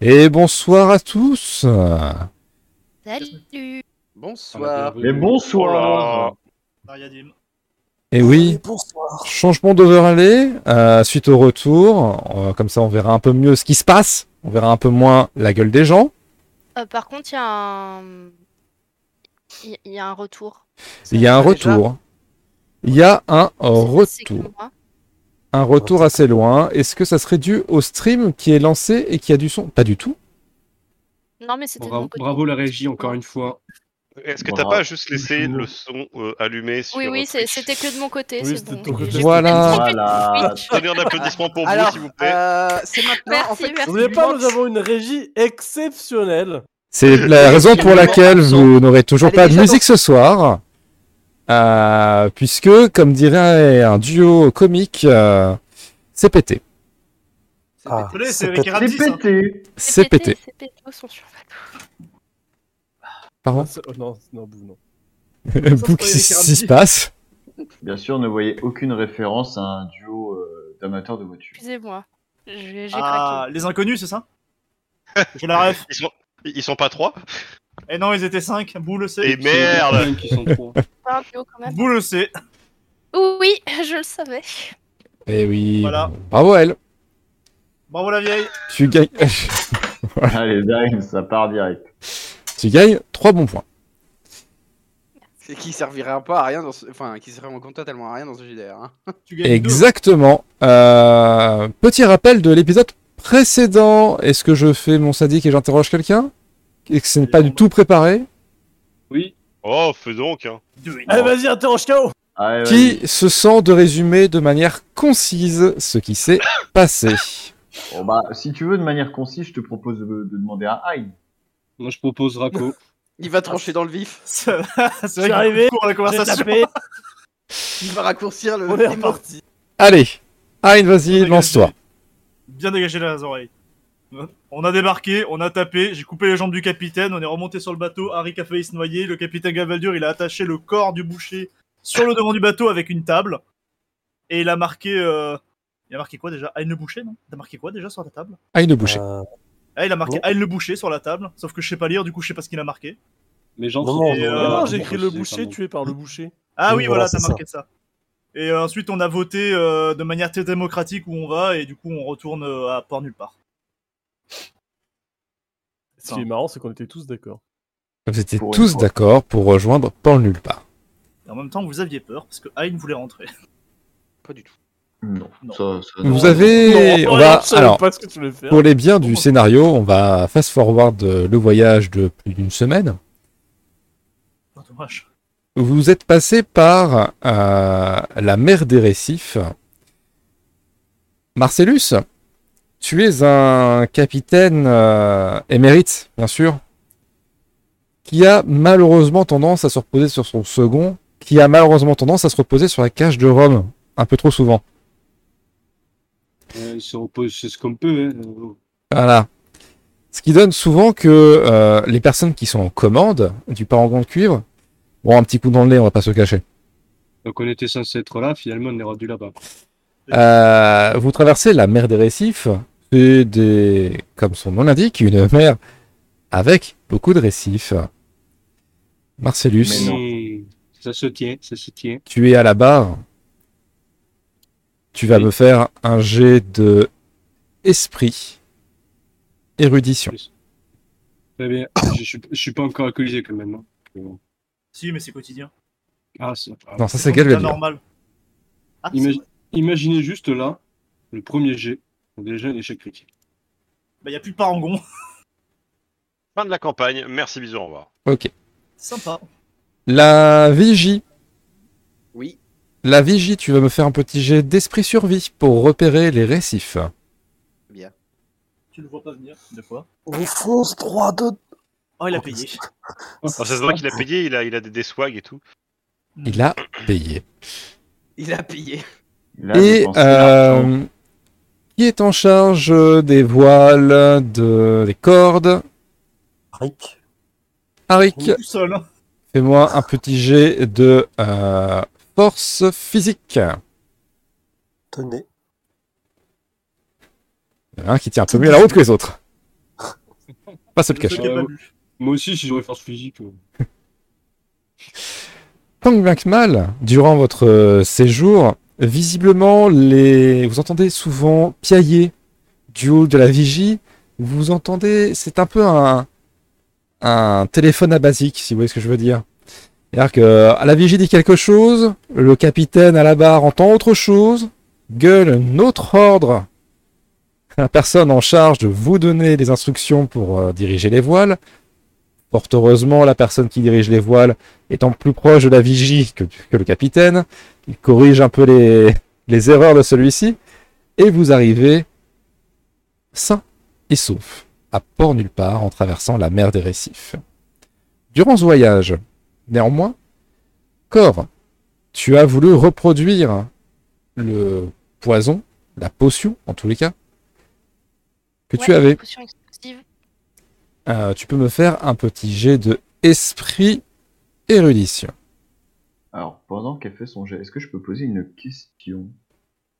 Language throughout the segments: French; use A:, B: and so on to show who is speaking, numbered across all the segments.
A: Et bonsoir à tous
B: Salut
C: Bonsoir.
D: Mais
E: Oh
D: bonsoir
F: Nariadim.
A: Et oui,
G: Bonsoir.
A: changement d'overlay euh, suite au retour. Euh, comme ça, on verra un peu mieux ce qui se passe. On verra un peu moins la gueule des gens.
B: Euh, Par contre, il y a un... Il y- y a un retour.
A: Il y a un
C: Ça, déjà
A: retour. Il y a un
B: C'est que
A: retour.
B: moi.
A: Un retour assez loin. Est-ce que ça serait dû au stream qui est lancé et qui a du son Pas du tout.
B: Non, mais c'était de mon
C: Bravo,
B: côté.
C: bravo la régie, encore une fois.
H: Est-ce que t'as
D: Voilà.
H: pas juste laissé le son euh, allumé sur
B: Oui, oui, c'est-
H: Twitch
B: c'était que de mon côté.
G: Oui,
B: c'est
G: c'était
B: bon.
G: de ton côté.
B: J'ai-
A: Voilà.
D: Voilà.
H: Donnez un applaudissement pour vous,
G: Alors,
H: s'il vous plaît.
G: Euh, c'est maintenant. en
B: Merci,
G: fait,
B: merci.
G: N'oubliez pas, nous avons une régie exceptionnelle.
A: C'est la raison pour laquelle vous n'aurez toujours
G: Allez,
A: pas de
G: déjà,
A: musique ce soir. Euh, puisque, comme dirait un duo comique, euh, c'est pété.
G: Ah,
F: Désolé, c'est
G: c'est
F: avec Erardis.
D: C'est
F: Hein.
D: pété.
A: C'est pété.
B: C'est pété au son sur la tour.
A: Pardon
G: c'est- oh, non, non, Bou, non.
A: Bouc, qu'est-ce qui se passe
D: Bien sûr, ne voyez aucune référence à un duo euh, d'amateurs de voitures.
B: Excusez-moi. J'ai j'ai
F: Ah, les inconnus, c'est ça J'ai la ref.
H: Ils sont, ils sont pas trois
F: Eh non, ils étaient 5. Bou le sait.
H: Et merde
C: Qui sont trois.
B: craqué. Pas un duo quand même.
F: Bou le sait.
B: Oui, je le savais.
A: Eh oui.
F: Voilà.
A: Bravo, elle.
F: Bravo la vieille.
A: Tu gagnes,
D: Allez, dingue, Ah, ça part direct.
A: tu gagnes 3 bons points.
E: C'est qui servirait un pas à rien dans ce... Enfin, qui serait vraiment totalement à rien dans ce JDR. Hein.
F: Tu gagnes deux.
A: Exactement. Euh, petit rappel de l'épisode précédent. Est-ce que je fais mon sadique et j'interroge quelqu'un Et que ce n'est pas du tout préparé
F: Euh,
C: Oui,
H: Oh, fais donc hein.
F: Deux et
G: Allez, vas-y, interroge KO.
D: Allez,
A: Qui se sent de résumer de manière concise ce qui s'est passé
D: vas-y. Bon, bah, si tu veux, de manière concise, je te propose de, de demander à Aïe.
C: moi je propose Rako.
E: Il va trancher dans le vif.
F: Ça va, C'est
G: J'suis
F: vrai
G: arrivé,
F: que pour la
G: J'ai
F: conversation.
G: tapé.
E: Il va raccourcir le.
G: On est reparti.
A: Allez, Ayn, vas-y, lance-toi.
F: Bien dégagé les oreilles. On a débarqué, on a tapé, j'ai coupé les jambes du capitaine, on est remonté sur le bateau, Harry a failli se noyer, le capitaine Gavaldur il a attaché le corps du boucher sur le devant du bateau avec une table, et il a marqué... euh, Il a marqué quoi déjà Aïe le boucher, non T'as marqué quoi déjà sur la table
A: Ayn le boucher.
G: Euh,
F: Ah, il a marqué
G: Bon.
F: Aïe le boucher sur la table, sauf que je sais pas lire, du coup je sais pas ce qu'il a marqué.
C: Mais j'en
G: non, non,
F: Et,
G: non,
F: euh,
G: non,
F: bon,
G: j'ai écrit
C: c'est
G: le
C: pas
G: boucher
C: bon.
G: tué par le boucher.
F: Ah oui,
G: Oui,
F: voilà,
G: voilà,
F: t'as
G: c'est
F: marqué ça. Et euh, ensuite on a voté euh, de manière très démocratique où on va, et du coup on retourne euh, à Port Nulle Part.
G: Ce qui est marrant, c'est qu'on était tous d'accord.
A: Vous étiez
D: Pour une
A: tous
D: fois.
A: d'accord pour rejoindre Paul nulle part.
F: Et en même temps vous aviez peur, parce que Aïe voulait rentrer.
E: Pas du tout.
D: Non,
F: Non.
D: ça, ça-
A: Vous
D: non.
A: avez,
G: Non,
A: on
G: alors,
A: va,
G: je savais
A: alors,
G: pas ce que tu voulais faire.
A: Pour les biens du scénario, on va fast forward euh, le voyage de plus d'une semaine.
F: Oh, dommage.
A: Vous êtes passé par euh, la mer des récifs. Marcellus, tu es un capitaine euh, émérite, bien sûr, qui a malheureusement tendance à se reposer sur son second, qui a malheureusement tendance à se reposer sur la cage de Rome, un peu trop souvent.
C: Euh, il se repose, c'est ce qu'on peut. hein. Euh,
A: Voilà. Ce qui donne souvent que euh, les personnes qui sont en commande du parangon de cuivre, bon, un petit coup dans le nez, on va pas se le cacher.
C: Donc on était censé être là, finalement on est rendu là-bas.
A: Euh, vous traversez la mer des récifs, c'est des, comme son nom l'indique, une mer avec beaucoup de récifs. Marcellus,
D: Mais non.
C: Hmm, Ça se tient, ça se tient.
A: tu es à la barre. Tu vas
C: Oui.
A: me faire un jet de esprit, érudition.
C: Très bien. je, suis, je suis pas encore alcoolisé quand même. hein. Euh,
F: Si, mais c'est quotidien.
C: Ah, c'est- ah.
A: Non, ça c'est
F: C'est
A: Galvin.
F: normal. Ah, c'est
C: Imagine-
F: vrai.
C: Imaginez juste là, le premier G. Déjà un échec critique.
F: Bah, y a plus de parangon.
H: Fin de la campagne, merci, bisous, au revoir.
A: Ok.
F: Sympa.
A: La vigie.
E: Oui.
A: La vigie, tu vas me faire un petit jet d'esprit survie pour repérer les récifs.
F: Tu le vois pas venir. De quoi
G: On fonce droit de...
F: Oh, il a payé.
H: Alors, Ah, ça se voit qu'il a payé, il a, il a des, des swags et tout.
D: Hmm.
A: Il a payé.
E: Il a payé.
D: Là,
A: Et
D: je pense que l'argent-
A: euh, qui est en charge des voiles, de- des cordes
G: Rick.
A: Arik,
F: Tout seul.
A: fais-moi un petit jet de euh, force physique.
G: Tenez.
A: Il y en a un qui tient un peu mieux la route que les autres. Pas se le
F: Ceux
A: cacher.
F: qui n'ont pas
C: Ouais.
F: lu.
C: Moi aussi, si j'aurais force physique. euh,
A: Tant bien que mal, durant votre euh, séjour, visiblement, les... vous entendez souvent piailler du haut de la vigie. Vous entendez, c'est un peu un... un téléphone à basique, si vous voyez ce que je veux dire. C'est-à-dire que euh, à la vigie dit quelque chose, le capitaine à la barre entend autre chose, gueule un autre ordre. La personne en charge de vous donner des instructions pour euh, diriger les voiles. Fort heureusement, la personne qui dirige les voiles étant plus proche de la vigie que, que le capitaine, il corrige un peu les, les erreurs de celui-ci, et vous arrivez sain et sauf à port nulle part en traversant la mer des récifs. Durant ce voyage, néanmoins, Cor, tu as voulu reproduire le poison, la potion en tous les cas, que tu
B: Ouais,
A: avais.
B: potion explosive.
A: Euh, tu peux me faire un petit jet de esprit érudition.
D: Alors, pendant qu'elle fait son jet, est-ce que je peux poser une question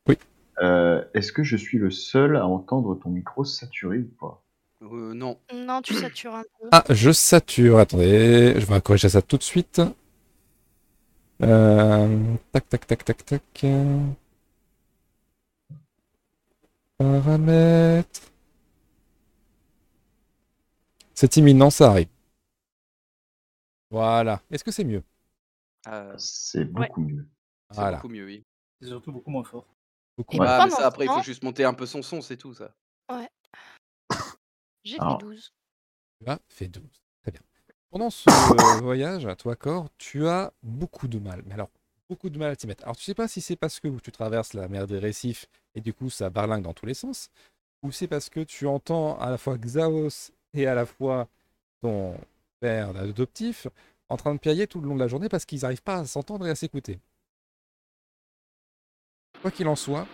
A: Oui.
D: Euh, est-ce que je suis le seul à entendre ton micro saturé ou pas
E: Euh, non.
B: Non, tu satures un peu.
A: Ah, je sature. Attendez, je vais corriger ça tout de suite. Euh, tac, tac, tac, tac, tac. euh. Paramètres. C'est imminent, ça arrive. Voilà. Est-ce que c'est mieux?
E: Euh,
D: C'est beaucoup mieux.
E: c'est
A: Voilà.
E: beaucoup mieux, oui.
F: C'est surtout beaucoup moins fort.
A: Beaucoup
B: Et
A: mieux.
E: Ah,
B: pendant
E: mais
B: ce
E: ça, après, il
B: temps,
E: faut juste monter un peu son son, c'est tout, ça.
B: j'ai
D: Alors.
B: fait 12.
A: Ah, fait 12. Très bien. Pendant ce voyage, toi, Cor, tu as beaucoup de mal. Mais alors, beaucoup de mal à t'y mettre. Alors, tu sais pas si c'est parce que tu traverses la mer des récifs et du coup, ça barlingue dans tous les sens, ou c'est parce que tu entends à la fois Xaos et à la fois ton père adoptif en train de piailler tout le long de la journée parce qu'ils n'arrivent pas à s'entendre et à s'écouter. Quoi qu'il en soit,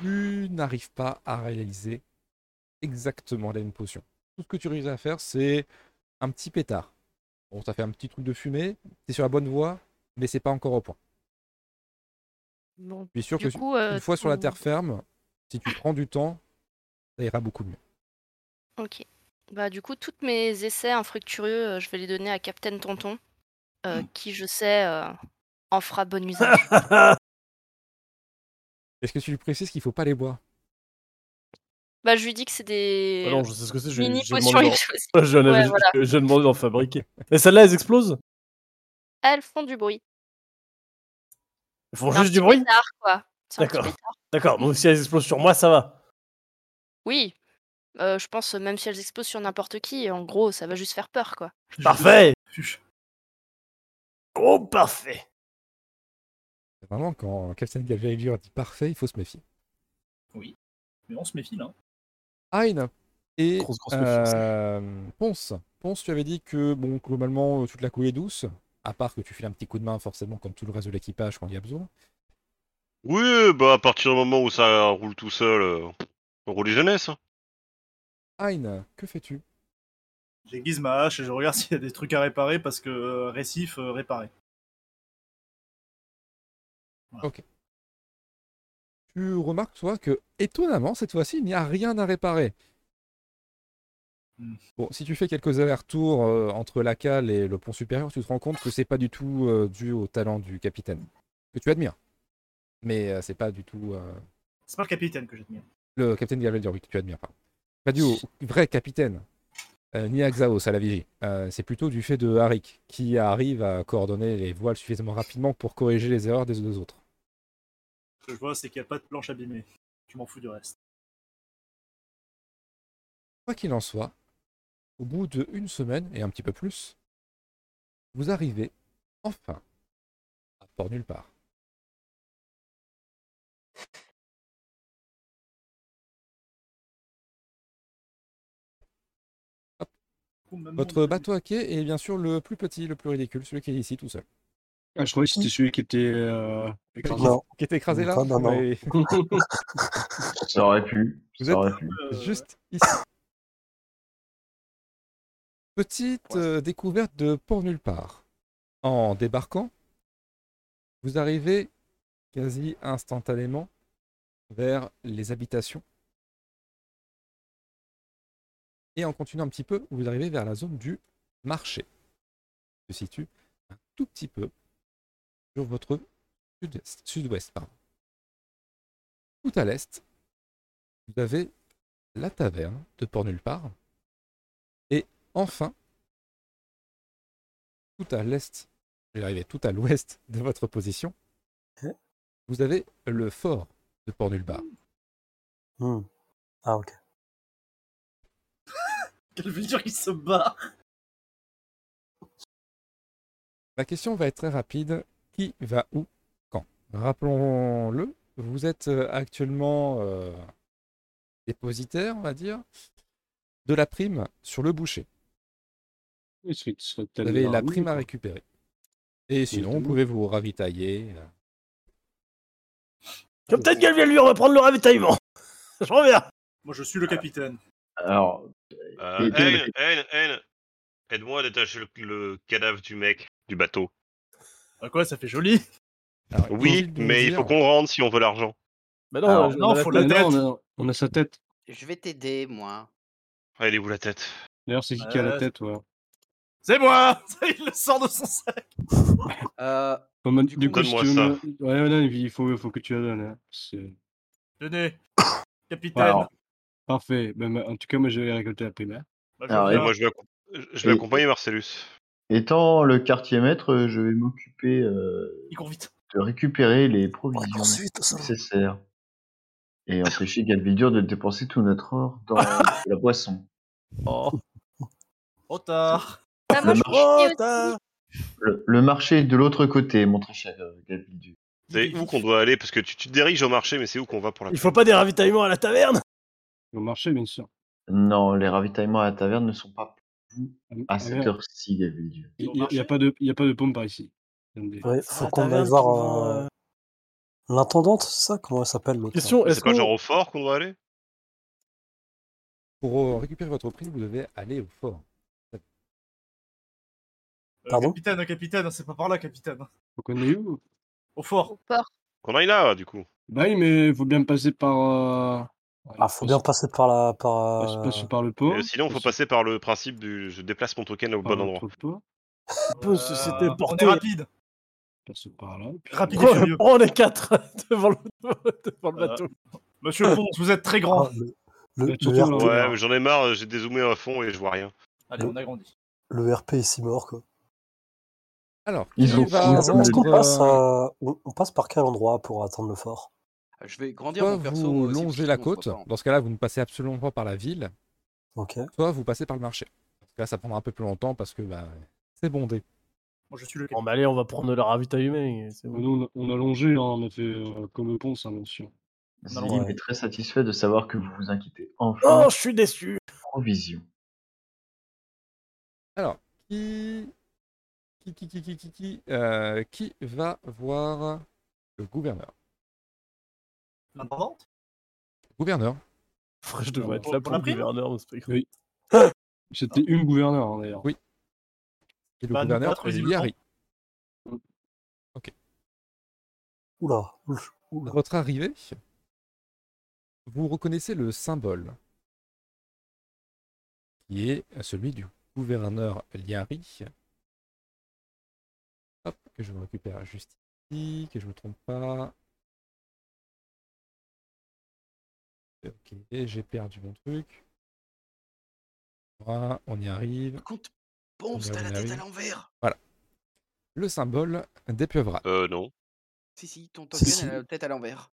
A: tu n'arrives pas à réaliser exactement la même potion tout ce que tu réussis à faire, c'est un petit pétard. Bon, ça fait un petit truc de fumée, t'es sur la bonne voie, mais c'est pas encore au point.
B: Bon,
A: Je suis sûr
B: du
A: que
B: coup, euh,
A: une fois sur la
B: tout-
A: terre ferme, si tu prends du temps, ça ira beaucoup mieux.
B: Ok. Bah, du coup, tous mes essais infructueux, euh, je vais les donner à Captain Tonton, euh,
G: Hmm.
B: qui, je sais, euh, en fera bon usage.
A: Est-ce que tu lui précises qu'il faut pas les boire
B: bah, je lui dis que c'est des
G: Ah non, je sais ce que c'est, j'ai
B: mini
G: j'ai
B: potions
G: demandé
B: explosives.
G: d'en- j'en avais-
B: Ouais, voilà.
G: j'ai demandé d'en fabriquer. Et celles-là, elles explosent
B: Elles font du bruit.
G: Elles font
B: C'est un
G: juste du
B: petit
G: bruit
B: pétard, quoi. C'est un petit
G: D'accord.
B: pétard.
G: D'accord, donc si elles explosent sur moi, ça va.
B: Oui. Euh, je pense, euh, même si elles explosent sur n'importe qui, en gros, ça va juste faire peur, quoi.
G: Parfait
F: Fuche.
G: Oh, parfait
A: C'est Vraiment, quand Captain Galvalier dit parfait, il faut se méfier.
F: Mais on se méfie là.
A: Hein et
G: Grosse, grosse
A: euh, Ponce. Ponce, tu avais dit que bon, globalement, euh, toute la coulée est douce, à part que tu files un petit coup de main, forcément, comme tout le reste de l'équipage quand il y a besoin.
H: Oui, bah à partir du moment où ça roule tout seul, euh, on roule les jeunesses. hein.
A: Hein, que fais-tu
F: J'aiguise ma hache et je regarde s'il y a des trucs à réparer parce que euh, récif, euh, réparé.
A: tu remarques toi que étonnamment cette fois-ci il n'y a rien à réparer.
F: Hmm.
A: Bon, si tu fais quelques allers-retours euh, entre la cale et le pont supérieur, tu te rends compte que c'est pas du tout euh, dû au talent du capitaine que tu admires. Mais euh, c'est pas du tout euh,
F: C'est pas le capitaine que j'admire. le
A: le capitaine Gaveldur oui, que tu admires. Pardon. Pas du au vrai capitaine, euh, ni à Xaos à la vigie. Euh, c'est plutôt du fait de Harik qui arrive à coordonner les voiles suffisamment rapidement pour corriger les erreurs des deux autres.
F: Ce que je vois, c'est qu'il n'y a pas de planche abîmée. Je m'en fous du reste.
A: Quoi qu'il en soit, au bout de une semaine et un petit peu plus, vous arrivez enfin à port nulle part.
F: Ou même
A: Votre
F: mon-
A: bateau à quai est bien sûr le plus petit, le plus ridicule, celui qui est ici tout seul.
C: Ah, je croyais que c'était celui qui était. euh, écrasé.
G: Non.
A: Mmh. Qui est écrasé là
G: Non, non, non.
A: mais
D: Ça aurait pu.
A: Vous
D: ça
A: êtes-
D: aurait pu.
F: Euh,
A: Juste ici. Petite euh, découverte de port nulle part. En débarquant, Vous arrivez quasi instantanément vers les habitations. Et en continuant un petit peu, vous arrivez vers la zone du marché. qui Se situe un tout petit peu sur votre sud-est- sud-ouest. pardon. Tout à l'est, vous avez la taverne de Port Nulle Part. Et enfin, tout à l'est, je vais y arriver, tout à l'ouest de votre position,
I: Hein?
A: vous avez le fort de Port Nulle Part.
I: Hmm. Ah, ok.
F: Quelle mesure il se barre
A: La question va être très rapide. Qui va où quand Rappelons-le, vous êtes euh, actuellement euh, dépositaire, on va dire, de la prime sur le boucher.
C: Il serait- il serait
A: Vous
C: peut-être
A: avez
C: dans
A: la
C: rue,
A: prime à
C: quoi.
A: récupérer. Et sinon, vous
C: Évidemment.
A: pouvez vous ravitailler. euh.
G: Capitaine Gal vient lui reprendre le ravitaillement. Je reviens.
F: hein. Moi je suis le
H: Ah.
F: capitaine.
D: Alors,
H: Euh,
D: Et bien,
H: Aine, Aine, Aine, aide-moi à détacher le, le cadavre du mec du bateau.
F: Ah quoi, ça fait joli
A: Alors,
H: Oui,
A: obligé de vous
H: mais il
A: dire-
H: faut qu'on rentre si on veut l'argent.
G: Bah
D: Alors,
G: je-
F: non,
G: bah,
F: faut
C: Ah,
F: la
C: non,
F: tête.
C: on a- On a sa tête.
E: Je vais t'aider, moi.
H: Ah, elle est où la tête
C: D'ailleurs, c'est qui qui a
J: Euh,
F: Ouais.
C: la tête, ouais.
F: C'est moi Il le sort de son sac
E: Euh,
C: Bon, man-
E: Du
C: du
E: coup,
C: coup, si
H: donne-moi
C: tu veux me- Ouais, non, il faut, il faut que tu la donnes. hein. C'est-
F: Tenez, capitaine.
D: alors,
C: Parfait. Ben, ben, en tout cas, moi, je vais récolter la primaire.
F: Bah, je
D: alors,
H: Et
F: reviens.
H: moi, je vais, accom- je vais
D: Et-
H: accompagner Marcellus.
D: étant le quartier maître, je vais m'occuper euh,
F: Il court vite.
D: de récupérer les
I: Pour la
D: provisions
I: poursuite, ça.
D: nécessaires et empêcher Galvildur de dépenser tout notre or dans de la boisson.
G: Oh,
F: Trop tard.
B: Ah, moi, je suis
G: oh,
B: aussi.
G: t'as-
D: Le, le marché est de l'autre côté, mon très cher euh, Galvildur.
H: C'est où qu'on doit aller Parce que tu tu te diriges au marché, mais c'est où qu'on va pour la
G: Il faut pas des ravitaillements à la taverne.
C: Au marché, bien sûr.
D: Non, les ravitaillements à la taverne ne sont pas à cette
C: merde.
D: heure-ci, Galvildur.
C: Il
F: Au
C: n'y a,
F: marché
C: pas de- il y a pas de pompe par ici. Attendez.
I: Ouais, faut
G: Ah,
I: qu'on
G: taverne
I: aille voir
G: qui vend,
I: euh,
G: euh,
I: l'intendante, c'est ça Comment elle s'appelle l'autre
G: Question,
H: Mais
G: est-ce
H: C'est pas
G: qu'on...
H: genre au fort qu'on doit aller
A: Pour euh, récupérer votre prime, vous devez aller au fort.
F: Euh,
I: Pardon
F: capitaine, capitaine, c'est pas par là, capitaine.
C: Faut qu'on aille où
F: Au fort.
B: Au port.
H: Qu'on aille là, du coup.
C: Bah oui, mais faut bien passer par. euh, ouais,
I: Ah, faut bien passer par la. Par,
C: passer-
I: euh,
C: passer par le port.
H: Euh, sinon, faut passer par le principe du je déplace mon token au
C: par
H: bon endroit.
C: l'autre port,
G: peu, ce- c'était
F: Euh, On
G: porté.
F: est rapide.
C: passer par là. puis-
F: Rapide.
G: Oh,
F: Furieux.
G: on est quatre devant le, devant le
F: Euh,
G: bateau.
F: Monsieur Ponce, vous êtes très
I: ah,
F: grand.
I: le, le-
C: Mais
I: le
C: surtout,
I: RP,
H: Ouais, mais j'en ai marre, j'ai dézoomé à fond et je vois rien.
F: Allez, on agrandit.
I: le RP est si mort, quoi.
A: Alors,
D: Ils
A: qui
D: ont-
A: va
D: ils ont-
A: rendre,
I: Est-ce qu'on passe,
A: euh,
I: euh, on, on passe par quel endroit pour atteindre le fort
E: Ah, je vais grandir
A: Soit
E: mon perso.
A: vous
E: moi aussi, parce
A: longez
E: que
A: la
E: sinon, on se
A: côte,
E: voit pas, hein.
A: dans ce cas-là, vous ne passez absolument pas par la ville,
I: Ok.
A: soit vous passez par le marché. Parce que là, ça prendra un peu plus longtemps parce que bah, c'est bondé.
F: Moi, je suis le
G: Bon,
F: capitaine.
G: bah allez, on va prendre le ravitaillement. C'est
C: Bon,
G: bon.
C: nous, on a- on a longé, hein, on a fait euh, comme pont, ça, bien sûr.
D: Zlim
G: ouais.
D: est très satisfait de savoir que vous vous inquiétez enfin
G: Oh,
D: des
G: je suis déçu.
D: provisions.
A: Alors, qui. Qui, qui, qui, qui, qui, qui, euh, qui va voir le gouverneur
F: L'intendante
A: Le gouverneur
G: Après, je devrais être
F: Pour-
G: là
F: pour
G: pour
F: la
G: le
F: prime
G: gouverneur, mais c'est pas grave.
C: C'était une gouverneure, hein, d'ailleurs.
A: Oui. Et le
F: Bah,
A: gouverneur,
F: notre,
A: c'est
F: visiblement.
A: Yari.
I: Oula. ouf,
A: À
I: oula.
A: votre arrivée, vous reconnaissez le symbole qui est celui du gouverneur Liari. Hop, que je me récupère juste ici, que je me trompe pas. Ok, j'ai perdu mon truc. Voilà, on y arrive.
E: Par contre, Ponce,
A: On est
E: t'as la
A: arrivé.
E: tête à l'envers.
A: Le symbole des pieuvres.
H: Euh, non.
E: Si, si, ton
I: Si,
E: token
I: si.
E: a la tête à l'envers.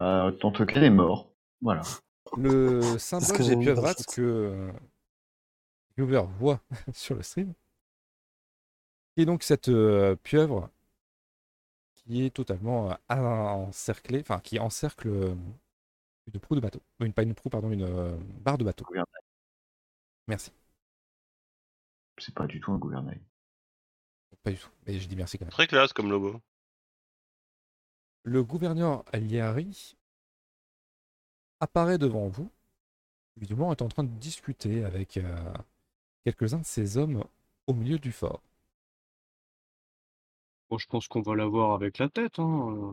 D: Euh, ton token est mort. Voilà.
A: Le symbole
I: que
A: des
I: j'ai mis dans le
A: pieuvres
I: chat.
A: que euh, Viewer voit sur le stream. Et donc cette euh, pieuvre qui est totalement euh, encerclée, enfin qui encercle euh, une proue de bateau. Une, pas une proue, pardon, une euh, barre de bateau.
D: Gouvernail.
A: Merci.
D: C'est pas du tout un gouvernail.
A: Pas du tout, mais je dis merci quand même.
H: Très classe comme logo.
A: Le gouverneur Liari apparaît devant vous. Évidemment, est en train de discuter avec euh, quelques-uns de ses hommes au milieu du fort.
C: Bon, je pense qu'on va l'avoir avec la tête. Hein. euh.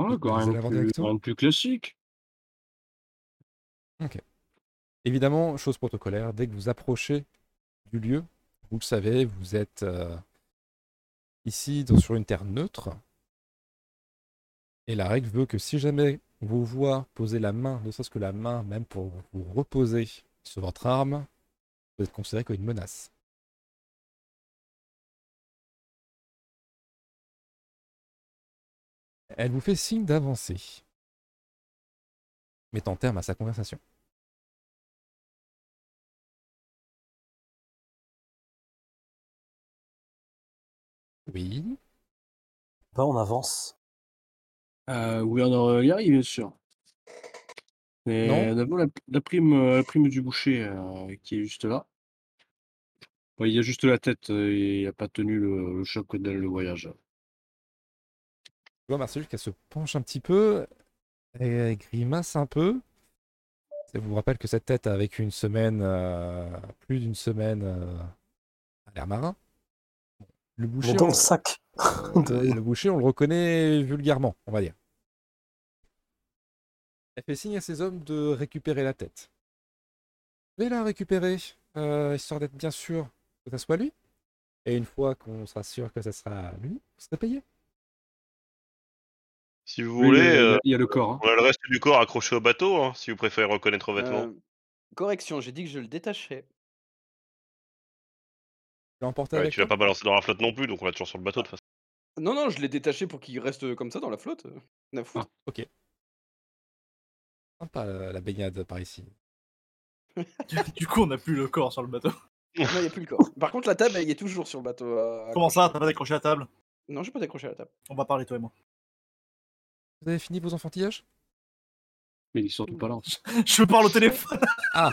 C: Ouais,
A: Vous
C: quand
A: allez
C: même
A: l'avoir
C: plus-
A: directement
C: rien de plus classique.
A: Évidemment, chose protocolaire, dès que vous approchez du lieu, vous le savez, vous êtes euh, ici dans- sur une terre neutre. Et la règle veut que si jamais on vous voit poser la main, ne serait-ce que la main, même pour vous reposer sur votre arme, vous êtes considéré comme une menace. Elle vous fait signe d'avancer, mettant terme à sa conversation. Oui.
I: Ben, on avance.
C: Euh, gouverneur Yari, bien sûr. Mais
A: Non.
C: d'abord, la, la prime, euh, la prime du boucher euh, qui est juste là. Bon, il y a juste la tête, euh, et il n'a pas tenu le, le choc dans le voyage.
A: Tu vois Marcellus qu'elle se penche un petit peu, et elle grimace un peu. Ça vous rappelle que cette tête a vécu une semaine, euh, plus d'une semaine euh, à l'air marin. Le boucher,
I: Dans le sac.
A: on, euh, le boucher, on le reconnaît vulgairement, on va dire. Elle fait signe à ses hommes de récupérer la tête. Je vais la récupérer, euh, histoire d'être bien sûr que ça soit lui. Et une fois qu'on sera sûr que ça sera lui, vous serez payé.
H: Si vous
C: Oui, il y
H: voulez,
C: a- il y a-
H: euh,
C: il y a le corps. hein.
H: on a le reste du corps accroché au bateau, hein, si vous préférez reconnaître vos vêtements.
E: Euh, correction, j'ai dit que je le détachais.
A: Tu l'as emporté
H: Ouais,
A: avec
H: tu l'as
A: toi
H: pas balancé dans la flotte non plus, donc on l'a toujours sur le bateau de toute façon.
E: Non, non, je l'ai détaché pour qu'il reste comme ça dans la flotte. Rien à
A: Ah,
E: foutre.
A: Sympa, euh, la la baignade par ici.
F: Du coup, on n'a plus le corps sur le bateau.
E: Non, il n'y a plus le corps. Par contre, la table, elle y est toujours sur le bateau. euh, à-
F: Comment ça T'as pas décroché la table
E: Ah, Non, j'ai pas décroché la table.
F: On va parler, toi et moi.
A: Vous avez fini vos enfantillages
C: Mais ils sont tout balance.
F: Je parle au téléphone.
A: Ah.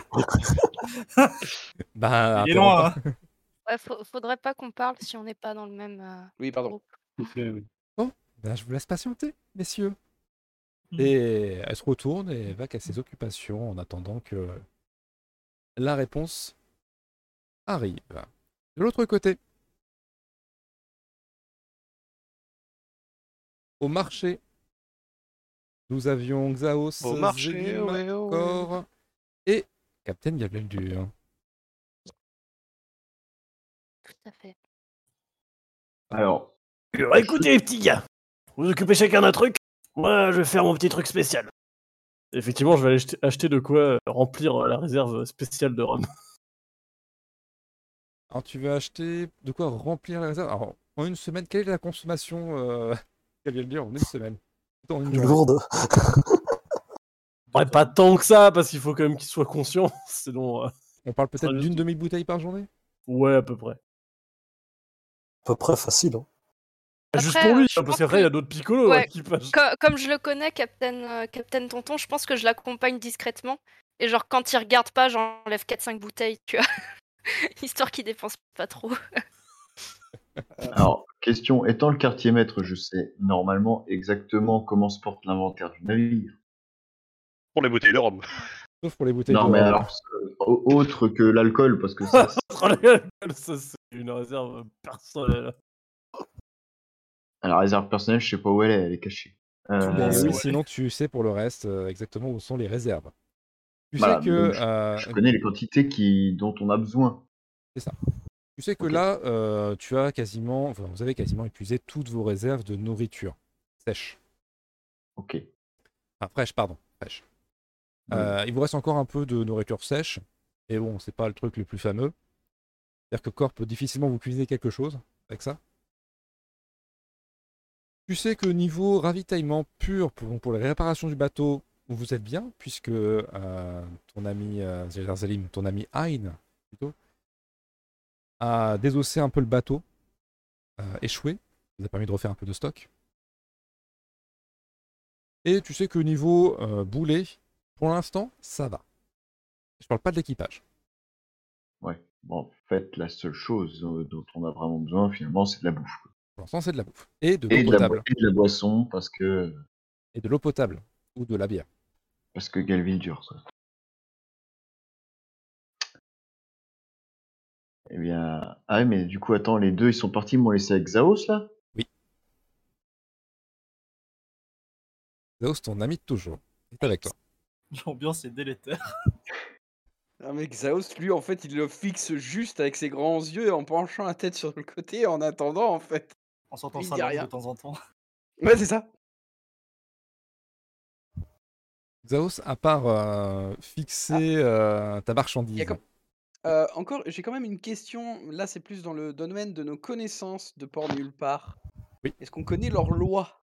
A: Bah,
F: Il est loin, hein.
B: Ouais, faut- faudrait pas qu'on parle si on n'est pas dans le même. euh,
E: Oui, pardon.
A: Ben, je vous laisse patienter, messieurs.
F: Mhm.
A: Et elle se retourne et va qu'à ses occupations en attendant que la réponse arrive. De l'autre côté, au marché, nous avions Xaos, Zélim, Cor et Captain Gabriel Dur.
B: Tout à fait.
D: Alors,
G: Alors, Bah, écoutez, les petits gars, vous occupez chacun d'un truc. Moi, je vais faire mon petit truc spécial. Effectivement, je vais aller acheter- acheter de quoi euh, remplir euh, la réserve spéciale de Rome.
A: Alors, tu veux acheter de quoi remplir la réserve Alors, en une semaine, quelle est la consommation euh, Gabriel Dur en une semaine Plutôt en une journée.
I: Lourde.
G: Ouais, pas tant que ça, parce qu'il faut quand même qu'ils soient conscients. Sinon, euh,
A: On parle
G: Ça
A: peut-être
G: reste-
A: d'une demi-bouteille par journée
G: ouais, à peu près.
I: À peu près facile. hein.
B: Après,
G: Juste pour lui, hein,
B: euh, je
G: parce
B: pense
G: qu'après, il y a
B: que-
G: d'autres piccolos
B: Ouais.
G: à qui passent.
B: Co- comme je le connais, Captain, euh, Captain Tonton, je pense que je l'accompagne discrètement. Et genre, quand il regarde pas, j'enlève 4-5 bouteilles, tu vois. Histoire qu'il dépense pas trop.
D: alors, Euh, question, étant le quartier maître, je sais normalement exactement comment se porte l'inventaire du navire.
H: Pour les bouteilles de rhum.
A: Sauf pour les bouteilles
D: Non,
A: de
D: mais
A: rhum.
D: alors, euh, au- autre que l'alcool, parce que ça, c'est-
G: Ça, c'est une réserve personnelle.
D: à la réserve personnelle, je sais pas où elle est, elle est cachée. Euh,
A: Mais
G: Ah,
A: oui,
G: ouais.
A: sinon tu sais pour le reste euh, exactement où sont les réserves. Tu
D: Bah,
A: sais que,
D: donc,
A: euh,
D: Je connais les quantités qui... dont on a besoin.
A: tu sais que
D: ok.
A: là, euh, tu as quasiment, enfin, vous avez quasiment épuisé toutes vos réserves de nourriture sèche.
D: Ok.
A: Enfin, fraîche, pardon, fraîche. Euh, il vous reste encore un peu de nourriture sèche. Et bon, c'est pas le truc le plus fameux. C'est-à-dire que Corp peut difficilement vous cuisiner quelque chose avec ça. Tu sais que niveau ravitaillement pur pour, pour les réparations du bateau, vous êtes bien, puisque euh, ton ami euh, j'allais dire Zalim, ton ami Hein, plutôt, a désossé un peu le bateau, euh, échoué, ça vous a permis de refaire un peu de stock. Et tu sais que niveau euh, boulet, pour l'instant, ça va. Je parle pas de l'équipage.
D: Ouais. Bon, en fait, la seule chose euh, dont on a vraiment besoin, finalement, c'est de la bouffe. quoi.
A: Pour l'instant, c'est de la bouffe. Et de
D: Et
A: l'eau
D: de, la
A: potable.
D: bo- et de la boisson, parce que,
A: Et de l'eau potable. Ou de la bière.
D: parce que Galville dure. quoi. Eh bien. Ah, ouais, mais du coup, attends, les deux, ils sont partis, ils m'ont laissé avec Xaos, là
A: Zaos, ton ami de toujours. Il est avec toi.
F: L'ambiance est délétère.
E: Ah mais Xaos, lui, en fait, il le fixe juste avec ses grands yeux en penchant la tête sur le côté en attendant, en fait.
F: En sortant
E: Il
F: sa
E: dit
F: langue
E: rien.
F: de temps en temps.
E: Ouais, c'est ça.
A: Xaos, à part euh, fixer euh, ta
E: Il y
A: marchandise,
E: a comme- Euh, encore, j'ai quand même une question. Là, c'est plus dans le domaine de nos connaissances de Port Nulle Part.
A: Oui.
E: Est-ce qu'on connaît leurs lois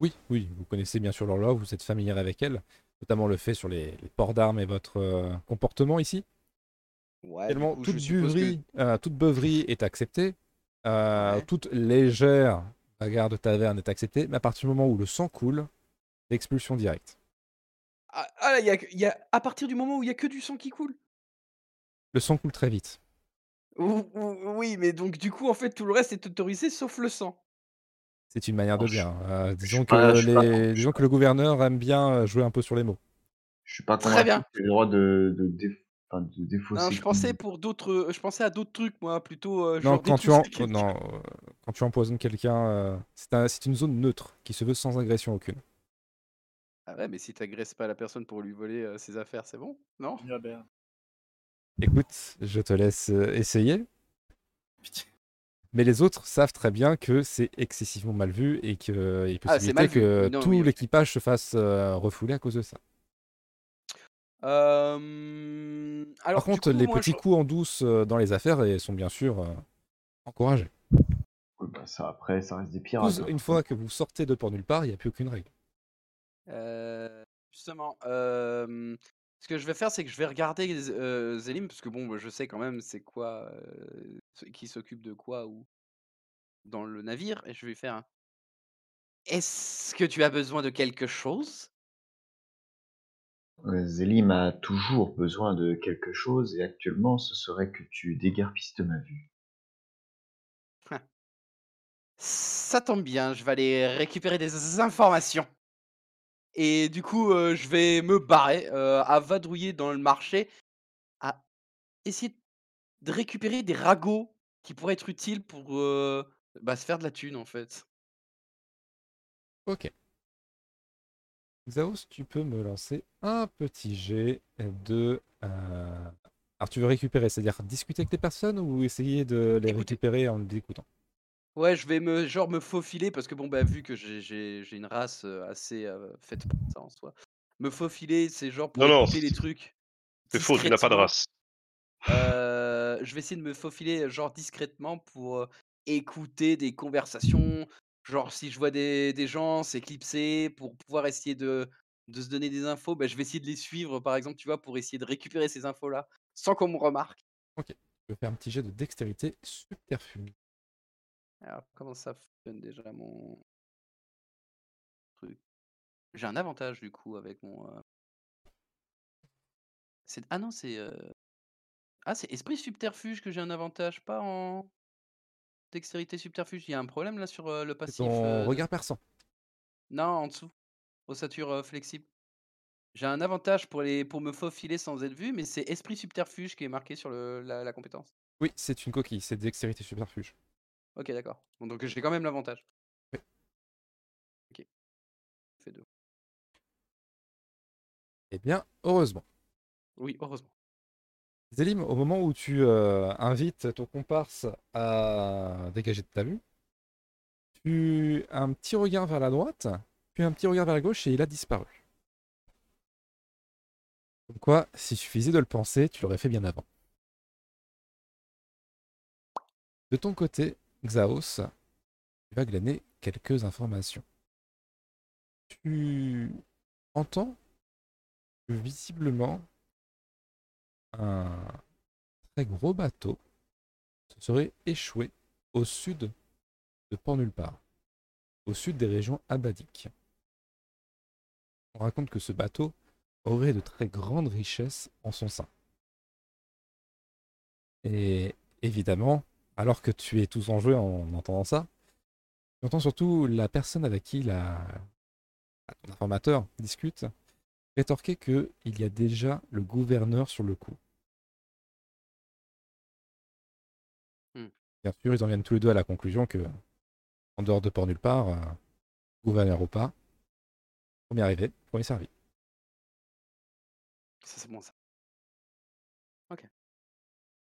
A: Oui, oui, vous connaissez bien sûr leur loi, vous êtes familier avec elle, notamment le fait sur les, les ports d'armes et votre euh, comportement ici.
E: Ouais, du
A: Tellement
E: coup, je
A: toute
E: suppose que-
A: buverie, euh, toute beuverie est acceptée, euh,
E: Ouais.
A: toute légère bagarre de taverne est acceptée, mais à partir du moment où le sang coule, l'expulsion directe.
E: Ah, ah, là, il y a, que- il y a- à partir du moment où il y a que du sang qui coule.
A: Le sang coule très vite.
E: Ou- ou- Oui, mais donc du coup, en fait, tout le reste est autorisé sauf le sang.
A: C'est une manière de
D: Oh, je-
A: bien. Euh, disons,
D: suis
A: que
D: pas- je suis pas
A: les-
D: con-
A: disons que le gouverneur aime bien euh, jouer un peu sur les mots.
D: Je suis pas
E: Très
D: convaincu
E: bien.
D: que j'ai le droit de, de, dé- enfin, de défausser.
E: Non, je
F: Hmm.
E: pensais pour d'autres, je pensais à d'autres trucs, moi, plutôt. euh,
A: Non,
E: genre
A: quand tu,
E: détruire
A: en-
E: quelqu'un.
A: non, euh, quand tu empoisonnes quelqu'un, euh, c'est un- c'est une zone neutre qui se veut sans agression aucune.
E: Ah ouais, mais si t'agresses pas la personne pour lui voler euh, ses affaires, c'est bon, non
F: Ah ben,
A: Écoute, je te laisse euh, essayer.
F: putain.
A: Mais les autres savent très bien que c'est excessivement mal vu et euh, qu'il y a
E: Ah, c'est mal
A: possibilité que
E: vu. Non,
A: tout
E: oui, oui.
A: l'équipage se fasse euh, refouler à cause de ça.
E: Euh, Alors,
A: Par
E: du
A: contre,
E: coup,
A: les
E: moi,
A: petits
E: je-
A: coups en douce euh, dans les affaires euh, sont bien sûr euh, encouragés.
D: Ouais, bah, ça, après, ça reste des pirates.
A: Tous-
D: hein.
A: une fois que vous sortez de port nulle part, il n'y a plus aucune règle.
E: Euh, justement, euh, ce que je vais faire, c'est que je vais regarder Z- euh, Zélim, parce que bon, bah, je sais quand même c'est quoi, euh, ce- qui s'occupe de quoi ou dans le navire, et je vais faire. un Est-ce que tu as besoin de quelque chose
D: Euh, Zélim a toujours besoin de quelque chose et actuellement, ce serait que tu dégarpisses de ma vue.
E: Ça tombe bien, je vais aller récupérer des informations. Et du coup, euh, je vais me barrer euh, à vadrouiller dans le marché, à essayer de récupérer des ragots qui pourraient être utiles pour euh, bah, se faire de la thune en fait.
A: Ok. Xaos, tu peux me lancer un petit jet de. euh, Alors, tu veux récupérer, c'est-à-dire discuter avec les personnes ou essayer de les
E: Écouter.
A: récupérer en les écoutant
E: Ouais, je vais me genre me faufiler parce que bon bah vu que j'ai- j'ai j'ai une race euh, assez euh, faite pour ça en soi. Me faufiler, c'est genre pour
H: Non, non,
E: écouter les
H: c'est-
E: trucs.
H: C'est faux, tu n'as pas de
E: discrètement.
H: race.
E: Euh, je vais essayer de me faufiler euh, genre discrètement pour euh, écouter des conversations. Genre si je vois des, des gens s'éclipser pour pouvoir essayer de, de se donner des infos, bah, je vais essayer de les suivre par exemple, tu vois, pour essayer de récupérer ces infos-là sans qu'on me remarque.
A: Je vais faire un petit jet de dextérité subterfuge.
E: Alors comment ça fonctionne déjà mon truc J'ai un avantage du coup avec mon... euh, c'est- Ah non, c'est... euh, Ah c'est esprit subterfuge que j'ai un avantage, pas en... Dextérité subterfuge, il y a un problème là sur euh, le
A: C'est
E: passif
A: ton
E: euh, de-
A: regard perçant.
E: Non, en dessous. Ossature euh, flexible. J'ai un avantage pour, les... pour me faufiler sans être vu, mais c'est esprit subterfuge qui est marqué sur le... la... la compétence.
A: Oui, c'est une coquille, c'est dextérité subterfuge.
E: Ok, d'accord. Bon, donc j'ai quand même l'avantage.
A: Oui.
E: Ok. Fait deux.
A: Eh bien, heureusement.
E: Oui, heureusement.
A: Zélim, au moment où tu euh, invites ton comparse à dégager de ta vue, tu as un petit regard vers la droite, puis un petit regard vers la gauche et il a disparu. Comme quoi, s'il suffisait de le penser, tu l'aurais fait bien avant. De ton côté, Xaos, tu vas glaner quelques informations. Tu entends que visiblement un très gros bateau se serait échoué au sud de Port Nulle Part, au sud des régions abadiques. On raconte que ce bateau aurait de très grandes richesses en son sein. Et évidemment, alors que tu es tous enjoués en entendant ça, tu entends surtout la personne avec qui la... ton informateur discute rétorquer qu'il y a déjà le gouverneur sur le coup.
G: Hmm.
A: Bien sûr, ils en viennent tous les deux à la conclusion que, en dehors de port nulle part, euh, gouverneur ou pas, premier arrivé, premier servi.
E: Ça, c'est bon ça.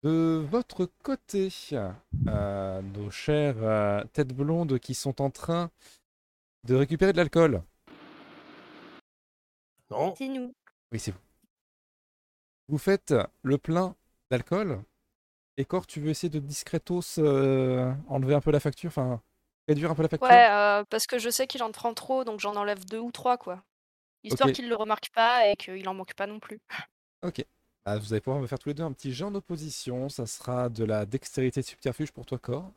A: De votre côté, euh, nos chères euh, têtes blondes qui sont en train de récupérer de l'alcool.
I: Non.
B: C'est nous.
A: Oui, c'est vous. Vous faites le plein d'alcool. Et Cor, tu veux essayer de discretos euh, enlever un peu la facture, enfin réduire un peu la facture.
B: Ouais, euh, parce que je sais qu'il en prend trop, donc j'en enlève deux ou trois, quoi. Histoire
A: Ok.
B: qu'il le remarque pas et qu'il en manque pas non plus.
A: Ah, vous allez pouvoir me faire tous les deux un petit jeu en opposition. Ça sera de la dextérité de subterfuge pour toi, Cor.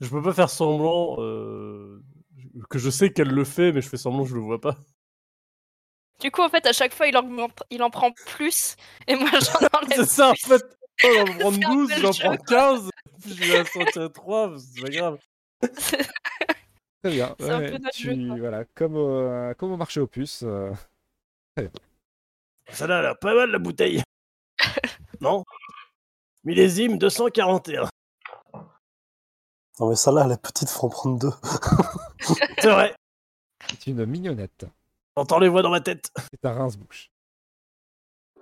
G: Je peux pas faire semblant euh, que je sais qu'elle le fait, mais je fais semblant que je le vois pas.
B: Du coup, en fait, à chaque fois, il en, il en prend plus, et moi, j'en enlève
G: C'est ça en
B: plus.
G: fait. Oh, j'en prends
B: C'est un
G: 12,
B: peu le
G: j'en
B: jeu,
G: prends 15, puis je vais en sortir 3, c'est pas grave.
A: Très bien.
B: C'est un peu notre jeu, hein.
A: tu-
B: quoi.
A: voilà, comme, euh, comme au marché aux puces. euh,
G: Ça là, elle a pas mal la bouteille. non Millésime 241.
I: Non, mais ça là, les petites feront prendre deux.
G: C'est vrai,
A: c'est une mignonnette.
G: j'entends les voix dans ma tête.
A: C'est un rince-bouche.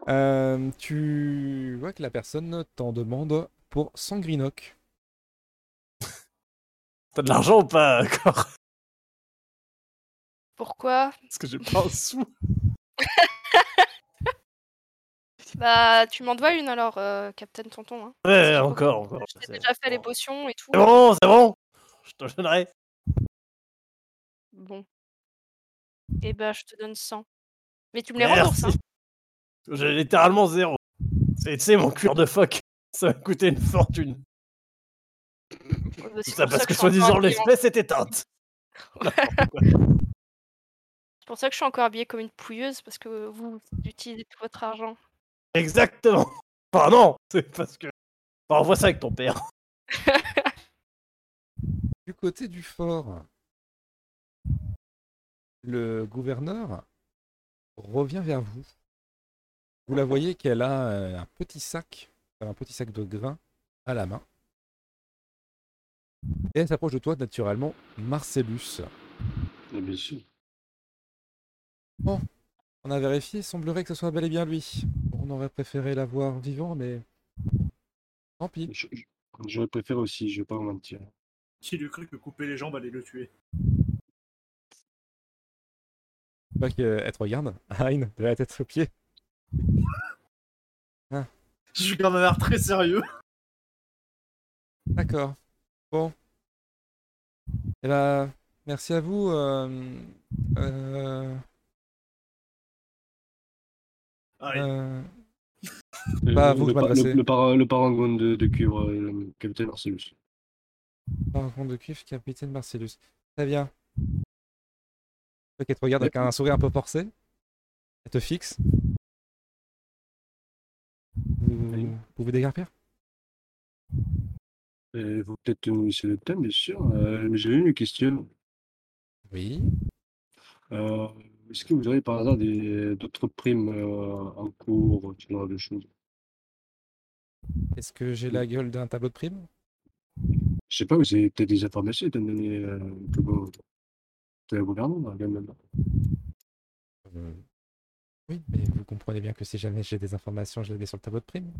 A: Euh, tu vois que la personne t'en demande pour sangrinoc.
G: T'as de l'argent ou pas encore
B: Pourquoi
G: Parce que j'ai pas un sou.
B: Bah, tu m'en dois une alors, euh, Captain Tonton. Hein.
G: Ouais, encore, encore.
B: J'ai déjà fait les potions et tout.
G: C'est bon, c'est bon Je te donnerai.
B: Bon. Et bah, je te donne 100. Mais tu me les hein. rembourses,
G: Merci.
B: hein.
G: J'ai littéralement zéro. C'est c'est mon cuir de phoque. Ça va coûter une fortune.
B: Ouais, bah,
G: Tout
B: c'est
G: ça
B: pour
G: parce que
B: je suis encore
G: soi-disant
B: habillée en-
G: l'espèce est éteinte.
B: C'est pour ça que je suis encore habillée comme une pouilleuse, parce que vous utilisez tout votre argent.
G: Exactement. Enfin non, c'est parce que. Enfin, envoie ça avec ton père.
A: Du côté du fort, le gouverneur revient vers vous. Vous la voyez qu'elle a euh, un petit sac, un petit sac de grains à la main. Et elle s'approche de toi naturellement, Marcellus.
C: Ah, bien sûr.
A: On a vérifié, il semblerait que ce soit bel et bien lui. On aurait préféré l'avoir vivant, mais tant pis.
C: Je- je- J'aurais préféré aussi, je vais pas vous mentir.
F: Qui lui cru que couper les jambes allait le tuer
A: Tu vois qu'elle te regarde, Hein, de la tête aux pieds. Hein.
F: Je lui garde un air très sérieux.
A: D'accord. Bon. Eh ben, merci à vous. euh, euh,
F: Ah, oui.
A: euh,
C: Euh,
A: Pas à Bah, vous que
C: le,
A: je m'adressais.
C: le, le, para- le parangon de, de cuivre, euh, le capitaine Marcellus.
A: par contre de cuivre, capitaine Marcellus. Très bien. Ok, elle te regarde avec un sourire un peu forcé. Elle te fixe.
C: Oui.
A: Vous vous, vous dégarpir
C: Euh, vous peut-être nous laisser le thème, bien sûr. Euh, mais j'avais une question.
A: Oui.
C: Euh, est-ce que vous avez par hasard des, d'autres primes euh, en cours, ce genre de choses?
A: Est-ce que j'ai la gueule d'un tableau de prime
C: Je sais pas, vous avez peut-être des informations étant donné euh, que vous que le gouvernement hein, quand même.
A: Euh, Oui, mais vous comprenez bien que si jamais j'ai des informations, je les mets sur le tableau de prime.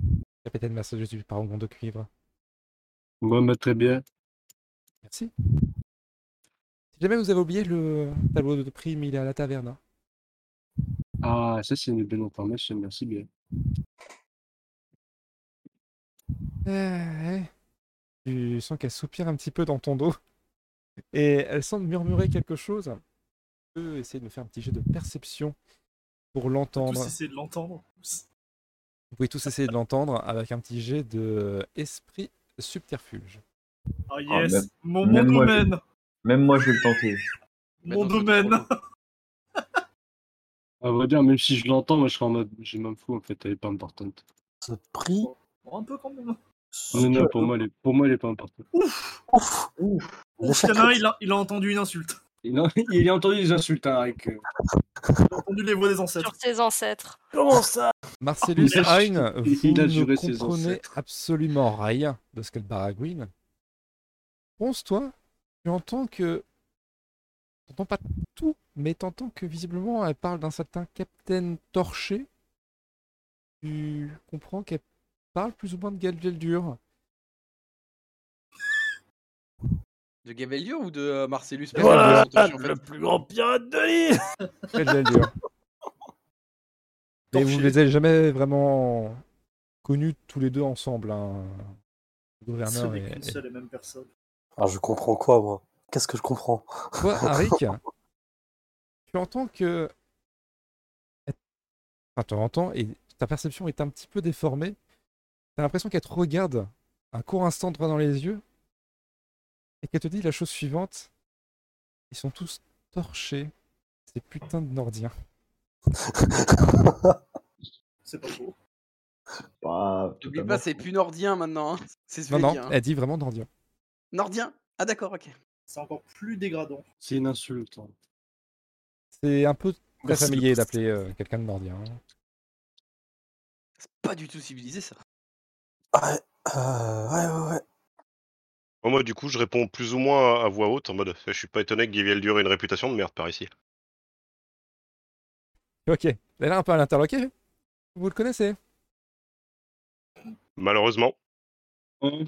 A: Capitaine Marcellus du parangon de cuivre.
C: Bon, bah, très bien.
A: Merci. Si jamais vous avez oublié le tableau de prime, il est à la taverne. hein.
C: Ah, ça c'est une belle information, merci bien.
A: Eh, eh. Tu sens qu'elle soupire un petit peu dans ton dos. Et elle semble murmurer quelque chose. Tu peux essayer de me faire un petit jet de perception pour
F: Tous
A: l'entendre.
F: essayer de l'entendre.
A: Vous pouvez tous essayer de l'entendre avec un petit jet de esprit subterfuge.
F: Ah
D: Ah,
F: yes,
D: même-
F: mon, mon
D: même moi, je-
F: domaine,
D: Même moi, je vais le tenter.
F: mon domaine.
C: À vrai dire, même si je l'entends, moi je serai en mode, je m'en fous en fait, elle est pas importante.
I: Ce prix.
F: Oh, Un peu quand même.
C: Non, non, pour moi, elle est, pour moi, elle est pas importante.
I: Ouf.
F: Ouf, il y en a un, il a, il a entendu une insulte.
C: Il a, il a entendu des insultes, hein, avec. euh,
F: Il a entendu les voix des ancêtres.
B: Sur ses ancêtres.
G: Comment ça
A: Marcellus
C: il a-
A: Hein, vous
C: il a
A: ne
C: juré ses
A: comprenez
C: ancêtres.
A: absolument rien de ce qu'elle baragouine. Ponce, toi, tu entends que. T'entends pas tout, mais t'entends que visiblement elle parle d'un certain Capitaine Torché. Tu comprends qu'elle parle plus ou moins de Galveldur.
E: De Gavelio ou de euh, Marcellus Parce que
G: Voilà,
E: je suis en fait-
G: le plus grand pirate de l'île
A: Galveldur. Et vous
F: Torché.
A: les avez jamais vraiment connus tous les deux ensemble, hein. Le
F: Ce
A: gouverneur
F: n'est
A: et,
F: qu'une seule et même personne.
I: Alors Ah, je comprends quoi, moi Qu'est-ce que je comprends
A: Toi, Arik, tu entends que. Enfin, tu entends et ta perception est un petit peu déformée. T'as l'impression qu'elle te regarde un court instant droit dans les yeux et qu'elle te dit la chose suivante. Ils sont tous torchés, ces putains de Nordiens.
F: C'est pas faux.
D: Pas
E: N'oublie
D: totalement.
E: pas, c'est plus nordien maintenant. hein. C'est
A: Non, non,
E: svédien.
A: elle dit vraiment Nordiens.
E: Nordien Ah d'accord, ok.
F: C'est encore plus dégradant.
C: C'est une insulte. hein.
A: C'est un peu très
I: Merci.
A: familier d'appeler euh, quelqu'un de Nordien. hein.
E: C'est pas du tout civilisé ça.
I: Ouais, euh, ouais, ouais, ouais.
H: Bon, Moi, du coup, je réponds plus ou moins à voix haute en mode je suis pas étonné que Gaveldur ait une réputation de merde par ici.
A: Ok, elle est un peu à l'interloqué. Vous le connaissez
H: Malheureusement.
C: Hein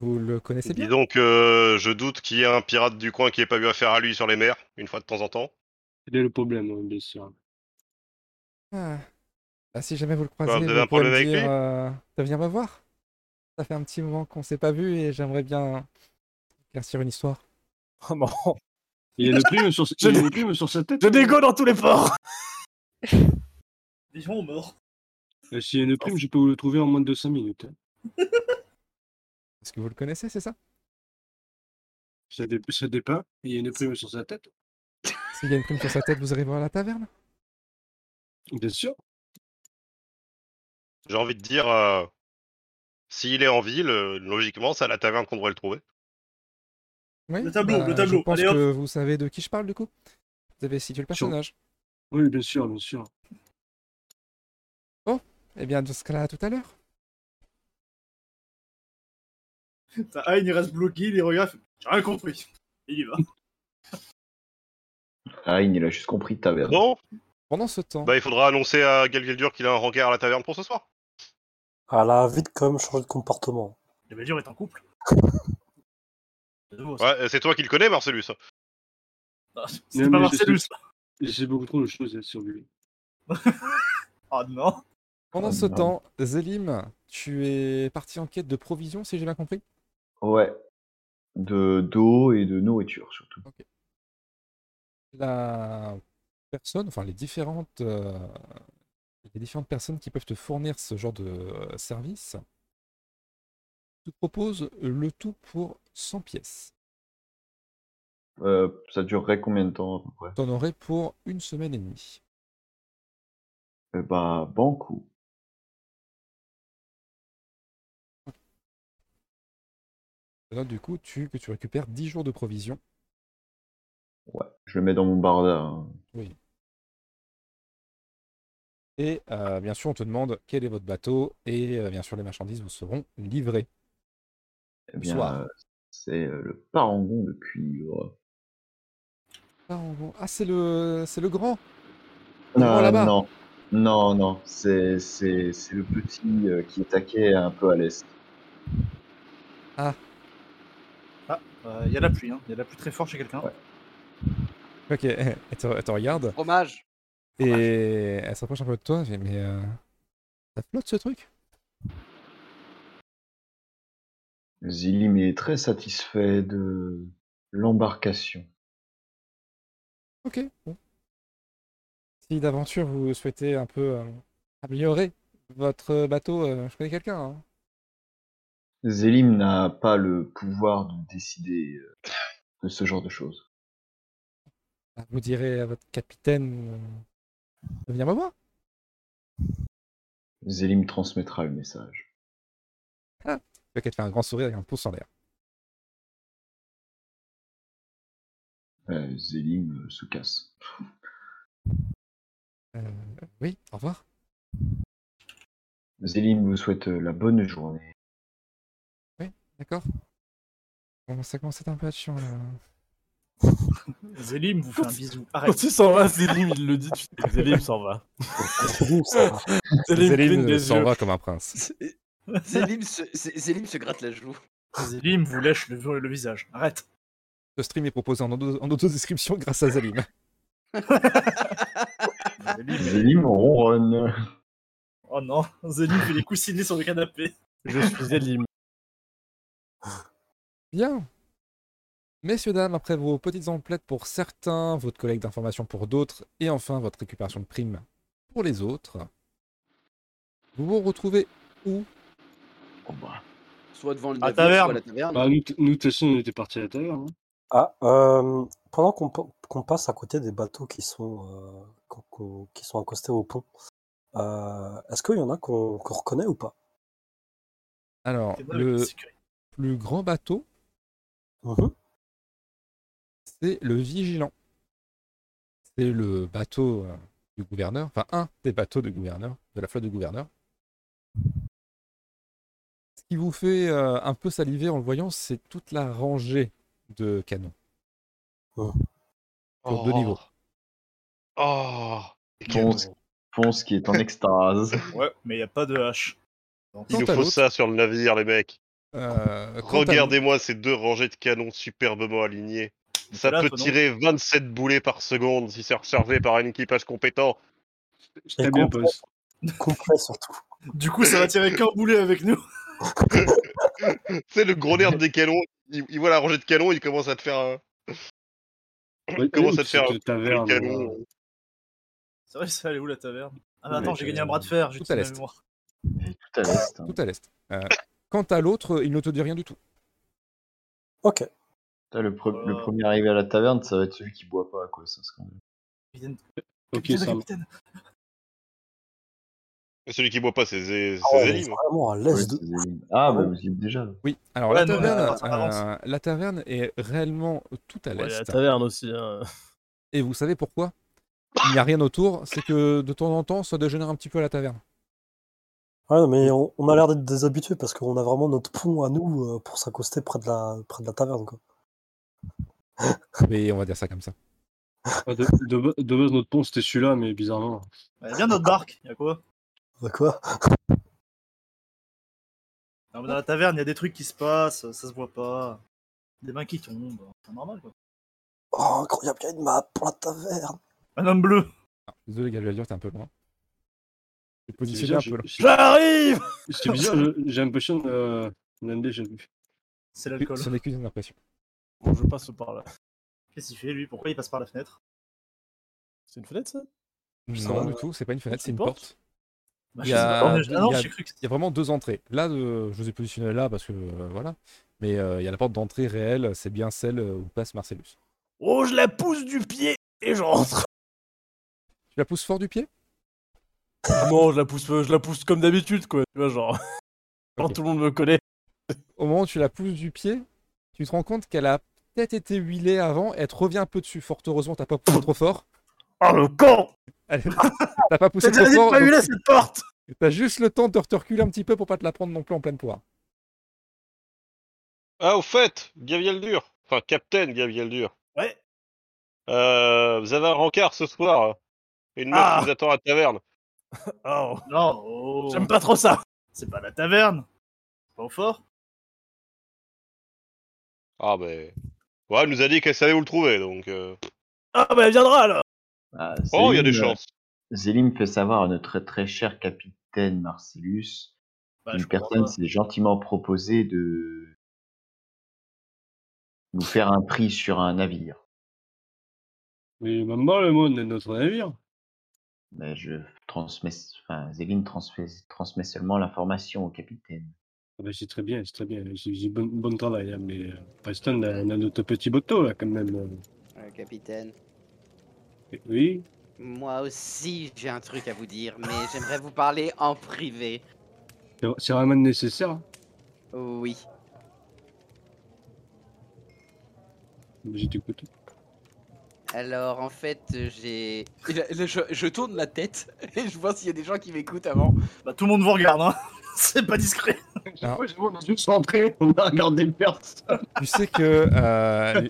A: Vous le connaissez
H: Dis
A: bien
H: donc, euh, je doute qu'il y ait un pirate du coin qui ait pas eu affaire à lui sur les mers, une fois de temps en temps.
C: Quel est le problème, hein, bien sûr
A: Ah. Bah, si jamais vous le croisez,
H: Quoi, vous avez
A: vous
H: un
A: pourrez
H: problème
A: me
H: avec lui
A: dire, euh, ça vient me voir. Ça fait un petit moment qu'on s'est pas vu et j'aimerais bien éclaircir une histoire.
G: Oh, non.
C: Il y a des plumes sur, il y a des plumes sur sa tête
G: Je dégo dans tous les ports
F: Vivant ou mort
C: Euh, S'il y a une prime, je peux vous le trouver en moins de 5 minutes. hein.
A: Est-ce que vous le connaissez, c'est ça
C: Ça, dé- ça dépeint. Il y a une prime sur sa tête.
A: S'il y a une prime sur sa tête, vous arriverez à la taverne
C: Bien sûr.
H: J'ai envie de dire, euh, s'il est en ville, euh, logiquement, c'est à la taverne qu'on devrait le trouver.
A: Oui, Bah,
F: Le tableau, le tableau,
A: Je pense
F: allez, hop.
A: que vous savez de qui je parle, du coup. Vous avez situé le
C: Sure.
A: personnage.
C: Oui, bien sûr, bien sûr.
A: Eh bien, dans ce cas-là, à tout à l'heure.
F: Ta haine, ah, il reste bloqué, il regarde, il fait, j'ai rien compris. Et il y va.
D: Ah, il a juste compris taverne.
H: Bon,
A: Pendant ce temps,
H: bah il faudra annoncer à Galveldur qu'il a un rencard à la taverne pour ce soir.
I: Ah là, vite quand même, changer de comportement.
F: La Belgique est en couple. De nouveau, ça.
H: Ouais, euh, c'est toi qui le connais, Marcellus.
F: Ah,
C: Non,
F: C'était pas
C: mais
F: Marcellus.
C: je Je sais beaucoup trop de choses hein, sur lui.
F: Ah non.
A: pendant
D: Oh
A: ce
D: non.
A: temps, Zélim, tu es parti en quête de provisions, si j'ai bien compris
D: Ouais. De d'eau et de nourriture surtout.
A: la personne, enfin les différentes, euh, les différentes personnes qui peuvent te fournir ce genre de euh, service te proposent le tout pour 100 pièces.
D: Euh, ça durerait combien de temps à peu près
A: T'en aurais pour une semaine et demie.
D: Eh bah, bon coup.
A: Là, du coup, tu, que tu récupères 10 jours de provision.
D: Ouais. Je le mets dans mon barda. hein.
A: Et euh, bien sûr, on te demande quel est votre bateau. Et euh, bien sûr, les marchandises vous seront livrées.
D: Eh bien,
A: Soir.
D: euh, c'est euh, le parangon de cuivre.
A: Ah, on- ah, c'est le, c'est le grand.
D: Ah,
A: là-bas.
D: non, non, non. C'est c'est- c'est le petit euh, qui est taqué un peu à l'est.
F: Il Ah, y a la pluie, hein. Il y a la pluie très forte chez quelqu'un.
D: Ouais.
A: Ok, elle te, elle te regarde
E: Fromage.
A: et elle s'approche un peu de toi. elle fait, Mais euh, ça flotte ce truc
D: Zilim est très satisfait de l'embarcation.
A: Ok, bon. Si d'aventure vous souhaitez un peu euh, améliorer votre bateau, euh, je connais quelqu'un. hein.
D: Zélim n'a pas le pouvoir de décider euh, de ce genre de choses.
A: Ah, Vous direz à votre capitaine euh, de venir me voir.
D: Zélim transmettra le message.
A: Tu vois qu'elle te fait un grand sourire et un pouce en l'air.
D: Euh, Zélim euh, se casse.
A: Euh, Oui, au revoir.
D: Zélim vous souhaite euh, la bonne journée.
A: D'accord. Bon, ça commence à être un peu chiant là.
F: Zélim vous fait un bisou.
G: Quand
F: Arrête.
G: il s'en va, Zélim, il le dit. tu fais, Zélim s'en va.
I: ça va.
G: Zélim, cligne
A: Zélim euh,
G: des
A: s'en
G: yeux.
A: va comme un prince.
E: Z- Zélim se, Z- Zélim se gratte la joue.
F: Zélim vous lèche le, le visage. Arrête.
A: Ce stream est proposé en, auto- en auto-description grâce à Zélim.
D: Zélim ronronne.
F: Oh non, Zélim fait les coussinets sur le canapé.
G: Je suis Zélim.
A: Bien. Messieurs, dames, après vos petites emplettes pour certains, votre collecte d'informations pour d'autres, et enfin votre récupération de primes pour les autres, vous vous retrouvez
D: Oh bah.
E: Soit devant le
F: À
E: navire, soit
F: taverne.
E: à la taverne.
C: Bah, nous, t- nous, de toute façon, on était partis à la taverne. hein.
I: Ah, euh, pendant qu'on pa- qu'on passe à côté des bateaux qui sont, euh, qu'on- qu'on- qui sont accostés au pont, euh, est-ce qu'il y en a qu'on qu'on reconnaît ou pas
A: Alors,
F: C'est moi avec
A: le
F: la sécurité.
A: plus grand bateau,
I: Mhm.
A: c'est le Vigilant. C'est le bateau euh, du gouverneur, enfin un des bateaux du gouverneur, de la flotte du gouverneur. Ce qui vous fait euh, un peu saliver en le voyant, c'est toute la rangée de canons. Sur
D: Oh,
A: deux niveaux.
H: Oh les
D: Bon,
H: canons.
D: Ponce qui est en extase.
F: Ouais, mais il a pas de hache.
H: Il
A: Quant
H: nous
A: à
H: faut
A: l'autre-
H: ça sur le navire, les mecs.
A: Euh, quant à
H: Regardez-moi ces deux rangées de canons superbement alignées. Ça
F: Nicolas,
H: peut
F: toi, non
H: tirer 27 boulets par seconde si c'est observé par un équipage compétent.
C: Je t'aime
I: Et
C: bien,
I: qu'on-
C: Post.
I: Complet surtout.
F: Du coup, ça va tirer qu'un boulet avec nous.
H: C'est le gros nerd des canons. Il, il voit la rangée de canons, il commence à te faire euh, un.
C: Ouais,
H: Comment
C: elle
H: ça
C: est
H: te fait
C: où,
H: un
C: cette taverne
H: le canon,
C: là
F: C'est vrai, ça allait où la taverne Ah,
D: Oui,
F: mais attends,
D: la
F: j'ai gagné un
D: taverne.
F: bras de fer, j'ai
A: Tout
F: tout
A: à
F: la
A: l'est.
F: mémoire.
D: Il est tout à l'est. hein.
A: Tout à l'est. Euh, quant à l'autre, il ne te dit rien du tout.
I: Ok.
D: Putain, le, pre- le
I: Oh.
F: Euh.
D: premier arrivé à la taverne, ça va être celui qui boit pas, quoi. Ça, c'est quand même-
F: Capitaine,
C: Ok,
F: capitaine,
C: ça.
F: capitaine.
H: Et Celui qui boit pas, c'est Zé-
I: Ah
H: c'est
I: ouais,
H: Zélim. hein.
I: vraiment à
D: Ouais,
I: l'aise de.
D: c'est Zélim. Ah, bah vous y êtes déjà. là.
A: Oui, alors
F: Ouais,
A: la,
F: non,
A: taverne,
F: attends, avance.
A: euh, la taverne est réellement tout à
G: Ouais,
A: l'est.
G: la taverne aussi. hein.
A: et vous savez pourquoi Il n'y a rien autour, c'est que de temps en temps, ça dégénère un petit peu à la taverne.
I: Ouais, non, mais on, on a l'air d'être déshabitués parce qu'on a vraiment notre pont à nous euh, pour s'accoster près de la, près de la taverne. Quoi.
A: Mais on va dire ça comme ça.
C: Ah, De, de- de base, notre pont, c'était celui-là, mais bizarrement.
F: Ouais, viens notre barque, y'a quoi
I: Bah quoi
F: Non, mais Dans la taverne, y'a des trucs qui se passent, ça se voit pas. Des mains qui tombent, hein. c'est normal quoi.
I: Oh, incroyable, il y a une map pour la taverne.
F: Un homme bleu
A: Ah, désolé, Galvaldur, t'es un peu loin. Tu te
C: C'est
A: positionnes
C: bizarre,
A: un
C: j'ai-
A: peu loin.
C: j'ai-
F: Ah
G: J'arrive
C: c'est bizarre, je- j'ai l'impression euh, d'un déjà vu.
F: C'est
A: Oui,
F: l'alcool.
A: Ce n'est qu'une impression.
G: Bon, je passe par là.
F: Qu'est-ce qu'il fait lui Pourquoi il passe par la fenêtre
G: C'est une fenêtre, ça
A: Non,
I: va.
A: du tout, c'est pas une fenêtre,
G: C'est
A: c'est une
G: une
A: porte.
G: porte
F: Bah,
A: Il y
F: je sais
A: a-
F: pas, mais- Ah non,
A: il y a-
F: j'ai cru que
A: Il y a vraiment deux entrées. Là, euh, je vous ai positionné là parce que euh, voilà. Mais euh, il y a la porte d'entrée réelle, c'est bien celle euh, où passe Marcellus.
G: Oh, je la pousse du pied et je rentre.
A: Tu la pousses fort du pied
G: non, je la pousse, euh, je la pousse comme d'habitude, quoi. Tu vois, genre. Quand
A: Ok.
G: tout le monde me connaît.
A: Au moment où tu la pousses du pied, tu te rends compte qu'elle a peut-être été huilée avant. Elle te revient un peu dessus. Fort heureusement, t'as pas poussé trop fort.
G: Oh le con
A: Elle- t'as pas poussé trop
G: T'as dit de
A: fort.
G: pas
A: donc
G: huiler cette porte
A: T'as juste le temps de te reculer un petit peu pour pas te la prendre non plus en pleine poire.
H: Ah, au fait, Gaviel Dur. Enfin, Captain Gaviel Dur.
G: Ouais.
H: Euh, vous avez un rencard ce soir. Une meuf
G: Ah.
H: qui vous attend à la taverne.
G: Oh,
F: Non, oh,
G: j'aime pas trop ça.
F: c'est pas la taverne. C'est Pas au fort.
H: Ah, ben. Ouais, elle nous a dit qu'elle savait où le trouver, donc. euh.
G: Ah
F: ben,
G: bah elle viendra alors
D: Ah,
H: Oh, il y a des
D: Zélim,
H: chances.
D: euh, Zélim fait savoir à notre très cher capitaine Marcellus
F: Bah, je
D: une
F: comprends
D: personne
F: pas.
D: s'est gentiment proposé de nous faire un prix sur un navire.
C: Mais même pas le monde est notre navire.
D: Mais je transmets, enfin, Zélim transmet, transmet seulement l'information au capitaine.
C: Ah ben, c'est très bien, c'est très bien. C'est c'est bon, bon travail, hein, mais euh, Preston, on a, on a notre petit bateau, là, quand même. euh.
E: Euh, capitaine,
C: Oui,
E: moi aussi j'ai un truc à vous dire, mais j'aimerais vous parler en privé.
C: c'est- c'est vraiment nécessaire. hein.
E: Oui.
C: Je t'écoute.
E: Alors en fait j'ai... Là, là, Je, je tourne la tête et je vois s'il y a des gens qui m'écoutent avant.
F: Bah, tout le monde vous regarde, hein. c'est pas discret.
A: Alors-
C: Moi, j'ai vu, on est juste rentrés, on a regardé personne.
A: Tu sais que euh,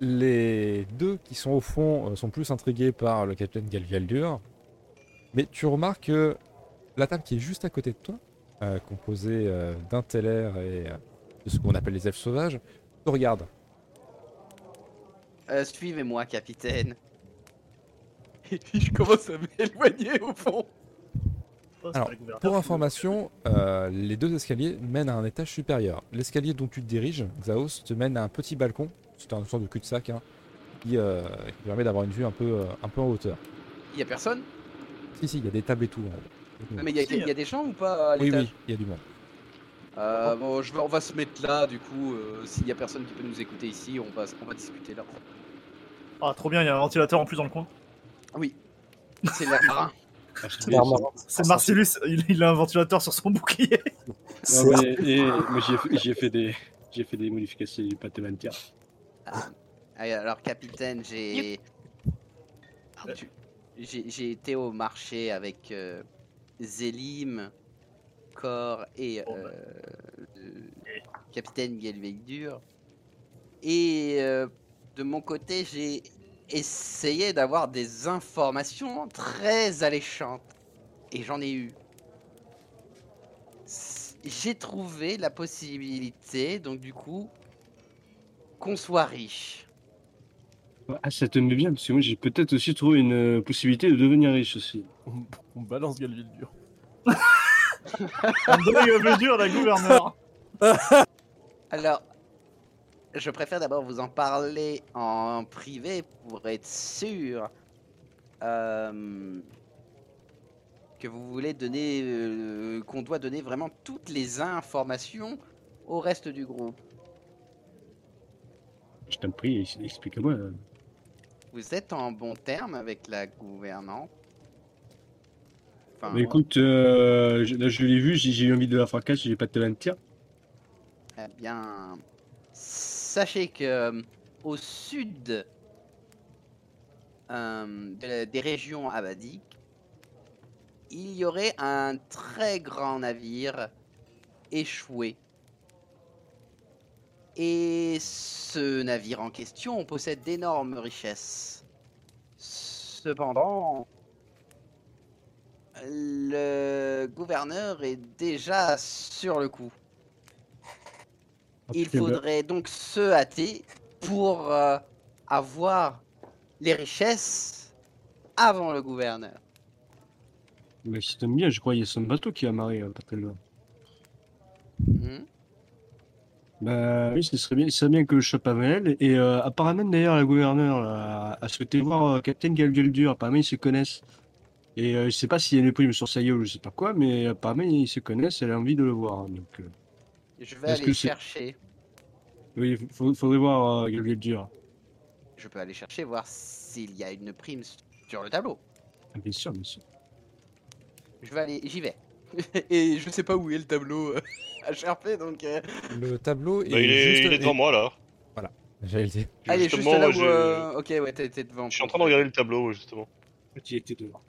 A: les deux qui sont au fond euh, sont plus intrigués par le capitaine Galgaldur. Mais tu remarques que la table qui est juste à côté de toi, euh, composée euh, d'un teller et euh, de ce qu'on appelle les elfes sauvages, te regarde.
J: Euh, Suivez-moi, capitaine. Et puis je commence à m'éloigner au fond.
F: Oh, c'est
A: Alors,
F: pas le gouverneur.
A: Pour information, euh, les deux escaliers mènent à un étage supérieur. L'escalier dont tu te diriges, Xaos, te mène à un petit balcon. C'est une sorte de cul-de-sac hein, qui, euh, qui permet d'avoir une vue un peu, euh, un peu en hauteur.
J: Y a personne
A: Si, si, il y a des tables et tout. hein.
J: Non, Ah, Mais y a,
F: Si.
J: y a des gens ou pas à
A: Oui,
J: l'étage
A: oui, il y a du monde.
J: Euh, bon, je vais- on va se mettre là, du coup, euh, s'il y a personne qui peut nous écouter ici, on va, on va discuter là.
F: Ah, trop bien, il y a un ventilateur en plus dans le coin.
J: Ah oui, c'est l'air marin.
K: Ah,
F: C'est Marcellus, il, il a un ventilateur sur son bouclier.
L: C'est
C: mais, et- mais j'y ai fait- j'y ai fait des. J'ai fait des modifications du pathémentaire.
J: Allez, alors, capitaine, j'ai. Euh,
M: Pardon.
J: Tu- J'ai j'ai été au marché avec euh, Zélim, Cor et
F: Bon, bah.
J: euh, euh, capitaine Gelvegdur. Et euh, de mon côté, j'ai essayé d'avoir des informations très alléchantes. Et j'en ai eu. S- J'ai trouvé la possibilité, donc du coup, qu'on soit riche.
C: Ah, ça te met bien, parce que moi, j'ai peut-être aussi trouvé une euh, possibilité de devenir riche aussi.
N: On, on balance Galvildur.
F: On donne le bleu dur, la gouverneur.
J: Alors, je préfère d'abord vous en parler en privé pour être sûr euh, que vous voulez donner, euh, qu'on doit donner vraiment toutes les informations au reste du groupe.
C: Je t'en prie, ex- explique-moi. euh.
J: Vous êtes en bon terme avec la gouvernante Enfin,
C: Bah, écoute, euh, je- là, je l'ai vu, j'ai j'ai eu envie de la fracasse, j'ai pas de te mentir.
J: eh bien, sachez que euh, au sud euh, de la- des régions abadiques, il y aurait un très grand navire échoué. Et ce navire en question possède d'énormes richesses.
F: Oh.
J: Cependant, le gouverneur est déjà sur le coup. Il
C: Ok, bah,
J: faudrait donc se hâter pour euh, avoir les richesses avant le gouverneur.
C: Mais si t'aimes bien, je crois qu'il y a son bateau qui a marré euh, pas très loin.
J: Hmm
C: Bah oui, ce serait bien, ce serait bien que je chope avec elle. Et euh, apparemment, d'ailleurs, la gouverneure là, a souhaité voir euh, Captain Galgaldur. Apparemment, ils se connaissent. Et euh, je sais pas s'il y a une prime sur sa gueule ou je sais pas quoi, mais apparemment, ils se connaissent. Elle a envie de le voir. hein, donc, euh,
J: Je vais
C: Est-ce
J: aller
C: que c'est-
J: chercher.
C: oui, faut- faudrait voir euh, Galgaldur.
J: Je peux aller chercher voir s'il y a une prime s- sur le tableau.
C: Ah, bien sûr, bien sûr.
J: Je vais aller, j'y vais. Et je sais pas où est le tableau euh, HRP donc. euh,
A: Le tableau
H: Bah, il, est,
A: juste-
H: il est devant moi là.
A: J'allais le dire.
J: Allez, Ah, juste
H: Justement,
J: là
H: moi,
J: où.
H: j'ai-
J: euh, Ok, ouais, t'es t'es devant.
H: Je suis en train de regarder le tableau, ouais, justement.
C: J'y étais devant.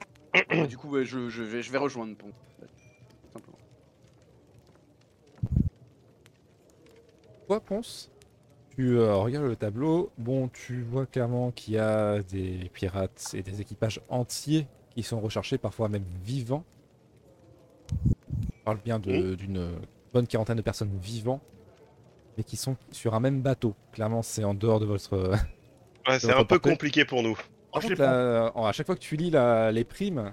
J: Du coup, ouais, je, je vais, je vais rejoindre Pont. Simplement.
A: Toi, Ponce, tu euh, regardes le tableau. Bon, tu vois clairement qu'il y a des pirates et des équipages entiers qui sont recherchés, parfois même vivants. On parle bien de- d'une bonne quarantaine de personnes vivants, mais qui sont sur un même bateau. Clairement, c'est en dehors de votre.
H: Ouais, c'est
A: Notre
H: un peu
A: portée.
H: compliqué pour nous.
A: Par
F: Oh, je les
A: contre,
F: prends.
A: la- en- à chaque fois que tu lis la- les primes,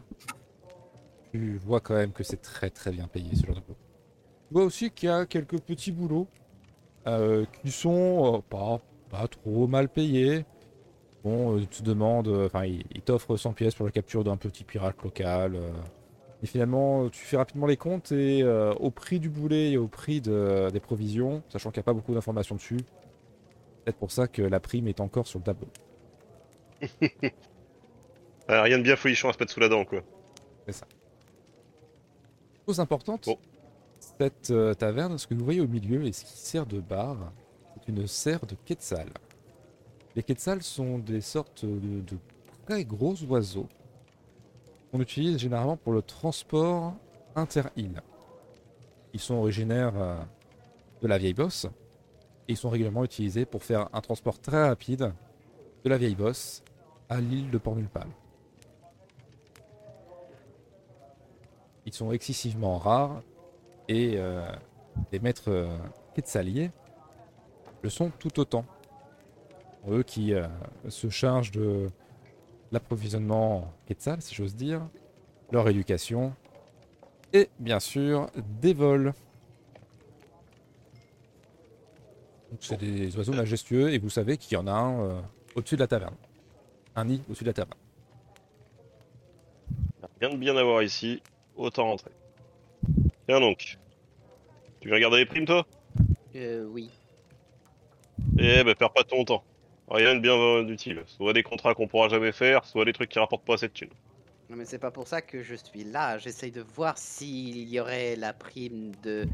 A: tu vois quand même que c'est très très bien payé ce genre de boulot. Tu vois aussi qu'il y a quelques petits boulots euh, qui sont euh, pas, pas trop mal payés. Bon, euh, tu te demandes, euh, enfin, ils ils t'offrent 100 pièces pour la capture d'un petit pirate local. euh. et finalement, euh, tu fais rapidement les comptes et euh, au prix du boulet et au prix de- des provisions, sachant qu'il n'y a pas beaucoup d'informations dessus, peut-être pour ça que la prime est encore sur le tableau.
H: Ouais, Euh, rien de bien folichon à se mettre sous la dent, quoi.
A: Chose importante,
H: Bon.
A: cette euh, taverne, ce que vous voyez au milieu et ce qui sert de bar, c'est une serre de quetzal. Les quetzals sont des sortes de, de très gros oiseaux qu'on utilise généralement pour le transport inter-île. Ils sont originaires euh, de la vieille bosse. Et ils sont régulièrement utilisés pour faire un transport très rapide de la vieille bosse à l'île de Pornulpal. Ils sont excessivement rares et euh, les maîtres euh, quetzaliers le sont tout autant. Ce sont Eux qui euh, se chargent de l'approvisionnement quetzal, si j'ose dire, leur éducation et bien sûr des vols. Donc, C'est des oiseaux majestueux et vous savez qu'il y en a un euh, au-dessus de la taverne. Un nid au-dessus de la taverne.
H: Rien de bien à voir ici, autant rentrer. Tiens donc. Tu viens regarder les primes toi
K: Euh, oui.
H: Eh ben perds pas ton temps. Rien de bien euh, d'utile. Soit des contrats qu'on pourra jamais faire, soit des trucs qui rapportent pas assez de thunes.
K: Non, mais c'est pas pour ça que je suis là. J'essaye de voir s'il y aurait la prime de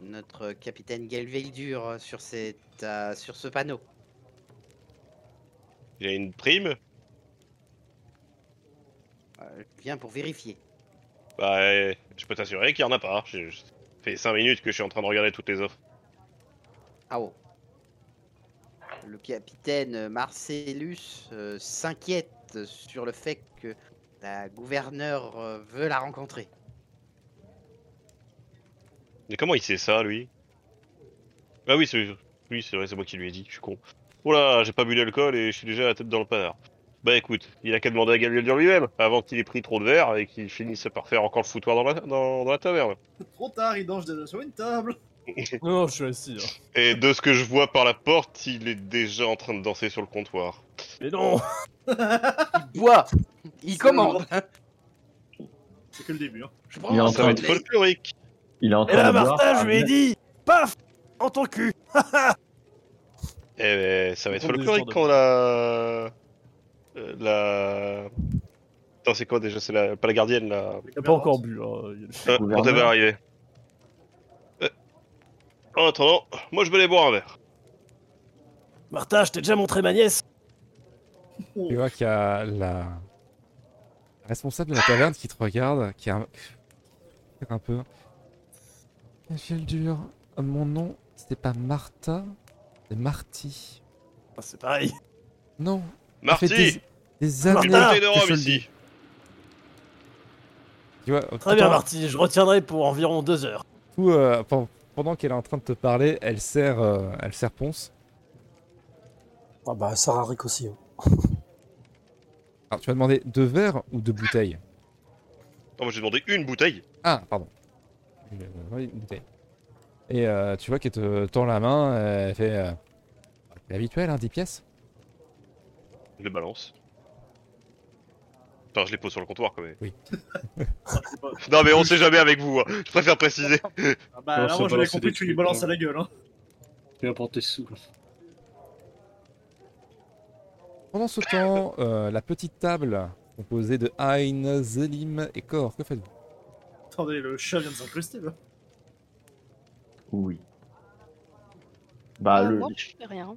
K: notre capitaine Gelveldur sur, cette, euh, sur ce panneau.
H: Il y a une prime
K: Euh, je viens pour vérifier.
H: Bah euh, je peux t'assurer qu'il y en a pas. J'ai j'ai fait 5 minutes que je suis en train de regarder toutes les offres.
K: Ah oh. Le capitaine Marcellus euh, s'inquiète sur le fait que la gouverneure euh, veut la rencontrer.
H: Mais comment il sait ça lui Ah oui c'est oui, c'est vrai, c'est moi qui lui ai dit, je suis con. Oula, j'ai pas bu d'alcool et je suis déjà la tête dans le panard. Bah écoute, il a qu'à demander à Gabriel lui-même, avant qu'il ait pris trop de verre et qu'il finisse par faire encore le foutoir dans la, dans- dans la taverne.
F: Trop tard, il danse déjà sur une table.
G: Non, je suis assis. hein.
H: Et de ce que je vois par la porte, il est déjà en train de danser sur le comptoir.
G: Mais non
K: Il boit Il commande
F: C'est que le début. Hein.
K: Je
D: Il est en
K: prends
H: Ça va
D: train
K: un
H: être
D: de-
K: plaisir.
H: folklorique.
D: Il est en
G: Et
D: train
G: là,
D: de boire.
G: Martin,
H: Ah,
G: je lui ai dit Paf En ton cul
F: Bah,
H: Eh ben, ça va être
G: Bon, des
H: folklorique
G: histoires
H: quand
G: de
H: la... euh, La... Putain, c'est quoi déjà C'est la... pas la gardienne, là.
G: Il a pas encore bu. hein. Il-
H: Euh,
D: gouverneur.
H: Quand elle va arriver. Euh, En attendant, moi je vais aller boire un verre.
G: Martin, je t'ai déjà montré ma nièce.
A: Tu vois qu'il y a la responsable de la taverne qui te regarde, qui a un, qui a un peu. Quel dur. Mon nom, c'était pas Martha, c'est Marty.
G: Ah, C'est pareil.
A: Non. ça fait
H: Marty
A: des, des années.
H: Une
G: Martin,
H: bouteille de
A: que je
H: rhum
A: le dis.
H: ici
A: Tu vois,
G: Très bien,
A: attends,
G: Marty, je retiendrai pour environ deux heures.
A: Ou, euh, pen- pendant qu'elle est en train de te parler, elle sert, euh, elle sert Ponce.
I: Ah bah, ça sert à Rick aussi. hein.
A: Alors, tu m'as demandé deux verres ou deux bouteilles
H: Non, moi j'ai demandé une bouteille.
A: Ah, pardon. Une- euh, oui, une bouteille. Et euh, tu vois qu'elle te tend la main, euh, elle fait. euh, L'habituel, hein, 10 pièces
H: Je les balance. Enfin, je les pose sur le comptoir quand même.
A: Oui.
H: non, mais on sait jamais avec vous, hein. je préfère préciser.
F: Ah bah
C: Non, ça
F: là, moi, je
C: balance,
F: l'ai
C: c'est
F: compris,
C: des
F: tu lui
C: trucs,
F: balances
C: hein.
F: à la gueule. Hein.
C: Tu vas prendre tes sous.
A: Pendant ce temps, euh, la petite table composée de Hein, Zélim et Kor, que faites-vous
F: Attendez, le chat vient de s'incruster. là.
D: Oui.
G: Ah,
F: Ah,
D: Bah,
B: Euh,
D: le...
B: Moi, je fais rien.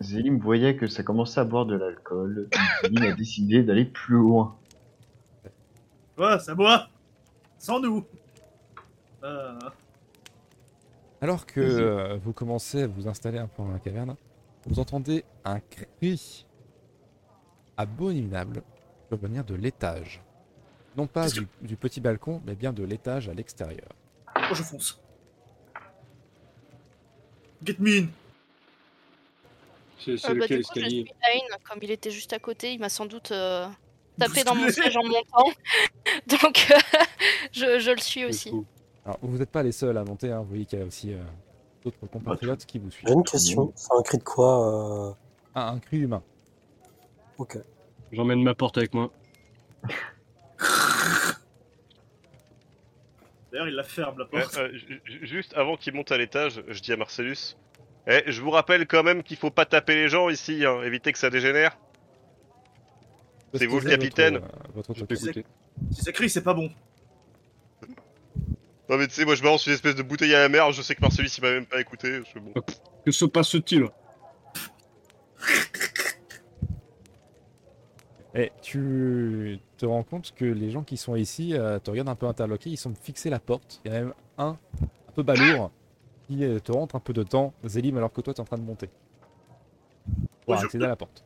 D: Zélim voyait que ça commençait à boire de l'alcool. Il a décidé d'aller plus loin.
F: Ouais, ça boit. Sans nous. Euh,
A: Alors que
D: Vas-y.
A: euh, vous commencez à vous installer un peu dans la caverne, vous entendez un cri abominable provenir de l'étage. Non pas du, du petit balcon, mais bien de l'étage à l'extérieur.
F: moi, je fonce. Get me in.
C: C'est
B: Euh,
C: c'est
B: bah,
C: lequel
B: du coup, je
C: escalier
B: suis Ayn, comme il était juste à côté, il m'a sans doute euh, tapé dans mon
F: Bousculé.
B: siège en montant. Donc, euh, je, je le suis
C: le
B: aussi.
C: fou
A: Alors vous n'êtes pas les seuls à monter, hein, vous voyez qu'il y a aussi euh, d'autres compatriotes qui vous
I: J'ai
A: suivent.
I: une question. C'est un cri de quoi euh,
A: Ah, un cri humain.
I: Ok.
C: J'emmène ma porte avec moi.
F: D'ailleurs, il la ferme, la
H: Euh,
F: porte.
H: euh, ju- ju- juste avant qu'il monte à l'étage, je dis à Marcellus Eh, je vous rappelle quand même qu'il faut pas taper les gens ici, hein, évitez que ça dégénère. C'est vous le
A: Posez votre,
H: capitaine
A: euh, votre
C: Je
A: token.
C: peux écouter.
F: Si ça crie, c'est pas bon.
H: Non, mais tu sais, moi je balance une espèce de bouteille à la mer, je sais que Marcellus il m'a même pas écouté. Je... Bon.
C: Que se passe-t-il
A: Et tu te rends compte que les gens qui sont ici euh, te regardent un peu interloqués, ils sont fixés la porte. Il y en a même un peu balourd qui euh, te rentre un peu de temps, Zélim, alors que toi t'es en train de monter. Pour
F: Bonjour.
A: accéder à la porte.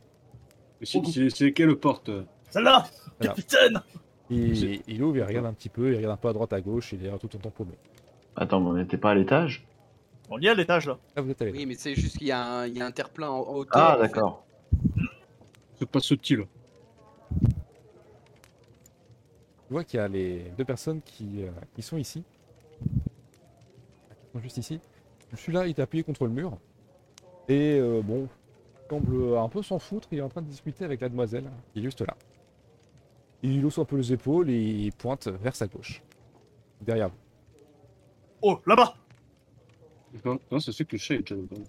C: C'est- C'est c'est quelle porte
F: Celle-là
A: Voilà.
F: Capitaine
A: Il, il ouvre, il regarde un petit peu, il regarde un peu à droite, à gauche, il est tout en temps paumé.
D: Attends, mais on n'était pas à l'étage
F: On y est à l'étage là.
A: Là Ah, vous êtes à l'étage.
E: Oui, mais c'est juste qu'il y a un, il y a un terre-plein en, en hauteur.
D: Ah,
E: en fait.
D: d'accord.
C: C'est pas subtil.
A: Tu vois qu'il y a les deux personnes qui, euh, qui sont ici. Ils sont juste ici. Celui-là, il est appuyé contre le mur. Et euh, bon, il semble un peu s'en foutre. Il est en train de discuter avec la demoiselle hein, qui est juste là. Il hausse un peu les épaules et il pointe vers sa gauche. Derrière vous.
F: Oh, là-bas
C: Non, non, c'est sûr que le chat est déjà dedans.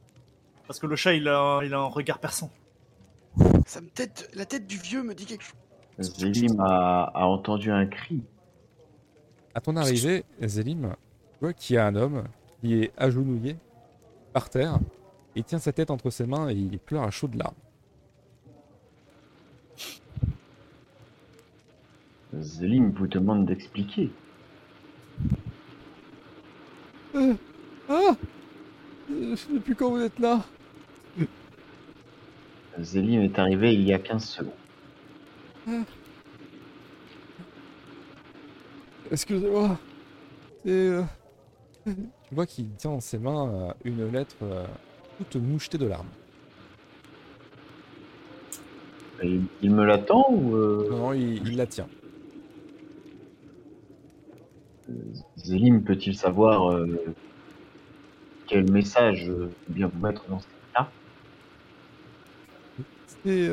F: Parce que le chat, il a, un- il a un regard perçant.
E: Ça me tête, la tête du vieux me dit quelque chose.
D: Zélim a, a entendu un cri.
A: À ton arrivée, Zélim, tu vois qu'il y a un homme qui est agenouillé par terre. Il tient sa tête entre ses mains et il pleure à chaudes larmes.
D: Zélim vous demande d'expliquer.
A: Ah Euh, Depuis quand vous êtes là
D: Zélim est arrivé il y a 15 secondes.
G: Euh,
A: Excusez-moi. C'est. euh, Tu vois qu'il tient dans ses mains euh, une lettre euh, toute mouchetée de larmes.
D: Et il me l'attend ou... euh,
A: Non, non, il, il la tient.
D: Zélim peut-il savoir euh, quel message euh, bien vous mettre dans ce cas
A: C'est.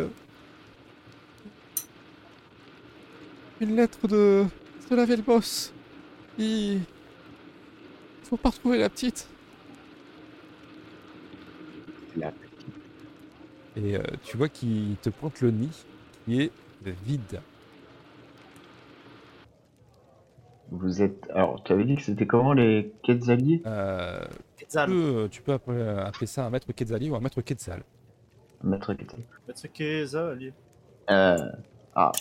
A: Une lettre de. de la Velbos. Il. Faut pas retrouver la petite.
D: La
A: Et euh, tu vois qu'il te pointe le nid qui est vide.
D: Vous êtes... Alors, tu avais dit que c'était comment les quêtes alliées
A: Euh, tu
F: Quetzal.
A: peux, tu peux appeler, appeler ça un maître Quetzali ou un maître Quetzal.
D: Maître Quetzal.
F: Maître Quetzal, il est-
D: Euh, ah,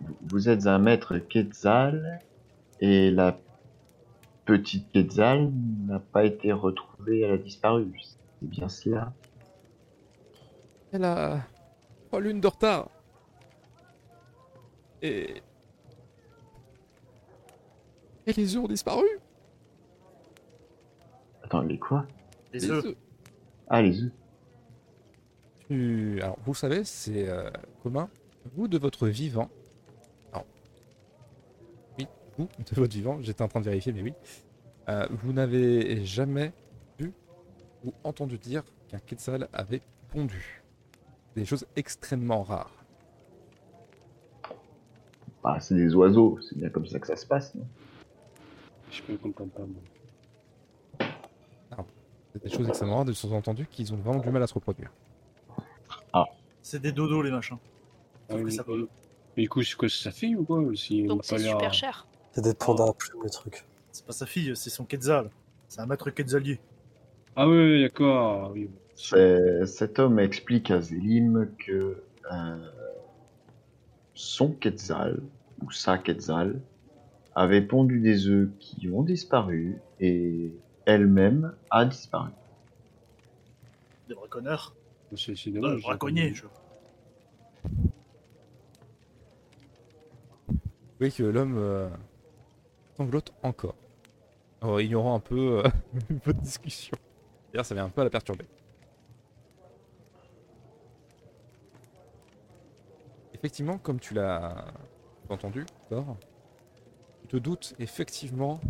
D: vous- vous êtes un maître Quetzal et la petite Quetzal n'a pas été retrouvée, elle a disparu. C'est bien cela.
A: Elle a trois lunes de retard. Et. Et les œufs ont disparu
D: Attends, les quoi
F: Les œufs.
D: Ah, les œufs.
A: Tu- Alors, vous savez, c'est euh, commun. Vous, de votre vivant. Alors. Oui, vous, de votre vivant, j'étais en train de vérifier, mais oui. Euh, vous n'avez jamais vu ou entendu dire qu'un Quetzal avait pondu. Des choses extrêmement rares.
D: Bah, c'est des oiseaux, c'est bien comme ça que ça se passe, non
C: Je peux comprendre pas. moi.
A: C'est des choses extrêmement rares, des sous-entendus qu'ils ont vraiment du mal à se reproduire.
F: C'est des dodos, les machins.
C: Ah,
F: que
C: oui,
F: ça va.
C: oui. Mais du coup, c'est quoi c'est sa fille ou quoi si on
B: Donc
C: a pas hein.
B: c'est
C: l'air-
B: super cher.
I: C'est des pandas à plumes, les trucs.
F: C'est pas sa fille, c'est son Quetzal. C'est un maître Quetzalier.
C: Ah oui, oui, d'accord. Oui.
D: C'est- Cet homme explique à Zélim que euh, son Quetzal, ou sa Quetzal, avait pondu des œufs qui ont disparu et elle-même a disparu.
F: Des braconneurs.
C: C'est c'est
F: Des
C: dommage. ça.
F: braconniers. je-
A: Vous voyez que l'homme euh, sanglote encore. Alors, ignorant un peu euh, votre discussion. D'ailleurs, ça vient un peu à la perturber. Effectivement, comme tu l'as entendu, Thor, tu te doutes effectivement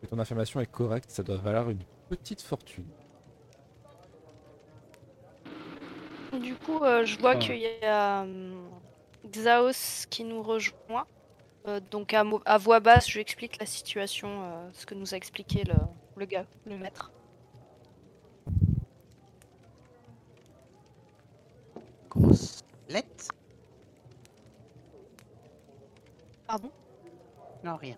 A: que ton affirmation est correcte, ça doit valoir une petite fortune.
B: Du coup, euh, je vois
C: Ah.
B: qu'il y a hum, Xaos qui nous rejoint. Euh, donc à, mo- à voix basse, je lui explique la situation, euh, ce que nous a expliqué le, le gars, le maître.
E: Grosse lettre
B: Pardon
E: Non, rien.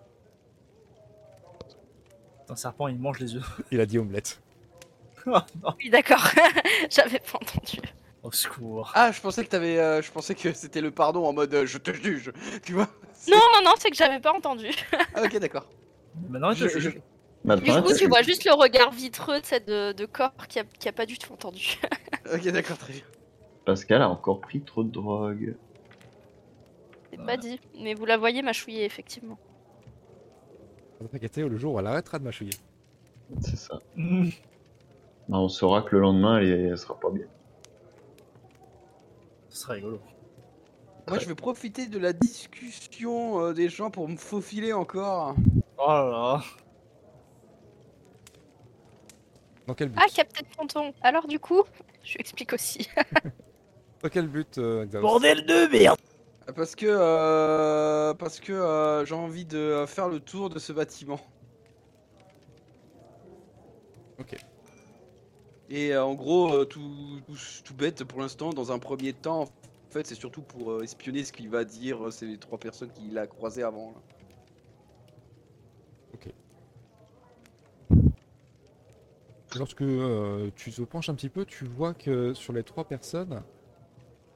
F: Un serpent, il mange les œufs.
A: Il a dit omelette.
F: Ah, non,
B: Oui, d'accord. J'avais pas entendu.
F: Au secours.
E: Ah, je pensais que t'avais, euh, je pensais que c'était le pardon en mode euh, je te juge, tu vois.
B: Non, non, non, c'est que j'avais pas entendu.
E: Ah, ok, d'accord. Ah,
F: Maintenant, il te
E: Je-
F: juge.
B: Du
D: Maintenant,
B: coup,
D: tu-
B: tu vois juste le regard vitreux tu sais, de, de corps qui a, qui a pas du tout entendu.
E: Ok, d'accord, très bien.
D: Pascal a encore pris trop de drogue.
C: Bah.
B: C'est pas dit, mais vous la voyez mâchouiller, effectivement.
A: T'inquiète, le jour où elle arrêtera de mâchouiller.
D: C'est ça.
F: Mm.
D: Bah, on saura que le lendemain, elle, elle sera pas bien.
F: Ce serait rigolo.
E: Moi, je vais profiter de la discussion euh, des gens pour me faufiler encore.
F: Oh là là.
A: Dans quel but
B: Ah, Captain Tonton Alors, du coup, je lui explique aussi.
A: Dans quel but, euh, Xaos
G: Bordel de merde
E: Parce que, euh, parce que euh, j'ai envie de euh, faire le tour de ce bâtiment.
A: Ok.
E: Et euh, en gros, euh, tout, tout, tout bête pour l'instant, dans un premier temps, en fait, c'est surtout pour euh, espionner ce qu'il va dire, euh, c'est les trois personnes qu'il a croisées avant. là.
A: Lorsque euh, tu te penches un petit peu, tu vois que sur les trois personnes,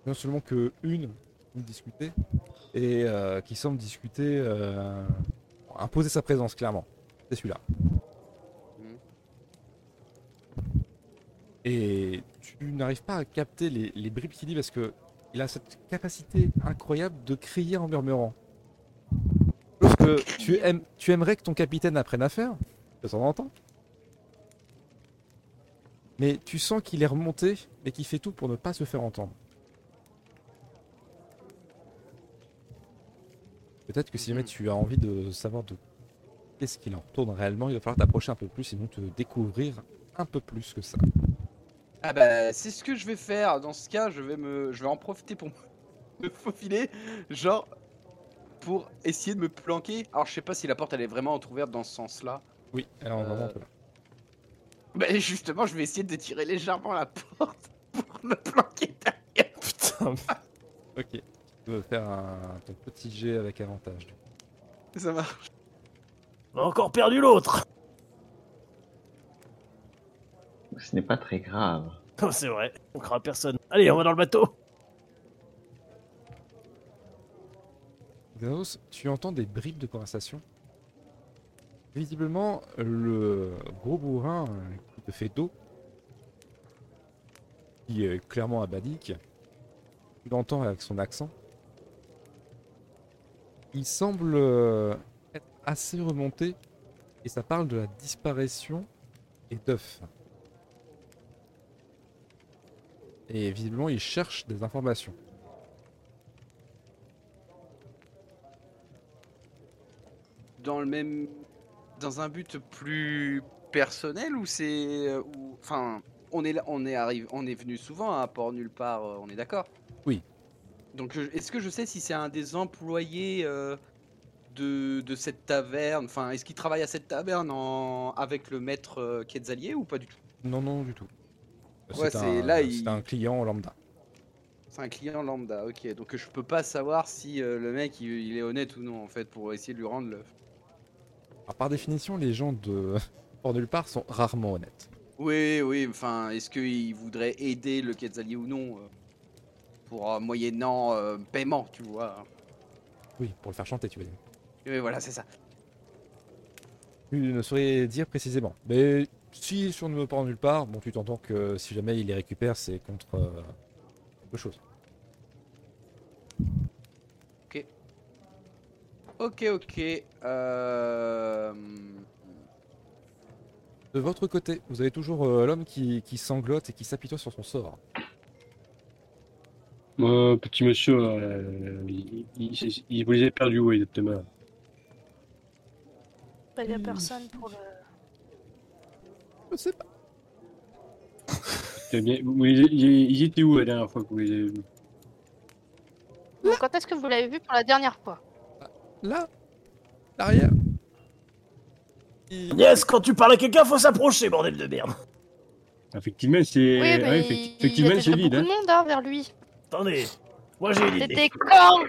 A: non seulement que une vous discutez, et euh, qui semble discuter, euh, imposer sa présence clairement. C'est celui-là.
E: Mhm.
A: Et tu n'arrives pas à capter les, les bribes qu'il dit parce que il a cette capacité incroyable de crier en murmurant. Chose que tu, aimes, tu aimerais que ton capitaine apprenne à faire, de temps en temps. Mais tu sens qu'il est remonté et qu'il fait tout pour ne pas se faire entendre. Peut-être que si jamais
E: Mhm.
A: tu as envie de savoir de qu'est-ce qu'il en retourne réellement, il va falloir t'approcher un peu plus et donc te découvrir un peu plus que ça.
E: Ah bah, c'est ce que je vais faire. Dans ce cas, je vais, me, je vais en profiter pour me faufiler, genre, pour essayer de me planquer. Alors, je sais pas si la porte, elle est vraiment entrouverte dans ce sens-là.
A: Oui, alors
E: Euh,
A: vraiment un peu.
E: Bah justement, je vais essayer de tirer légèrement la porte pour me planquer derrière.
G: Putain,
A: Ok. Tu peux faire un, ton petit jet avec avantage. du coup.
E: Ça marche.
G: on a encore perdu l'autre
D: Ce n'est pas très grave.
G: Oh, C'est vrai, on craint personne. Allez, on va dans le bateau
A: Xenos, tu entends des bribes de conversation. Visiblement, le gros bourrin euh, qui te fait dos, qui est clairement abadique, tu l'entends avec son accent. Il semble euh, être assez remonté et ça parle de la disparition et d'œufs. Et visiblement, il cherche des informations.
E: Dans le même, dans un but plus personnel ou c'est, euh, ou- enfin, on est là, on est arrivé, on est venu souvent à Port Nulle Part, euh, on est d'accord.
A: Oui.
E: Donc je- est-ce que je sais si c'est un des employés euh, de, de cette taverne, enfin est-ce qu'il travaille à cette taverne en, avec le maître euh, Quetzalier ou pas du tout
A: Non, non, du tout.
E: Ouais,
A: Euh, c'est
E: c'est-
A: un,
E: là,
A: c'est
E: il-
A: un client lambda.
E: C'est un client lambda, ok. Donc je peux pas savoir si euh, le mec il, il est honnête ou non en fait pour essayer de lui rendre le.
A: Alors, par définition, les gens de hors nulle part sont rarement honnêtes.
E: Oui, oui. Enfin, est-ce qu'il voudrait aider le Quetzalier ou non euh, pour euh, moyennant euh, paiement, tu vois
A: Oui, pour le faire chanter, tu veux dire.
E: Oui, voilà, c'est ça.
A: Tu ne saurais dire précisément. Mais si sur ne me part nulle part, bon, tu t'entends que si jamais il les récupère, c'est contre euh, quelque chose.
E: Ok, ok. Euh... hmm,
A: De votre côté, vous avez toujours euh, l'homme qui, qui sanglote et qui s'apitoie sur son sort.
C: Euh, petit monsieur, euh, il, il- il- vous les avez perdus où exactement
B: Pas y a personne pour le.
A: Je sais pas.
C: C'était bien- vous les- Ils ils étaient où la dernière fois que vous les avez vus
B: Donc, quand est-ce que vous l'avez vu pour la dernière fois
A: Là Derrière
G: Yes, quand tu parles à quelqu'un, faut s'approcher, bordel de merde
C: Effectivement, c'est
B: Oui,
C: ouais,
B: mais
C: effecti-
B: il y a
C: ah effectivement,
B: déjà
C: c'est
B: beaucoup
C: vide.
B: de
C: hein.
B: monde hein, vers lui.
G: Attendez Moi Oh, j'ai une idée
B: C'était quand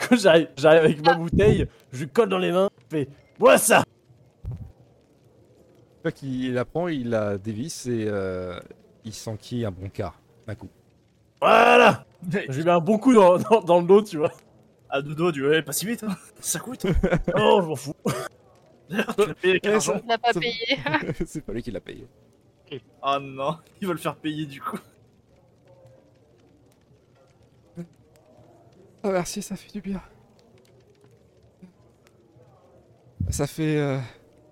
G: Quand j'arrive, j'arrive avec ma bouteille, je lui colle dans les mains, je fais Bois ça
A: Tu vois qu'il la prend, il la dévisse et euh, il s'enquille un bon quart d'un coup.
G: Voilà
F: Mais
G: Je lui mets un bon coup dans, dans, dans le dos, tu vois.
F: à deux doigts du ouais, pas si vite, hein. ça coûte.
G: Non, je m'en fous.
F: D'ailleurs, tu l'as payé avec
A: Ouais,
F: l'argent.
B: On l'a pas
A: Ça-
B: payé.
A: c'est pas lui qui l'a payé.
F: Ah non, ils veulent faire payer du coup.
A: Ah merci, ça fait du bien. Ça fait euh,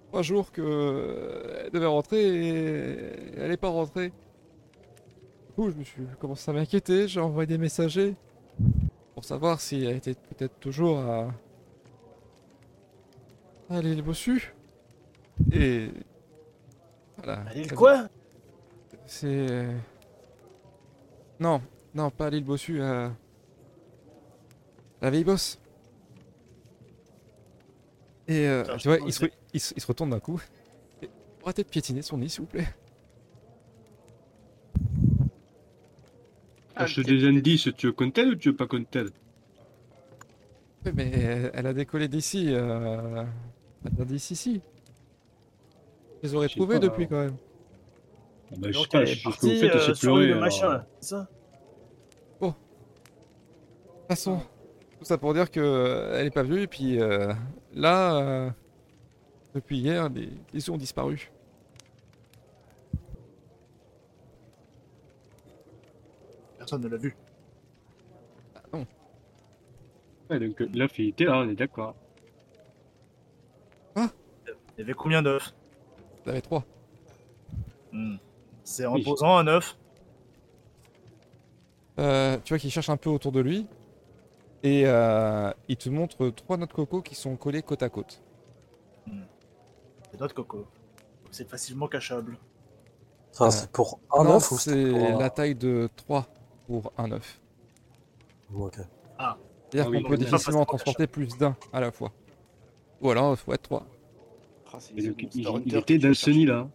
A: trois jours que euh, elle devait rentrer et elle n'est pas rentrée. Du coup, je me suis commencé à m'inquiéter, j'ai envoyé des messagers pour savoir si elle était peut-être toujours à, à l'île Bossu. Et voilà.
G: Allez,
A: elle-
G: quoi
A: c'est. euh, Non, non, pas à l'île Bossu, à. La vieille bosse. Et euh,
F: Putain,
A: tu vois,
F: je
A: il se, re- il se- il se retourne d'un coup. Et, arrêtez de piétiner son nid, s'il vous plaît.
C: Cache Ah, des indices, tu veux qu'on t'aide ou tu veux pas qu'on t'aide
A: Ouais, Mais elle, elle a décollé d'ici. Euh... Elle vient d'ici, ici. Je les aurais
C: Je sais
A: trouvés
C: pas,
A: depuis quand même.
C: Bah, Je sais
G: Donc
C: pas,
G: elle
C: je
G: est
C: sais ce que vous
G: partie
C: faites,
G: euh,
C: c'est
G: sur
C: pleurer.
G: le machin
C: alors.
G: là, c'est ça
A: De toute façon, tout ça pour dire que euh, elle est pas venue. Et puis euh, là, euh, depuis hier, les, les œufs ont disparu.
F: Personne ne l'a vu.
A: Ah,
C: Ouais, donc euh, la fille était là, on est d'accord.
F: Il y avait combien d'œufs
A: Vous avez trois.
F: Hmm. C'est en
C: Oui.
F: posant un œuf.
A: Euh, tu vois qu'il cherche un peu autour de lui et euh, il te montre trois noix de coco qui sont collées côte à côte.
F: C'est notre coco. C'est facilement cachable.
I: Ça,
A: Euh,
I: c'est pour un
A: Non,
I: œuf ou
A: c'est
I: pour un-
A: la taille de 3 pour un œuf.
I: Ok.
A: C'est-à-dire
C: Ah oui,
A: qu'on peut
C: donc ça,
A: difficilement en
F: c'est pas
A: transporter plus d'un à la fois. Ou alors, il faut être trois.
K: Oh,
F: Ah,
K: c'est
C: Et
K: les œufs
C: donc,
K: de
C: il,
K: Monster
C: il
K: Hunter
C: était
K: que tu
C: dans
K: vas
C: ce
K: chercher.
C: nid là.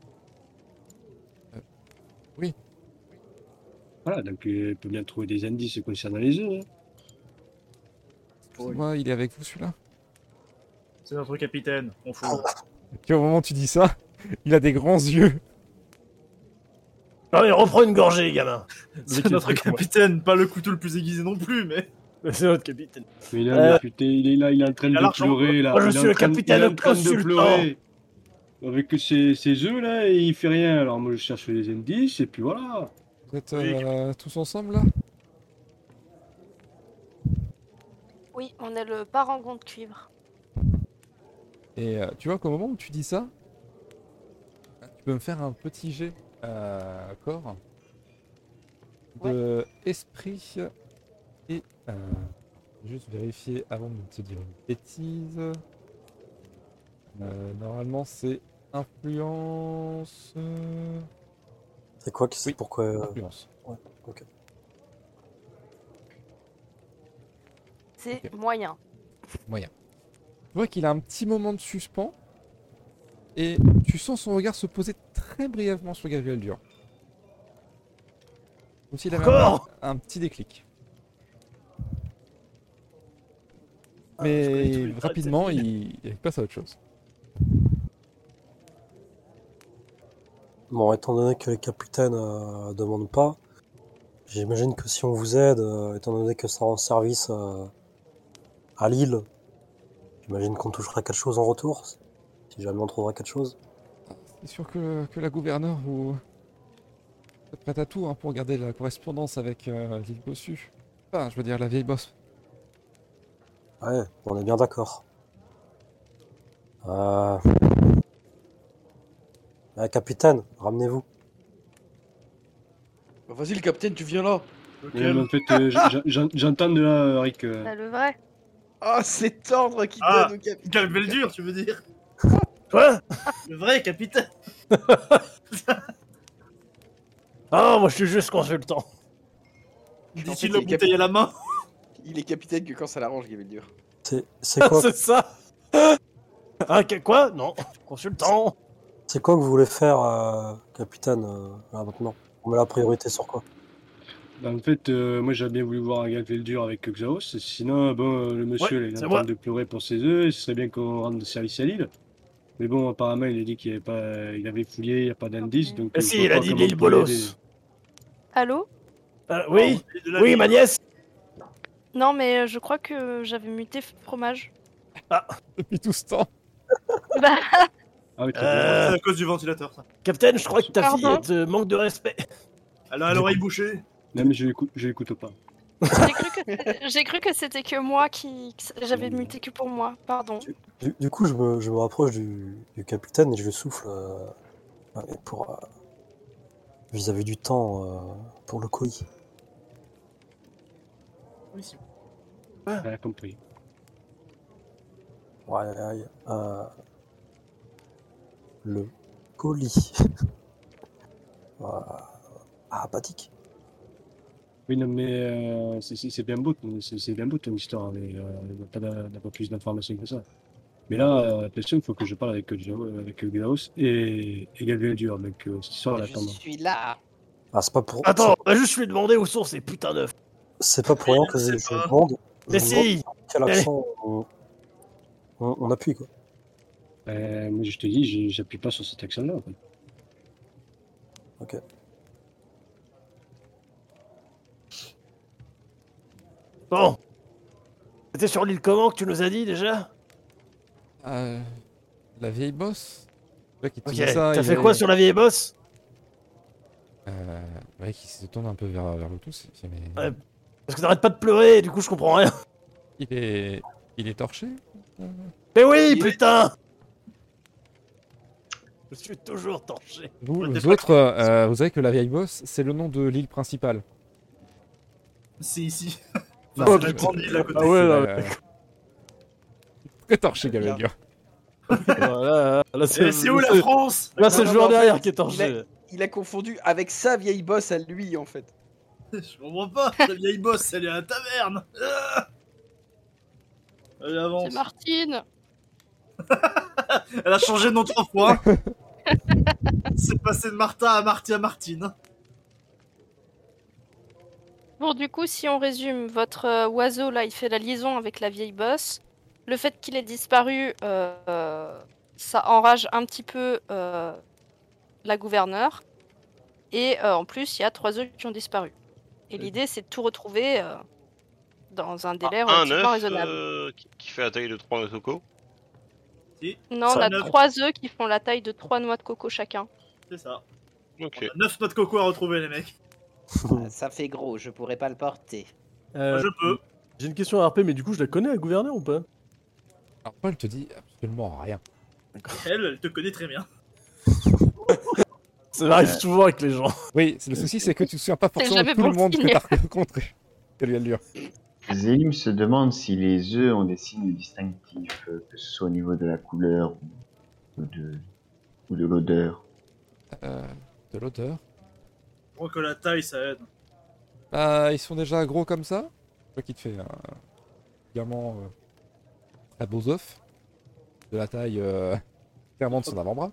A: Oui.
C: Voilà, donc euh, elle peut bien trouver des indices concernant les œufs. hein.
A: Moi, il est avec vous celui-là.
F: C'est notre capitaine. On fout.
A: Puis au moment où tu dis ça, il a des grands yeux.
G: Non mais reprends une gorgée, gamin.
F: C'est notre capitaine, pas le couteau le plus aiguisé non plus, mais.
G: C'est notre capitaine.
C: Mais là,
G: Euh,
C: mais putain, il est là, il est en train
F: il a
C: de
F: l'argent,
C: pleurer là.
G: Moi, je
C: il est
G: suis
C: en
G: le
C: train- il est
G: capitaine
C: en train de
G: consultant.
C: pleurer. Avec ses, ses œufs là, et il fait rien. Alors moi je cherche les indices et puis voilà.
A: Vous êtes
F: Oui.
A: euh, tous ensemble là
B: Oui, on est le parangon de cuivre.
A: Et euh, tu vois qu'au moment où tu dis ça, tu peux me faire un petit jet euh, corps de esprit et euh, juste vérifier avant de te dire une bêtise. Euh, normalement, c'est influence. euh,
I: C'est quoi qui c'est
A: Oui.
I: pourquoi euh,
A: Influence.
B: C'est
A: Ok.
B: moyen.
A: Tu vois qu'il a un petit moment de suspens et tu sens son regard se poser très brièvement sur Gabriel Dur. Comme s'il avait un,
G: Encore
A: un petit déclic.
G: Ah, je connais tous
A: Mais
G: les traits de
A: rapidement,
G: cette
A: il, il passe à autre chose.
I: Bon, étant donné que les capitaines euh, demandent pas, j'imagine que si on vous aide, euh, étant donné que ça rend service euh, à l'île, j'imagine qu'on touchera quelque chose en retour, si jamais on trouvera quelque chose.
A: C'est sûr que, que la gouverneure vous est prête à tout hein, pour garder la correspondance avec euh, l'île Bossu. Enfin, je veux dire la vieille bosse.
I: Ouais, on est bien d'accord. Euh... Ah, capitaine, ramenez-vous.
E: Bah, Vas-y, le capitaine, tu viens là.
F: Eh
C: Ouais,
F: ben,
C: mais en fait, euh, j'en- j'en- j'entends de là, Rick. euh,
B: Bah, le vrai.
E: Ah, c'est tendre qui
F: Ah,
E: donne au capitaine.
F: Quel bel dur, tu veux dire
G: Quoi
F: Le vrai capitaine
G: Ah, moi je suis juste consultant.
E: En fait,
F: Dit-il
E: il
F: la
E: est
F: bouteille à la main
E: Il est capitaine que quand ça l'arrange, Gaveldur.
I: C'est c'est quoi,
G: c'est ça Ah, que- quoi Non, consultant.
I: c'est quoi que vous voulez faire, euh, capitaine, euh, là maintenant On met la priorité sur quoi
C: Bah, en fait, euh, moi j'aurais bien voulu voir un le dur avec Xaos. Sinon, bon, euh, le monsieur là, il est
G: c'est
C: en
G: moi.
C: train de pleurer pour ses œufs. Ce serait bien qu'on rende service à l'île. Mais bon, apparemment, il a dit qu'il avait pas, il avait fouillé, il n'y a pas d'indice.
B: Ok.
C: Donc,
G: Ah
C: euh, je
G: si,
C: vois
G: il a
C: pas
G: dit
C: comment on
G: l'île
C: peut l'aider.
G: Bolos.
B: Allô
G: Ah, oui,
F: Oh, de la
G: oui,
F: vie.
G: ma nièce.
B: Non, mais euh, je crois que j'avais muté fromage.
A: Depuis tout ce temps.
B: Bah,
C: Ah oui, t'as
G: Euh,
F: C'est à cause du ventilateur, ça.
G: Capitaine, je crois que ta
B: Pardon
G: fille elle te manque de respect.
F: Elle a l'oreille bouchée.
C: raison. Non, mais je l'écoute, je l'écoute pas.
B: j'ai cru que c'était- j'ai cru que c'était que moi qui. que J'avais muté que pour moi, pardon.
I: Du, du coup, je me, je me rapproche du, du capitaine et je lui souffle euh, et pour euh, vis-à-vis du temps euh, pour le colis. Ah.
C: Elle a compris.
I: Ouais, aïe, aïe, euh, le colis. Voilà. Apathique.
C: Oui, non, mais euh, c'est- c'est c'est bien beau, ton- c'est c'est bien beau ton histoire, mais euh, on n'a pas- on n'a pas plus d'informations que ça. Mais là, euh, attention, il faut que je parle avec, euh, Gio- avec euh, Glaos et, et Gabriel Dur, donc euh, cette histoire, elle
K: Je
C: attend.
K: suis là.
I: Ah, c'est pas pour.
G: Attends, bah, va juste lui demander où sont ces putains d'œufs.
I: C'est c'est pas pour rien que je,
F: sais
I: je
F: pas.
I: demande. je
G: Mais
I: demande
G: si Eh.
I: Quel
G: Allez.
I: accent on, on- on appuie quoi
C: Euh, moi, je te dis, j'ai- j'appuie pas sur cet accent-là. en fait.
G: Bon. C'était sur l'île comment que tu nous as dit déjà
A: Euh, la vieille bosse Le mec, il te
G: Ok,
A: dit ça,
G: t'as
A: il
G: fait
A: est-
G: quoi sur la vieille bosse
A: Euh, le mec, il se tourne un peu vers, vers le tout. c'est- c'est- mais-
G: Ouais. Parce que t'arrêtes pas de pleurer, du coup je comprends rien.
A: Il est... Il est torché
G: Mais oui, putain Je suis toujours torché.
A: Vous,
F: Ouais, t'es
A: les
F: pas
A: autres, euh, vous savez que la vieille bosse, c'est le nom de l'île principale.
F: C'est ici. Oh,
A: Non,
F: Enfin,
A: c'est
F: c'est la
A: pas-
F: grande île à côté.
G: Ah ouais,
A: C'est
G: non,
A: la- Très torché, Galvaldur.
G: Voilà, là
F: Eh, C'est où la France
E: Bah,
G: Là c'est le
K: Non,
G: joueur
K: non, non,
G: derrière qui est
K: il
G: torché.
K: Il a confondu avec sa vieille bosse à lui, en fait.
F: Je comprends pas, la vieille bosse, elle est à la taverne Ah Allez,
B: C'est
F: avance
B: Martine.
F: Elle a changé de nom trois fois C'est passé de Martha à Marty à Martine.
B: Bon, du coup, si on résume, votre euh, oiseau là, il fait la liaison avec la vieille bosse. Le fait qu'il ait disparu, euh, euh, ça enrage un petit peu euh, la gouverneure. Et euh, en plus, il y a trois œufs qui ont disparu. Et l'idée, c'est de tout retrouver euh, dans un délai
H: un
B: relativement
H: œuf
B: raisonnable.
H: euh, qui- qui fait la taille de 3 noix de coco.
B: Non, on
F: ça,
B: a
F: neuf.
B: trois œufs qui font la taille de trois noix de coco chacun.
F: C'est ça.
H: Ok.
F: 9 noix de coco à retrouver, les mecs.
K: Ah, Ça fait gros, je pourrais pas le porter.
F: Moi, je peux.
G: J'ai une question à RP, mais du coup je la connais la gouverneur ou pas
A: Alors, Paul te dit absolument rien.
F: Elle, elle te connaît très bien.
G: Ça m'arrive souvent avec les gens.
A: Oui, c'est- le souci, c'est que tu te souviens pas forcément de
B: jamais
A: tout
B: bon
A: le monde que
B: signe.
A: t'as rencontré. Galvaldur.
D: Zélim se demande si les œufs ont des signes distinctifs, euh, que ce soit au niveau de la couleur ou de, ou de l'odeur.
A: Euh, de l'odeur.
F: Je crois que la taille, ça aide.
A: Bah, ils sont déjà gros comme ça. Toi qui te fais un diamant euh, à beaux œufs. De la taille euh, clairement de son avant-bras.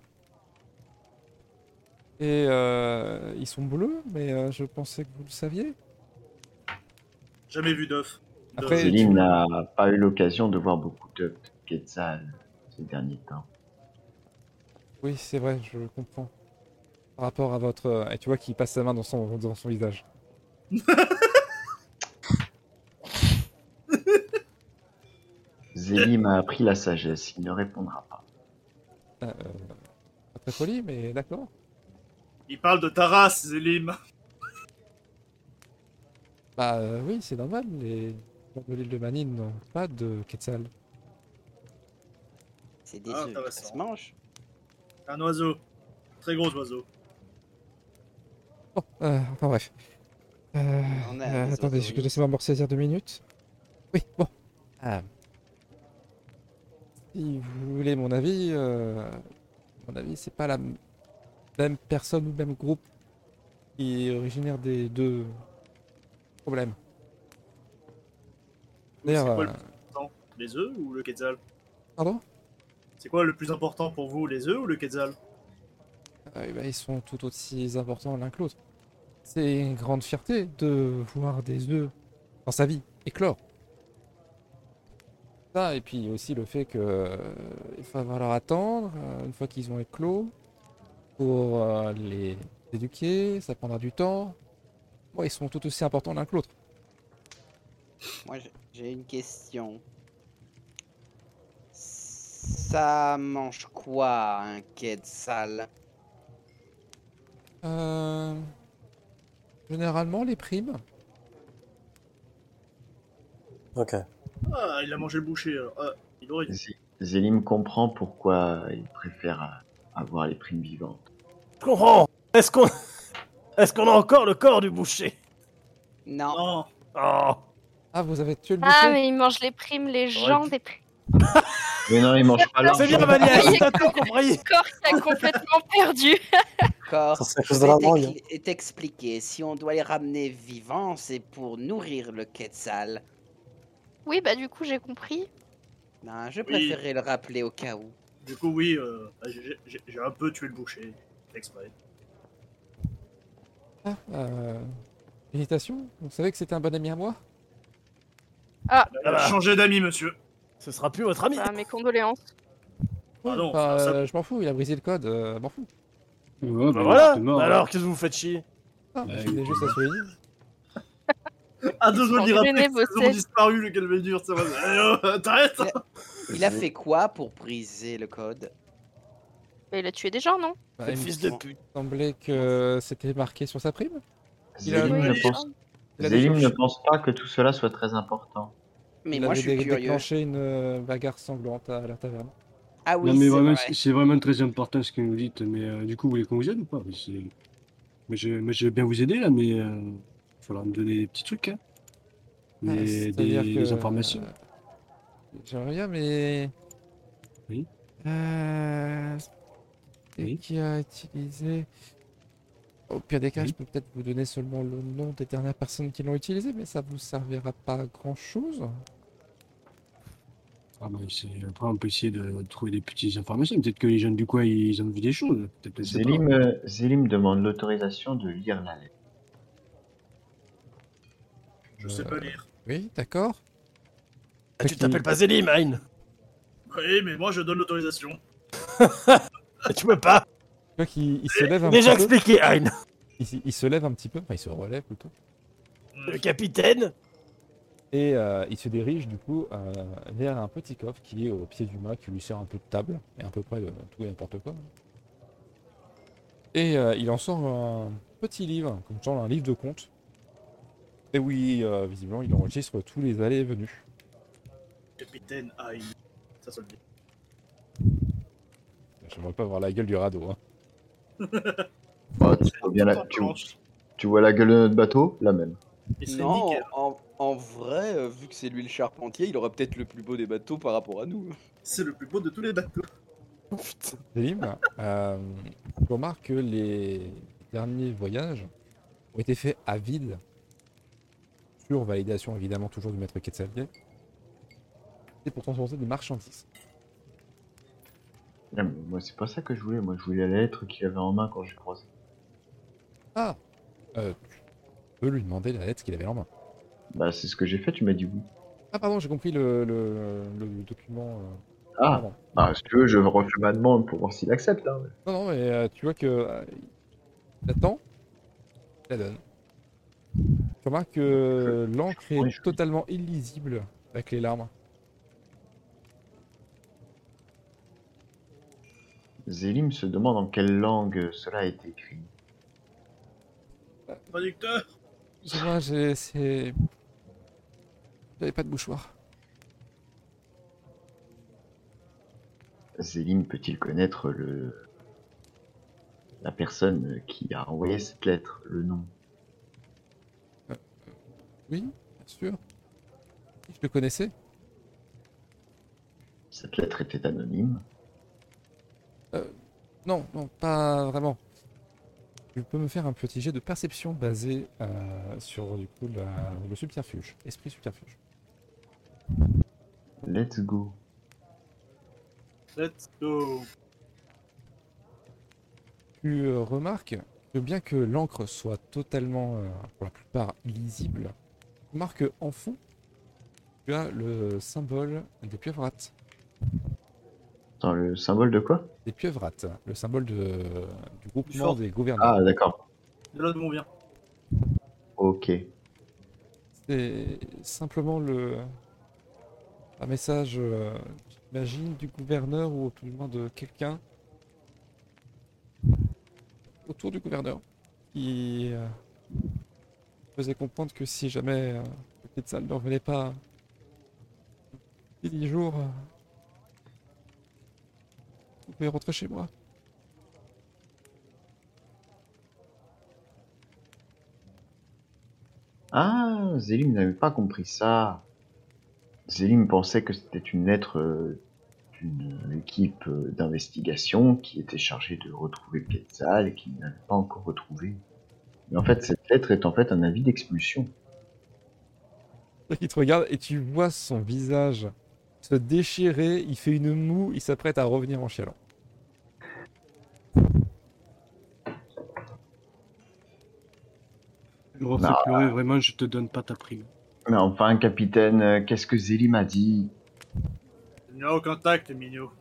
A: Et euh, ils sont bleus, mais euh, je pensais que vous le saviez.
F: Jamais vu d'œuf. De-
A: Après- Et
D: Zélim
A: tu-
D: n'a pas eu l'occasion de voir beaucoup d'œufs de Quetzal ces derniers temps.
A: Oui, c'est vrai, je comprends. Par rapport à votre. euh, Et tu vois qu'il passe sa main dans son, dans son visage. Euh,
D: Zélim a appris la sagesse, il ne répondra pas.
A: Euh, euh, pas très poli, mais d'accord.
F: Il parle de ta race, Zélim.
A: Bah euh, oui, c'est normal, les gens de l'île de Manine n'ont pas de Quetzal.
K: C'est des
F: Ah,
K: œufs,
F: intéressant.
K: ça se mange.
F: Un oiseau. Très gros oiseau.
A: Bon, euh, enfin bref. Euh,
K: On a
A: euh,
K: des
A: attendez,
K: oiseaux,
A: je
K: oui.
A: laissez-moi me ressaisir deux minutes. Oui, bon. Ah. Si vous voulez mon avis, euh, mon avis, c'est pas la m- même personne ou même groupe qui est originaire des deux problèmes.
F: C'est
A: D'ailleurs,
F: quoi le
A: euh,
F: plus important Les œufs ou le quetzal
A: pardon
F: C'est quoi le plus important pour vous, les œufs ou le quetzal
A: Euh, eh ben, ils sont tout aussi importants l'un que l'autre. C'est une grande fierté de voir des œufs dans sa vie éclore. Ça, et puis aussi le fait que euh, il va falloir attendre, euh, une fois qu'ils ont éclos, pour euh, les éduquer, ça prendra du temps. Bon, ils sont tout aussi importants l'un que l'autre.
K: Moi, j'ai- j'ai une question. S- Ça mange quoi, un quetzal
A: Euh, Généralement, les primes.
I: Ok.
F: Ah, il a mangé le boucher alors. Ah, il aurait dû.
D: Z- Zélim comprend pourquoi il préfère euh, avoir les primes vivantes.
G: Je comprends. Est-ce qu'on est-ce qu'on a encore le corps du boucher
K: Non.
F: Non,
G: Oh.
A: Ah, vous avez tué le boucher
B: Ah, mais il mange les primes, les gens des primes.
D: Mais non, il mange pas
G: C'est
D: l'argent.
G: bien, Manias, t'as tout compris.
B: Corps qui a complètement perdu.
K: Corps
I: Ça, c'est à cause de la
K: est
I: drogue.
K: écli- est expliqué. Si on doit les ramener vivants, c'est pour nourrir le quetzal.
B: Oui, bah du coup, j'ai compris.
K: Non, Ben, je préférais le rappeler au cas où.
F: du coup, oui, euh, j'ai- j'ai j'ai un peu tué le boucher. Exprès.
A: Ah, euh, Félicitations, vous savez que c'était un bon ami à moi
F: Il a
G: Ah.
F: changé d'ami, monsieur.
G: Ce sera plus votre ami.
B: Bah, mes condoléances.
F: Ah non,
A: Enfin,
F: ça-
A: euh, je m'en fous, il a brisé le code, euh, je m'en fous.
C: Ouais,
G: Bah voilà.
C: c'est mort. hein.
G: Bah alors, qu'est-ce que vous faites chier
A: Ah,
C: Ouais,
A: je voulais juste à souligner.
F: Ah, deux
B: sont
F: autres dira
B: gênés, vos
F: ils ont
B: sept.
F: disparu, le Galveldur, ça va. Allez, oh, T'arrêtes hein.
K: Il a fait quoi pour briser le code
B: Bah, il a tué des gens, non
J: Ah,
A: Bah,
G: Quel
A: il me
G: fils de pute.
A: semblait que c'était marqué sur sa prime. Il a-
D: Zélim,
B: Oui,
D: ne
B: il a-
D: pense...
A: Il a
D: Zélim
A: déclenché-
D: ne pense pas que tout cela soit très important.
K: Mais
A: il
K: moi,
A: avait
K: je suis
A: dé-
K: curieux.
A: déclenché une euh, bagarre sanglante à la taverne.
K: Ah oui,
C: non, mais
K: c'est
C: vraiment,
K: vrai.
C: c'est- c'est vraiment très important ce que vous dites. Mais euh, du coup, vous voulez qu'on vous aide ou pas Parce que c'est- Moi, je, moi, je vais bien vous aider là, mais euh, il faudra me donner des petits trucs. Hein.
K: Bah,
A: Ah,
C: Des,
A: c'est-à-dire
C: des-
A: que,
C: des informations.
A: euh, J'aimerais bien, mais.
C: Oui.
A: Euh... et
C: Oui.
A: Qui a utilisé. Au pire des cas,
C: Oui.
A: je peux peut-être vous donner seulement le nom des dernières personnes qui l'ont utilisé, mais ça vous servira pas à grand chose.
C: Ah, bah, c'est- après, on peut essayer de trouver des petites informations. Peut-être que les jeunes du coin, ils ont vu des choses. Peut-être que c'est pas-
D: Zélim, euh, Zélim demande l'autorisation de lire la lettre.
F: Je sais pas lire.
A: Euh, Oui, d'accord.
G: Ah, tu t'appelles pas hein. Zélie, Mine.
F: Oui, mais moi je donne l'autorisation.
G: Tu peux pas.
A: Tu vois qu'il il se lève un
G: Déjà
A: petit peu.
G: expliqué, Hein.
A: Il, il se lève un petit peu, enfin il se relève plutôt.
G: Le capitaine.
A: Et euh, il se dirige du coup euh, vers un petit coffre qui est au pied du mât, qui lui sert un peu de table, et à peu près de tout et n'importe quoi. Et euh, il en sort un petit livre, comme genre un livre de compte. Et oui, euh, visiblement, il enregistre tous les allées et venues.
F: Capitaine Aïe. Ça sonne bien.
A: J'aimerais pas voir la gueule du radeau. Hein.
D: Oh, tu, vois bien la...
F: Ça
D: tu-
F: planche.
D: tu vois la gueule de notre bateau La même.
F: Et c'est
E: Non,
F: nickel.
E: en, en vrai, euh, vu que c'est lui le charpentier, il aura peut-être le plus beau des bateaux par rapport à nous.
F: C'est le plus beau de tous les bateaux.
A: Zélim, euh, tu remarques que les derniers voyages ont été faits à vide, sur validation évidemment toujours du maître Quetzaldier, et pour transporter des marchandises.
D: Non, mais moi, c'est pas ça que je voulais. Moi, je voulais la lettre qu'il avait en main quand j'ai croisé.
A: Ah euh, Tu peux lui demander la lettre qu'il avait en main.
D: Bah, c'est ce que j'ai fait, tu m'as dit oui.
A: Ah pardon, j'ai compris le, le- le document. euh,
D: Ah,
A: avant.
D: bah, si tu veux, je refais ma demande pour voir s'il accepte. Hein.
A: Non, non, mais euh, tu vois que... Euh, il attend, il la donne. Tu remarques que l'encre
D: Oui,
A: est
D: je-
A: totalement illisible avec les larmes.
D: Zélim se demande en quelle langue cela a été écrit.
F: Traducteur
A: Moi, j'ai. C'est. J'avais pas de mouchoir.
D: Zélim peut-il connaître le... la personne qui a envoyé cette lettre, le nom
A: Oui, bien sûr. Je le connaissais.
D: Cette lettre était anonyme.
A: Euh. Non, non, pas vraiment. Tu peux me faire un petit jet de perception basé euh, sur du coup la- le subterfuge, esprit subterfuge.
D: Let's go.
F: Let's go.
A: Tu euh, remarques que bien que l'encre soit totalement, euh, pour la plupart, illisible, tu remarques en fond, tu as le symbole des pieuvrates.
D: Attends, le symbole de quoi
A: Des pieuvrates, le symbole de, du groupement
F: fort.
A: des gouverneurs.
D: Ah, d'accord.
F: De là d'où on vient.
D: Ok.
A: C'est simplement le, un message, euh, j'imagine, du gouverneur ou tout du moins de quelqu'un autour du gouverneur qui euh, faisait comprendre que si jamais euh, le Quetzal ne revenait pas d'ici dix jours, euh, vous pouvez rentrer chez moi.
D: Ah, Zélim n'avait pas compris ça. Zélim pensait que c'était une lettre euh, d'une équipe euh, d'investigation qui était chargée de retrouver Quetzal et qui ne l'avait pas encore retrouvé. Mais en fait, cette lettre est en fait un avis d'expulsion.
A: Là, il te regarde et tu vois son visage se déchirer, il fait une moue, il s'apprête à revenir en chialant.
C: Gros,
D: Non.
C: fais pleurer, vraiment, je te donne pas ta prime.
D: Mais enfin, capitaine, euh, qu'est-ce que Zélim a dit
F: No contact, Mignot.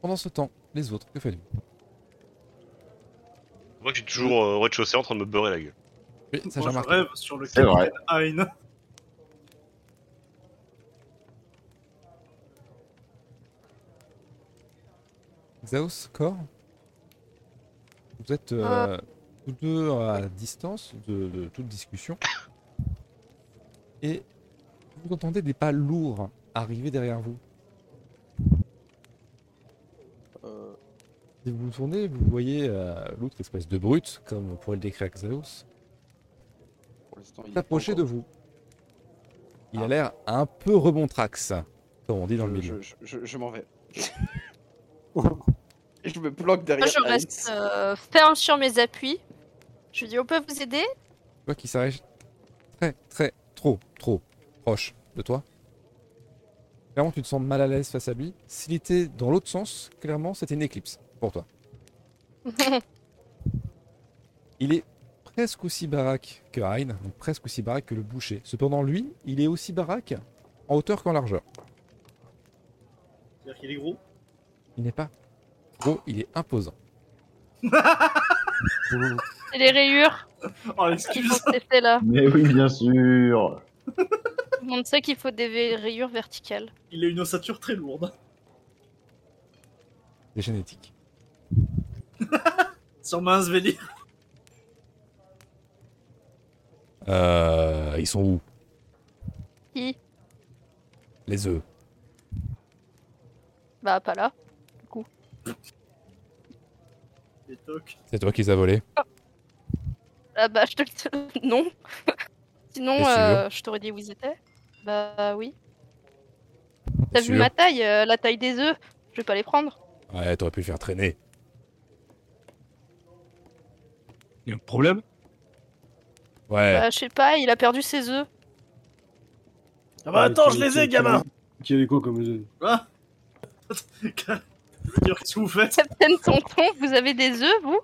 A: Pendant ce temps, les autres, que faites-vous
H: Moi, je suis toujours euh, au rez-de-chaussée en train de me beurrer la gueule.
A: Oui, ça j'ai
F: Moi, je
A: remarqué.
F: rêve sur le
D: C'est vrai.
F: capitaine Hein.
A: Xaos, Cor Vous êtes euh, tous deux à distance de, de toute discussion. Et vous entendez des pas lourds arriver derrière vous.
E: Euh,
A: Si vous vous tournez, vous voyez euh, l'autre espèce de brute, comme on pourrait le décrire Xaos,
E: pour l'instant, il est pas
A: s'approcher de
E: encore-
A: vous. Il
E: Ah.
A: a l'air un peu rebontrax, comme on dit dans le
E: Je-
A: milieu.
E: Je, je- je- je m'en vais. je me planque derrière.
B: Moi, je reste
E: Alex.
B: euh, ferme sur mes appuis. Je lui dis, on peut vous aider
A: Tu vois qu'il s'arrête très, très, trop, trop proche de toi. Clairement, tu te sens mal à l'aise face à lui. S'il était dans l'autre sens, clairement, c'était une éclipse pour toi. Il est presque aussi baraque que Hein, donc presque aussi baraque que le boucher. Cependant, lui, il est aussi baraque en hauteur qu'en largeur.
F: C'est-à-dire qu'il est gros.
A: Il n'est pas gros, il est imposant.
B: C'est les rayures
F: Oh,
B: qui
F: l'excuse.
B: font cet effet-là.
D: Mais oui, bien sûr
B: Tout le monde sait qu'il faut des ve- rayures verticales.
F: Il a une ossature très lourde.
A: C'est génétique.
F: Sur Mince Véli.
A: Euh, ils sont où
B: Qui
A: Les œufs.
B: Bah, pas là.
F: Les tocs.
A: C'est toi qui les as volés.
B: Ah bah, je te Non. Sinon,
A: T'es
B: euh, je t'aurais dit où ils étaient. Bah, oui. T'as
A: T'es
B: vu
A: sûr
B: ma taille, euh, la taille des œufs Je vais pas les prendre.
A: Ouais, t'aurais pu le faire traîner.
C: Il y a un problème
A: Ouais.
B: Bah, je sais pas, il a perdu ses œufs.
G: Ah bah attends, je les ai, gamin
C: Qui avait quoi comme zone
F: Ah Qu'est-ce que vous faites
B: Captain Tonton, vous avez des œufs, vous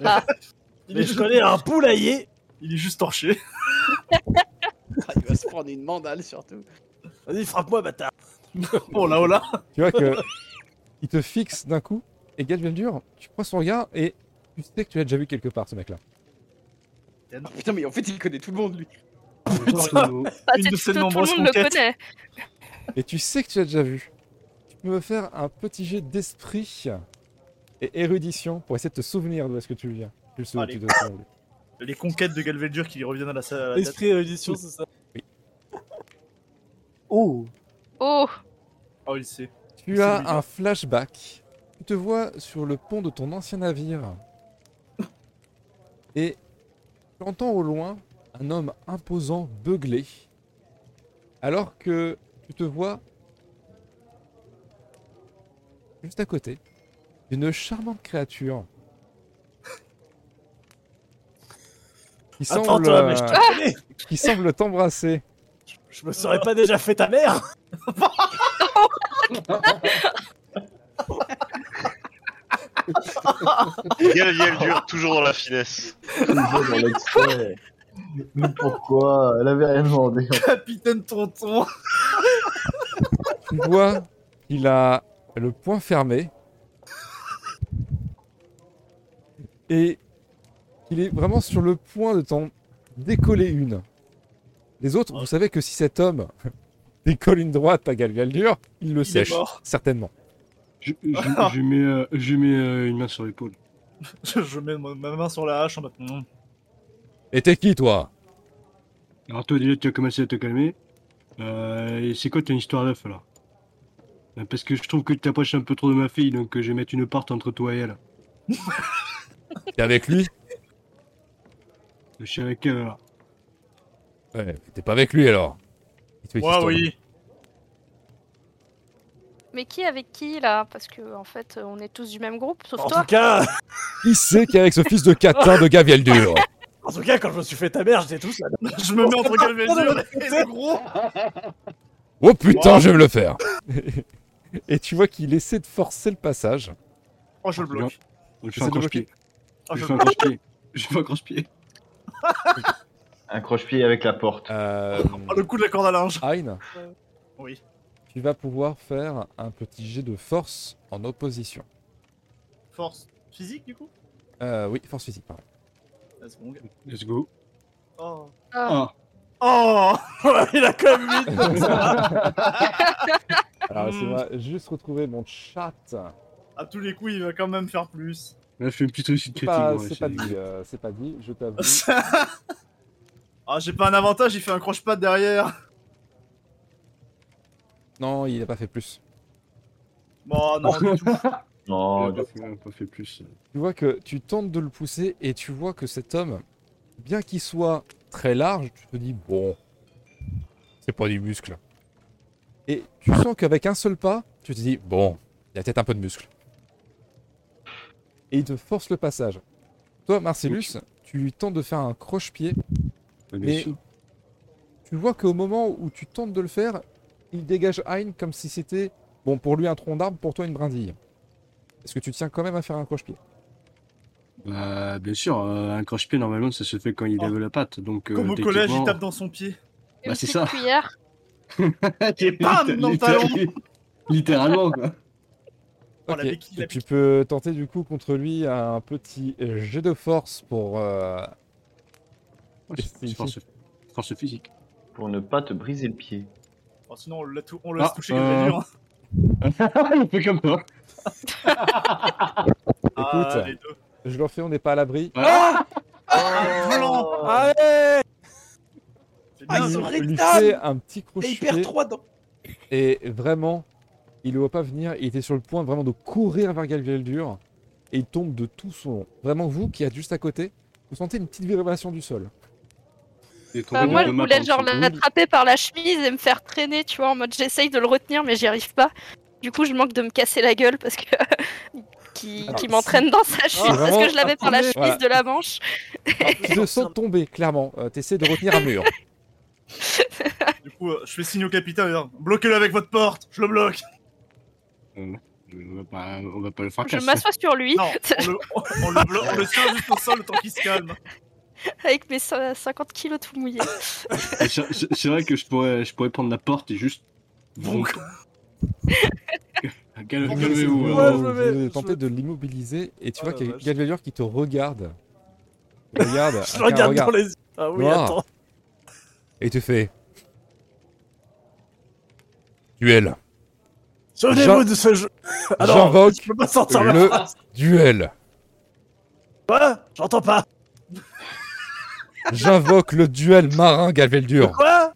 B: Bah,
F: il
G: Mais
F: est,
G: je
F: juste,
G: connais un poulailler
F: il est juste torché.
E: Ah, il va se prendre une mandale surtout.
G: Vas-y, frappe-moi, bâtard
F: Oh là, oh là.
A: Tu vois que il te fixe d'un coup et Gage dur, tu prends son regard et tu sais que tu l'as déjà vu quelque part ce mec-là.
E: Ah, putain, mais en fait, il connaît tout le monde lui.
B: Bah,
F: Une
B: c'est
F: de ces
B: tout, tout
F: nombreuses
B: le monde le
F: conquêtes.
B: connaît.
A: Et tu sais que tu l'as déjà vu. Tu peux me faire un petit jet d'esprit et érudition pour essayer de te souvenir d'où est-ce que tu viens. Tu le souviens,
F: Allez.
A: tu te souviens.
F: Les conquêtes de Galveldur qui lui reviennent à la, sa- à la tête.
G: Esprit édition, c'est ça
I: Oh
B: Oh,
F: Oh, il sait.
A: Tu
F: C'est
A: as
F: bizarre.
A: un flashback. Tu te vois sur le pont de ton ancien navire. Et tu entends au loin un homme imposant beugler. Alors que tu te vois juste à côté d'une charmante créature. Qui semble,
G: Attends, toi, mais je
A: euh,
G: te connais
A: qui semble t'embrasser.
G: Je me serais pas déjà fait ta mère
H: Galviel dure toujours dans la finesse.
D: Toujours dans l'excès. Mais pourquoi Elle avait rien demandé.
F: Capitaine Tonton.
A: Tu vois qu'il a le poing fermé. Et qu'il est vraiment sur le point de t'en décoller une. Les autres, vous savez que si cet homme décolle une droite à Galgaldur, il le
F: Il est
A: sèche,
F: mort.
A: certainement.
C: Je, je- je mets, euh, je mets euh, une main sur l'épaule.
F: Je, je mets ma ma main sur la hache en mode. Mm.
A: Et t'es qui, toi
C: Alors toi déjà tu as commencé à te calmer. Euh, et c'est quoi ton histoire d'œuf là Euh, Parce que je trouve que tu t'approches un peu trop de ma fille, donc euh, je vais mettre une porte entre toi et elle.
A: T'es avec lui
C: Je suis avec elle là.
A: Ouais, t'es pas avec lui alors. Il te fait
F: Moi,
A: qui, ce
F: oui.
B: Mais qui avec qui là Parce que en fait, on est tous du même groupe, sauf
G: En
B: toi.
G: tout cas,
A: tournoi Qui c'est qui est avec ce fils de catin de Gavialdur
B: Bah,
G: en tout cas, quand je me suis fait ta mère, j'étais tous là.
F: Je me mets entre Galveldur et le gros.
A: Oh putain, je vais me le faire Et tu vois qu'il essaie de forcer le passage.
F: Oh, je le bloque.
C: Je fais
A: J'essaie
C: un
A: de
C: croche-pied. Ah,
F: Oh,
C: Je
F: je
C: fais
F: le
C: un
F: bloque.
C: croche-pied. Je fais un croche-pied.
D: Un croche-pied avec la porte.
A: Euh,
F: Oh, le coup de la corde à linge.
A: Hein,
F: Oui.
A: tu vas pouvoir faire un petit jet de force en opposition.
F: Force physique, du coup
A: Euh, oui, force physique, pardon.
F: Let's go.
C: Let's go.
F: Oh.
C: Ah,
F: Oh
G: Il a quand même mis.
A: Alors,
F: Hmm.
A: laissez-moi juste retrouver mon chat.
F: À tous les coups, il va quand même faire plus.
C: là je fais une petite réussite
A: C'est
C: critique.
A: pas,
C: ouais,
A: c'est
C: c'est-
A: pas dit, euh, c'est pas dit, je t'avoue.
F: Ah, j'ai pas un avantage, il fait un croche-patte derrière.
A: Non, il n'a pas fait plus.
F: Bon, Ah, non, du tout.
D: Non,
C: Ouais, pas fait- ouais, pas fait plus. euh,
A: Tu vois que tu tentes de le pousser et tu vois que cet homme, bien qu'il soit très large, tu te dis bon, c'est pas du muscle. Et tu sens qu'avec un seul pas, tu te dis bon, il y a peut-être un peu de muscle. Et il te force le passage. Toi, Marcellus, tu lui tentes de faire un croche-pied.
C: Ouais, bien
A: Mais-
C: sûr.
A: Tu vois qu'au moment où tu tentes de le faire, il dégage Hein comme si c'était, bon, pour lui un tronc d'arbre, pour toi une brindille. Est-ce que tu tiens quand même à faire un croche-pied
C: Bah, bien sûr, euh, un croche-pied normalement ça se fait quand il
F: Oh.
C: lève la patte. Donc, euh,
F: Comme au collège, il
C: techniquement-
F: tape dans son pied.
B: Une
C: Bah, c'est
B: petite
C: ça.
B: cuillère.
F: Et bam, dans le talon.
C: Littéralement quoi.
F: Oh, la
A: Ok.
F: béquille, la
A: tu peux tenter du coup contre lui un petit jet de force pour. euh,
C: Ouais, c'est-
A: C'est-
C: c'est force- Force physique.
D: pour ne pas te briser le pied.
F: Oh, sinon, on le, tou- on le laisse
C: Ah,
F: toucher
C: euh,
F: Galveldur. hein.
C: Il fait comme toi.
F: Ah,
A: Écoute,
F: les deux.
A: je leur fais, on n'est pas à l'abri.
E: Ah
F: Oh, Blanc.
G: Allez
F: Ah, C'est
E: Ah,
F: bien,
E: ils
F: ça.
E: ont
A: Je lui
E: Bristan
A: fais un petit
E: Et il perd
A: crochet
E: 3 dents.
A: et vraiment, il ne voit pas venir. Il était sur le point vraiment de courir vers Galveldur et il tombe de tout son long. Vraiment, vous qui êtes juste à côté, vous sentez une petite vibration du sol.
C: Il est tombé
B: Bah,
C: dans
B: moi,
C: le
B: je
C: map
B: voulais
C: en
B: genre
C: dessous.
B: l'attraper par la chemise et me faire traîner, tu vois, en mode j'essaye de le retenir, mais j'y arrive pas. Du coup, je manque de me casser la gueule parce que. qui
A: Alors,
B: qui m'entraîne dans sa chemise parce
A: vraiment,
B: que je l'avais par la chemise
A: Voilà.
B: de la manche.
A: Tu te sens tomber, clairement. Euh, T'essaies de retenir un mur.
F: Du coup, euh, je fais signe au capitaine, euh, bloquez-le avec votre porte, je le bloque.
C: On va pas, on va pas le
B: Je
C: fracasser.
B: m'assois sur lui
F: Non, on le, on, on le, blo- on le tient juste au sol le temps qu'il se calme.
B: avec mes cin- 50 kilos tout mouillés.
C: Et C'est c'est- c'est vrai que je pourrais, je pourrais prendre la porte et juste.
F: Bonk.
C: Calme-
F: Bonk.
C: Calmez-vous.
G: Ouais,
C: hein.
G: je me mets-
A: vous
G: je
A: tentez
G: me-
A: de l'immobiliser et tu
F: Oh
A: vois
F: la
A: qu'il y a
F: vache.
A: Galveldur qui te regarde. Regarde. avec
G: Je
A: un
G: le regarde
A: regard.
G: dans les yeux. Ah oui,
A: Noir.
G: attends.
A: et te fait. Duel.
G: Sauvez-vous de ce jeu. Alors,
A: J'invoque
G: je Ah peux pas sortir la
A: Le
G: phrase.
A: duel.
G: Quoi J'entends pas.
A: J'invoque le duel marin Galveldur.
G: Quoi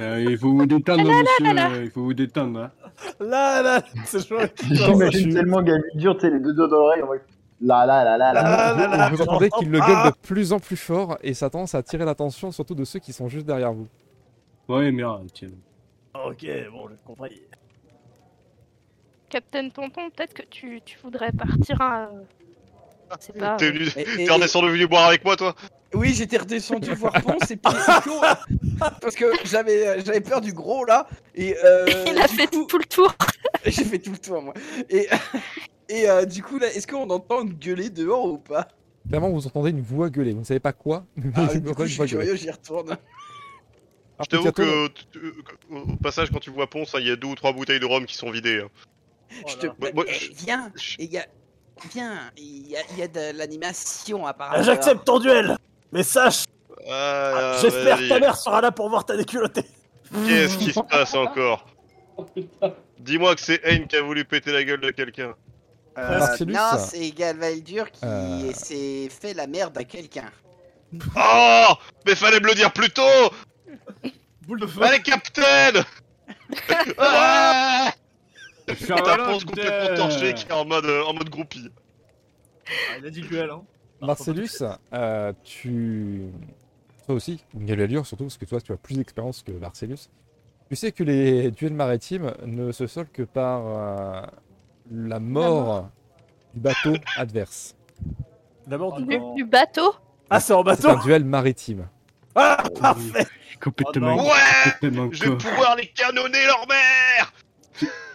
C: Euh, il faut vous détendre, monsieur. euh, Il faut vous détendre. hein.
G: Là, là, c'est chaud.
D: J'imagine
A: tu-
D: tellement Gabi dur, t'es les deux doigts dans l'oreille. en mode, Là, là, là, là, là.
G: Là, là, là,
A: Vous entendez
G: j'entends
A: qu'il le
G: pas.
A: gueule de plus en plus fort et ça tendance à attirer l'attention surtout de ceux qui sont juste derrière vous.
C: Ouais, merde, tiens.
G: Ok, bon, j'ai compris.
B: Captain Tonton, peut-être que tu, tu voudrais partir hein, à. C'est pas.
H: T'es venu...
E: Et- et-
H: T'es redescendu venu boire avec moi, toi
E: Oui, j'étais redescendu voir Ponce et puis Nico, parce que j'avais euh, j'avais peur du gros là et euh,
B: Il a
E: du
B: fait
E: coup-
B: tout le tour.
E: j'ai fait tout le tour moi. Et et euh, du coup là, est-ce qu'on entend gueuler dehors ou pas
A: Clairement, vous entendez une voix gueuler. Vous ne savez pas quoi, mais
E: Ah,
A: vous
E: Du coup,
A: entendez
E: je
A: une voix
E: suis
A: gueuler.
E: curieux, j'y retourne.
A: Alors,
H: Je t'avoue
A: petit atome,
H: que, tu- tu- qu'au- au passage, quand tu vois Ponce, hein, il y a deux ou trois bouteilles de rhum qui sont vidées. hein.
E: Je te
H: Moi- moi,
E: Eh,
H: je-
E: viens,
H: je-
E: il y a
A: Ah,
G: Ah,
E: viens, il y a, il y a de l'animation apparemment.
G: J'accepte ton duel. Mais sache
H: Ah, là,
G: J'espère que
H: vas-y.
G: ta mère sera là pour voir ta déculottée.
H: Qu'est-ce qui se passe encore Dis-moi que c'est Aim qui a voulu péter la gueule de quelqu'un.
G: Euh,
A: Ah, Marcellus,
K: Euh, non,
A: ça.
K: c'est Galvaldur qui
A: Euh.
K: s'est fait la merde à quelqu'un.
H: Oh Mais fallait me le dire plus tôt
F: Boule de feu.
H: Allez, Captain ah Putain, pense complètement torché qui est en mode, euh, en mode groupie.
F: Ah, il a dit duel, hein.
A: Marcellus, euh, tu. Toi aussi, Galvaldur, surtout parce que toi, tu as plus d'expérience que Marcellus. Tu sais que les duels maritimes ne se soldent que par euh, la mort du bateau adverse.
G: La mort
F: Oh
G: du
F: non.
B: euh, Du, du bateau
G: Ah, c'est en
A: C'est
G: bateau
A: un duel maritime.
G: Ah, parfait
F: Oh
C: Complètement.
F: non.
H: Ouais
C: complètement
H: Je vais
C: con.
H: pouvoir les canonner leur mère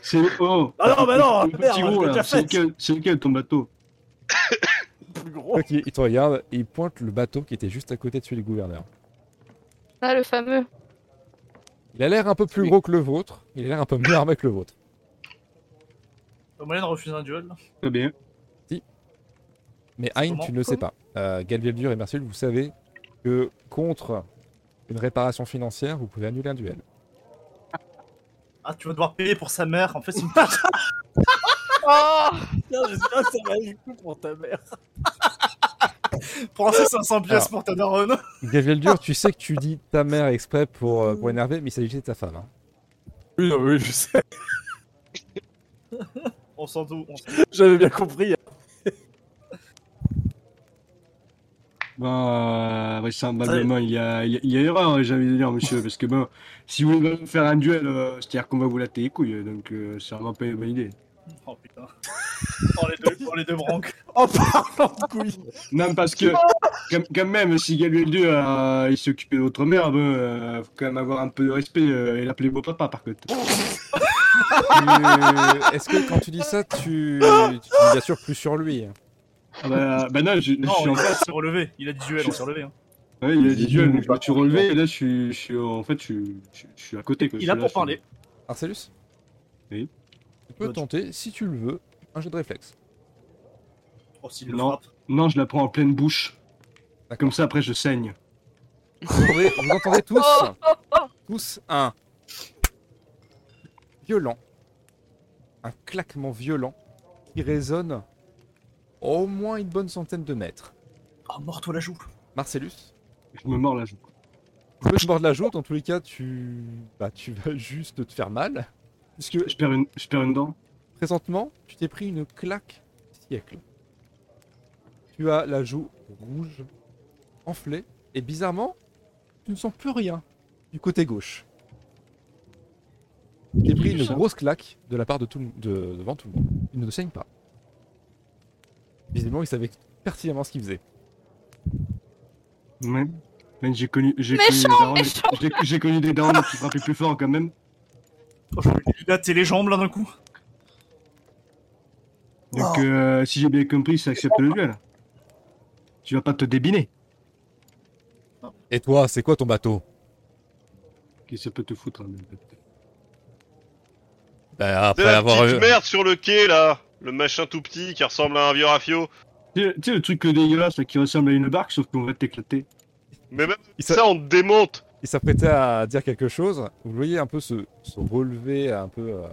C: C'est oh.
G: Ah non, bah non,
C: Le
G: merde,
C: petit gros,
G: je l'ai déjà
C: là, c'est
G: fait.
C: lequel, c'est lequel ton bateau
G: Plus gros.
A: Ok, il te regarde et il pointe le bateau qui était juste à côté de celui du gouverneur.
B: Ah, le fameux.
A: Il a l'air un peu plus gros que le vôtre, il a l'air un peu mieux armé que le vôtre.
F: Tom Holland refuse un duel.
C: Très bien.
A: Mais
F: C'est
A: Hein,
F: comment-
A: tu ne le sais pas. Euh, Galvaldur et Marcellus, vous savez que contre une réparation financière, vous pouvez annuler un duel.
F: Ah, tu vas devoir payer pour sa mère. En fait, c'est une pute.
B: Oh
G: Putain, j'espère que ça va du coup pour ta mère.
F: Prends ces 500 pièces
A: Alors.
F: pour ta daronne.
A: Galvaldur, tu sais que tu dis ta mère exprès pour, euh, pour énerver, mais il s'agissait de ta femme. hein.
G: Oui, non, oui, je sais.
F: On s'en doute. On s'en
G: J'avais bien compris. hein.
C: Bah, ouais, ça, bah,
G: Ça-
C: demain, il y a, il y a, il y a erreur, j'ai envie de dire, monsieur, parce que bon, si vous voulez faire un duel, euh, c'est-à-dire qu'on va vous latter les couilles, donc euh, c'est vraiment pas une bonne idée.
F: doute. Oh putain. Oh les deux, oh, les deux branques.
G: En parlant de couilles.
C: Non, parce que, quand, quand même, si Gabriel 2, euh, il s'occupait de votre mère, bon, euh, faut quand même avoir un peu de respect euh, et l'appeler beau papa, par contre.
A: Tu- Euh, Est-ce que quand tu dis ça, tu, tu dis bien sûr plus sur lui hein.
C: Ah bah, bah non, je, je
F: Non,
C: suis en
F: il
C: face.
F: s'est relevé. Il a dit duel, on s'est relevé. hein.
C: Ouais, il a dit
D: J'ai
C: duel,
D: dit,
C: donc je me suis
D: pas-
C: relevé, et là, je suis, je suis en fait, je, suis- je suis- je suis à côté. Quoi, je
F: Il a
C: suis là,
F: pour
C: je-
F: parler.
A: Arcellus
C: Oui.
A: Tu peux tenter, si tu le veux, un jeu de réflexe.
F: Oh, s'il le
C: Non.
F: frappe.
C: Non, je la prends en pleine bouche.
A: D'accord.
C: Comme ça, après, je saigne.
A: Vous entendez, vous entendez tous,
B: Oh, oh, oh.
A: tous un violent, un claquement violent qui résonne au moins une bonne centaine de mètres.
F: Oh, mort-toi la joue.
A: Marcellus,
C: Je me mords la joue.
A: tu peux te mordre la joue, dans tous les cas, tu, bah, tu vas juste te faire mal. Puisque
C: Je perds une, je perds une dent.
A: Présentement, tu t'es pris une claque siècle. Tu as la joue rouge, enflée, et bizarrement, tu ne sens plus rien du côté gauche. Tu t'es pris une grosse claque de la part de tout le, de, devant tout le monde. Il ne te saigne pas. Visiblement, il savait pertinemment ce qu'il faisait.
C: Ouais. Man, j'ai connu, j'ai connu,
B: Méchant,
C: des darons-
B: méchant.
C: j'ai- j'ai connu des darons qui frappaient plus fort quand même.
F: Oh, je vais lui latter les jambes là d'un coup.
B: Oh.
C: Donc, euh, si j'ai bien compris, ça accepte le duel. Tu vas pas te débiner.
A: Et toi, c'est quoi ton bateau
C: Qui ça peut te foutre. hein, mais-
A: Bah,
H: C'est la petite merde sur le quai, là Le machin tout petit qui ressemble à un vieux rafio.
C: Tu sais- tu sais, le truc dégueulasse là, qui ressemble à une barque, sauf qu'on va t'éclater.
H: Mais même
A: Il s'a-
H: ça, on te démonte
A: il s'apprêtait à dire quelque chose. Vous le voyez un peu se, se relever, un peu euh,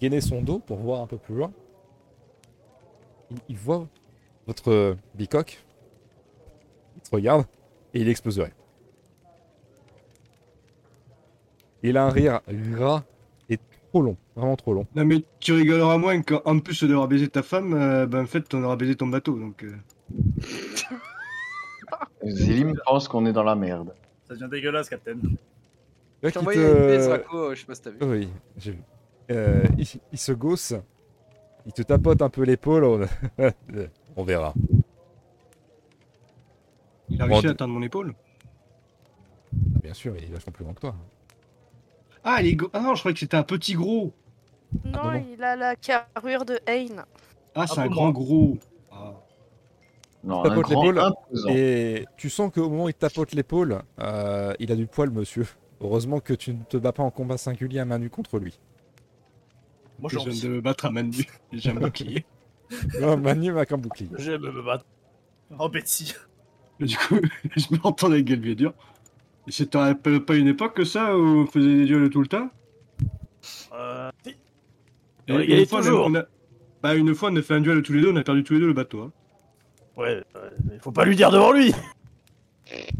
A: gainer son dos pour voir un peu plus loin. Il, il voit votre euh, bicoque, il se regarde et il exploserait. Il a un rire gras et trop long, vraiment trop long.
C: Non, mais tu rigoleras moins qu'en en plus d'avoir baisé ta femme, euh, ben en fait, on aura baisé ton bateau. Donc, euh,
D: Zélim pense qu'on est dans la merde.
F: Ça devient dégueulasse, Captain.
A: Tu vois
E: Je t'ai
A: qu'il
E: envoyé
A: te-
E: une baisse, Rako, je sais pas si t'as vu.
A: Oui, j'ai vu. Euh, il, il se gausse, il te tapote un peu l'épaule. On... on verra.
C: il a réussi
A: Bon,
C: à atteindre mon épaule.
A: Bien sûr, il est vachement plus grand que toi.
C: Ah, les gros- ah non, je croyais que c'était un petit gros.
B: Non,
A: bon, non.
B: il a la carrure de Hain.
C: Ah, c'est
F: Un
C: un,
F: peu
C: grand
F: moins.
C: gros. Ah.
D: Non,
A: Ça
D: un
A: cote
D: grand
A: l'épaule.
D: imposant.
A: Et tu sens qu'au moment où il te tapote l'épaule, euh, il a du poil, monsieur. Heureusement que tu ne te bats pas en combat singulier à main nue contre lui.
F: Moi, j'ai
C: Je
F: envie.
C: viens de me battre à main nue. J'ai un bouclier.
A: Non, main nue avec un bouclier.
G: J'aime me battre.
F: Oh, Betsy.
C: Et du coup, je me entends avec Galviadur. Et c'est un- pas pas une époque que ça où on faisait des duels tout le temps
G: Euh, si.
C: Et
G: Ouais, il y
C: une
G: avait
C: fois,
G: toujours.
C: on a- Bah, une fois, on a fait un duel tous les deux, on a perdu tous les deux le bateau. hein.
G: Ouais, ouais, mais faut pas lui dire devant lui.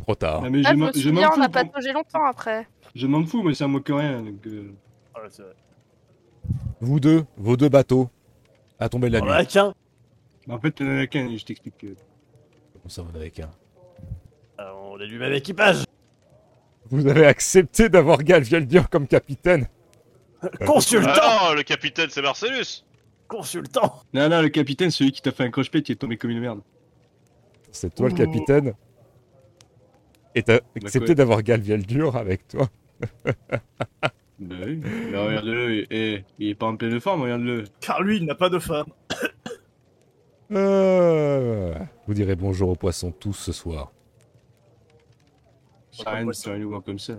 A: Trop tard.
C: Ah, mais
B: Ah,
C: je
B: je
C: m'en-
B: me
C: je
B: souviens,
C: m'en
B: on n'a
C: fous,
B: pas
C: pour-
B: taugé longtemps après.
C: je m'en fous, mais ça moque rien. donc, euh,
G: Ah, ouais, c'est vrai.
A: Vous deux, vos deux bateaux, à tomber de la
G: On en
A: nuit.
G: a qu'un.
C: bah, en fait, on en a qu'un, je t'explique. euh,
A: Comme ça, on en avait qu'un.
G: Ah, on est du même équipage.
A: Vous avez accepté d'avoir Galvialdur comme capitaine.
G: Consultant
H: Ah non, le capitaine, c'est Marcellus
G: Consultant
C: Non, non, le capitaine, celui qui t'a fait un croche-pète, il est tombé comme une merde.
A: C'est toi le capitaine. Et t'as accepté
C: ouais.
A: d'avoir Galvialdur avec toi.
C: Bah oui. Là, regarde-le, il, eh, il est pas en pleine forme, regarde-le.
F: Car lui, il n'a pas de femme.
A: Euh, vous direz bonjour aux poissons tous ce soir.
C: Ça sert à rien de ça sert à rien de le voir comme ça.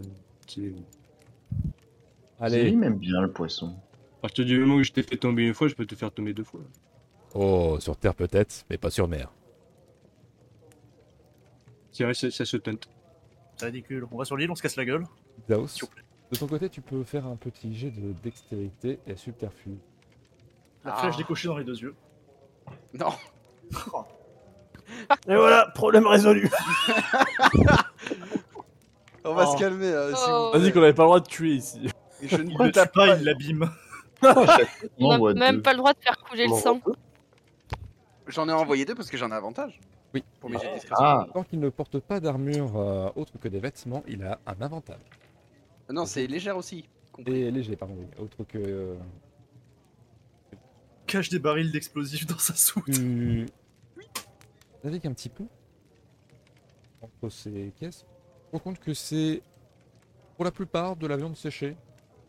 C: C'est-
A: Allez.
D: Zélim aime bien le poisson.
C: À partir du moment où je t'ai fait tomber une fois, je peux te faire tomber deux fois.
A: Oh, sur terre peut-être, mais pas sur mer.
C: C'est vrai, ça, ça se tente.
F: C'est ridicule. On va sur l'île, on se casse la gueule.
A: Daos,
F: S'il vous
A: de ton côté, tu peux faire un petit jet de dextérité et subterfuge.
F: La
K: Ah.
F: flèche décochée dans les deux yeux.
K: Non.
G: Et voilà, problème résolu
K: On va
G: Oh.
K: se calmer. euh, s'il
B: Oh.
K: vous plaît.
G: Vas-y qu'on avait pas le droit de tuer ici.
K: Je ne
F: Il ne
K: peux
F: tue
K: tape pas.
F: pas, il l'abîme.
D: On
B: On
D: en
B: n'a
D: voit
B: même
D: deux.
B: pas le droit de faire couler le sang.
K: J'en ai envoyé deux parce que j'en ai avantage.
A: Oui.
K: Pour mes jets de discrétion.
D: Ah,
A: Tant qu'il ne porte pas d'armure euh, autre que des vêtements, il a un avantage.
K: Non, c'est légère aussi. Compris.
A: Et léger, pardon, oui, autre que... euh,
F: Cache des barils d'explosifs dans sa soute.
A: tu navigue un petit peu entre ces caisses. Je me rends compte que c'est pour la plupart de la viande séchée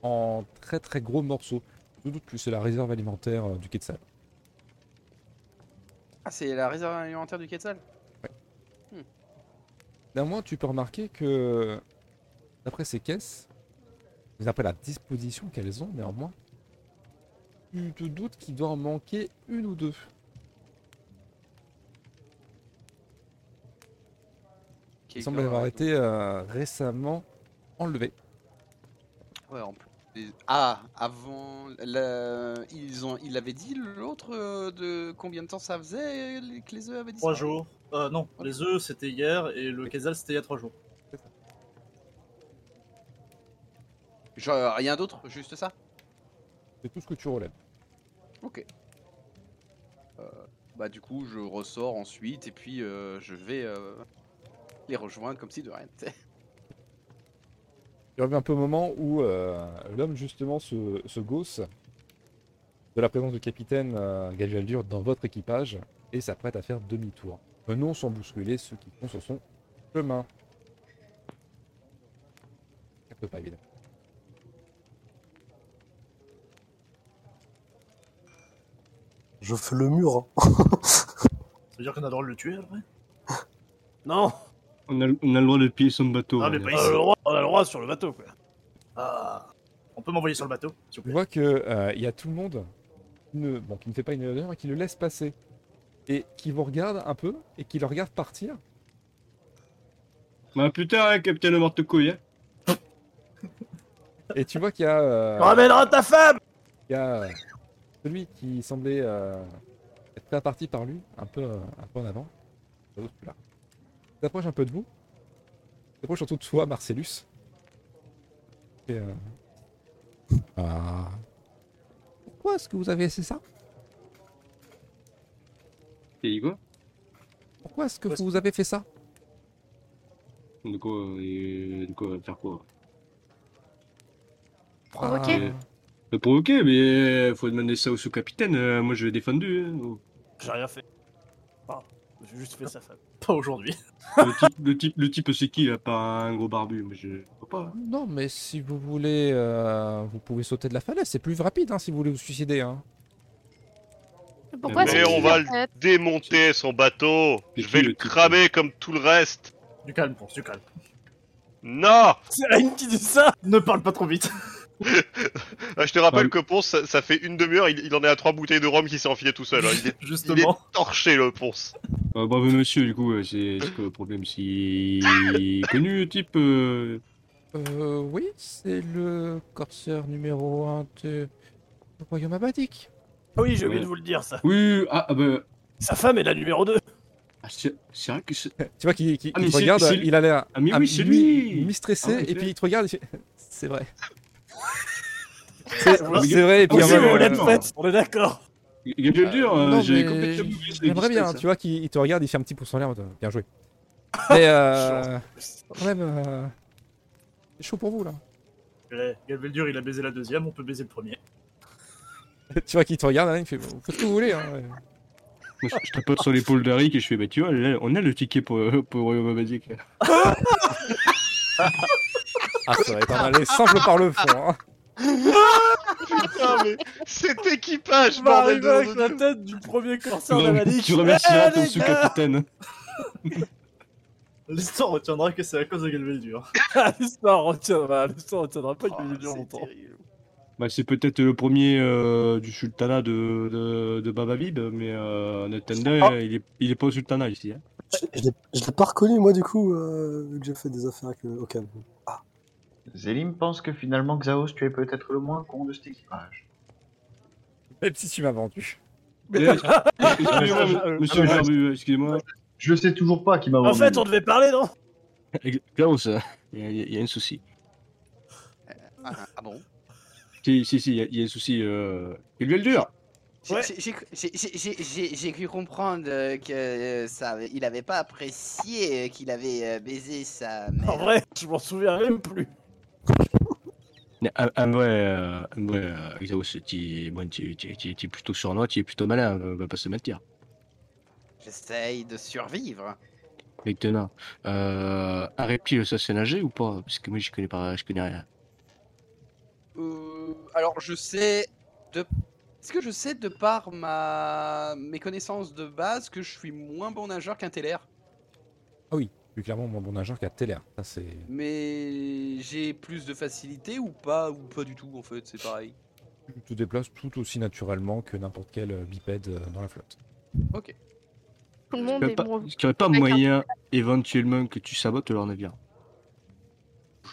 A: en très très gros morceaux. Je doute que c'est la réserve alimentaire euh, du Quetzal.
K: Ah, c'est la réserve alimentaire du Quetzal
A: Néanmoins, tu peux remarquer que d'après ces caisses, d'après la disposition qu'elles ont, néanmoins, tu te doutes qu'il doit en manquer une ou deux. Il semble avoir été euh, récemment enlevé.
K: Ouais, en plus. Des- Ah, avant. la- Ils, ont... Ils avaient dit l'autre euh, de combien de temps ça faisait euh, les- que les œufs avaient dit
F: Trois jours. Euh, non, les œufs c'était hier et le casal c'était il y a trois jours.
K: euh, rien d'autre, juste ça
A: C'est tout ce que tu relèves.
K: Ok. Euh, bah, du coup, je ressors ensuite et puis euh, je vais euh, les rejoindre comme si de rien n'était.
A: Il y a eu un peu un moment où euh, l'homme justement se, se gausse de la présence du capitaine euh, Galvaldur dans votre équipage et s'apprête à faire demi-tour. Venons sans bousculer ceux qui font sur son chemin. Ça peut pas évidemment.
I: Je fais le mur. hein.
F: Ça veut dire qu'on a le droit de le tuer après
G: Non
C: On a, on a le droit de piller son bateau. hein,
F: Ah,
C: regarde.
F: mais
G: on a, le droit, on a le droit sur le bateau quoi.
F: Ah On peut m'envoyer sur le bateau, s'il
A: Tu
F: vous plaît.
A: vois que euh, il y a tout le monde qui ne, bon, qui ne fait pas une erreur et qui le laisse passer et qui vous regarde un peu et qui le regarde partir.
C: Bah, plus tard, hein, Capitaine Morte Couille. Hein.
A: Et tu vois qu'il y a euh,
G: Tu ramèneras ta femme
A: Il y a euh, celui qui semblait euh, être pas parti par lui, un peu, euh, un peu en avant. L'autre, là. Il s'approche un peu de vous. Il s'approche surtout de toi, Marcellus. Et, euh, Ah. Pourquoi est-ce que vous avez laissé ça
C: T'as dit quoi
A: Pourquoi est-ce que
F: Parce-
A: vous avez fait ça
C: De quoi euh, De quoi faire quoi
B: Provoquer
A: Ah,
C: Le provoquer, mais euh, faut demander ça au sous-capitaine. euh, moi, je vais défendu. Hein. Oh.
G: J'ai rien fait. Enfin, j'ai juste fait sa femme.
F: Pas aujourd'hui.
C: Le type, le type, le type, c'est qui, à part un gros barbu Moi, je vois pas. hein.
A: Non, mais si vous voulez, euh, vous pouvez sauter de la falaise. C'est plus rapide hein, si vous voulez vous suicider. hein.
B: Pourquoi
C: Mais
B: c'est
C: on
B: lui,
C: va
B: en
H: le-
B: fait
H: Démonter son bateau
C: C'est
H: Je vais
C: qui,
H: le
C: le type
H: cramer comme tout le reste
F: Du calme, Ponce, du calme.
H: Non
G: C'est Aline qui dit ça
F: Ne parle pas trop vite.
H: Ah, je te rappelle que Ponce, ça, ça fait une demi-heure, il, il en est à trois bouteilles de rhum qui s'est enfilé tout seul. hein. Il, est, il est
F: Justement.
H: torché, le Ponce.
C: Euh, bravo monsieur, du coup, euh, c'est c'est quoi le problème si connu, le type euh,
A: Euh, oui, c'est le corsaire numéro 1 du royaume abadique.
G: Ah oui, j'ai oublié
C: Ouais.
G: de vous le dire, ça.
C: Oui, ah, ah bah,
G: Sa femme est la numéro 2.
C: ah, c'est c'est vrai que c'est...
A: Tu vois qu'il qu'il-
C: Ah,
A: il
C: mais
A: te
C: c'est-
A: regarde,
C: c'est-
A: il a l'air
C: Ah, mais
A: un-
C: oui, c'est
A: mi-
C: lui
A: mi-stressé,
C: Ah, ok.
A: et puis il te regarde, il fait, c'est vrai.
G: Ah,
C: Ah,
A: c'est
G: oui.
A: c'est vrai, et puis
G: Oui,
A: en
G: c'est
A: mode,
G: vous
A: euh,
G: la fête, on est d'accord.
C: Il y a le dur, euh,
A: non,
C: j'ai
A: mais
C: complètement oublié ça
A: J'aimerais bien,
C: existait, ça.
A: tu vois, qu'il il te regarde, il fait un petit pouce en l'air, en mode, bien joué. Mais euh, quand même, euh, c'est chaud pour vous là.
F: Ouais, Galveldur, il a baisé la deuxième, on peut baiser le premier.
A: tu vois qu'il te regarde, hein, il fait, vous faites ce que vous voulez. Hein.
C: Moi, je, je tapote sur l'épaule d'Harry et je fais, bah tu vois, là, on a le ticket pour, euh, pour Royaume Abadique.
A: Ah, ça va être un aller simple par le fond. hein.
H: Putain, mais cet équipage,
G: Je vais
H: bordel
G: arriver
H: de...
G: avec la tête du premier corsaire
C: Tu rem-
G: d'Amadic.
C: tu remercieras
G: Eh,
C: ton
G: les gars
C: sous-capitaine.
F: L'histoire retiendra que c'est à cause de Galveldur.
G: Ah, L'histoire retiendra, bah, l'histoire retiendra pas,
K: Oh,
G: il dure
K: c'est
G: longtemps.
K: terrible.
C: Bah, c'est peut-être le premier euh, du sultanat de, de, de Bababib, mais euh, Netanda,
A: Ah.
C: il, est, il est pas au sultanat ici. Hein.
I: Je, je l'ai- je l'ai pas reconnu, moi, du coup, euh, vu que j'ai fait des affaires avec le. Ok.
D: Zélim pense que finalement, Xaos, tu es peut-être le moins con de cet équipage.
A: Même si tu m'as vendu.
C: Eh, Excusez-moi,
G: Ah,
C: monsieur
D: ah,
C: Barbu, excusez-moi.
D: Je sais toujours pas qui m'a
G: En
D: vendu.
G: fait, on devait parler, non
C: Ex- Klaus, euh, il y, a- il y a un souci.
K: Ah, ah bon
C: Si, si, si, il y a- il y, a un souci. Euh... Il lui est dur
K: J'ai-
G: Ouais.
K: j'ai- j'ai cru- j'ai- j'ai- j'ai- J'ai j'ai cru comprendre euh, que euh, ça, il avait pas apprécié euh, qu'il avait euh, baisé sa mère.
G: En vrai, je m'en souviens même plus.
C: Mais Un, un vrai, euh, un vrai euh, Xaos, tu bon, tu- tu- tu- tu es plutôt sournois, tu es plutôt malin, on va pas se mentir.
K: J'essaye de survivre.
C: Maintenant, euh, un reptile, ça c'est nager ou pas Parce que moi, je connais pas, je connais rien.
K: Euh, alors, je sais de. Est-ce que je sais de par ma mes connaissances de base que je suis moins bon nageur qu'un télaire
A: Ah Plus clairement, mon bon nageur qui a l'air. Ça, c'est.
K: mais j'ai plus de facilité ou pas ou pas du tout en fait, c'est pareil.
A: Tu te déplaces tout aussi naturellement que n'importe quel euh, bipède euh, dans la flotte.
B: Tout le
C: Est-ce
B: monde
C: qu'il y a
B: est
C: pas-
B: bon.
C: est-ce qu'il n'y aurait pas
B: Avec un-
C: moyen, éventuellement, que tu sabotes leur navire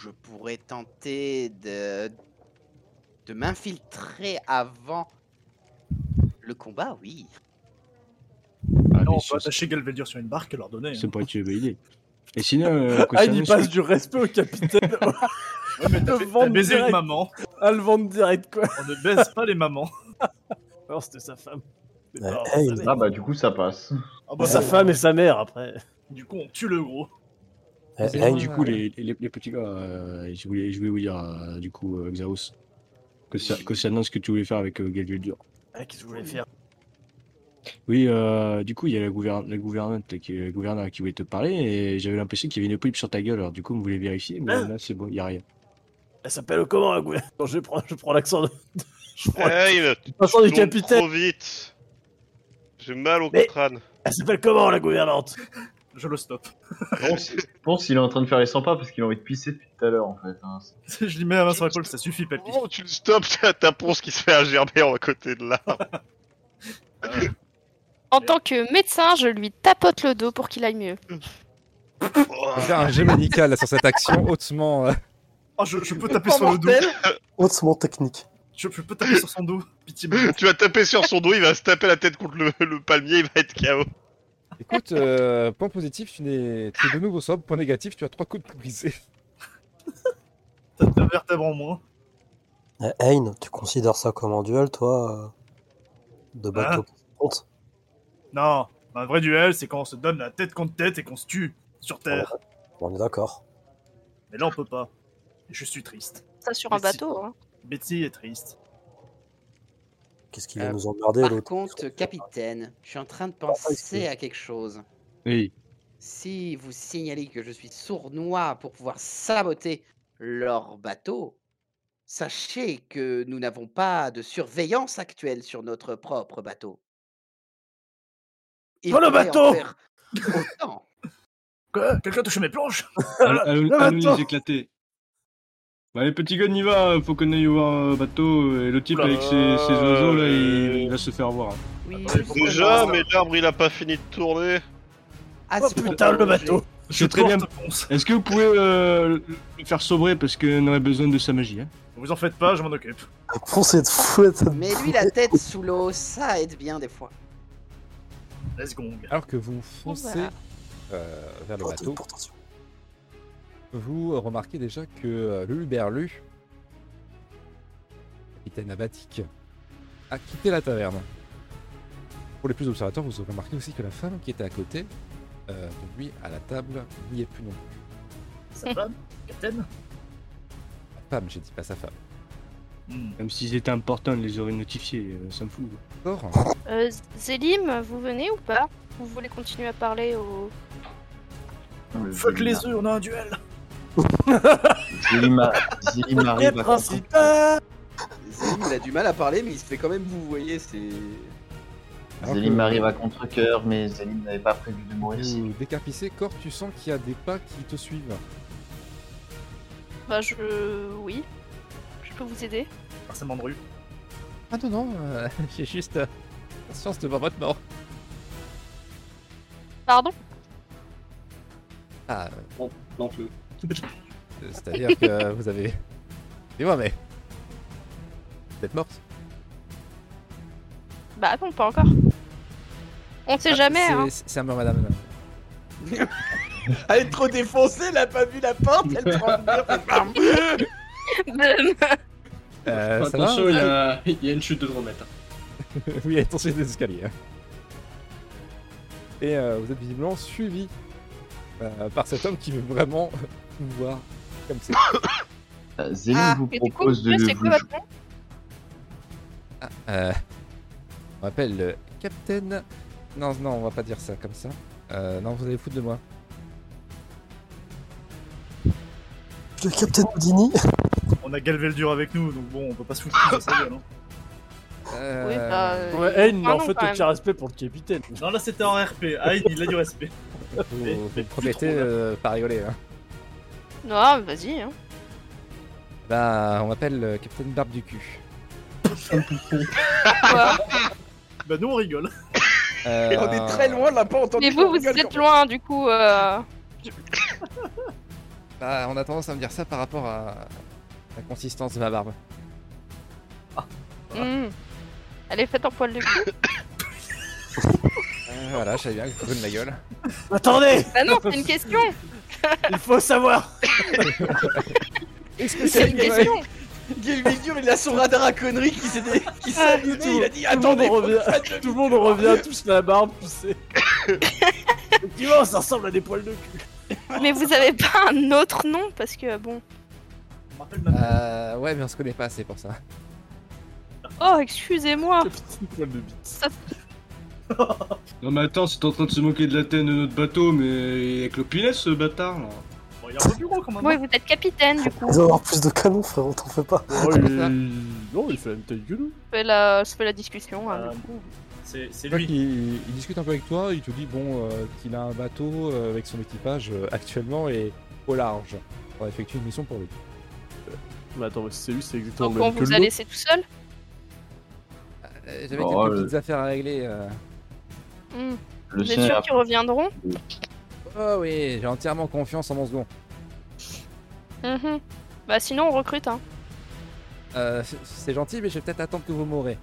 K: Je pourrais tenter de de m'infiltrer avant le combat, oui.
C: Ah,
F: Non,
C: mais
F: on
C: ça,
F: peut attacher Galveldur sur une barque et leur donner.
C: ça
F: hein.
C: pourrait être une bonne idée. Et sinon, euh,
G: Ah,
C: concernant
G: il y
C: ce que-
G: passe du respect au capitaine.
F: Ouais, mais t'as
G: Le
F: fait-
G: vendre
F: t'as baisé une
G: direct.
F: maman,
G: à le vendre direct, quoi.
F: on ne baise pas les mamans.
G: Alors, c'était sa femme. C'était
A: Euh,
I: Ouais,
G: pas
I: hey,
G: sa,
D: Ah
G: mère.
D: bah du coup, ça passe.
F: Ah
G: Bon, sa
F: ouais.
G: femme et sa mère, après.
F: Du coup, on tue le gros.
I: Eh,
A: C'est
I: hey,
A: bon,
C: Du
A: Ouais,
C: coup,
A: ouais.
C: les, les, les petits gars, euh, je, voulais, je voulais vous dire, euh, du coup, euh, Xaos, que ça,
K: Oui.
C: concernant ce que tu voulais faire avec euh, Galvildur.
G: Ah, Qu'est-ce que vous voulez faire
C: Oui, euh, du coup, il y a la, gouverne la gouvernante qui, le gouverneur qui voulait te parler, et j'avais l'impression qu'il y avait une pipe sur ta gueule, alors du coup, on voulait vérifier, mais
G: Ah.
C: là, c'est bon, il n'y a rien.
G: Elle s'appelle comment, la gouverne- Non, je prends, je prends l'accent de... Je prends
H: Eh, il
G: l'accent du
H: tombe
G: capitaine.
H: trop vite. J'ai mal au
G: Mais-
H: crâne.
G: Elle s'appelle comment, la gouvernante
F: Je le stoppe.
D: Ponce, Ponce, il est en train de faire les 100 pas parce qu'il a envie de pisser depuis tout à l'heure, en fait. hein.
F: je lui mets la main sur la colle, ça suffit, papy.
H: Oh, tu le stops, t'as ta ponce qui se fait gerber à côté de là.
B: En tant que médecin, je lui tapote le dos pour qu'il aille mieux.
H: Oh,
A: Faut faire un jet médical là, sur cette action hautement. euh,
F: Oh, je, je peux taper sur le dos.
I: Hautement technique.
F: Je, je peux taper sur son dos. Pitié. mais-
H: tu vas taper sur son dos, il va se taper la tête contre le, le palmier, il va être KO.
A: Écoute, euh, point positif, tu, n'es- tu es de nouveau sobre. Point négatif, tu as trois coups de coups brisés.
F: T'as deux vertèbres en moins.
I: Eh, Hein, tu considères ça comme un duel, toi euh,
G: Ah.
I: De
G: Bah,
I: bateau contre
F: Hein Non, un vrai duel, c'est quand on se donne la tête contre tête et qu'on se tue sur Terre.
G: Ah.
I: On est d'accord.
F: Mais là, on peut pas. Et je suis triste.
B: Ça sur un
F: Mais si-
B: bateau. Hein.
F: Betsy est triste.
I: Qu'est-ce qu'il va
K: Euh,
I: nous
J: ah.
I: emmerder,
K: Par
I: l'autre
K: contre, capitaine, je suis en train de
I: ça,
K: penser
I: excuse.
K: à quelque chose.
C: Oui.
K: Si vous signalez que je suis sournois pour pouvoir saboter leur bateau, sachez que nous n'avons pas de surveillance actuelle sur notre propre bateau. Il
G: Pas le
K: pourrait en
G: bateau
K: faire autant.
F: Quoi Quelqu'un a touché mes planches
C: Allons, allons-
G: Ah,
C: allons
G: attends.
C: les éclater. Bah, les petits guns, y va, faut qu'on aille voir un bateau. Et le type
H: Oula.
C: avec ses, ses oiseaux là, il, il va se faire voir. hein.
K: Oui,
H: Ouais,
K: justement.
H: Déjà, mais l'arbre il a pas fini de tourner.
K: Ah,
G: Oh
K: c'est pour
G: putain, le
K: manger.
G: bateau
C: Je très bien.
F: réponse.
C: Est-ce que vous pouvez euh, le faire sobrer parce qu'on aurait besoin de sa magie hein
F: Vous en faites pas, je m'en occupe.
I: Pensez de fouette.
K: Mais lui, la tête sous l'eau, ça aide bien des fois.
F: Let's
B: Eh.
F: gong.
A: Alors que vous foncez
B: Voilà.
A: euh, vers le
I: Porte-
A: bateau,
I: porte attention.
A: vous remarquez déjà que euh, Lulu Berlu, capitaine abatique, a quitté la taverne. Pour les plus observateurs, vous remarquez aussi que la femme qui était à côté, euh, de lui à la table, n'y est plus non plus.
F: Sa femme Captain
A: La femme, j'ai dit pas sa femme.
F: Hmm.
C: Même s'ils étaient importants, ils les aurait notifiés, euh, ça me fout. quoi.
A: D'accord.
B: Euh, Zélim, vous venez ou pas Vous voulez continuer à parler au.
D: Le
F: Fuck les
D: Zélim-
F: œufs, on a un duel
D: Zélim Zélim
G: Quel
D: arrive à comprendre.
G: principal
K: Zélim, il a du mal à parler, mais il se fait quand même vous voyez, c'est.
A: Alors que-
D: Zélim arrive à contre-coeur, mais Zélim n'avait pas prévu de mourir si
A: Vous décarpissez, Cor, Mmh, tu sens qu'il y a des pas qui te suivent.
B: Bah, je. Oui. Je peux vous aider
F: Forcément de rue.
A: Ah non, non, euh, j'ai juste euh, conscience devant votre mort.
B: Pardon
A: Ah,
C: Non plus.
A: euh, c'est-à-dire que vous avez. Dis-moi, mais. Vous êtes morte
B: Bah, non, pas encore. On
K: Ah,
B: sait jamais,
A: C'est-
B: hein.
A: c'est- C'est un mur, madame. madame.
K: Elle est trop défoncée, elle a pas vu la porte, elle prend le mur, elle bam
A: Euh, ça va hein
J: Attention, il y, a, il y a une chute de 3 mètres.
A: Oui, attention des escaliers. hein. Et euh, vous êtes visiblement suivi euh, par cet homme qui veut vraiment vous voir comme ça.
D: Euh, Zélim
B: Ah,
D: vous
B: et du coup,
D: propose de
B: monsieur, c'est
D: vous
B: quoi votre nom
A: Euh, on m'appelle le Captain. Non, non, on va pas dire ça comme ça. Euh, non, vous allez foutre de moi.
I: Le Captain Houdini
F: On a Galveldur avec nous, donc bon, on peut pas se foutre de sa gueule. hein.
A: Euh,
B: Oui, bah. euh,
G: Ouais, Ayn, mais
B: Ah
G: en
B: non,
G: fait,
B: quand même.
G: aucun respect pour le capitaine.
F: Non, là c'était en RP. Ah, il a du respect.
A: vous,
F: mais-
A: vous
F: mais plus
A: promettez
F: trop, là.
A: euh, pas rigoler. Hein.
B: Non, vas-y, hein.
A: Bah, on m'appelle le Captain Barbe du cul.
K: Ah,
B: Quoi
F: Bah, nous on rigole.
A: Euh,
K: On est très loin, on l'a pas entendu.
B: Mais vous,
K: on
B: vous
K: rigole
B: êtes
K: quand- Ah.
B: loin, du coup. Euh...
A: Bah, on a tendance à me dire ça par rapport à la consistance de ma barbe.
B: hmm. Elle est faite en poil de cul
A: Euh, voilà, je savais bien que vous de ma gueule.
G: Attendez
B: Bah, non, c'est une question
G: Il faut savoir
B: C'est une question
K: Galveldur, il a son radar à conneries qui s'est dé- qui
B: Ah,
K: s'est allumé,
G: tout-
K: il a dit
G: tout le monde
K: attendez, faut
G: revient.
K: que je fasse le
G: Tout le monde revient, touche la barbe, tu sais. Effectivement, ça ressemble à des poils de cul.
B: Mais vous avez pas un autre nom Parce que bon.
F: On me rappelle ma
A: Euh, ouais, mais on se connaît pas assez pour ça.
B: Oh, excusez-moi
G: Petit poil de bite.
C: Non, mais attends, c'est en train de se moquer de la tête de notre bateau, mais avec le pilet ce bâtard là.
F: Bon, il est un peu plus gros quand même.
B: Oui, vous êtes capitaine, du coup.
I: Ils doivent avoir plus de canons, frérot, t'en fais pas.
G: Oh, il... Non, il fait la même taille que nous.
B: Je fais la, je fais la discussion. hein,
F: Euh,
B: du coup.
F: C'est c'est
A: Tu vois
F: lui.
A: qu'il il discute un peu avec toi, il te dit bon euh, qu'il a un bateau euh, avec son équipage euh, actuellement et au large. On va effectuer une mission pour lui.
G: Mais attends, mais si c'est lui, c'est exactement
B: Donc,
G: le
B: on
G: même que
B: vous a
G: l'autre.
B: laissé tout seul
A: Euh, J'avais
D: Oh,
A: quelques
D: le-
A: petites affaires à régler. euh.
B: Hmm.
D: le
B: Vous êtes
D: sien
B: sûr
D: a-
B: qu'ils reviendront
A: Oh oui, j'ai entièrement confiance en mon second.
B: Mhm. Bah, sinon, on recrute, hein.
A: Euh, c'est- c'est gentil, mais je vais peut-être attendre que vous mourrez.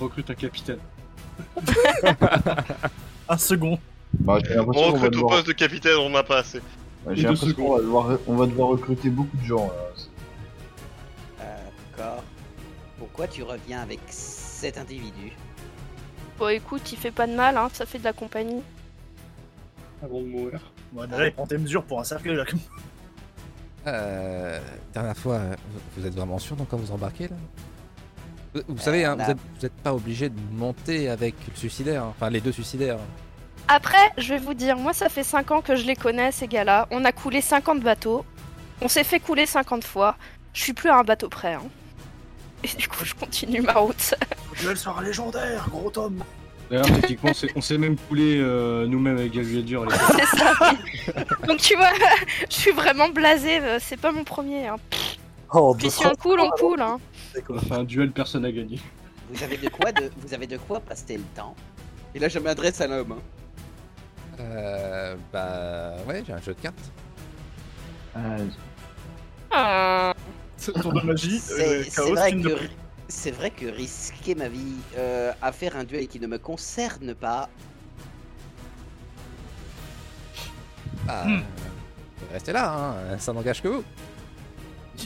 C: Recrute un capitaine.
F: Un second.
D: Bah, j'ai l'impression
H: On
D: qu'on va
H: recrute au
D: devoir-
H: poste de capitaine, on n'a pas assez.
D: Ouais, j'ai
C: Et deux
D: l'impression qu'on va devoir- on va devoir recruter beaucoup de gens. là.
K: Euh, D'accord.
J: Pourquoi tu reviens avec cet individu
B: Bon, Bah, écoute, il fait pas de mal, hein, ça fait de la compagnie.
J: Avant de mourir.
F: Bon, déjà, il prend tes mesures pour un cercueil là.
A: Euh, dernière fois, euh, vous- vous êtes vraiment sûr donc quand vous embarquez là Vous, vous savez, hein,
K: là-
A: vous, êtes, vous êtes pas obligé de monter avec le suicidaire, hein. enfin les deux suicidaires.
B: Après, je vais vous dire, moi ça fait 5 ans que je les connais ces gars-là. On a coulé 50 bateaux. On s'est fait couler 50 fois. Je suis plus à un bateau près. hein. Et du coup, je continue ma route.
F: Le duel sera légendaire, gros homme.
C: D'ailleurs, techniquement, on s'est- on s'est même coulé euh, nous-mêmes avec Galvier Dur. à l'époque.
B: C'est ça. Donc tu vois, je suis vraiment blasée. euh, C'est pas mon premier. Hein.
I: Oh, deux
B: Puis si
I: fois.
B: on coule, on coule. Hein.
C: On a fait un duel, personne à gagné.
J: Vous avez de quoi, de... vous avez de quoi passer le temps
E: Et là, je m'adresse à l'homme. hein.
A: Euh, bah ouais, j'ai un jeu de cartes.
D: Euh,
B: Ah.
F: Tour de magie, euh,
J: C'est c'est
F: chaos,
J: vrai,
F: team de-
J: que... c'est vrai que risquer ma vie euh, à faire un duel qui ne me concerne pas,
A: Bah,
F: Hmm.
A: euh, restez là, hein, ça n'engage que vous.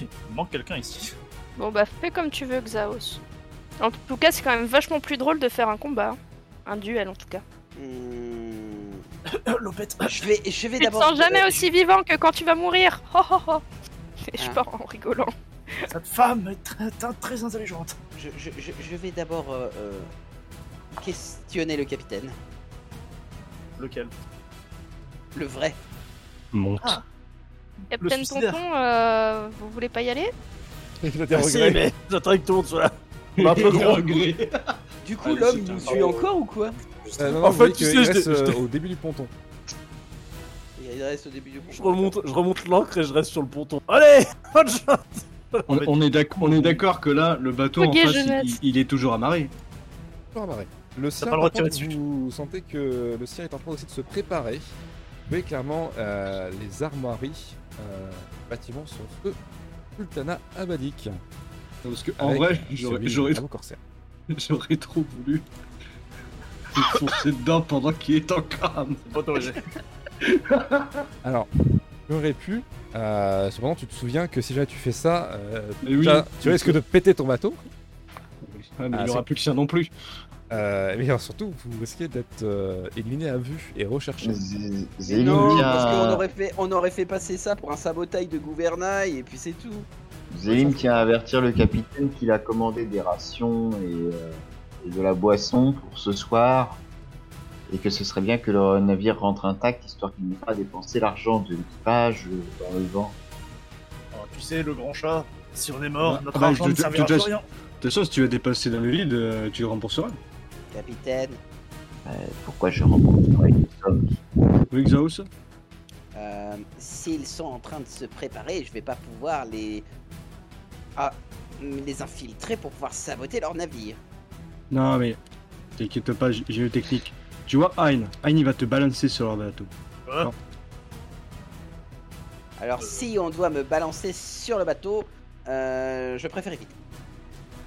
F: Il manque quelqu'un ici.
B: Bon bah fais comme tu veux, Xaos. En tout cas, c'est quand même vachement plus drôle de faire un combat. hein. Un duel en tout cas.
J: hmm,
F: Lopette.
J: je vais, je vais
B: Tu te
J: d'abord.
B: sens jamais
J: euh,
B: aussi vivant que quand tu vas mourir. Oh, oh, oh. Et je
J: Hein.
B: pars en rigolant.
F: Cette femme est très, très- très intelligente.
J: Je, je- je- je vais d'abord euh, euh, questionner le capitaine,
F: Lequel
J: le vrai.
C: Monte.
F: Ah.
B: Captain
F: suicidaire.
B: Tonton, euh, vous voulez pas y aller
A: Je
G: Ah si, mais j'attends que tout le monde soit là. Bah, On est un peu gros.
E: Du coup, l'homme
C: Ah, c'est un
E: nous
C: pardon.
E: suit encore ou quoi
G: Ah,
A: Euh, non,
F: En
A: vous
F: fait,
A: voyez
F: tu
A: qu'il
F: sais, je
A: reste,
F: t'ai- je t'ai-
A: euh, au début du ponton.
E: Il reste au début du
G: Je remonte, je remonte l'ancre et je reste sur le ponton. Allez Bonne chance
C: On, on est d'ac- on est d'accord que là, le bateau
B: Ok,
C: en face,
B: je
C: il-
B: note.
C: il, il est toujours amarré.
A: Toujours amarré. Le sien,
F: pas le
A: par
F: droit de
A: contre,
F: tirer
A: vous sentez que le sien est en train aussi de se préparer. Vous voyez clairement euh, les armoiries euh, du bâtiment sont feu Sultana Abadik.
C: Parce que, en
A: Avec
C: vrai,
A: celui
C: j'aurais-
A: du
C: j'aurais
A: dragon corsaire.
C: j'aurais trop voulu me foncer dedans pendant qu'il est encore amarré.
F: C'est pas autorisé.
A: Alors, tu aurais pu. euh, cependant, tu te souviens que si jamais tu fais ça, euh,
C: Mais oui,
A: t'as- tu
C: mais
A: risques de péter ton bateau.
C: Ah, mais
A: Ah,
C: il
A: c'est-
C: aura plus que ça non plus.
A: Euh, mais alors, surtout, vous risquez d'être euh, éliminé à vue et recherché.
D: Z-
E: Mais non,
D: Zélim qui
E: parce qu'on
D: a...
E: aurait, fait, on aurait fait passer ça pour un sabotage de gouvernail et puis c'est tout.
D: Zélim tient à avertir le capitaine qu'il a commandé des rations et, euh, et de la boisson pour ce soir et que ce serait bien que le navire rentre intact histoire qu'il n'ait pas dépensé l'argent de l'équipage euh, dans le vent.
F: Alors, Oh, tu sais, le grand chat, si on est mort,
C: Ah,
F: notre
C: bah,
F: argent
C: je-
F: ne
C: je-
F: servira
C: je-
F: plus
C: je-
F: rien.
C: De toute façon, si tu vas dépasser dans le vide, euh, tu le rembourseras.
J: capitaine.
D: Euh, Pourquoi je rencontrerais une somme qui-
C: Oui, Xaos
J: euh, S'ils sont en train de se préparer, je vais pas pouvoir les. Ah, les infiltrer pour pouvoir saboter leur navire.
C: Non, mais t'inquiète pas, j'ai j'ai le technique. Tu vois, Hein, Hein, il va te balancer sur leur bateau.
F: Euh.
J: Alors, si on doit me balancer sur le bateau, euh, je préfère éviter.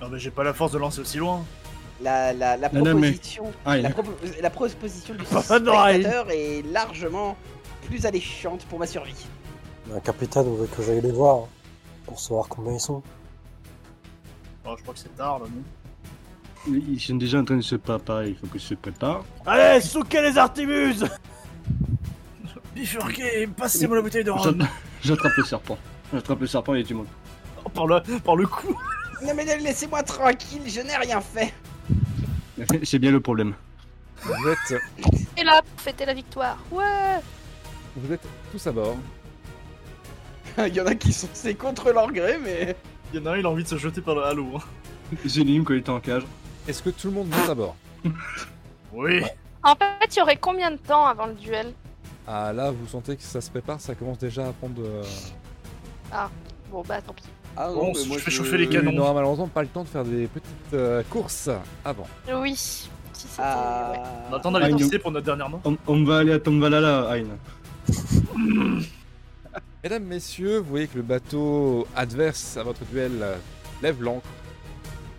F: Non, mais j'ai pas la force de lancer aussi loin.
J: La, la, la
C: Non, non, mais-
J: proposition,
C: Hein,
J: la, propo- euh, la proposition
F: Oh,
J: du
G: Pas de oreille.
J: spectateur est largement plus alléchante pour ma survie.
I: Un capitaine voudrait que j'aille les voir hein, pour savoir combien ils sont.
F: Oh, je crois que c'est tard là, non
C: ils sont déjà en train de se préparer, il faut qu'ils se préparent.
G: Allez, souquez les artimuses
F: Bifurqué, passez-moi la Ah, bouteille de rhum.
C: J'attrape le serpent. J'attrape le serpent et tu montes.
F: Oh, par, le, par le cou.
J: Non mais laissez-moi tranquille, je n'ai rien fait.
C: C'est bien le problème.
A: Vous êtes
B: Et là, pour fêter la victoire. Ouais
A: Vous êtes tous à bord.
E: Il y en a qui sont c'est contre leur gré, mais
F: Il y en a un, il a envie de se jeter par le halo. hein.
C: Zélim, quand il était en cage.
A: Est-ce que tout le monde monte
E: Ah.
A: à bord
F: Oui.
B: En fait, il y aurait combien de temps avant le duel
A: Ah là, vous sentez que ça se prépare, ça commence déjà à prendre. euh,
B: Bon bah tant pis.
E: ah non,
F: Bon,
E: mais
F: je
E: moi,
F: fais chauffer les canons.
A: Il n'aura euh, malheureusement pas le temps de faire des petites euh, courses avant.
B: Oui. Si c'était... ouais.
E: Ah...
F: On attend d'aller
C: Attends.
F: pisser pour notre dernière main.
C: On, on va aller à Tombalala, Hein.
A: Mesdames, messieurs, vous voyez que le bateau adverse à votre duel euh, lève l'ancre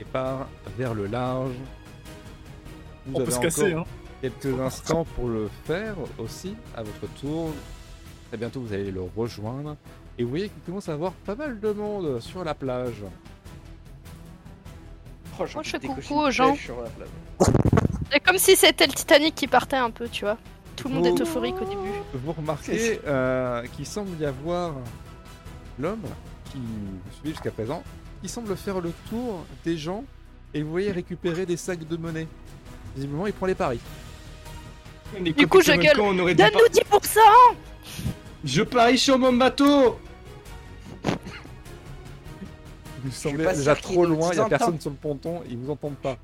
A: et part vers le large. Vous
F: On
A: avez
F: peut se
A: encore
F: casser, hein.
A: Quelques instants pour le faire aussi à votre tour. Très bientôt, vous allez le rejoindre. Et vous voyez qu'il commence à avoir pas mal de monde sur la plage.
E: Oh, j'ai
B: Moi,
E: envie
B: je
E: de
B: fais
E: décocher
B: coucou
E: une
B: aux gens.
E: flèche sur la plage.
B: C'est comme si c'était le Titanic qui partait un peu, tu vois. Tout le monde est euphorique au début.
A: Vous remarquez euh, qu'il semble y avoir l'homme qui vous suivez jusqu'à présent, qui semble faire le tour des gens et vous voyez récupérer des sacs de monnaie. Visiblement, il prend les paris.
B: Du coup, je gueule.
C: On aurait dû par-
B: Donne-nous 10%
C: Je parie sur mon bateau
A: Vous
J: suis
A: semblez
J: pas
A: déjà
J: sûr qu'il
A: trop
J: nous
A: loin, il n'y a
J: entende.
A: personne sur le ponton, ils vous entendent pas.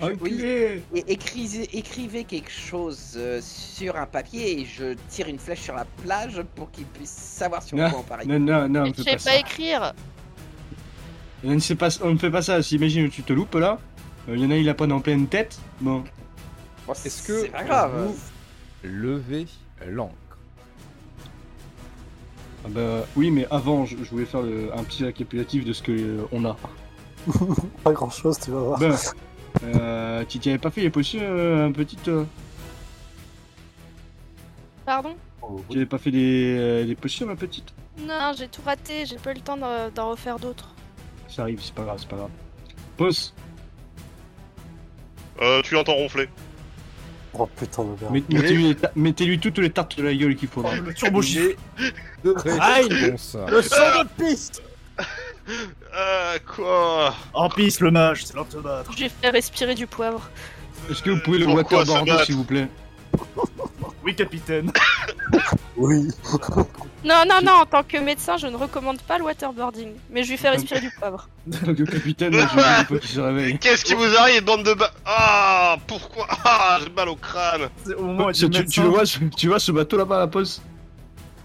C: Enculé
J: Et écrisez- écrivez quelque chose euh, sur un papier et je tire une flèche sur la plage pour qu'il puisse savoir sur quoi on parie.
C: Non, non, non, on
B: Je
C: fait
B: sais
C: pas
B: pas
C: ça.
B: écrire.
C: On ne, sait pas, on ne fait pas ça, s'imagine tu te loupes là, Euh, il y en a il la prend en pleine tête, bon,
J: Bon,
A: Est-ce Oh, que
J: c'est pas grave.
A: vous levez l'encre
C: Ah bah oui mais avant je, je voulais faire le- un petit récapitulatif de ce que euh, on a.
I: Pas grand chose, tu vas voir.
C: Ben, euh, tu t'y avais pas fait les potions, euh, un petit... euh,
B: Pardon
J: Oh,
C: tu avais pas fait des, euh, des potions, ma petite
B: Non, j'ai tout raté, j'ai pas eu le temps d'en d'en refaire d'autres.
C: Ça arrive, c'est pas grave, c'est pas grave. Pause
H: Euh, tu l'entends ronfler.
I: Oh putain de merde.
C: Met- Mettez-lui les ta- mettez-lui toutes les tartes de la gueule qu'il faudra.
F: Oh, Le turbo chiffre.
A: de
G: Aïe
A: réponse.
G: Le sang de piste
H: Euh, quoi
F: En piste, le mage, c'est l'heure de te battre.
B: J'ai fait respirer du poivre.
C: Est-ce que vous pouvez le
H: Pourquoi ça
C: waterboarder
H: date
C: s'il vous plaît
F: Oui, capitaine.
I: Oui.
B: Non, non, non, en tant que médecin, je ne recommande pas le waterboarding, mais je lui fais respirer du poivre.
C: Donc le capitaine, là, j'ai un peu qui se réveille.
H: Qu'est-ce qui vous arrive, bande de ba... Ah, pourquoi Ah, j'ai mal au crâne.
F: C'est Au moment où
C: Tu, tu- tu le vois, ce- tu vois ce bateau là-bas à la pause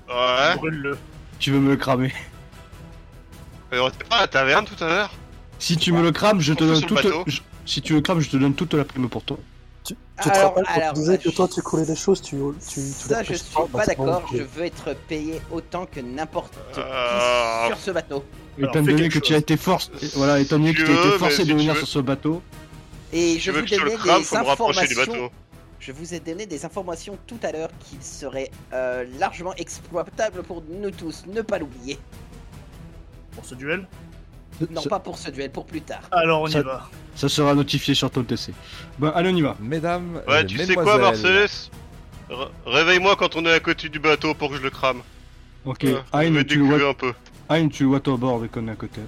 H: Ouais.
F: brûle-le.
C: Tu veux me le cramer.
H: Mais on était pas à la taverne Ah, tout à l'heure
C: Si tu
I: Bah,
C: me le crames, je te
H: On joue
C: donne
H: sur le
C: toute...
H: bateau.
C: je- Si tu le crames, je te donne toute la prime pour toi.
I: Tu te
J: Alors,
I: rappelles quand
J: alors,
I: tu disais
J: bah,
I: que toi
J: je-
I: tu coulais des choses, tu, tu, tu les
J: Ça, je
I: pêches
J: suis
I: bah,
J: pas
I: c'est bon,
J: d'accord.
I: tu-
J: Je veux être payé autant que n'importe qui
H: Euh,
J: sur ce bateau.
F: Alors,
C: Étant
F: fais
C: donné
F: quelque
C: que tu as
F: chose.
C: été forcé, voilà, étant donné
H: Si
C: que tu
H: tu
C: as été
H: veux,
C: forcé
H: mais
C: de
H: si tu
C: venir
H: veux.
C: sur ce bateau,
J: Et
H: Tu
J: je
H: veux
J: vous
H: que je te le
J: donnais
H: crame,
J: des
H: faut me rapprocher du bateau.
J: informations. Je vous ai donné des informations tout à l'heure qui seraient euh, largement exploitables pour nous tous. Ne pas l'oublier.
F: Pour ce duel.
J: Non,
C: ça,
J: pas pour ce duel, pour plus tard.
F: Alors, on y
C: Ça-
F: va.
C: ça sera notifié sur ton TC. Bah, allez, on y va.
A: Mesdames,
H: Ouais,
A: et
H: tu sais
A: mesdemoiselles,
H: quoi, Marcellus Re- Réveille-moi quand on est à côté du bateau pour que je le crame.
C: Ok,
H: Euh, je
C: Ayn,
H: vais
C: tu le
H: décuver
C: vois,
H: un peu.
C: Ayn, tu le vois toi au bord des connes à côté.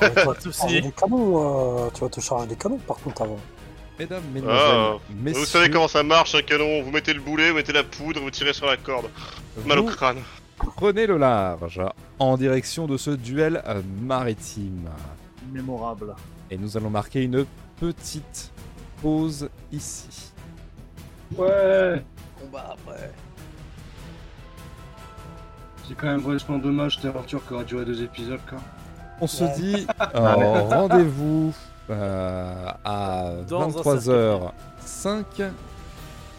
I: Ah, mais toi, tu
F: Pas de
I: vas te
F: soucis.
I: charger des canons, euh, tu vas te charger des canons par contre avant.
A: mesdames, mesdemoiselles, messieurs,
H: Ah, Vous savez comment ça marche un canon, vous mettez le boulet, vous mettez la poudre, vous tirez sur la corde. Mal au
A: vous
H: crâne.
A: prenez le large en direction de ce duel euh, maritime.
F: Mémorable.
A: Et nous allons marquer une petite pause ici.
C: Ouais,
J: Combat après.
C: c'est quand même vraiment dommage cette aventure qui aura duré deux épisodes, quoi.
A: On se
I: Ouais.
A: dit euh, rendez-vous euh, à
G: Dans un
A: 23h05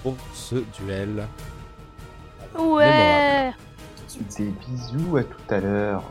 A: pour ce duel.
B: Ouais
D: Des bisous à tout à l'heure.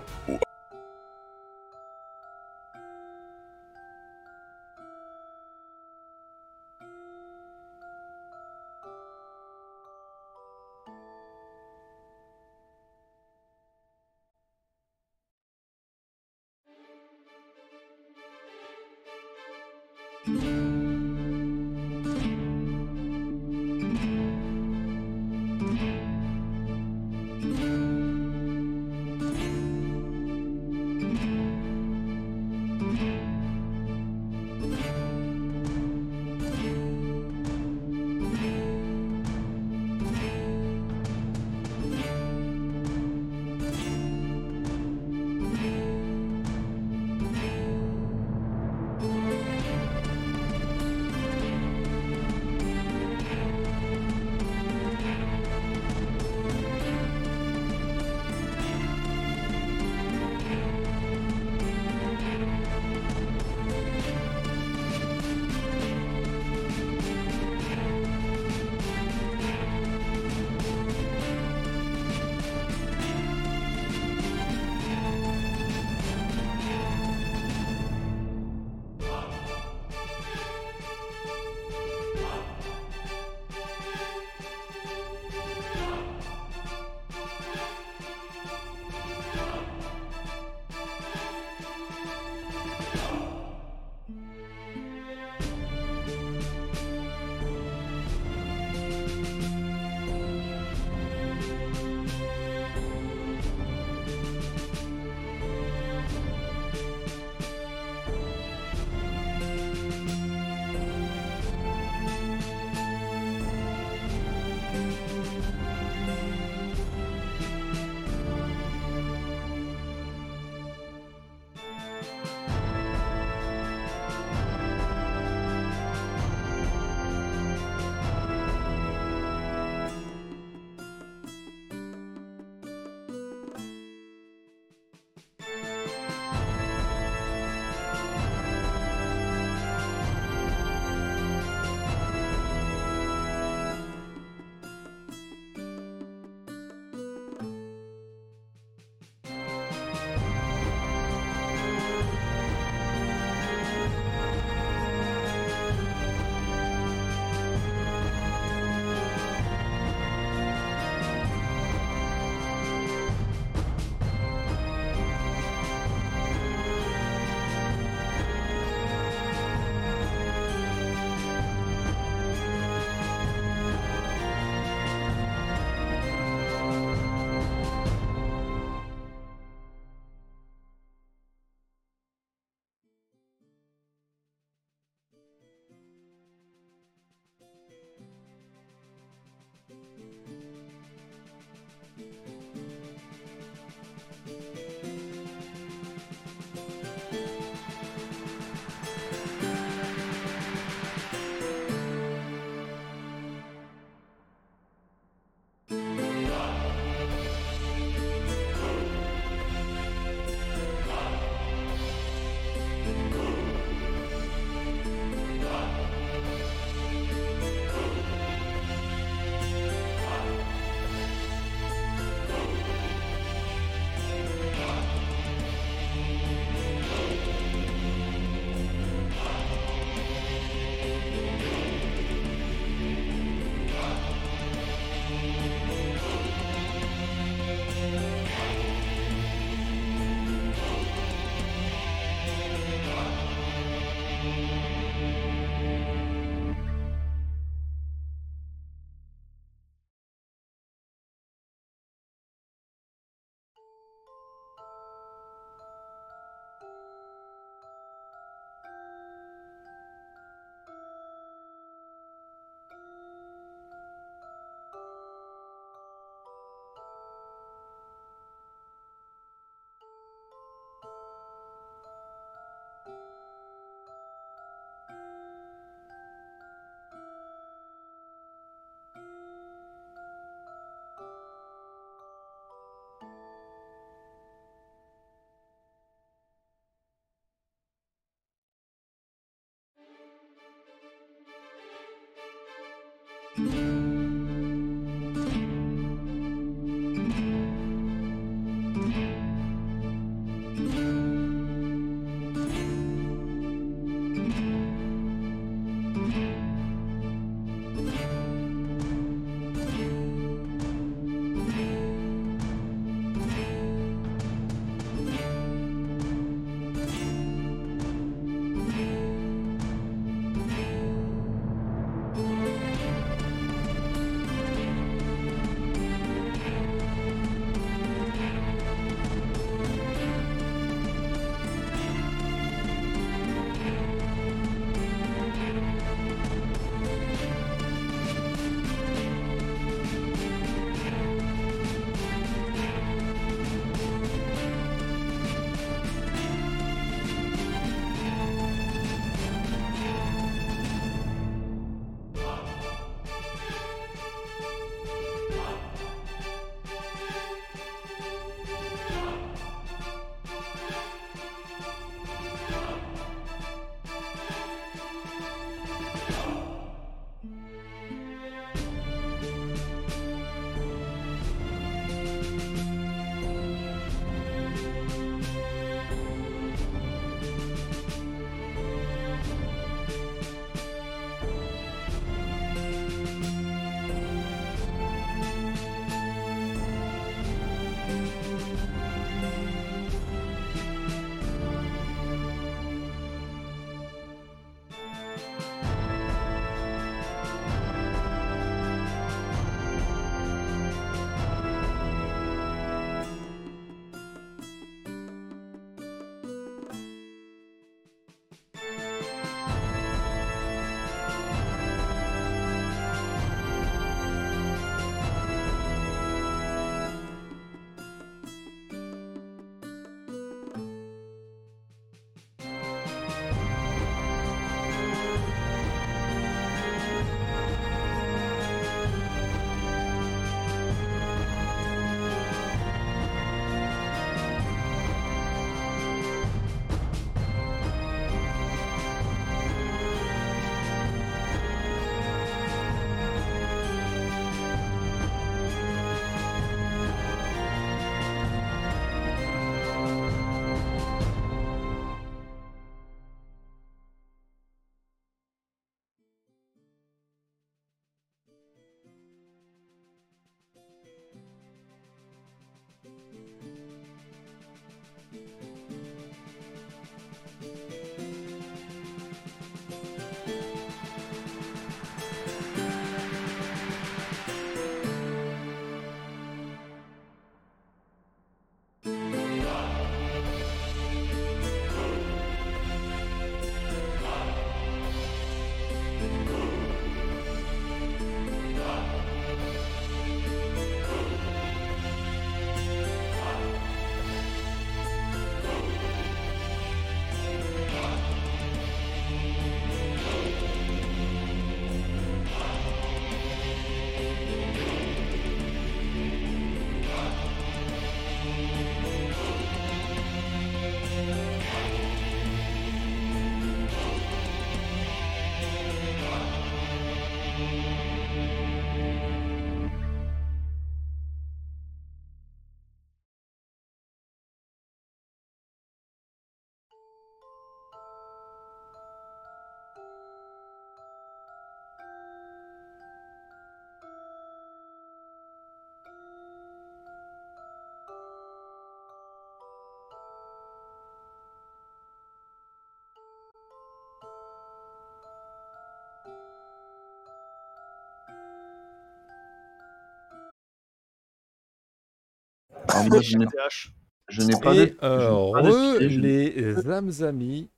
D: Alors Ah, moi, je n'ai-
F: TH.
D: je n'ai pas
A: Et
D: de- je
A: euh,
D: n'ai pas
A: re,
D: d'affiché, je n'ai-
A: les âmes amis.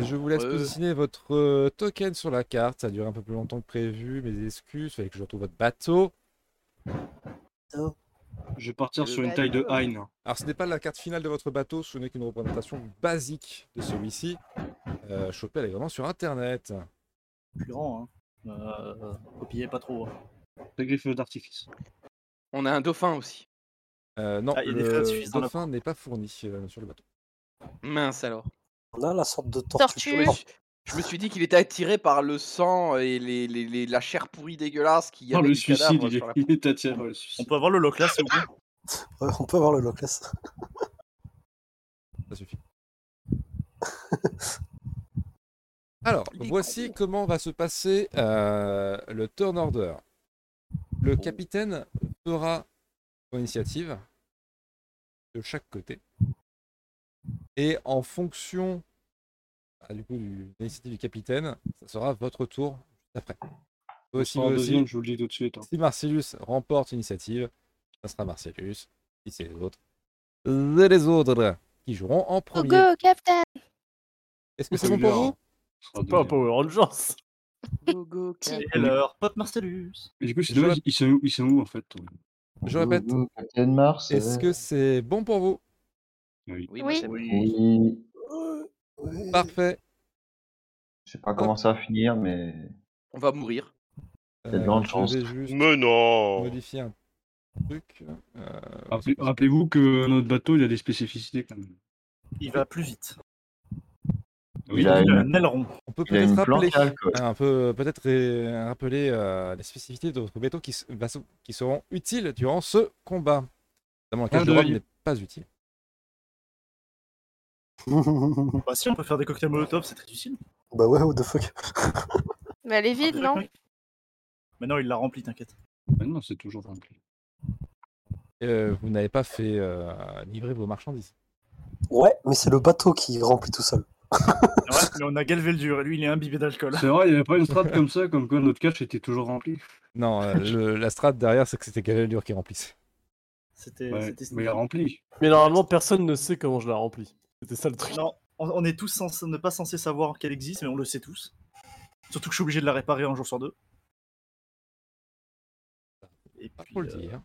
A: Je vous laisse
E: Re.
A: positionner votre euh, token sur la carte. Ça dure un peu plus longtemps que prévu. Mes excuses. Fallait que je retrouve votre bateau.
C: Je vais partir
J: Le
C: sur une taille de Hein.
A: Alors, ce n'est pas la carte finale de votre bateau. Ce n'est qu'une représentation basique de celui-ci. Euh, chopée, elle est vraiment sur Internet.
F: Plus grand, hein. Euh, copiez pas trop. hein.
C: Le griffe d'artifice.
E: On a un dauphin aussi.
A: Euh, non,
F: Ah, il y a des
A: le
F: phrases suffisantes
A: dauphin n'est pas fourni euh, sur le bateau.
E: Mince alors.
I: On a la sorte de tortue.
B: Tortue.
E: Oui, Je me suis dit qu'il était attiré par le sang et les, les- les- la chair pourrie dégueulasse qu'il y
C: Oh,
E: avait
C: le
E: du cadavre
C: suicide, il est,
E: sur la-
C: il est attiré par le
F: On
C: suicide.
F: peut avoir le Loch Ness, s'il vous plaît
I: Ouais, Euh, on peut avoir le Loch Ness.
A: Ça suffit. Alors, voici comment va se passer euh, le turn order. Le capitaine fera son initiative de chaque côté. Et en fonction ah, du coup, du- de l'initiative du capitaine, ça sera votre tour après.
C: On
A: Voici,
C: sera en
A: voici-
C: deuxième, je vous le dis tout de suite. hein.
A: si Marcellus remporte l'initiative, ça sera Marcellus. Si c'est les autres, c'est les autres qui joueront en
B: Go,
A: premier.
B: Oh, go, Captain
A: Est-ce que c'est bon pour
C: Spoiler.
A: vous
C: On sera en
G: Pas un
C: deuxième.
G: Power Rangers.
F: Et alors, pote Marcellus
C: Et du coup, c'est
A: Je
C: dommage, ils sont, ils sont où en fait ton-
A: Je répète.
D: Go, go, Captain Mars.
A: Est-ce
D: euh,
A: que c'est bon pour vous
C: Oui.
J: Oui, moi,
B: Oui.
J: c'est bon.
D: Oui.
A: Parfait.
D: Je sais pas comment ça va finir, mais
E: On va mourir.
D: de
A: Euh,
D: grande
A: je
D: chance.
A: vais juste
H: Mais non
A: modifier un truc. Euh,
C: Rappelez- Rappelez-vous que notre bateau, il a des spécificités quand même.
F: Il va plus vite.
D: Il a
F: Il a
D: une-
F: un aileron.
A: on peut
D: il a
A: peut-être
D: une
A: rappeler,
D: planque à alcool.
A: un peu peut-être euh, rappeler euh, les spécificités de votre bateau qui, s- vaisseau- qui seront utiles durant ce combat. Notamment le
C: Clin
A: cas de Rome
C: d'œil.
A: n'est pas utile.
F: Bah si, on peut faire des cocktails molotov, c'est très utile.
I: bah ouais, what the fuck.
B: Mais elle est vide, non
F: Mais non, il l'a rempli, t'inquiète.
C: Maintenant, c'est toujours rempli.
A: Euh, vous n'avez pas fait euh, livrer vos marchandises.
I: Ouais, mais c'est le bateau qui remplit tout seul.
F: Ouais, mais on a Galveldur et lui, il est imbibé d'alcool.
C: C'est vrai, il n'y avait pas une strate comme ça, comme quoi notre cache était toujours rempli.
A: Non, euh, le- la strate derrière, c'est que c'était Galilure qui remplissait.
F: C'était.
C: Ouais,
F: c'était-
C: mais il est rempli.
G: Mais normalement, personne ne sait comment je la remplis. C'était ça le truc.
F: Non, on, on est tous cens- ne pas censés savoir qu'elle existe, mais on le sait tous. Surtout que je suis obligé de la réparer un jour sur deux. Et
A: Pas
F: puis,
A: pour le
F: euh,
A: dire.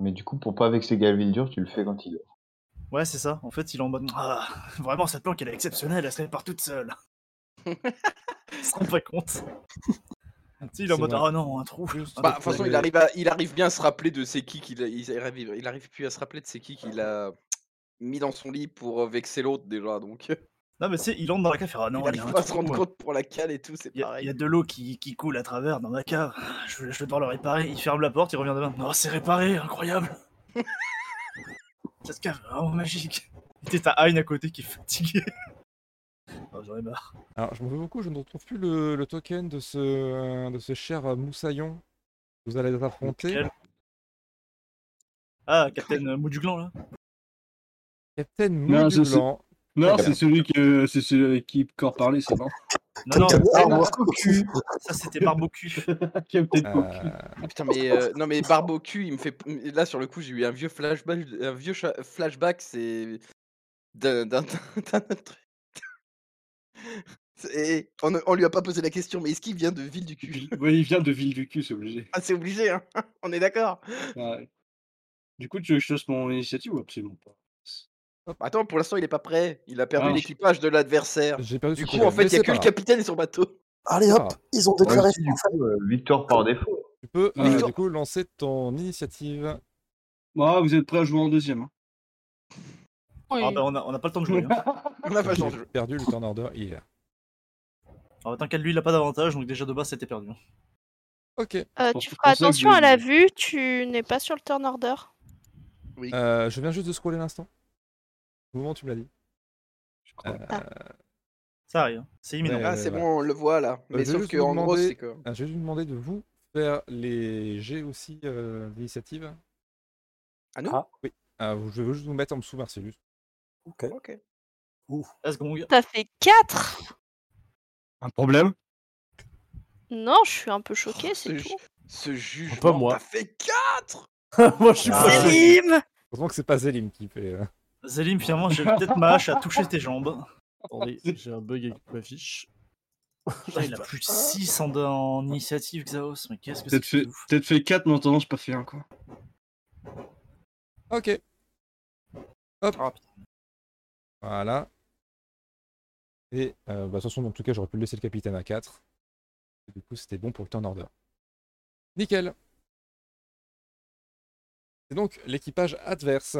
D: Mais du coup, pour pas vexer Galvildur, tu le fais quand il dort.
F: Ouais, c'est ça. En fait, il est en mode Ah, vraiment, cette planque, elle est exceptionnelle, elle se répare toute seule. il se rend pas compte. Tu sais, il est en
A: C'est
F: mode
A: vrai.
F: Ah non, un trou.
A: Juste Euh,
E: Bah, de
A: pour
E: toute façon, il
A: le-
E: arrive, à- il arrive bien à se rappeler de c'est qui qu'il a- il arrive, il arrive plus à se rappeler de c'est qui qu'il a mis dans son lit pour euh, vexer l'autre déjà. Donc,
F: Non, mais tu sais, il entre dans la cave, il fait Ah non,
E: il
F: il y a
E: arrive
F: un
E: pas à se
F: trou.
E: rendre compte pour la cale et tout, c'est
F: Il y, a, il
E: pareil.
F: y a de l'eau qui, qui coule à travers dans ma cave. Je, vais- je vais devoir le réparer. Il ferme la porte, il revient demain. Oh, c'est réparé, incroyable. Cette cave est vraiment magique. Et t'as Ayn à côté qui est fatigué. Oh, J'en ai marre.
A: Alors, je m'en veux beaucoup, je ne retrouve plus le, le token de ce, de ce cher euh, moussaillon que vous allez affronter.
F: Lequel Ah, Captain euh, Mouduglan là
A: Captain
C: Non,
A: Mou
C: ça,
A: du
C: c'est-
A: Blanc.
C: Non, c'est celui, que, c'est celui avec qui Cor parlait, c'est bon.
F: Non, non,
I: Captain
E: ah,
F: ça,
I: Armor.
F: Barbecu. Ça c'était Barbecu.
C: Captain
A: euh,
C: Cook.
E: Ah, putain, mais euh, non, mais Barbecu, il me fait. Là, sur le coup, j'ai eu un vieux flashback, un vieux cha- flashback, c'est d'un d'un- d'un autre truc. C'est- Et on, ne- on lui a pas posé la question, mais est-ce qu'il vient de Ville du cul
C: Ouais, il vient de Ville du cul, c'est obligé.
E: Ah, c'est obligé, hein on est d'accord.
C: Ouais. Du coup, tu veux que je fasse mon initiative ou absolument pas
E: Attends, pour l'instant, il est pas prêt. Il a perdu
C: Ah.
E: l'équipage de l'adversaire.
A: J'ai perdu
E: Du
A: ce
E: coup,
A: token,
E: en fait,
A: mais
E: il y a
A: c'est
E: que
A: pas
E: le
A: grave.
E: capitaine et son bateau.
I: Allez hop,
A: Ah.
I: ils ont
D: Ouais,
I: déclaré
D: aussi, du coup, euh, Victor par défaut.
A: Tu peux euh,
C: Victor.
A: du coup lancer ton initiative.
C: Ah, vous êtes prêts à jouer en deuxième. hein
F: Ah bah on a, on a pas le temps de jouer. Hein.
E: On a pas
A: J'ai
E: changé.
A: perdu le turn order hier.
F: Alors t'inquiète, bah, lui il a pas d'avantage donc déjà de base c'était perdu. hein.
A: Ok,
B: Euh,
C: Pour-
B: Tu
C: pour
B: feras
C: ça que je
B: attention à
C: le
B: la vue, tu n'es pas sur le turn order.
A: euh, je viens juste de scroller l'instant. Au moment où tu me l'as dit. Euh,
C: Je crois.
F: Ça arrive, hein. c'est imminent.
A: Ouais.
E: Ah, c'est
A: Euh,
E: bon, on le voit là.
A: je
E: Mais
A: vais
E: sauf
A: juste
E: que,
A: vous
E: en gros,
A: demander-
E: c'est que.
A: Ah, je vais vous demander de vous faire les jets aussi euh, d'initiative.
E: À nous
I: Ah.
A: Ah, vous- je vais juste vous mettre en dessous Marcellus.
E: Ok.
F: Let's go, mon gars.
B: T'as fait 4
C: Un problème
B: Non, je suis un peu choquée, c'est
E: ju-
B: tout.
E: Ce jugement.
G: Pas moi.
E: T'as fait 4
G: Moi, je suis
F: Ah,
G: pas
F: ouais.
G: choqué.
B: Zélim
A: Heureusement que c'est pas Zélim qui fait. euh,
F: Zélim, finalement j'ai peut-être ma hache à toucher tes jambes.
G: Attendez, j'ai un bug avec ma fiche.
F: Putain, il a plus de 6 en, en initiative, Xaos. Mais qu'est-ce que c'est
C: Peut-être
F: que ce
C: fait,
F: ouf.
C: peut fait 4, mais en tendance, pas fait 1, quoi.
A: Ok. Hop.
F: Ah,
A: Voilà. Et euh, bah, de toute façon, en tout cas, j'aurais pu laisser le capitaine à 4. Du coup, c'était bon pour le turn order. Nickel. C'est donc l'équipage adverse.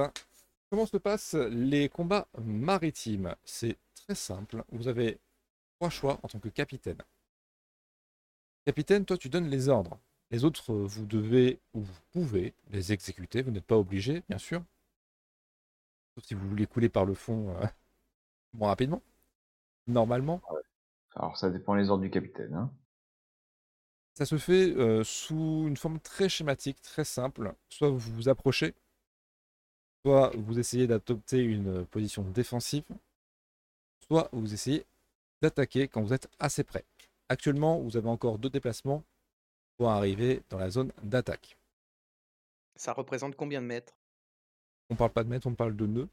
A: Comment se passent les combats maritimes C'est très simple. Vous avez trois choix en tant que capitaine. Capitaine, toi, tu donnes les ordres. Les autres, euh, vous devez ou vous pouvez les exécuter. Vous n'êtes pas obligé, bien sûr. Sauf si vous voulez couler par le fond euh, moins rapidement. Normalement,
D: Alors ça dépend les ordres du capitaine. Hein.
A: ça se fait euh, sous une forme très schématique, très simple. Soit vous vous approchez, soit vous essayez d'adopter une position défensive, soit vous essayez d'attaquer quand vous êtes assez près. Actuellement, vous avez encore deux déplacements pour arriver dans la zone d'attaque.
E: Ça représente combien de mètres
A: On parle pas de mètres, on parle de nœuds.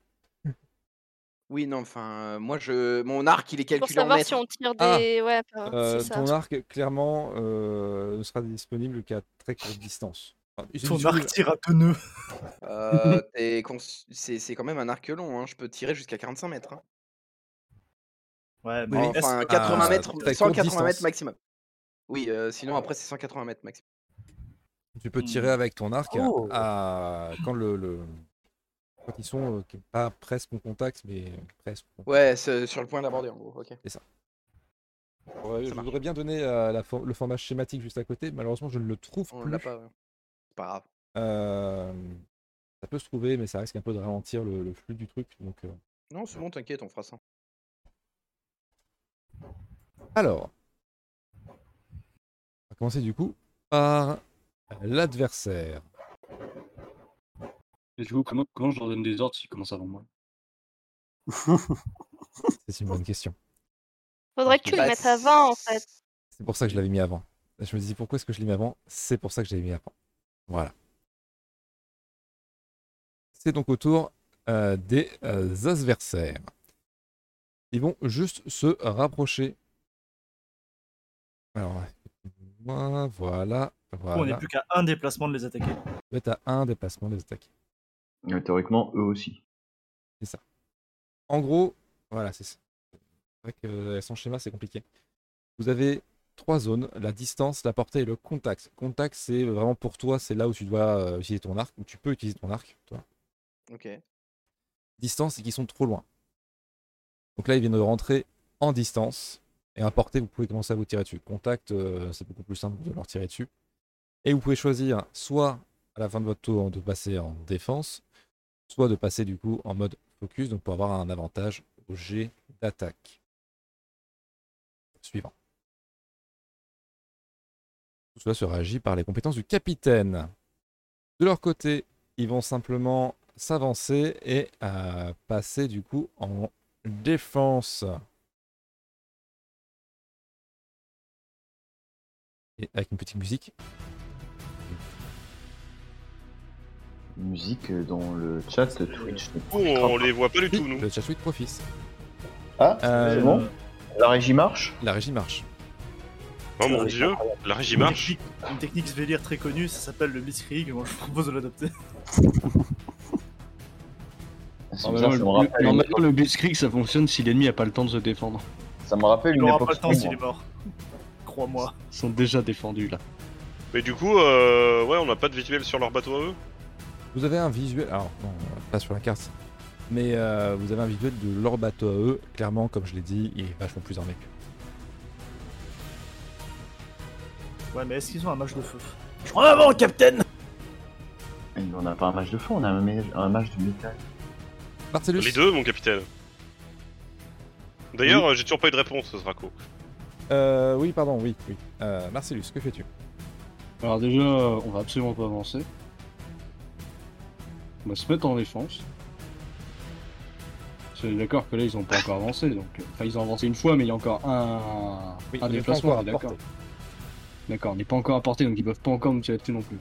E: Oui, non, enfin, euh, moi, je, mon arc, il est
B: Pour
E: calculé en
B: savoir
E: mètres.
B: si on tire
C: Ah.
B: des. ouais,
F: Ah,
B: enfin,
A: Euh,
B: c'est ça.
A: ton arc, clairement, euh, ne sera disponible qu'à très courte distance. Enfin, il
F: Ton
A: suffit-
F: arc tire à deux nœuds.
E: Euh, t'es cons- c'est c'est quand même un arc long, hein. je peux tirer jusqu'à 45 mètres. hein.
F: Ouais,
A: Oui, mais
E: enfin, 80
A: Ah,
E: mètres,
A: très courte
E: 180
A: distance.
E: mètres maximum. Oui, euh, sinon après c'est 180 mètres maximum.
A: Tu peux tirer avec ton arc à-
I: Oh.
A: à, quand le, le- quand ils sont euh, qui- pas presque en contact, mais presque.
E: Ouais, c'est sur le point d'aborder en gros, ok.
A: Ouais, je
E: marche.
A: voudrais bien donner euh, la for- le format schématique juste à côté. Malheureusement, je ne le trouve
E: On
A: plus.
E: l'a pas. ouais. C'est pas grave.
A: Euh, ça peut se trouver, mais ça risque un peu de ralentir le, le flux du truc. Donc, euh.
E: Non, c'est bon, t'inquiète, on fera ça.
A: alors, on va commencer du coup par l'adversaire.
C: Et du coup, comment, comment je leur donne des ordres s'ils commencent avant moi
A: C'est une bonne question.
B: Faudrait que tu le
E: Bah,
B: mettes avant en fait.
A: C'est pour ça que je l'avais mis avant. Je me dis pourquoi est-ce que je l'ai mis avant C'est pour ça que je l'ai mis avant. Voilà. C'est donc au tour euh, des euh, adversaires. Ils vont juste se rapprocher. Alors, moi, voilà,
F: On n'est
A: voilà.
F: plus qu'à un déplacement de les attaquer.
A: Vous êtes à un déplacement des attaques.
D: Euh, Théoriquement, eux aussi.
A: En gros, voilà, c'est ça. C'est vrai que euh, sans schéma, c'est compliqué. Vous avez trois zones, la distance, la portée et le contact. Contact, c'est vraiment pour toi, c'est là où tu dois euh, utiliser ton arc, où tu peux utiliser ton arc. Toi.
E: Ok.
A: Distance, c'est qu'ils sont trop loin. Donc là, ils viennent de rentrer en distance. Et à portée, vous pouvez commencer à vous tirer dessus. Contact, euh, c'est beaucoup plus simple de leur tirer dessus. Et vous pouvez choisir soit à la fin de votre tour de passer en défense, soit de passer du coup en mode focus, donc pour avoir un avantage au jet d'attaque. Suivant. Tout cela sera agi par les compétences du capitaine. De leur côté, ils vont simplement s'avancer et euh, passer du coup en défense. Et avec une petite musique.
D: Musique euh, dans le chat Twitch. ne
H: Bon,
D: profitera
H: on les voit pas du
A: Oui,
H: tout, nous.
A: le Chachouit profite.
D: pas. Ah,
A: Euh,
D: c'est bon La régie marche
A: La régie marche.
H: Oh mon dieu, la régie marche.
F: Une technique- Une technique svelir très connue, ça s'appelle le blitzkrieg. Moi, je vous propose de l'adopter.
D: Ah,
N: Oh,
D: C'est bizarre, ça me rappelle une-
C: Normalement, le Blitzkrieg, ça fonctionne si l'ennemi a pas le temps de se défendre.
D: ça me rappelle
F: Il
D: une
F: n'aura pas
D: époque
F: le temps s'il est
D: sombre.
F: mort. Crois-moi.
C: Ils sont déjà défendus là.
H: Mais du coup, euh, ouais, on n'a pas de visuel sur leur bateau à eux.
A: Vous avez un visuel, alors non, pas sur la carte, mais euh, vous avez un visuel de leur bateau à eux. Clairement, comme je l'ai dit, il est vachement plus armé. qu'eux.
F: Ouais, mais est-ce qu'ils ont un match de feu
G: Je prends avant, capitaine
D: Et On n'a pas un match de fond, on a un, ma- un match de métal.
A: Marcellus,
H: Les deux, mon capitaine. D'ailleurs, euh, j'ai toujours pas eu de réponse, ce Draco.
A: Euh, oui, pardon, oui, oui. Euh, Marcellus, que fais-tu
C: Alors déjà, euh, on va absolument pas avancer. On va se mettre en défense. Je suis d'accord que là, ils ont pas encore avancé. Donc, euh, enfin, ils ont avancé une fois, mais il y a encore un,
A: Oui, on
C: un
A: est pas
C: déplacement.
A: encore à
C: ah, D'accord.
A: portée.
C: D'accord, on n'est pas encore à portée, donc ils peuvent pas encore nous tirer dessus non plus.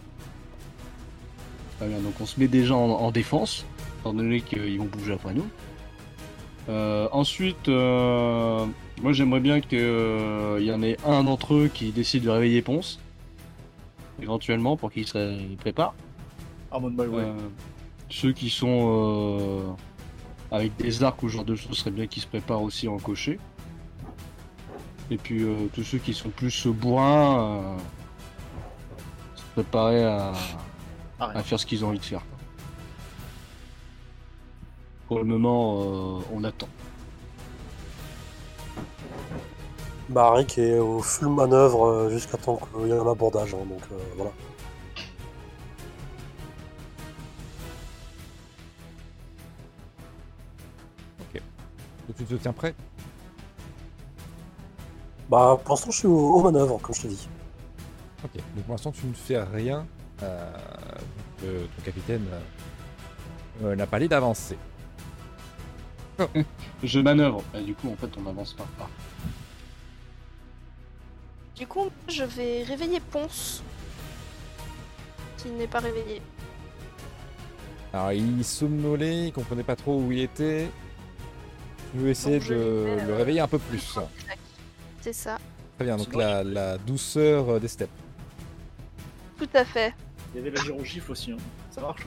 C: Très bien, donc on se met déjà en, en défense, étant donné qu'ils vont bouger après nous. Euh, ensuite, euh, moi j'aimerais bien qu'il y en ait un d'entre eux qui décide de réveiller Ponce, éventuellement, pour qu'il se ré- prépare.
F: Ah, mode mal, ouais.
C: Euh, ceux qui sont euh, avec des arcs ou ce genre de choses, serait bien qu'ils se préparent aussi à en cocher. Et puis euh, tous ceux qui sont plus bourrins, euh, se préparer à,
F: Ah ouais.
C: à faire ce qu'ils ont envie de faire. quoi. Pour le moment, euh, on attend.
I: Bah, Rick est au full manœuvre euh, jusqu'à temps qu'il y ait un abordage, hein, donc euh, voilà.
A: Tu te tiens prêt
I: Bah, pour l'instant, je suis aux, aux manœuvres, comme je te dis.
A: Ok, donc pour l'instant tu ne fais rien. euh, euh, ton capitaine euh, euh, n'a pas l'air d'avancer.
C: Je manœuvre. Bah, du coup, en fait, on n'avance pas. Ah.
B: Du coup, je vais réveiller Ponce. Qui n'est pas réveillé.
A: Alors il somnolait, il comprenait pas trop où il était. Tu veux essayer
B: je
A: de
B: l'ai fait,
A: le
B: euh,
A: réveiller un peu plus.
B: C'est ça.
A: Très bien, donc la, la douceur euh, des steppes.
B: Tout à fait.
F: Il y avait la gyrogifle aussi, hein. ça marche.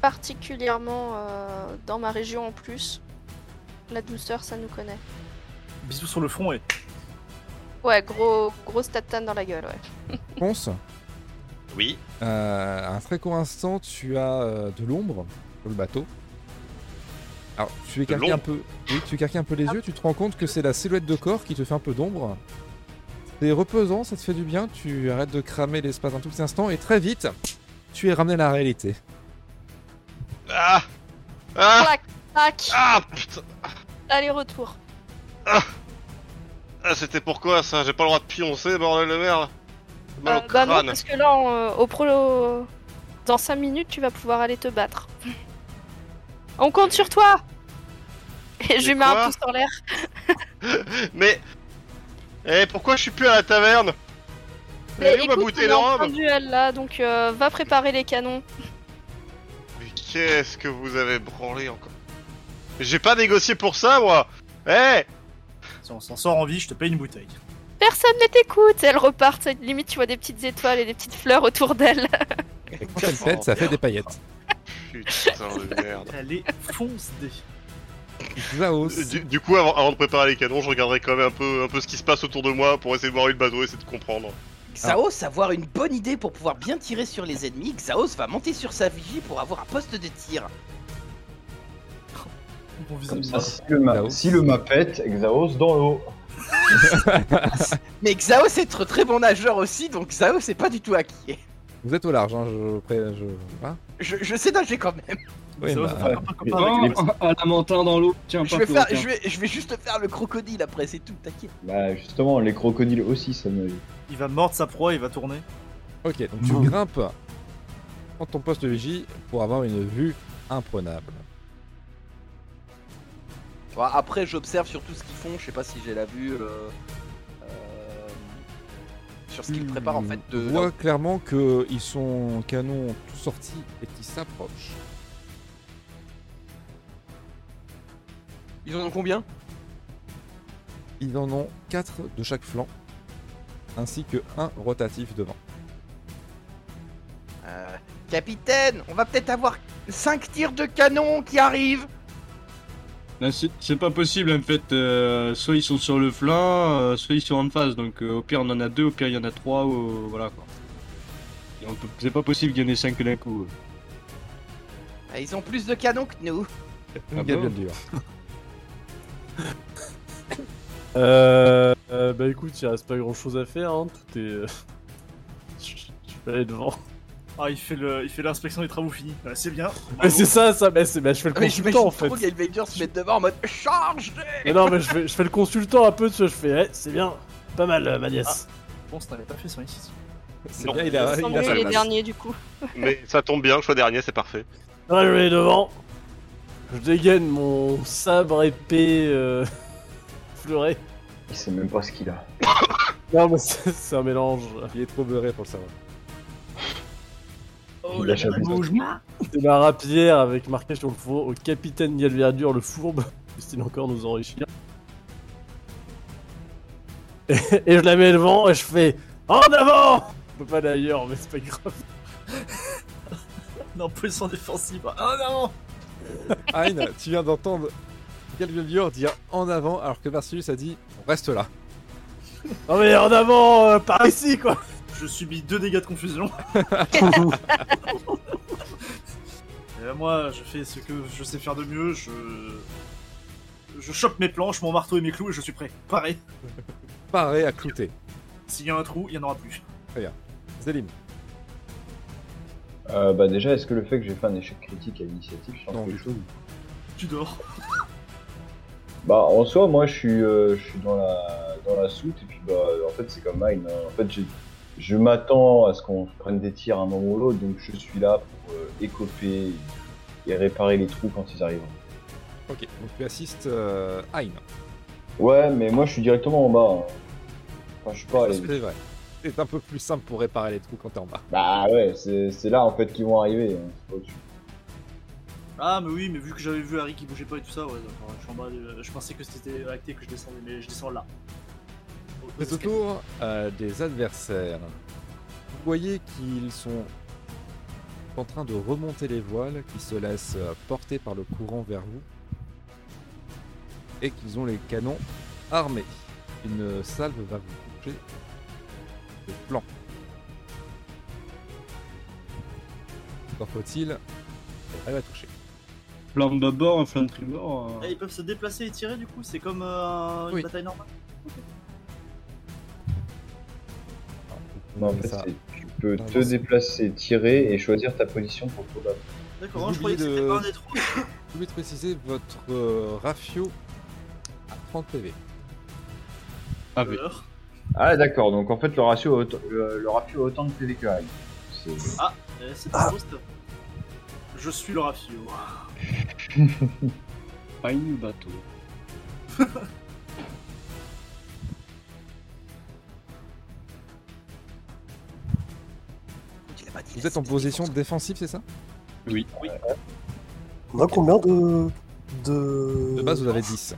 B: Particulièrement euh, dans ma région en plus. La douceur, ça nous connaît.
F: Bisous sur le front et.
B: Ouais, gros, grosse tatane dans la gueule, ouais.
A: Ponce,
H: Oui.
A: euh, à un très court instant, tu as euh, de l'ombre sur le bateau. Alors, tu écarquilles un
H: l'ombre
A: peu, oui, tu écarquilles un peu les yeux, tu te rends compte que c'est la silhouette de corps qui te fait un peu d'ombre. C'est reposant, ça te fait du bien, tu arrêtes de cramer l'espace un tout petit instant et très vite, tu es ramené à la réalité.
H: Ah Ah
B: Tac,
H: Ah putain
B: aller-retour.
H: Ah, C'était pourquoi ça J'ai pas le droit de pioncer, bordel de merde Mal au
B: Euh, bah non,
H: crâne.
B: parce que là, en, euh, au prolo, dans 5 minutes, tu vas pouvoir aller te battre. On compte sur toi Et je lui mets
H: quoi
B: un pouce en l'air.
H: Mais. Eh, pourquoi je suis plus à la taverne Mais
B: Mais
H: elle est où ma
B: écoute, on
H: bouteille
B: est
H: de
B: en fin
H: rhum
B: de duel là, donc euh, va préparer les canons.
H: Mais qu'est-ce que vous avez branlé encore J'ai pas négocié pour ça, moi Eh
F: Si on s'en sort en vie, je te paye une bouteille.
B: Personne ne t'écoute Et Elle repart, c'est- limite tu vois des petites étoiles et des petites fleurs autour d'elle.
A: Et quand elle pète,
F: Oh,
A: ça fait des paillettes.
H: Putain de merde.
F: Elle est foncée.
A: Zaos.
H: Du, du coup, avant, avant de préparer les canons, je regarderai quand même un peu, un peu ce qui se passe autour de moi pour essayer de voir une bateau et essayer de comprendre.
E: Xaos, avoir une bonne idée pour pouvoir bien tirer sur les ennemis, Xaos va monter sur sa vigie pour avoir un poste de tir.
F: Bon, visiblement.
O: Comme ça, si le, mât,
A: Xaos.
O: si le mât pète, Xaos dans l'eau.
E: Mais Xaos est tr- très bon nageur aussi, donc Xaos est pas du tout acquis.
A: Vous êtes au large, hein, je... pré- je... hein
E: Je, je sais nager quand même.
A: Oui,
F: Ça va,
A: bah,
F: ça fait un copain
C: Oh,
F: avec les-
C: un lamentin dans l'eau. Tiens,
E: Je
C: pas
E: vais,
C: Flo,
E: faire,
C: tiens.
E: je, vais, je vais juste faire Ah, le crocodile après, c'est tout, t'inquiète.
O: Bah justement, les crocodiles aussi, ça me...
F: Il va mordre sa proie, il va tourner.
A: Ok, donc tu
I: Bon.
F: Mmh.
A: grimpes dans ton poste de vigie pour avoir une vue imprenable.
E: Bon, après, j'observe sur tout ce qu'ils font, je sais pas si j'ai la vue. euh, euh, sur ce
C: Hmm.
E: qu'ils préparent en fait
A: Tu
E: de.
A: vois clairement que ils sont canons tout sortis et qui s'approchent.
E: Ils en ont combien
A: Ils en ont 4 de chaque flanc, ainsi que un rotatif devant.
E: Euh, Capitaine, on va peut-être avoir 5 tirs de canon qui arrivent
C: Là, c'est- C'est pas possible en fait. euh, soit ils sont sur le flanc, euh, soit ils sont en face. Donc euh, au pire on en a deux, au pire il y en a trois, ou voilà quoi. Et on peut- C'est pas possible qu'il y en ait cinq d'un coup. euh.
E: Ah, Ils ont plus de canons que nous.
C: Ah
A: Gabriel
C: bon
A: Dur.
N: Euh, euh, bah écoute, il reste pas grand chose à faire, hein. tout est. euh, Je je vais aller devant.
F: Ah, il fait le, il fait l'inspection des travaux finis. Ah, c'est bien.
N: Mais c'est ça, ça, mais, c'est- bah, je fais le
E: Ah,
F: Ah,
E: Mais
N: consultant
E: j'imagine
N: en fait.
E: trop Galvader se mettre devant en mode charge
N: Mais non, mais je fais, je fais le consultant un peu, tu vois, je fais, eh, c'est bien, pas mal, euh, ma nièce.
F: Bon, ça n'avait pas fait ça ici.
A: C'est
H: Non.
A: bien, il a,
B: Sans
A: il a
B: lui,
A: sa
B: les
A: place.
B: derniers du coup.
H: Mais ça tombe bien, le choix dernier, c'est parfait.
N: Là, je vais aller devant. Je dégaine mon sabre épée euh, fleuré.
O: Il sait même pas ce qu'il a.
N: Non, mais c'est c'est un mélange.
A: Il est trop beurré pour le savoir.
F: Oh,
O: Il a jamais-
N: C'est ma rapière avec marqué sur le fourreau au capitaine Galverdur, le fourbe, puisse-t-il encore nous enrichir. Et, et je la mets devant et je fais En avant On peut pas d'ailleurs, mais c'est pas grave.
F: Non, position défensive. Ah non
A: Ayn, tu viens d'entendre Gabriel Dur dire en avant, alors que Marcellus a dit on reste là.
N: Non, mais en avant, euh, par ici quoi
F: Je subis deux dégâts de confusion. Et là, moi, je fais ce que je sais faire de mieux. Je, je chope mes planches, mon marteau et mes clous et je suis prêt. Pareil.
A: paré à clouter.
F: S'il y a un trou, il n'y en aura plus.
A: Zélim.
O: Euh, bah déjà, est-ce que le fait que j'ai fait un échec critique à l'initiative change
A: Non,
O: quelque
A: du
O: chose
F: Tu dors.
O: Bah en soi, moi je suis, euh, je suis dans, la, dans la soute et puis bah en fait c'est comme mine. hein. En fait, j'ai- je m'attends à ce qu'on prenne des tirs à un moment ou l'autre, donc je suis là pour euh, écoper et réparer les trous quand ils arrivent.
A: Ok, donc tu assistes euh, Ayn.
O: Ouais, mais moi je suis directement en bas. hein. Enfin, je suis pas allé.
A: C'est vrai. C'est un peu plus simple pour réparer les trous quand t'es en bas.
O: Bah ouais, c'est c'est là en fait qu'ils vont arriver. hein. C'est pas au-dessus.
F: Ah, mais oui, mais vu que j'avais vu Harry qui bougeait pas et tout ça, ouais, d'accord, je suis en bas. de- Je pensais que c'était acté que je descendais, mais je descends là. Au- aux
A: C'est au
F: escaliers.
A: tour euh, des adversaires. Vous voyez qu'ils sont en train de remonter les voiles, qui se laissent euh, porter par le courant vers vous, et qu'ils ont les canons armés. Une salve va vous toucher le flanc. Encore faut-il arriver à toucher.
C: Flamme de bâbord, un flamme tribord.
F: Eh, ils peuvent se déplacer et tirer du coup, c'est comme euh, une
A: Oui.
F: bataille normale.
A: Alors, vous pouvez
O: Non, en
A: enlever
O: fait,
A: ça.
O: c'est- tu peux
A: Non,
O: te
A: non, c'est-
O: déplacer, tirer et choisir ta position pour te battre.
F: D'accord,
A: Vous
F: hein, je croyais que
A: oubliez
F: c'était
A: de-
F: pas un des trois.
A: Je voulais préciser votre euh, ratio à 30 PV.
C: Ah oui.
F: Alors,
O: Ah d'accord, donc en fait le ratio a autant, le, le ratio a autant de PV que Hyde. C'est-
F: eh, C'est
A: Ah.
F: un post. Je suis le Ah. rafio.
C: Pas une bateau.
E: Tu l'as pas dit,
A: Vous
E: là,
A: êtes en
E: c'était
A: position
E: défense.
A: défensive, c'est ça
C: Oui.
P: On a combien de. De.
A: De base, vous avez 10.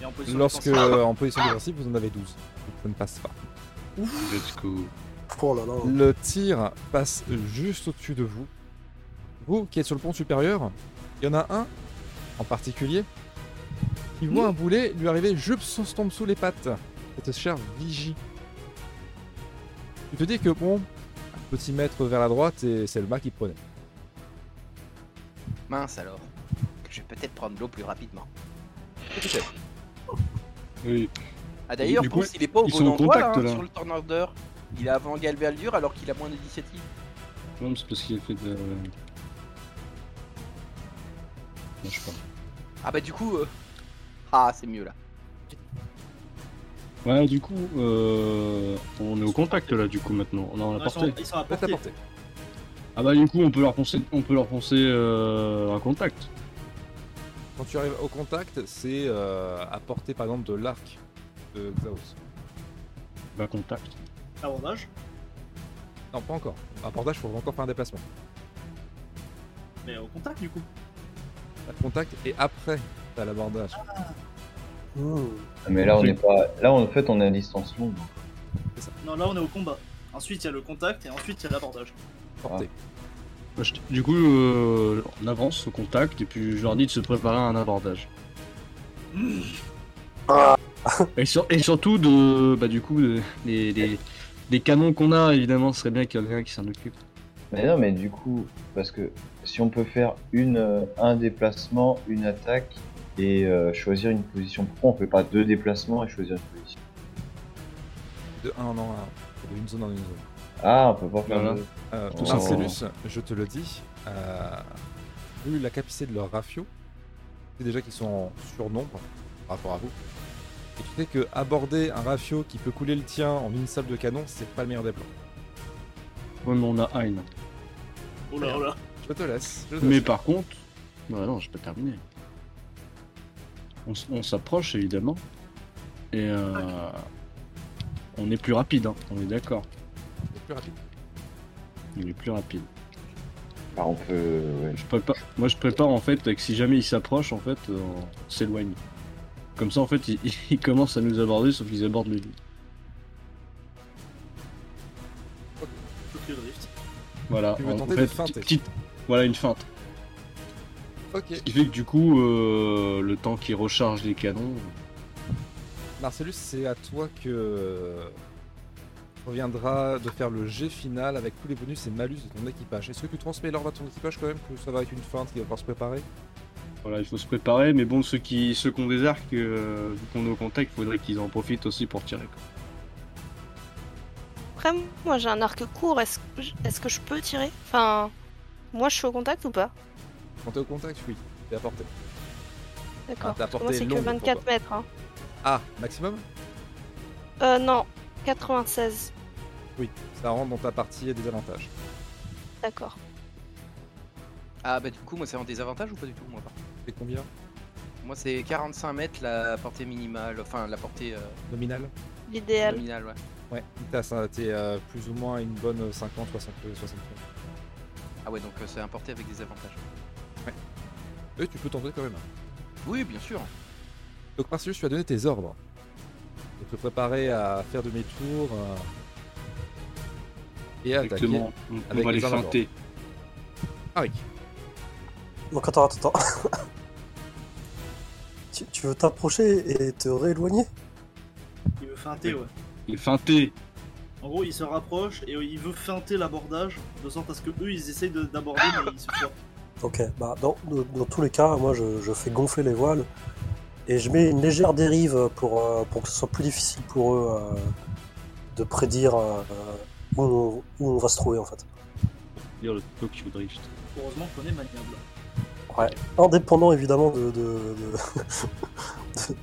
F: Et en position
A: Lorsque
F: défensive.
A: euh, en position défensive, vous en avez 12. Ça ne passe pas.
C: Let's go.
P: Oh là là.
A: Le tir passe juste au-dessus de vous. Vous qui êtes sur le pont supérieur, il y en a un en particulier qui voit un boulet lui arriver juste sans se tomber sous les pattes. Cette chère vigie. Tu te dis que bon, un petit mètre vers la droite et c'est le mât qui prenait.
E: Mince alors. Je vais peut-être prendre l'eau plus rapidement.
C: Oui.
E: Ah d'ailleurs,
C: du coup,
E: Bruce, il est pas au
C: ils
E: bon
C: sont en
E: endroit
C: contact,
E: là, hein,
C: là.
E: sur le turn order. Il est avant Galvaldur alors qu'il a moins d'initiative.
C: Non, mais c'est parce qu'il a fait de. Non, je sais
E: Ah bah du coup. euh, Ah, c'est mieux là.
C: pas. Ouais, du coup, euh... on est au contact là, du coup, maintenant. On est en
F: Non,
C: la
F: ils, sont,
C: portée.
F: ils sont à
A: Porte à
F: portée.
A: portée.
C: Ah bah, du coup, on peut leur foncer, on peut leur foncer euh... un contact.
A: Quand tu arrives au contact, c'est euh, à portée par exemple de l'arc de Xaos.
C: Bah, contact.
F: Avantage.
A: Non, pas encore. À portage, il faut encore faire un déplacement.
F: Mais au contact du coup.
A: T'as le contact et après, t'as l'abordage. Oh.
P: Hmm.
O: Ah, Mais là on est pas. Là en fait on est à distance longue.
F: Non, là on est au combat. Ensuite il y a le contact et ensuite il y a l'abordage.
A: Portée.
C: Bah, je- Du coup, euh, on avance au contact et puis je leur dis de se préparer à un abordage. Et, sur- et surtout de, bah, du coup, de- des, des- des canons qu'on a, évidemment, ce serait bien qu'il y en ait un qui s'en occupe.
O: Mais non mais du coup, parce que si on peut faire une euh, un déplacement, une attaque et euh, choisir une position, pourquoi on fait pas deux déplacements et choisir une position
A: De 1 en 1, d'une zone en une zone.
O: Ah on peut pas faire
C: Voilà.
O: deux.
A: Euh,
O: Oh.
A: Marcellus, je te le dis, euh, vu la capacité de leur rafio, c'est déjà qu'ils sont en surnombre par rapport à vous. Et tu sais que aborder un rafio qui peut couler le tien en une salle de canon, c'est pas le meilleur des plans.
C: Ouais, mais on a Hein.
F: Oh là oh là.
A: Je te laisse. je te
C: Mais
A: laisse.
C: par contre, bah non, j'ai pas terminé. On, s- on s'approche évidemment et euh, on est plus rapide. hein, on est d'accord,
A: C'est plus rapide.
C: on est plus rapide.
O: Bah, on peut. ouais.
C: Je prépare- moi je prépare en fait que si jamais ils s'approchent, en fait, euh, on s'éloigne. Comme ça, en fait, ils, ils commencent à nous aborder, sauf qu'ils abordent le
F: Tokyo Drift.
C: Voilà.
A: Tu veux
C: en
A: tenter
C: fait,
A: de feinter.
C: petite- Voilà une feinte.
A: Ok.
C: Ce qui fait que du coup, euh, le temps qu'ils rechargent les canons.
A: Marcellus, c'est à toi que euh, reviendra de faire le jet final avec tous les bonus et malus de ton équipage. Est-ce que tu transmets l'ordre à ton équipage quand même que ça va être une feinte qui va pouvoir se préparer
N: Voilà, il faut se préparer, mais bon, ceux qui, ceux qui ont des arcs, euh, vu qu'on est au contact, il faudrait qu'ils en profitent aussi pour tirer. quoi.
B: Après, moi j'ai un arc court, est-ce que je- est-ce que je peux tirer Enfin, moi je suis au contact ou pas
A: Quand t'es au contact, oui, t'es à portée.
B: D'accord.
A: Ah, ta
B: parce que moi
A: portée est
B: c'est que
A: longue pour
B: 24 mètres. hein.
A: Ah, maximum
B: Euh, non, 96.
A: Oui, ça rentre dans ta partie des avantages.
B: D'accord.
E: Ah bah du coup moi c'est en désavantage ou pas du tout moi pas
A: C'est combien
E: Moi c'est 45 mètres la portée minimale, enfin la portée euh,
A: Nominal
B: L'idéal.
E: nominale ouais.
A: Ouais, t'as ça, t'es euh, plus ou moins à une bonne euh, 50, 60, 60.
E: Ah ouais donc euh, c'est un porté avec des avantages.
A: Et tu peux tenter quand même.
E: Oui bien sûr.
A: Donc Marcellus, tu as donné tes ordres. Donc te préparer à faire demi-tour euh, et à attaquer.
N: Exactement, on, on
A: Avec
N: va
A: les
N: les
A: armes à
N: feinter.
A: Arik.
I: Donc attends, attends, attends. tu, tu veux t'approcher et te rééloigner
F: Il veut feinter, ouais.
N: Les feinter
F: En gros, il se rapproche et il veut feinter l'abordage de sorte à ce que eux ils essayent de- d'aborder,
A: Ah.
F: mais ils se foirent.
I: Ok, bah dans, dans- dans tous les cas, moi je, je fais gonfler les voiles et je mets une légère dérive pour, euh, pour que ce soit plus difficile pour eux euh, de prédire euh, où, on, où on va se trouver en fait.
N: Dire le Tokyo Drift.
F: Heureusement qu'on est maniable.
I: Ouais. Indépendant évidemment de, de, de- de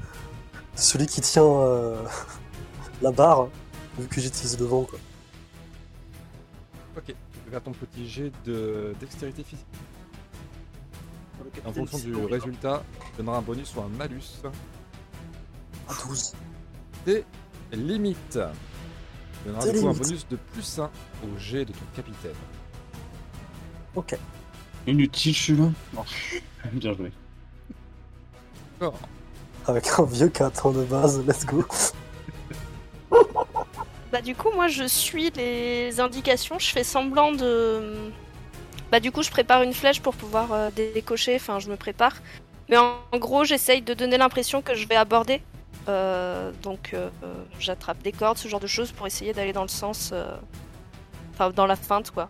I: celui qui tient euh, la barre, vu que j'utilise le vent. Quoi.
A: Ok, tu peux faire ton petit jet de dextérité physique.
F: Pour le
A: En
F: capitaine,
A: fonction
F: c'est
A: du
F: horrible.
A: résultat, tu donneras un bonus ou un malus.
I: À 12.
A: C'est limite. Tu donneras
I: C'est
A: du coup un
I: limite.
A: bonus de plus 1 au jet de ton capitaine.
I: Ok.
N: Inutile, celui-là Non. Bien joué.
A: D'accord.
I: Avec un vieux 4 ans de base, let's go.
B: Bah du coup, moi je suis les indications, je fais semblant de... Bah du coup, je prépare une flèche pour pouvoir euh, décocher, enfin je me prépare. Mais en, en gros, j'essaye de donner l'impression que je vais aborder. Euh, donc euh, euh, j'attrape des cordes, ce genre de choses pour essayer d'aller dans le sens... euh, Enfin, dans la feinte, quoi.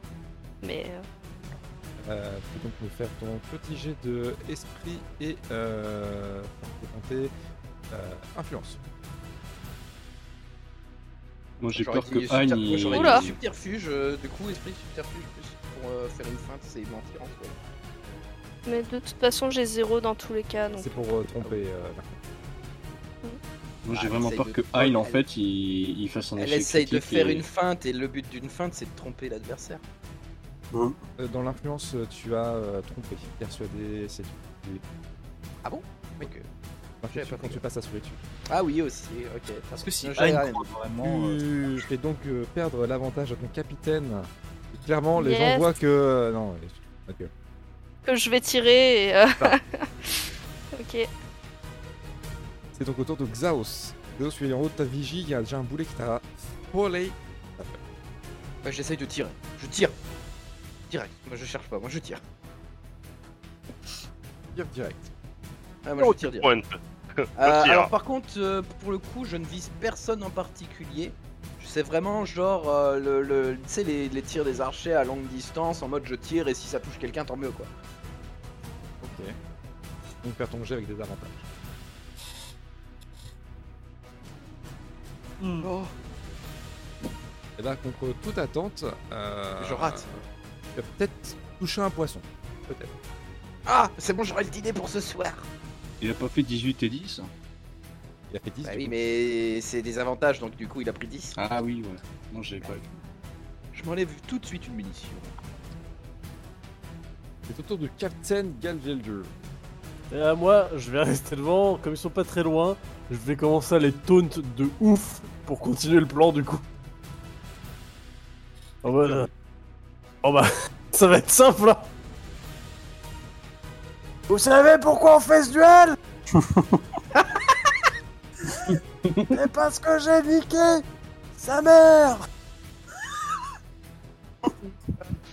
B: Mais... euh,
A: Euh, tu peux donc me faire ton petit jet de esprit et euh, je vais tenter, euh, influence.
N: Moi j'ai
E: J'aurais
N: peur
E: dit
N: que
E: subter-
N: Agne.
E: moi, j'aurais dit
N: il-
B: Oula.
E: subterfuge, euh, du coup esprit subterfuge plus pour euh, faire une feinte c'est mentir en soi.
B: Mais de toute façon, j'ai zéro dans tous les cas, donc...
A: C'est pour euh, tromper. euh, Marc.
N: Moi j'ai
E: Ah,
N: vraiment
E: essaye
N: peur
E: de-
N: que Ayn en
E: elle-
N: fait il, il fasse un
E: Elle
N: échec
E: essaye de
N: critique
E: faire
N: et-
E: une feinte et le but d'une feinte c'est de tromper l'adversaire.
A: Euh, dans l'influence, euh, tu as euh, trompé, persuadé, séduit.
E: Ok.
A: Marcus,
E: pas
A: quand tu
E: compris.
A: passes à solitude.
E: euh, Ah oui aussi, ok.
F: Parce que si Ah,
E: Non, j'avais
F: Ayn
E: rien Hum.
F: croit
E: dit.
F: vraiment. euh,
A: Tu fais donc euh, perdre l'avantage à ton capitaine. Et clairement, les gens
B: Yes.
A: voient que. euh, non, ok.
B: Que je vais tirer et... euh,
A: Ça.
B: ok.
A: C'est donc autour de Xaos. Xaos, tu es en haut de ta vigie, il y a déjà un boulet qui t'a volé.
E: Bah, j'essaye de tirer. Je tire. Direct. Moi je cherche pas, moi je tire.
A: Tire direct.
E: Ah, moi je tire direct.
H: Point.
E: Euh,
H: tire.
E: alors par contre, euh, pour le coup, je ne vise personne en particulier. C'est vraiment genre euh, le, le- tu sais les, les tirs des archers à longue distance en mode je tire et si ça touche quelqu'un tant mieux quoi.
A: Ok. Donc faire ton jet avec des avantages.
F: hmm.
E: Oh.
A: Et là, contre toute attente. euh,
E: Je rate.
A: Tu vas peut-être toucher un poisson. Peut-être.
J: Ah, c'est bon, j'aurai le dîner pour ce soir.
N: Il a pas fait 18 et 10
A: Il a fait 10.
E: Bah
A: du
E: oui
A: coup.
E: mais c'est des avantages donc du coup il a pris 10.
N: Ah oui, ouais. Non, j'avais pas vu.
E: Je m'enlève tout de suite une munition.
A: C'est autour du Captain Galveldur.
G: Et à moi, je vais rester devant. Comme ils sont pas très loin, je vais commencer à les taunt de ouf pour continuer le plan du coup. Oh bah, euh, oh bah, ça va être simple là. Vous savez pourquoi on fait ce duel C'est parce que j'ai niqué sa mère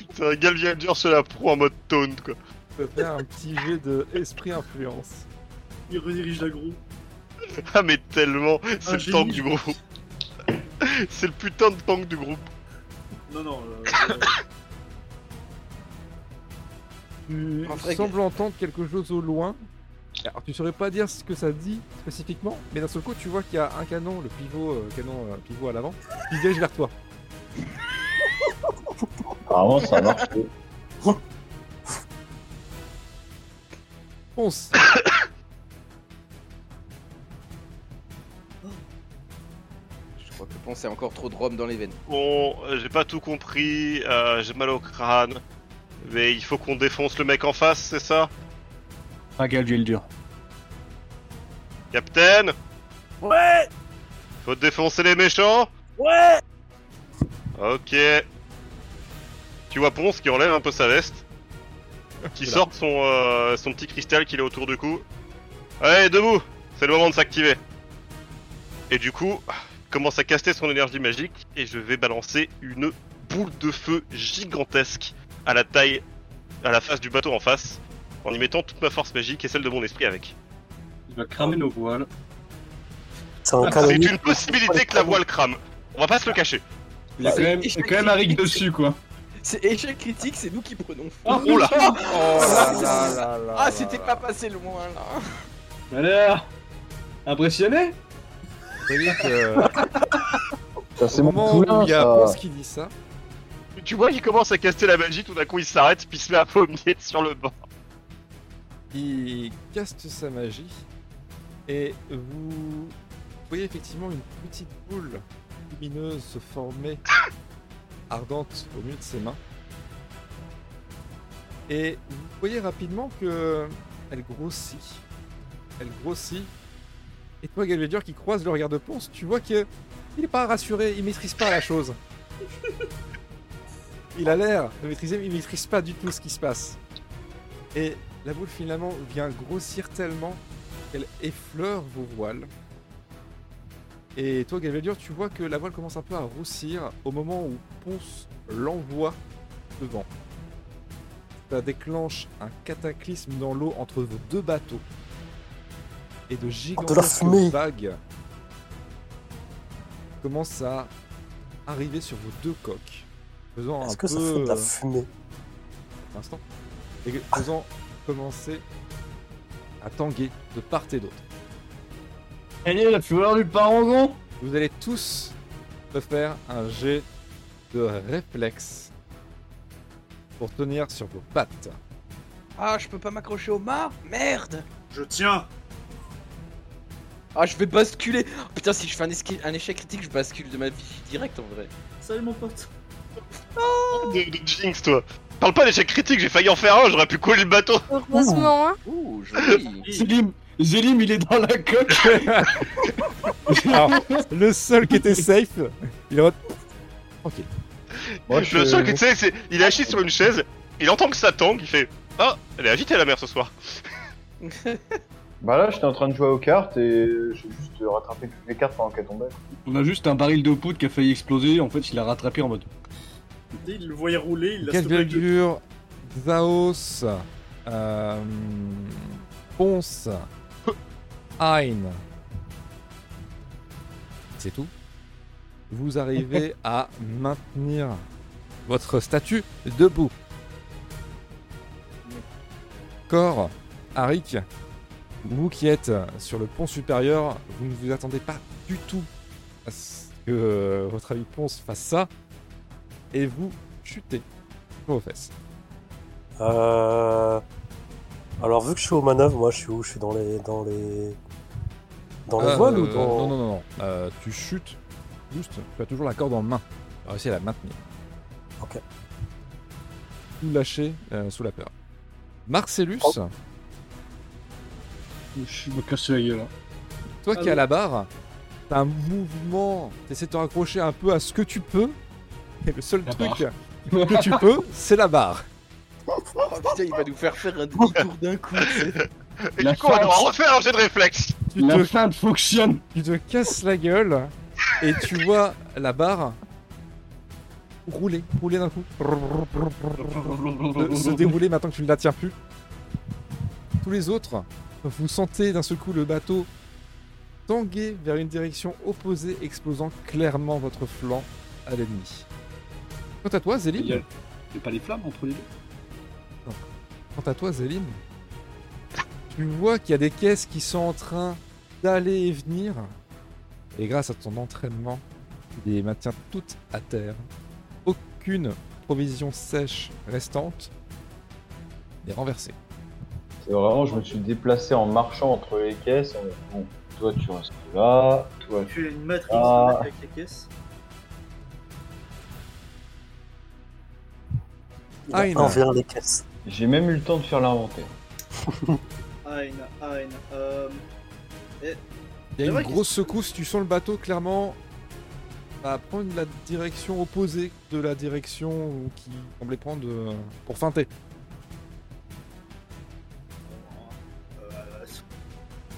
H: Putain, Galviadur se la proue en mode taunt, quoi.
A: Tu peux faire un petit jet de esprit influence.
F: Il redirige l'aggro.
H: Ah, mais tellement C'est
F: Un
H: le
F: génie.
H: tank du groupe. C'est le putain de tank du groupe.
F: Non, non. euh,
A: Tu
J: Intrigue.
A: sembles entendre quelque chose au loin. Alors tu saurais pas dire ce que ça dit spécifiquement, mais d'un seul coup tu vois qu'il y a un canon, le pivot, euh, canon euh, pivot à l'avant, qui se dirige vers toi.
D: Apparemment, ça marche.
A: Ponce.
E: Je crois que Ponce a encore trop de rhum dans les veines.
H: Bon, euh, j'ai pas tout compris, euh, j'ai mal au crâne. Mais il faut qu'on défonce le mec en face, c'est ça
N: Ah, Galviel dur.
H: Captain
G: Ouais
H: Faut défoncer les méchants
G: Ouais
H: Ok. Tu vois Ponce qui enlève un peu sa veste, qui
A: Oula.
H: sort son, euh, son petit cristal qu'il a autour du cou. Allez, debout C'est le moment de s'activer Et du coup, il commence à caster son énergie magique et je vais balancer une boule de feu gigantesque à la taille, à la face du bateau en face, en y mettant toute ma force magique et celle de mon esprit avec.
N: Il va cramer nos voiles.
I: C'est
A: Ah,
I: un
H: Ah, C'est
I: canon.
H: une possibilité que la voile crame. On va pas se le cacher.
N: Il y a quand même, il y a quand même un rig dessus, quoi.
E: C'est échec critique, c'est nous qui prenons.
H: Oh là
E: Oh là là là.
A: là,
E: Ah, c'était pas passé loin là.
N: Alors Impressionné
A: Très vite, euh,
D: Ça,
A: au
D: c'est mon
A: moment où
D: poulain,
A: il y a
D: ça.
A: Ponce qui dit ça,
H: Tu vois qu'il commence à caster la magie, tout d'un coup il s'arrête, puis il se met à pommier sur le banc.
A: il caste sa magie et vous voyez effectivement une petite boule lumineuse se former, ardente au milieu de ses mains. Et vous voyez rapidement que elle grossit. Elle grossit. Et toi, Galvedur, qui croise le regard de Ponce, tu vois que il est pas rassuré, il maîtrise pas la chose. Il a l'air de maîtriser, mais il maîtrise pas du tout ce qui se passe. Et la boule finalement vient grossir tellement qu'elle effleure vos voiles. Et toi, Galvedur, tu vois que la voile commence un peu à roussir au moment où Ponce l'envoie devant. Ça déclenche un cataclysme dans l'eau entre vos deux bateaux. Et de gigantesques
I: fumée.
A: vagues commencent à arriver sur vos deux coques. Faisant un
I: Est-ce que ça
A: peu,
I: fait de la
A: euh,
I: fumée
A: pour l'instant, et que- faisant commencer à tanguer de part et d'autre.
N: Elle est la fureur du parangon
A: Vous allez tous me faire un jet de réflexe pour tenir sur vos pattes.
J: Ah, je peux pas m'accrocher au mât Merde
F: Je tiens
E: Ah, je vais basculer. Ah, Putain, si je fais un, esqui- un échec critique, je bascule de ma vie direct en vrai.
F: Salut mon pote
H: De, de Jinx, toi. Parle pas d'échec critique, j'ai failli en faire un, j'aurais pu couler le bateau.
B: Heureusement, hein.
E: Ouh, joli.
N: Zélim Zélim, il est dans la coque
A: Alors, le seul qui était safe, il est en mode,
D: Moi,
H: le
D: je-
H: seul que tu sais, c'est. Il est assis sur une chaise, il entend que ça tangue, il fait. Ah, elle est agitée la mer ce soir.
D: Bah là, j'étais en train de jouer aux cartes et j'ai juste rattrapé toutes les cartes pendant qu'elles tombaient.
N: On a juste un baril de poudre qui a failli exploser, en fait, il l'a rattrapé en mode.
F: Il le voyait rouler, il l'a stoppé avec le-
A: Galveldur, Zaos, euh, Ponce, Hein. C'est tout. Vous arrivez à maintenir votre statut debout. Corps, Arik, vous qui êtes sur le pont supérieur, vous ne vous attendez pas du tout à ce que euh, votre ami Ponce fasse ça. Et vous chutez sur vos fesses.
I: Euh... Alors, vu que je suis aux manœuvres, moi, je suis où Je suis dans les... Dans les... Dans les
A: Euh,
I: voiles ou dans...
A: Non, non, non. non. Euh, tu chutes juste. Tu as toujours la corde en main. Tu as réussi à la maintenir.
I: Ok.
A: Tout lâché euh, sous la peur. Marcellus,
I: Oh.
N: Je me casse la gueule. hein.
A: toi qui es à la barre, t'as un mouvement. T'essaies de te raccrocher un peu à ce que tu peux. Et le seul
N: La
A: truc que tu peux, c'est la barre.
E: Oh putain, il va nous faire faire un demi-tour d'un coup. tu sais.
H: Et
N: La
H: du coup, on
N: force.
H: doit refaire un jet de réflexe.
A: Tu
N: La
A: te
N: feinte fonctionne
A: tu te casses la gueule et tu vois la barre rouler, rouler d'un coup, De- se dérouler maintenant que tu ne la tiens plus. Tous les autres, vous sentez d'un seul coup le bateau tanguer vers une direction opposée, explosant clairement votre flanc à l'ennemi. Quant à toi,
N: Il y a
A: Zélie,
N: il y a pas les flammes entre les deux
A: Quant à toi, Zéline, tu vois qu'il y a des caisses qui sont en train d'aller et venir. Et grâce à ton entraînement, tu les maintiens toutes à terre. Aucune provision sèche restante n'est renversée.
O: C'est vraiment, je me suis déplacé en marchant entre les caisses. en mode, Bon, toi tu restes là, toi tu.
F: Tu as une matrice
O: Ah.
F: avec les caisses.
A: Ah, il y en a.
I: envers les caisses.
O: J'ai même eu le temps de faire l'inventaire.
F: Aïn, Aïn. Euh...
A: Il
F: eh,
A: y
F: C'est
A: a
F: vrai
A: une
F: qu'il-
A: grosse secousse, tu sens le bateau clairement à prendre la direction opposée de la direction qui semblait prendre euh, pour feinter.
F: euh,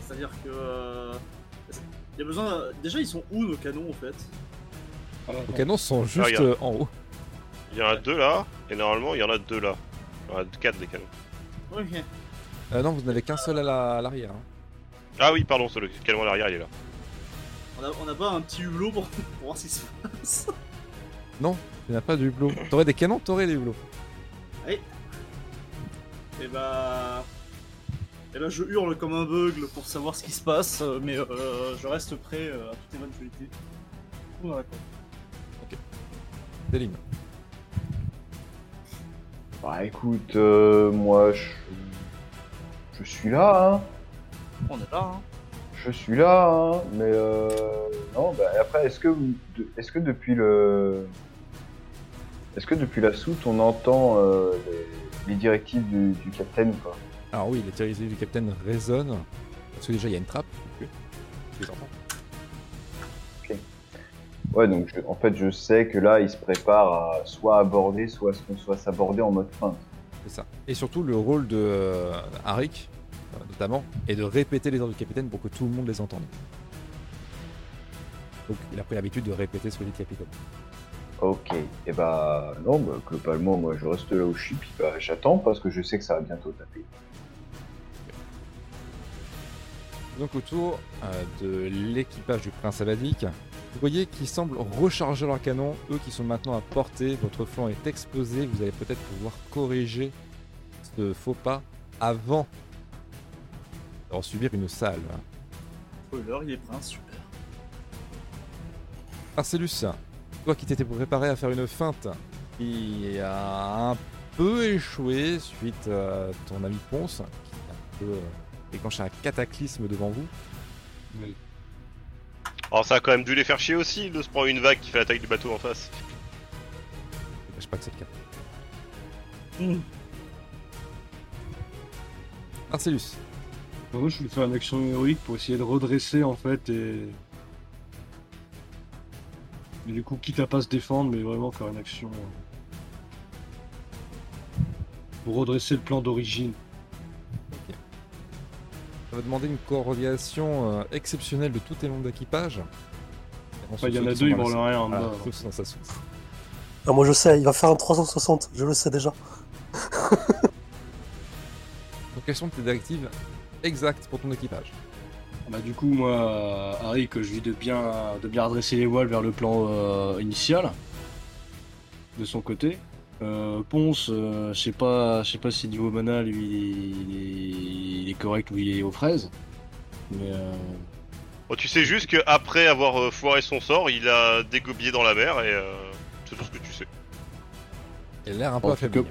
F: C'est-à-dire que. euh, Il y a besoin. d'un- Déjà, ils sont où nos canons en fait
A: Les canons sont juste
H: regarde.
A: euh, en haut.
H: Il y en a deux là, et normalement il y en a deux là. Il y en a quatre des canons.
F: Ok.
A: Euh, non, vous n'avez qu'un seul à la- à l'arrière. hein.
H: Ah oui, pardon, c'est le canon à l'arrière, il est là.
F: On a, on a pas un petit hublot pour, pour voir ce qui se passe
A: Il n'y en a pas du hublot. T'aurais des canons, t'aurais des hublots.
F: Et bah. Et bah, je hurle comme un bugle pour savoir ce qui se passe, euh, mais euh, je reste prêt euh, à toute éventualité. On a
A: Zéline.
O: Bah écoute, euh, moi je. Je suis là, hein.
F: On est là, hein.
O: Je suis là, hein, mais euh, non. Bah, et après, est-ce que vous- de- est-ce que depuis le est-ce que depuis la soute on entend euh, les, les directives du, du capitaine quoi
A: Alors oui, les tirés du capitaine résonnent. Parce que déjà, il y a une trappe. donc, euh, Tu les entends.
O: Ouais, donc je- en fait je sais que là il se prépare à soit aborder, soit qu'on soit s'aborder en mode fin.
A: C'est ça. Et surtout, le rôle de euh, Arik, euh, notamment, est de répéter les ordres du capitaine pour que tout le monde les entende. Donc, il a pris l'habitude de répéter ce que dit le capitaine.
O: Ok. Et bah non, bah, globalement moi je reste là où je suis puis bah, j'attends parce que je sais que ça va bientôt taper.
A: Donc autour euh, de l'équipage du Prince Abadique, vous voyez qu'ils semblent recharger leurs canons, eux qui sont maintenant à portée, votre flanc est exposé, vous allez peut-être pouvoir corriger ce faux pas avant d'en subir une salve.
F: Spoiler, il est prince, super.
A: Marcellus, toi qui t'étais préparé à faire une feinte qui a un peu échoué suite euh, à ton ami Ponce, qui a un peu euh, déclenché un cataclysme devant vous,
H: Alors ça a quand même dû les faire chier aussi de se prendre une vague qui fait la taille du bateau en face.
A: je ne sais pas que c'est le cas.
F: Hmm.
A: Marcellus,
C: Moi, je vais faire une action héroïque pour essayer de redresser en fait et. Mais du coup, quitte à pas se défendre, mais vraiment faire une action. euh, Pour redresser le plan d'origine.
A: Ça va demander une coordination euh, exceptionnelle de tous tes membres d'équipage.
C: Enfin, il y en a deux, ils branlent rien en
A: Voilà,
C: bas.
A: tous dans sa source.
I: Ah, moi je sais, il va faire un 360, je le sais déjà.
A: Donc, quelles sont tes directives exactes pour ton équipage
C: Bah, du coup, moi, euh, Harry, que je lui dis de bien, de bien redresser les voiles vers le plan euh, initial, de son côté. Euh, Ponce, euh, je sais pas, je sais pas si niveau mana, lui, il est, il est correct ou il est aux fraises. Mais euh,
H: Bon, tu sais juste qu'après avoir euh, foiré son sort, il a dégobillé dans la mer et euh, c'est tout ce que tu sais.
A: Il a l'air un peu
C: En tout
A: affaibli.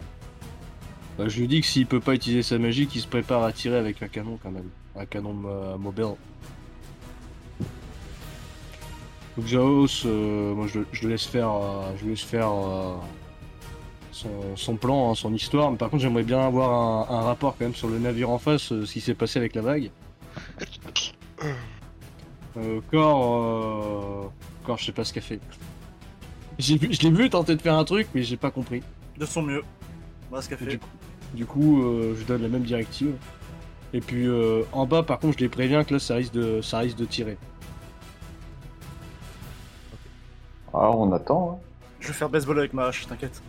C: bah, je lui dis que s'il peut pas utiliser sa magie, qu'il se prépare à tirer avec un canon quand même, un canon euh, mobile. Donc Jaos, euh, moi je, le- je le laisse faire, euh, je le laisse faire euh, son, son plan, hein, son histoire. Mais par contre, j'aimerais bien avoir un, un rapport quand même sur le navire en face, euh, ce qui s'est passé avec la vague. Euh, corps, euh, corps, je sais pas ce qu'a fait. J'ai vu, je l'ai vu tenter de faire un truc, mais j'ai pas compris.
F: De son mieux. Bah, ce qu'a
C: Du
F: fait.
C: coup, du coup, euh, je donne la même directive. Et puis euh, en bas, par contre, je les préviens que là, ça risque de, ça risque de tirer.
O: Ah on attend.
F: Je vais faire baseball avec ma hache, t'inquiète.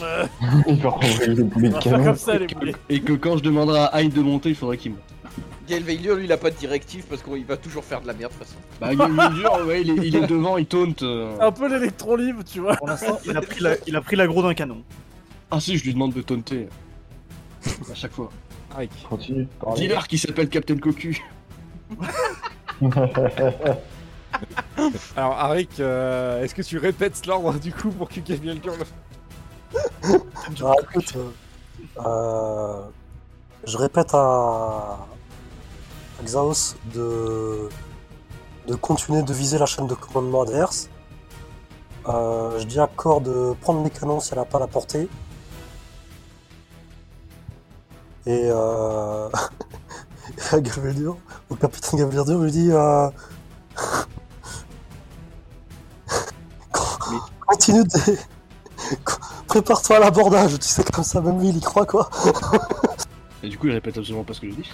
O: Hein. il va renvoyer les boulets de
Q: On va faire
O: canon.
Q: comme ça, les boulets.
C: Et que quand je demanderai à Hyde de monter, il faudrait qu'il monte.
E: Gaël Veilleur, lui, il a pas de directive parce qu'il va toujours faire de la merde de toute façon.
C: Bah, il est dur, ouais, il est, il est devant, il taunte. euh.
F: Ah,
Q: Un peu l'électron libre, tu vois.
F: Pour l'instant, il a pris la- il a pris l'agro d'un canon.
C: Ah si, je lui demande de taunter. à chaque fois.
D: Continue de parler.
C: Dealer qui s'appelle Captain Cocu.
A: Alors, Arik, euh, est-ce que tu répètes l'ordre du coup pour que Gabriel Curl
I: Ah, écoute, euh, euh, je répète à, à Xaos de, de continuer de viser la chaîne de commandement adverse. Euh, je dis à Cor de prendre les canons si elle n'a pas la portée. Et euh, et à Gaveldur, au capitaine Gaveldur, je lui dis euh, Continue de, Prépare-toi à l'abordage, tu sais, comme ça, même lui, il y croit, quoi.
N: Et du coup, il répète absolument pas ce que je dis.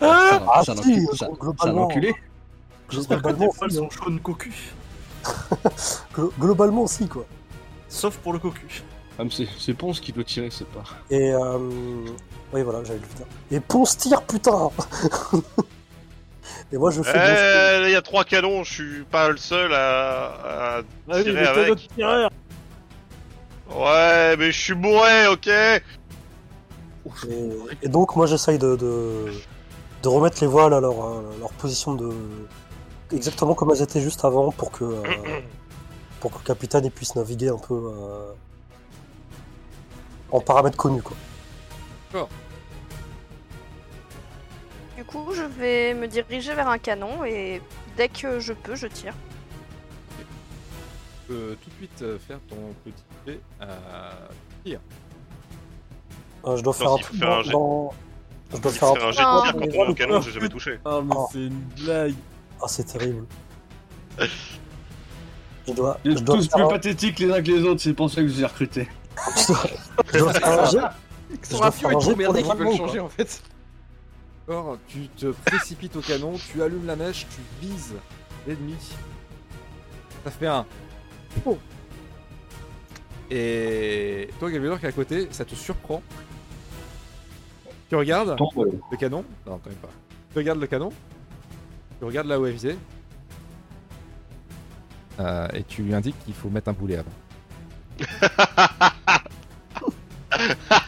I: Ah,
N: Ah, c'est un
I: si,
N: enculé, ça-
I: euh,
N: C'est un
I: globalement,
N: enculé.
F: J'espère que
I: Globalement,
F: tes poils
I: oui, hein.
F: sont chauds de cocu.
I: glo- globalement, si, quoi.
F: Sauf pour le cocu.
N: Ah, mais c'est- c'est Ponce qui doit tirer, c'est pas.
I: Et, euh... oui, voilà, j'avais le putain. Et Ponce tire, putain Et moi, je
H: Eh,
I: fais... mon-
F: Euh.
H: Il y a trois canons, je suis pas le seul à, à tirer avec.
G: tireur
H: Ouais, mais je suis bourré, ok
I: Et, et donc, moi, j'essaye de, de, de remettre les voiles à leur, euh, leur position de. exactement comme elles étaient juste avant pour que, euh, pour que le capitaine il puisse naviguer un peu euh, en paramètres connus, quoi.
B: Du coup, je vais me diriger vers un canon et dès que je peux, je tire.
A: Tu peux tout de suite euh, faire ton petit jet à tir.
I: Euh, je dois faire un
H: il faut
I: truc
H: faire un
I: dans,
H: jet.
I: dans- Je dois
H: Il
I: faire un
H: fait un
I: truc
H: jet de
I: dans
H: tir
I: les
H: contre
I: voiles
H: mon
I: ou
H: canon,
I: quoi
H: j'ai jamais touché.
G: Ah, mais
I: Ah.
G: c'est une blague
I: Ah, c'est terrible. Je dois,
N: Vous
I: je
N: êtes
I: dois
N: tous
I: faire
N: plus
I: un-
N: pathétiques les uns que les autres, c'est pour ça que je vous ai recruté.
I: je dois- je dois faire un jet. Je
E: Son
I: dois
E: ratio
I: faire
E: est
I: un jet
E: trop
I: pour
E: merdé
I: les
E: qu'ils veulent
I: Allemands,
E: changer en fait.
A: Or, tu te précipites au canon, tu allumes la mèche, tu vises l'ennemi. Ça fait un. Poum Et toi, Galvedor, qui est à côté, ça te surprend. Tu regardes
D: Tombe.
A: le canon. Non, quand même pas. Tu regardes le canon. Tu regardes là où elle visait. Euh, et tu lui indiques qu'il faut mettre un boulet avant.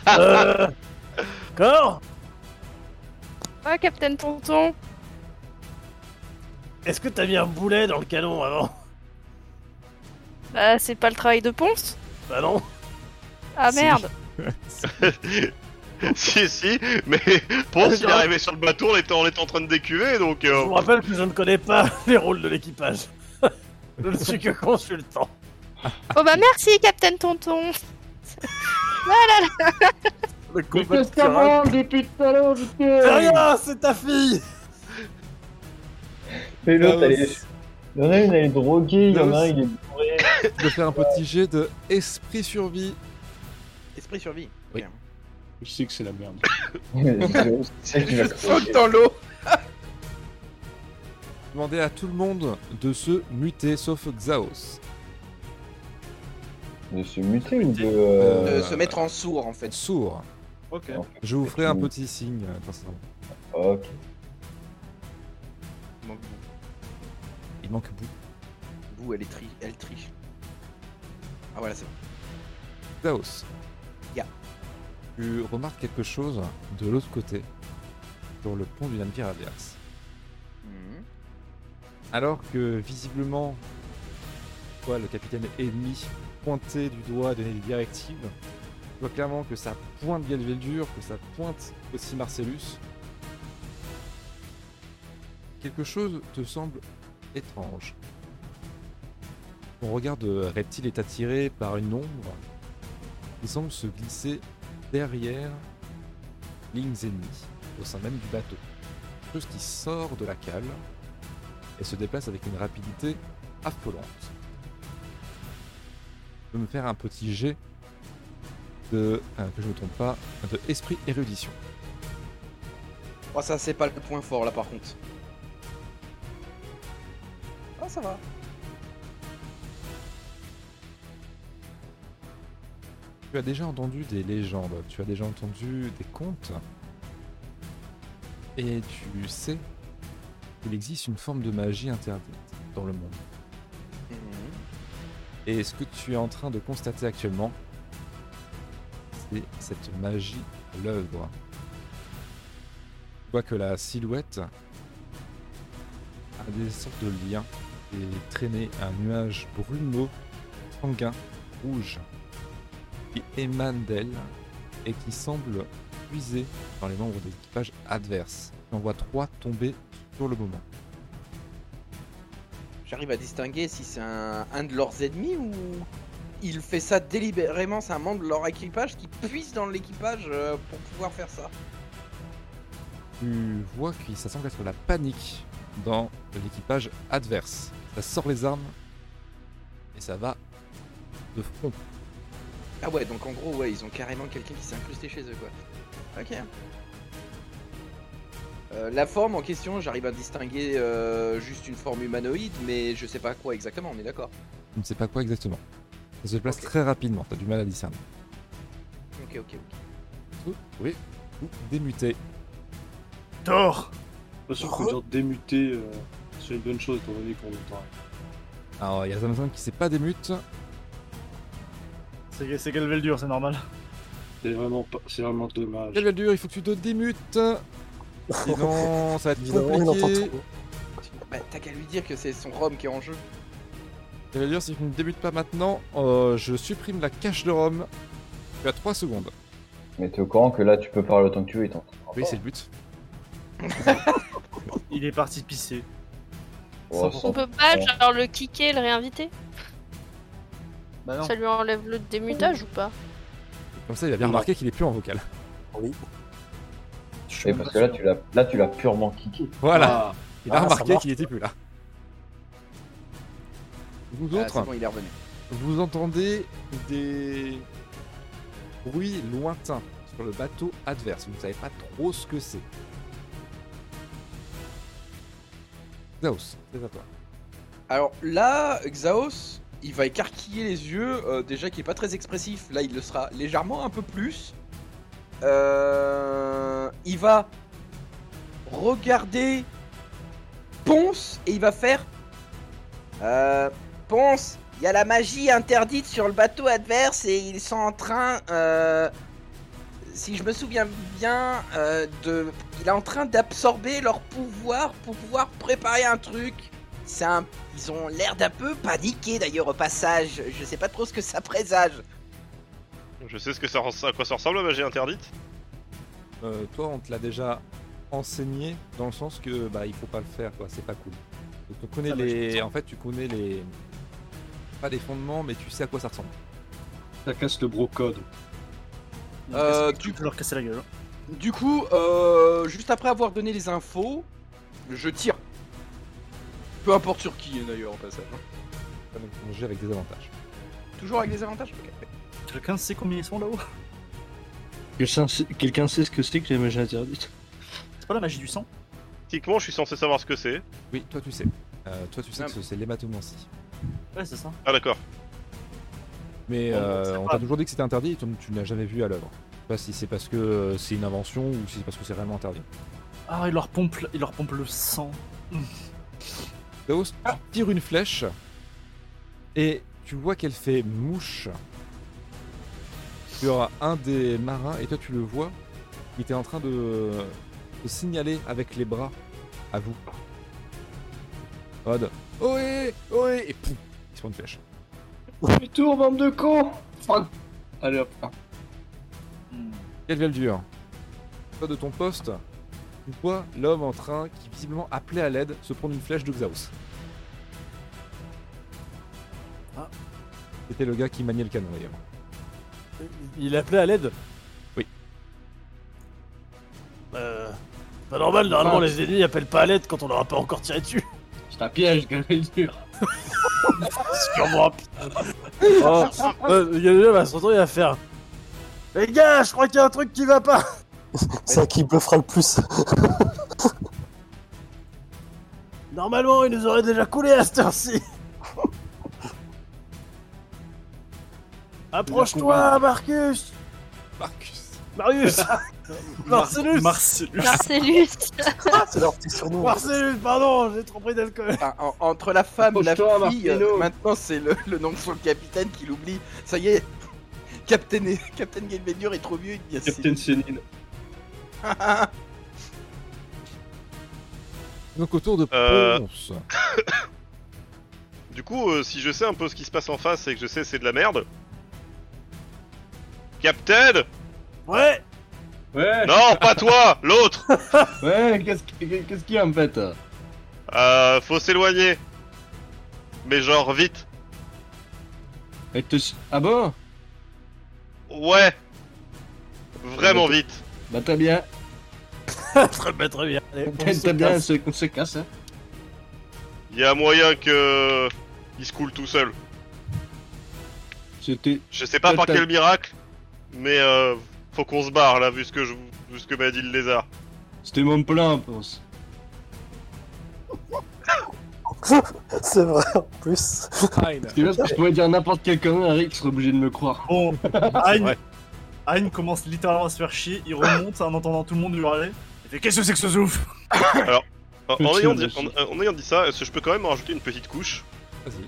G: euh... Cor
B: Ah, Capitaine Tonton
G: Est-ce que t'as mis un boulet dans le canon avant
B: Bah, c'est pas le travail de Ponce
G: Bah non
B: Ah
A: Si.
B: merde
H: si, si, mais Ponce, il est arrivé sur le bateau, on était, on était en train de décuver, donc...
G: Je
H: euh,
G: vous rappelle que je ne connais pas les rôles de l'équipage. je ne suis que consultant.
B: Oh bah merci, Capitaine Tonton Oh
G: Le
N: Mais qu'est-ce qu'elle branle
G: depuis tout à l'heure, C'est rien, c'est ta fille
D: Mais l'autre,
A: Ah,
D: elle
O: Euh,
D: est... Il y en a une, elle est droguée, il y en a un, il est bourré.
A: De faire un petit jet de esprit survie.
E: Esprit survie.
N: Je sais que c'est la merde.
D: Je sais qu'il va crever.
E: dans l'eau.
A: Demandez à tout le monde de se muter, sauf Xaos.
D: De se muter ou de...
E: De
D: euh,
A: Euh,
E: se mettre en sourd en fait.
A: Sourd.
F: Ok.
A: Je vous ferai un petit signe. euh, quand ça sera bon.
D: Ok.
A: Il manque beaucoup.
E: Bou, elle est tri... elle triche. Ah voilà, c'est bon.
A: Daos.
E: Ya.
A: Tu remarques quelque chose de l'autre côté, sur le pont du navire adverse.
E: Mhm.
A: Alors que visiblement, toi, le capitaine ennemi pointé du doigt, donné des directives, tu vois clairement que ça pointe Galveldur, que ça pointe aussi Marcellus. Quelque chose te semble étrange. Ton regard de reptile est attiré par une ombre qui semble se glisser derrière les lignes ennemies, au sein même du bateau. Quelque chose qui sort de la cale et se déplace avec une rapidité affolante. Je peux me faire un petit jet de, euh, que je ne me trompe pas, de esprit érudition.
E: Oh, ça, c'est pas le point fort là par contre. Ah, ça va.
A: Tu as déjà entendu des légendes, tu as déjà entendu des contes, et tu sais qu'il existe une forme de magie interdite dans le monde. Et ce que tu es en train de constater actuellement, porter cette magie à l'œuvre. Tu vois que la silhouette a des sortes de liens et traîner un nuage brumeux, sanguin, rouge, qui émane d'elle et qui semble puiser dans les membres de l'équipage adverse. Tu en vois trois tomber sur le moment.
E: J'arrive à distinguer si c'est un, un de leurs ennemis ou il fait ça délibérément, c'est un membre de leur équipage qui puise dans l'équipage euh, pour pouvoir faire ça.
A: Tu vois que ça semble être la panique dans l'équipage adverse. Ça sort les armes et ça va de front.
E: Ah ouais, donc en gros, ouais, ils ont carrément quelqu'un qui s'est incrusté chez eux, quoi. Ok. Euh, la forme en question, j'arrive à distinguer euh, juste une forme humanoïde, mais je sais pas quoi exactement, on est d'accord.
A: Tu ne sais pas quoi exactement. Ça se déplace très rapidement, t'as du mal à discerner.
E: Ok, ok, ok.
A: Vous pouvez vous démuter.
F: Thor
N: Pas sûr que genre démuter, euh, c'est une bonne chose étant donné qu'on entend.
A: Alors, il y a Zamazan qui s'est pas démute.
F: C'est c'est Galveldur, c'est normal.
N: C'est vraiment, pas- c'est vraiment dommage.
A: Quel dur, il faut que tu te démutes Sinon, ça va être
I: Évidemment, il entend
A: compliqué.
I: tout.
E: Bah, t'as qu'à lui dire que c'est son Rome qui est en jeu. Ah,
A: Quel dur, si tu ne débutes pas maintenant, euh, je supprime la cache de Rome. Tu as 3 secondes.
D: Mais t'es au courant que là, tu peux parler autant que tu veux, il t'entend.
E: Oh.
A: Oui, c'est le but.
F: Il est parti pisser.
D: Oh,
B: On peut pas genre le kicker et le réinviter
E: Ah,
F: Bah non.
B: Ça lui enlève le démutage ou pas
A: Comme ça, il a
E: Ah.
A: bien
I: Non.
A: remarqué qu'il est plus en vocal.
I: Oui.
F: Je suis
D: Et
F: même
D: parce
F: pas
D: que là,
F: sûr.
D: tu l'as, là, tu l'as purement kické.
A: Voilà,
N: Ah,
A: il a
I: Ah, ça
A: remarqué
I: marche.
A: qu'il était plus là. Vous
E: Ah,
A: autres,
E: c'est bon, il est revenu.
A: vous entendez des bruits lointains sur le bateau adverse. Vous ne savez pas trop ce que c'est. Zaos, c'est à toi.
E: Alors là, Xaos, il va écarquiller les yeux, euh, déjà qui est pas très expressif, là il le sera légèrement un peu plus. Euh, il va regarder Ponce et il va faire
J: Euh, Ponce, il y a la magie interdite sur le bateau adverse et ils sont en train, euh, si je me souviens bien, euh, de, il est en train d'absorber leur pouvoir pour pouvoir préparer un truc. C'est un- ils ont l'air d'un peu paniqués d'ailleurs au passage. Je sais pas trop ce que ça présage.
H: Je sais ce que ça, res- à quoi ça ressemble la magie interdite.
A: Euh, toi, on te l'a déjà enseigné dans le sens que bah il faut pas le faire, quoi. C'est pas cool. Donc, tu connais
F: Ah bah, je
A: les,
F: comprends.
A: en fait, tu connais les, pas les fondements, mais tu sais à quoi ça ressemble.
N: ça casse le brocode.
F: Il
E: Euh,
F: casse-
E: tu-
F: je vais leur casser la gueule.
E: Du coup, euh, juste après avoir donné les infos, je tire. Peu importe sur qui d'ailleurs en passage. hein.
A: Comme un jeu avec des avantages.
E: Toujours avec des avantages Ok.
F: Quelqu'un sait combien ils sont là-haut
N: Quelqu'un sait, quelqu'un sait ce que c'est que la magie interdite
F: C'est pas la magie du sang
H: Techniquement, je suis censé savoir ce que c'est.
A: Oui, toi tu sais. Euh, toi tu sais
E: Ah.
A: que c'est l'hématomancie.
F: Ouais, c'est ça.
H: Ah d'accord.
A: Mais
F: Bon,
A: euh,
F: c'est
A: on
F: pas-
A: t'a toujours dit que c'était interdit, donc tu ne l'as jamais vu à l'œuvre. Je sais pas si c'est parce que euh, c'est une invention ou si c'est parce que c'est vraiment interdit.
F: Ah, il leur pompe, il leur pompe le sang.
A: Daos, tu tires une flèche et tu vois qu'elle fait mouche sur un des marins et toi tu le vois, il était en train de, de signaler avec les bras à vous. Rod, ohé, ohé, et poum, il se prend une flèche.
N: Tu tournes, bande de cons Fuck. Allez hop.
F: Hmm.
A: Quelle velle dure Toi de ton poste, tu vois l'homme en train qui visiblement appelait à l'aide se prendre une flèche de Xaos.
F: Ah.
A: C'était le gars qui maniait le canon d'ailleurs.
G: Il appelait à l'aide
A: Oui.
G: Euh. Pas normal, normalement les ennemis appellent pas à l'aide quand on leur a pas encore tiré dessus.
N: C'est un piège, Galveldur.
G: Sûrement Oh,
R: Ah.
G: euh, il y a déjà, bah, se retourner, il va faire. Les gars, je crois qu'il y a un truc qui va pas
I: C'est à qui bluffera le plus.
G: Normalement, il nous aurait déjà coulé à cette heure-ci Approche-toi, Marcus
A: Marcus
G: Marius Marcellus
F: Marcellus
B: Marcellus
I: Ah, C'est leur petit surnom.
G: Marcellus, pardon, j'ai trop pris d'alcool
E: Ah, en- entre la femme, la
N: Approche-toi,
E: fille, euh,
N: Martino.
E: maintenant c'est le, le nom de son capitaine qui l'oublie. Ça y est, Captain, Captain Galveldur est trop vieux, Ah, il devient
N: Captain Sénine.
E: sénile.
A: Donc autour de
H: Euh.
A: Ponce.
H: Du coup, euh, si je sais un peu ce qui se passe en face et que je sais c'est de la merde. Captain
G: Ouais
N: Ouais,
H: Non, pas toi L'autre
N: ouais, qu'est-ce qui- qu'est-ce qu'il y a en fait
H: Euh, Faut s'éloigner. Mais genre vite.
N: Elle te s- Ah bon
H: Ouais Vraiment vite.
N: Bah très bien,
G: très bien, très bien. Allez, on se
N: très bien, on
G: casse.
N: se, on se casse. Hein.
H: Y a moyen que. euh, Il se coule tout seul.
N: C'était...
H: Je sais pas par
N: Total.
H: quel miracle, mais euh, faut qu'on se barre là, vu ce que, je... vu ce que m'a dit le lézard.
N: C'était mon plan, je pense.
I: C'est vrai, en plus.
N: C'est bien parce que je pouvais dire n'importe quel connerie, Rick serait obligé de me croire.
F: Bon, Ayn, Ayn commence littéralement à se faire chier, il remonte en entendant tout le monde hurler. Il fait Qu'est-ce que c'est que ce zouf
H: En,
N: Je
H: en
N: tiens
H: ayant
N: dessus.
H: dit, en- euh, en ayant dit ça, est-ce que je peux quand même en rajouter une petite couche
A: Vas-y.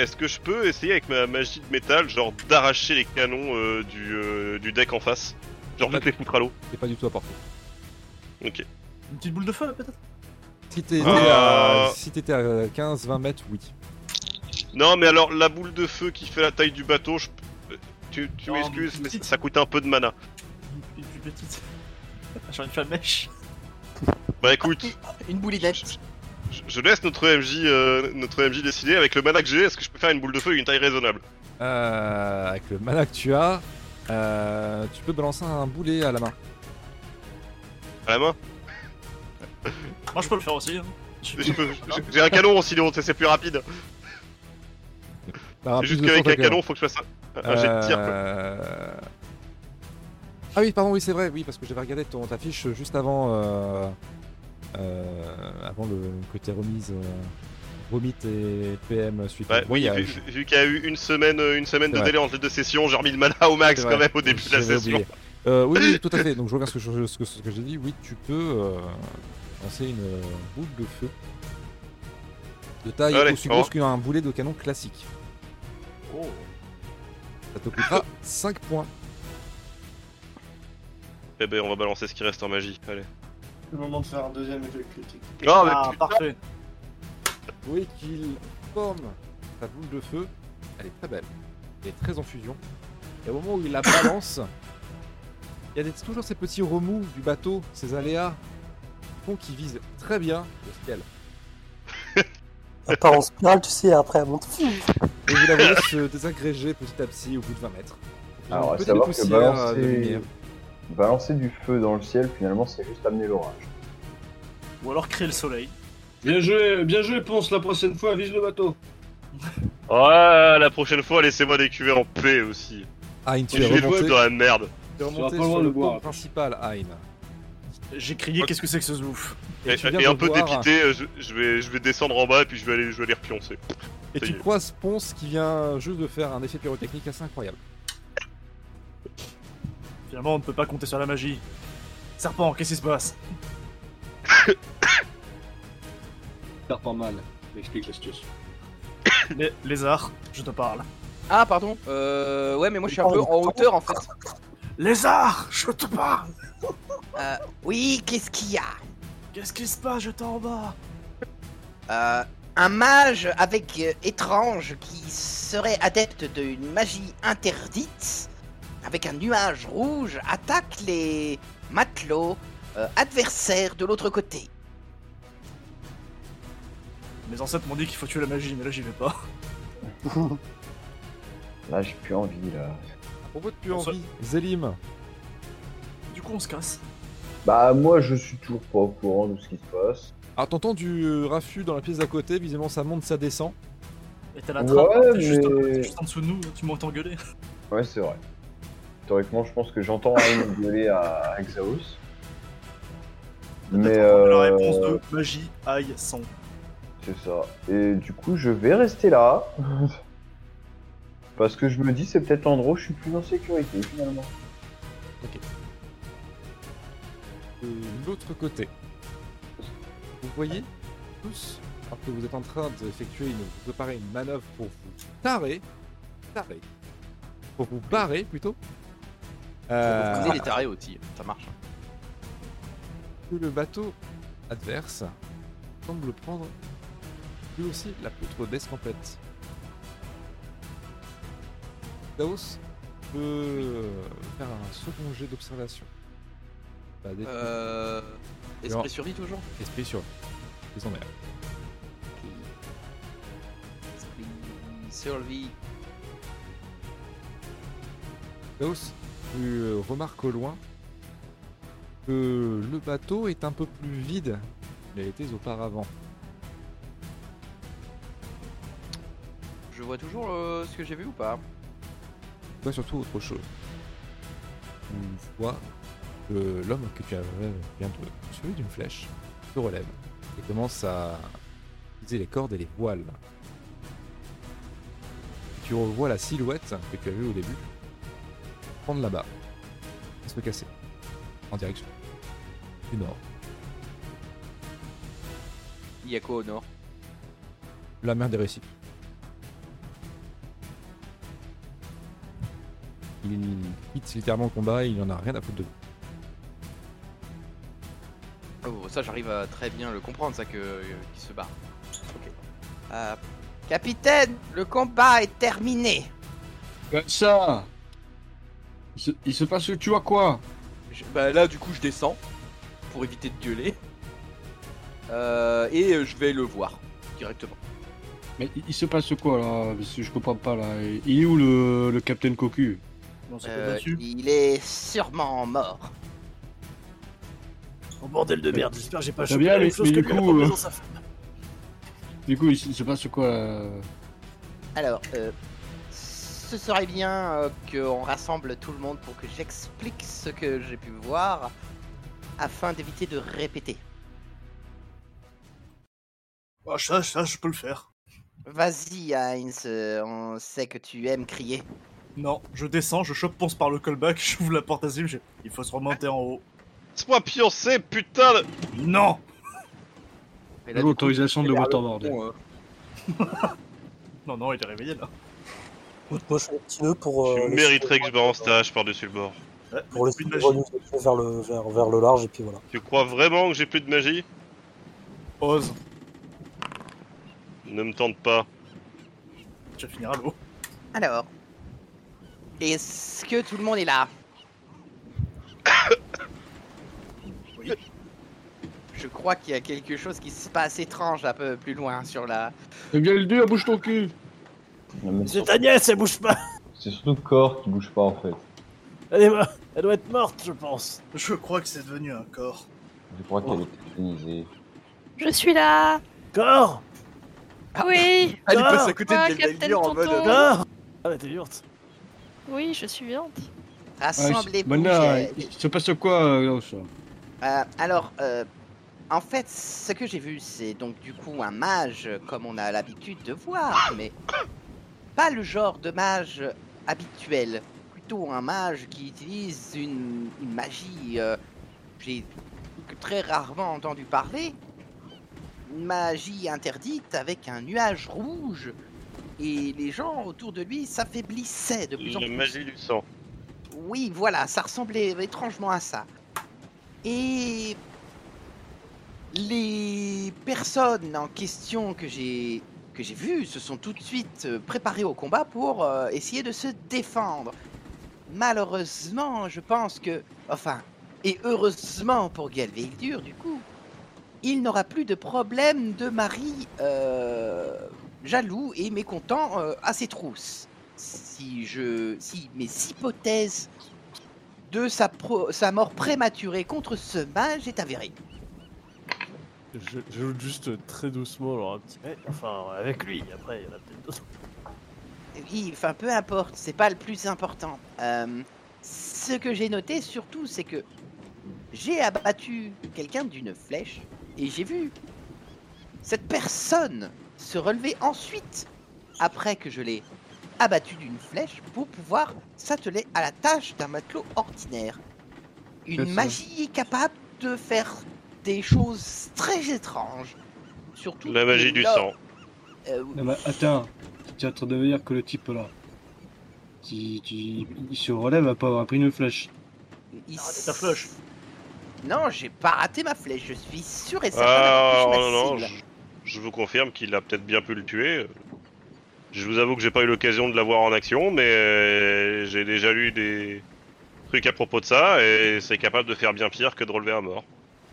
H: Est-ce que je peux essayer avec ma magie de métal, genre d'arracher les canons euh, du, euh, du deck en face Genre de les foutre à l'eau
A: C'est pas du tout à partir.
H: Ok.
F: Une petite boule de feu peut-être
A: Si t'étais
H: Euh.
A: à, si t'étais à 15-20 mètres, oui.
H: Non, mais alors la boule de feu qui fait la taille du bateau, je... euh, tu, tu
F: Non, mais
H: m'excuses,
F: une
H: mais ça,
F: petite.
H: ça coûte un peu de mana.
F: Une plus petite. Genre une flamme mèche.
H: Bah écoute,
E: Une boulinette.
H: je, je laisse notre MJ, euh, notre MJ décider. Avec le mana que j'ai, est-ce que je peux faire une boule de feu d'une taille raisonnable
A: Euh, avec le mana que tu as, euh, tu peux balancer un boulet à la main.
H: À la main
F: Moi je peux le faire aussi. hein.
H: Je peux- je- J'ai un canon aussi, donc c'est plus rapide.
A: T'auras
H: C'est
A: Bah, plus
H: juste
A: de
H: qu'avec
A: temps
H: un
A: qu'un
H: canon, faut que je fasse un, un jet de tir. quoi.
A: Euh, Ah oui, pardon, oui, c'est vrai, oui, parce que j'avais regardé ton, ta fiche juste avant, euh, euh, avant le côté remise, euh, vomit et PM suite
H: Ouais,
A: au
H: oui,
A: voyage.
H: vu, vu qu'il y a eu une semaine, euh, une semaine
A: C'est
H: de
A: vrai.
H: délai entre les deux sessions, j'ai remis le mana au max
A: C'est
H: quand
A: vrai,
H: même au début de la
A: j'avais
H: session.
A: oublié. Euh, oui, oui, tout à fait. Donc je reviens sur ce que, ce que- ce que j'ai dit. Oui, tu peux euh, lancer une euh, boule de feu de taille
H: Allez,
A: aussi
H: au revoir.
A: grosse qu'un boulet de canon classique.
R: Oh.
G: Euh,
A: Ça te coûtera 5 points.
H: Eh ben, on va balancer ce qui reste en magie. Allez.
N: C'est le moment de faire un deuxième effet critique.
H: Non, mais
F: Ah,
H: putain,
F: parfait.
A: Vous voyez qu'il forme sa boule de feu. Elle est très belle. Elle est très en fusion. Et au moment où il la balance, il y a des- toujours ces petits remous du bateau, ces aléas, qui font qu'il vise très bien le ciel.
I: Elle part en spirale, tu sais, après elle monte.
A: Et vous la voyez se désagréger petit à petit au bout de 20 mètres.
D: Alors, à
A: Petite
D: savoir que
A: poussière, euh, de
D: balancer...
A: lumière.
D: balancer du feu dans le ciel, finalement, c'est juste amener l'orage.
F: Ou alors créer le soleil.
N: Bien joué, bien joué, Ponce, la prochaine fois, vise le bateau.
H: Ouais, la prochaine fois, laissez-moi décuver en paix aussi.
A: Aïn, tu
H: Je
A: es
H: vais
A: remonté,
H: jouer dans la merde.
A: tu es remonté
N: pas le droit
A: sur
N: de
A: le
N: boire.
A: pont principal, Aïn.
F: J'ai crié Qu'est-ce que c'est que ce zouf
H: Et,
A: tu viens
H: et
A: de
H: un peu
A: voir-
H: dépité, euh, je, je vais, je vais descendre en bas et puis je vais aller, je vais aller repioncer.
A: Et
H: Ça y
A: tu
H: est.
A: croises Ponce qui vient juste de faire un effet pyrotechnique assez incroyable.
F: Finalement, on ne peut pas compter sur la magie. Serpent, qu'est-ce qui se passe
N: Faire pas mal. Explique la situation.
F: Les Lézard, je te parle.
E: Ah, pardon. Euh, ouais, mais moi je
I: Oh,
E: suis un peu en hauteur en fait.
F: Lézard, je te parle
E: Euh,
J: Oui, qu'est-ce qu'il y a
F: Qu'est-ce qui se passe Je t'en bas
J: Euh, Un mage avec euh, étrange qui serait adepte d'une magie interdite, avec un nuage rouge, attaque les matelots euh, adversaires de l'autre côté.
F: Mes ancêtres m'ont dit qu'il faut tuer la magie, mais là j'y vais pas.
D: Là, j'ai plus envie, là.
A: À propos de plus
F: On se-
A: envie, Zélim,
F: Du coup, on se casse.
D: Bah, moi, je suis toujours pas au courant de ce qui se passe.
A: alors t'entends du euh, raffut dans la pièce d'à côté, visiblement ça monte, ça descend.
F: Et t'as la trappe,
D: Ouais,
F: t'es juste, en-
D: mais-
F: t'es juste en dessous de nous, tu m'entends gueuler.
D: Ouais, c'est vrai. Théoriquement, je pense que j'entends Aïn gueuler à Exaos. Mais.
F: Peut-être La
D: euh,
F: réponse de magie, aïe, sang.
D: C'est ça. Et du coup, je vais rester là. Parce que je me dis, c'est peut-être l'endroit où je suis plus en sécurité finalement.
A: de l'autre côté. Vous voyez tous, alors que vous êtes en train d'effectuer une, vous préparez une manœuvre pour vous tarer, tarer, pour vous barrer plutôt.
E: Vous
A: Euh,
E: connaissez les tarés aussi, ça marche.
A: que le bateau adverse semble prendre lui aussi la poutre d'escampette. Daos peut faire un second jet d'observation. Bah, des-
E: Euh.
A: Alors-
E: Esprit survie toujours
A: Esprit sur les emmerdes.
E: Esprit survie.
A: Daos, tu euh, remarques au loin que le bateau est un peu plus vide qu'il a été auparavant.
E: Je vois toujours euh, ce que j'ai vu ou pas
A: Tu vois surtout autre chose. Tu vois que l'homme que tu as vient de tuer d'une flèche se relève et commence à utiliser les cordes et les voiles. Tu revois la silhouette que tu as vue au début prendre là-bas et se casser en direction du nord.
E: Il y a quoi au nord
A: La mer des récifs. Il quitte littéralement le combat, il en a rien à foutre de vous.
E: Oh, ça j'arrive à très bien le comprendre, ça que euh, qu'il se bat. Ok. Euh, capitaine, le combat est terminé.
N: Comme ça il se, il se passe, tu vois quoi
E: Je- bah là, du coup, je descends pour éviter de gueuler Euh, et euh, je vais le voir directement.
N: Mais il, il se passe quoi là Parce que je comprends pas là. Il est où le, le Capitaine Cocu
F: Non, c'est pas
J: Euh,
F: dessus.
J: il est sûrement mort.
G: Oh bordel de merde, j'espère que j'ai pas
N: Très
G: chopé
N: bien,
G: la même
N: mais-
G: chose
N: mais
G: que
N: du
G: lui Oh, à la
N: coup,
G: promenade
N: euh,
G: dans sa femme.
N: Du coup, il, se il se passe quoi là
J: Alors, euh,
E: Ce serait bien euh, qu'on rassemble tout le monde pour que j'explique ce que j'ai pu voir afin d'éviter de répéter.
F: Ah, ça, ça, je peux le faire.
J: vas-y, Heinz, euh, on sait que tu aimes crier.
F: Non, je descends, je chope Ponce par le callback, j'ouvre la porte asile, j'ai- il faut se remonter en haut.
H: Laisse-moi pioncer, putain de...
F: Non
E: Et là, du coup,
N: L'autorisation de
E: vers le
N: waterboard.
E: pont, euh,
H: hein.
F: Non, non, il est réveillé là.
I: Moi, je fais un petit nœud pour. euh,
H: Tu
I: laisser-
H: mériterais que je barre en stage par-dessus le bord.
F: Ouais,
I: Pour laisser
F: plus de
I: le
F: magie.
I: voilier se diriger vers le, vers, vers le large, et puis voilà.
H: Tu crois vraiment que j'ai plus de magie
F: Ose,
H: Ne me tente pas.
F: tu finiras à l'eau.
J: Alors, est-ce que tout le monde est là
E: Je crois qu'il y a quelque chose qui se passe étrange un peu plus loin sur la.
N: Galdu, Eh bouge ton cul
D: Non, mais
G: C'est
D: sur-
G: ta nièce, elle bouge pas
D: C'est surtout le corps qui bouge pas en fait.
G: Elle, est... morte. elle doit être morte, je pense.
F: Je crois que c'est devenu un corps.
D: Je crois qu'elle est tétanisée.
B: Je suis là
G: Corps
B: Ah. Oui
E: Ah, il
G: Ah,
E: passe à côté
B: ah,
E: de Galdu en
B: Capitaine
E: mode. euh,
B: Tonton.
G: Corps Ah, bah t'es violente.
B: Oui, je suis vivante.
J: Rassemblez-vous.
N: Bon, là,
J: j'ai-
N: il se passe quoi euh, là, ça
J: Euh, alors, euh, en fait, ce que j'ai vu, c'est donc du coup un mage, comme on a l'habitude de voir, mais pas le genre de mage habituel. Plutôt un mage qui utilise une, une magie euh, j'ai que très rarement entendu parler. Une magie interdite avec un nuage rouge. Et les gens autour de lui s'affaiblissaient de plus en
H: La
J: plus.
H: magie du sang.
J: Oui, voilà, ça ressemblait étrangement à ça. Et les personnes en question que j'ai que j'ai vues se sont tout de suite euh, préparées au combat pour euh, essayer de se défendre. Malheureusement, je pense que enfin et heureusement pour Galvildur du coup, il n'aura plus de problème de mari euh, jaloux et mécontent euh, à ses trousses si je si mes hypothèses de sa, pro- sa mort prématurée contre ce mage est avérée.
G: Je, je joue juste euh, très doucement, genre un petit peu. Enfin, avec lui, après, il y en a peut-être d'autres.
J: Oui, enfin peu importe, c'est pas le plus important. Euh, ce que j'ai noté surtout, c'est que j'ai abattu quelqu'un d'une flèche et j'ai vu cette personne se relever ensuite après que je l'ai abattu d'une flèche pour pouvoir s'atteler à la tâche d'un matelot ordinaire. Une
N: C'est ça.
J: magie capable de faire des choses très étranges. Surtout
H: La magie du
J: lors-
H: sang.
J: euh,
N: Eh ben, Non, mais attends, tu es en train de me dire que le type là,
C: qui, qui- il se relève à pas avoir pris une flèche.
J: Il s-
F: ta flèche.
J: Non, j'ai pas raté ma flèche, je suis sûr et certain
H: Ah
J: d'avoir touché
H: non,
J: ma
H: non,
J: cible.
H: je, je vous confirme qu'il a peut-être bien pu le tuer. Je vous avoue que j'ai pas eu l'occasion de l'avoir en action, mais euh, j'ai déjà lu des trucs à propos de ça, et c'est capable de faire bien pire que de relever un mort.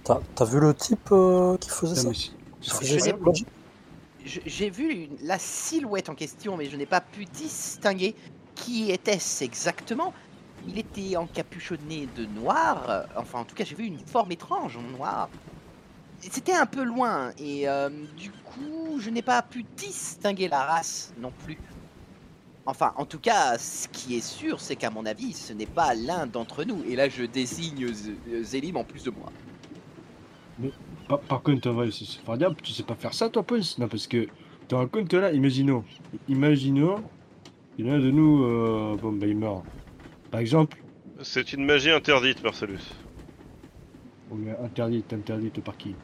I: T'as t'as vu le type euh, qui faisait ça
C: Putain, mais c'est-
I: Qui
J: c'est
I: faisait ça
J: incroyable. Je- J'ai vu une- la silhouette en question, mais je n'ai pas pu distinguer qui était-ce exactement. Il était encapuchonné de noir, euh, enfin en tout cas j'ai vu une forme étrange en noir. Et C'était un peu loin, et euh, du coup je n'ai pas pu distinguer la race non plus. Enfin, en tout cas, ce qui est sûr, c'est qu'à mon avis, ce n'est pas l'un d'entre nous. Et là, je désigne Z- euh, Zélim en plus de moi.
C: Par, par contre, ouais, c'est c'est formidable, tu sais pas faire ça toi, Pulse Non, parce que tu rends compte là, imaginons, imaginons, il y en a un de nous, euh, bon bah il meurt. Par exemple,
H: C'est une magie interdite, Marcellus.
C: oh, mais interdite, interdite par qui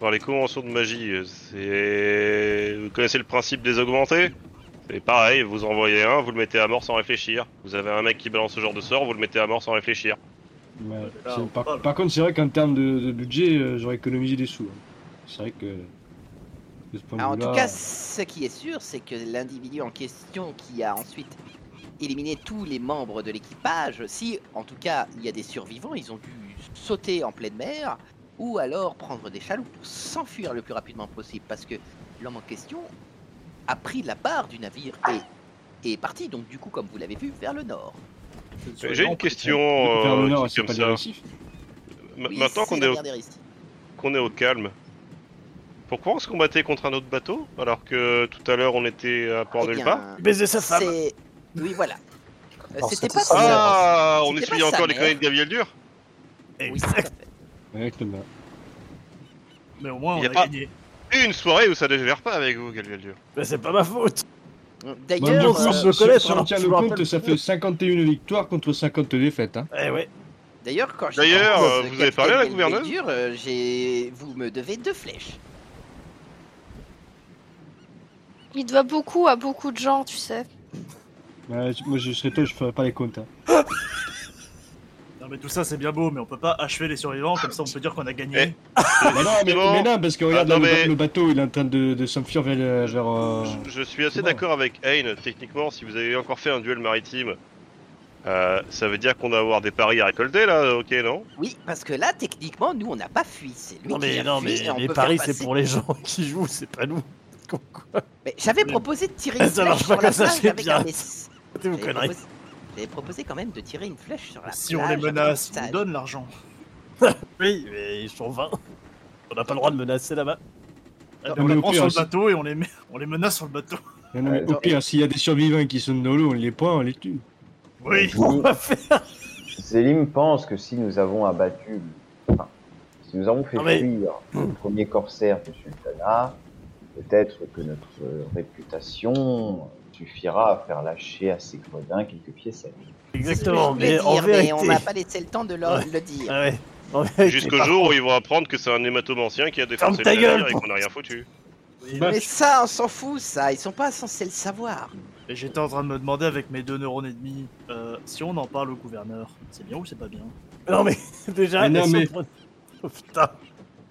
H: Par les conventions de magie, euh, c'est. Vous connaissez le principe des augmentés C'est pareil, vous envoyez un, vous le mettez à mort sans réfléchir. Vous avez un mec qui balance ce genre de sort, vous le mettez à mort sans réfléchir.
C: Ouais,
F: mais là,
C: c'est-
F: on
C: par,
F: parle.
C: par contre, c'est vrai qu'en termes de, de budget, euh, j'aurais économisé des sous. hein. C'est vrai que. de ce point de
J: Alors, Ah, en
C: vue-là,
J: tout cas, ce qui est sûr, c'est que l'individu en question qui a ensuite éliminé tous les membres de l'équipage, si en tout cas il y a des survivants, ils ont dû sauter en pleine mer ou alors prendre des chaloupes pour s'enfuir le plus rapidement possible parce que l'homme en question a pris la barre du navire et est parti, donc du coup, comme vous l'avez vu, vers le nord.
F: C'est-
H: J'ai une question.
C: faire
H: euh,
C: le Nord,
H: qui-
C: c'est
H: comme
C: pas
H: ça.
C: dégressif.
H: Ma-
J: Oui,
H: Maintenant qu'on
J: c'est
H: est
J: la
H: au
J: guerre des risques.
H: qu'on est au calme. Pourquoi on se combattait contre un autre bateau alors que tout à l'heure on était à port
J: Eh
H: nulle
J: bien,
H: part
G: Baiser sa femme.
J: c'est- Oui, voilà. Euh,
C: Oh,
I: Alors,
J: C'était
I: c'était
J: pas
I: sa
J: ça.
I: mère.
H: Ah, on
J: C'était
H: essuyait
J: pas sa
H: encore les
J: mère.
H: conneries de Gabriel Dur
J: Oui, tout à fait.
C: Exactement.
F: Mais au moins, on
H: Y a
F: a
H: pas-
F: gagné. Bah,
H: Une soirée où ça dégénère pas avec vous, Gabriel Dur.
G: Mais c'est pas ma faute.
C: Bon, du
J: D'ailleurs,
C: coup,
G: on
J: euh,
G: se
C: si-
G: connaît,
C: si
G: alors,
C: on tient
G: je
C: le
G: me
C: compte,
G: rappelle
C: ça
G: plus.
C: fait 51 victoires contre 50 défaites. Hein.
G: Eh ouais.
J: D'ailleurs, quand j'ai
H: D'ailleurs,
J: rencontré
H: euh,
J: ce
H: vous avez parlé à la
J: capitaine
H: gouverneuse
J: Beldur, euh, j'ai... Vous me devez deux flèches.
B: Il doit beaucoup à beaucoup de gens, tu sais.
C: Ouais, je- moi, je serais toi, je ferais pas les comptes. hein.
F: Non, mais tout ça, c'est bien beau, mais on peut pas achever les survivants, comme ça, on peut dire qu'on a gagné.
C: Bah non, mais,
H: Eh. Bon.
C: mais non, parce que regarde,
D: Ah,
H: Attends,
C: là, le ba-
H: mais-
C: le, bateau, il est en train de, de s'enfuir vers. le- vers, euh,
H: Je, je suis assez
C: c'est bon.
H: d'accord avec Hein, techniquement, si vous avez encore fait un duel maritime, euh, ça veut dire qu'on va avoir des paris à récolter là, ok, non
J: Oui, parce que là, techniquement, nous, on n'a pas fui. C'est lui
G: Non
J: qui
G: mais
J: a
G: non
J: fui
G: mais
J: et on
G: les
J: peut
G: paris
J: faire
G: c'est
J: passer-
G: pour les gens qui jouent, c'est pas nous. Con- con-
J: Mais j'avais proposé de tirer
G: Ça
J: une flèche
G: marche pas
J: sur la
G: comme ça,
J: plage
G: c'est
J: avec
G: bien.
J: un mess-
G: Arrêtez vos
J: J'avais
G: conneries.
J: proposé- J'avais proposé quand même de tirer une flèche sur la
F: Si on
J: plage.
F: les
J: avec un
F: menace, on
J: message.
F: donne l'argent.
G: Oui, mais ils sont 20. On n'a pas le droit de menacer là-bas.
F: Eh ben,
C: mais
F: on les
C: au
F: prend
C: pire, hein.
F: sur le
C: c'est-
F: bateau et on les, met- on les menace sur le bateau.
C: non, non, mais au
D: Attends.
C: pire, s'il y a des survivants qui sont dans l'eau, on les prend, on les tue.
F: Oui,
G: On va faire.
D: Zélim pense que si nous avons abattu, enfin, si nous avons fait
G: Non, mais-
D: fuir le premier corsaire du sultanat, peut-être que notre euh, réputation suffira à faire lâcher à ces gredins quelques piécettes.
G: Exactement,
J: Je voulais
G: mais en
J: dire, mais
G: vérité.
J: on n'a pas laissé le temps de le,
G: Ouais.
J: le dire.
G: Ah ouais. En vérité,
H: Jusqu'au
G: par
H: jour où ils vont apprendre que c'est un hématomancien qui a défoncé
G: ta
H: le navire
G: gueule,
H: et
G: pour-
H: qu'on a rien foutu.
J: Mais ça, on s'en fout, ça. Ils sont pas censés le savoir.
F: Et j'étais en train de me demander avec mes deux neurones et demi, euh, si on en parle au gouverneur, c'est bien ou c'est pas bien
G: Non mais déjà,
C: Mais non,
G: laissons
C: mais-
G: prendre- Oh, putain,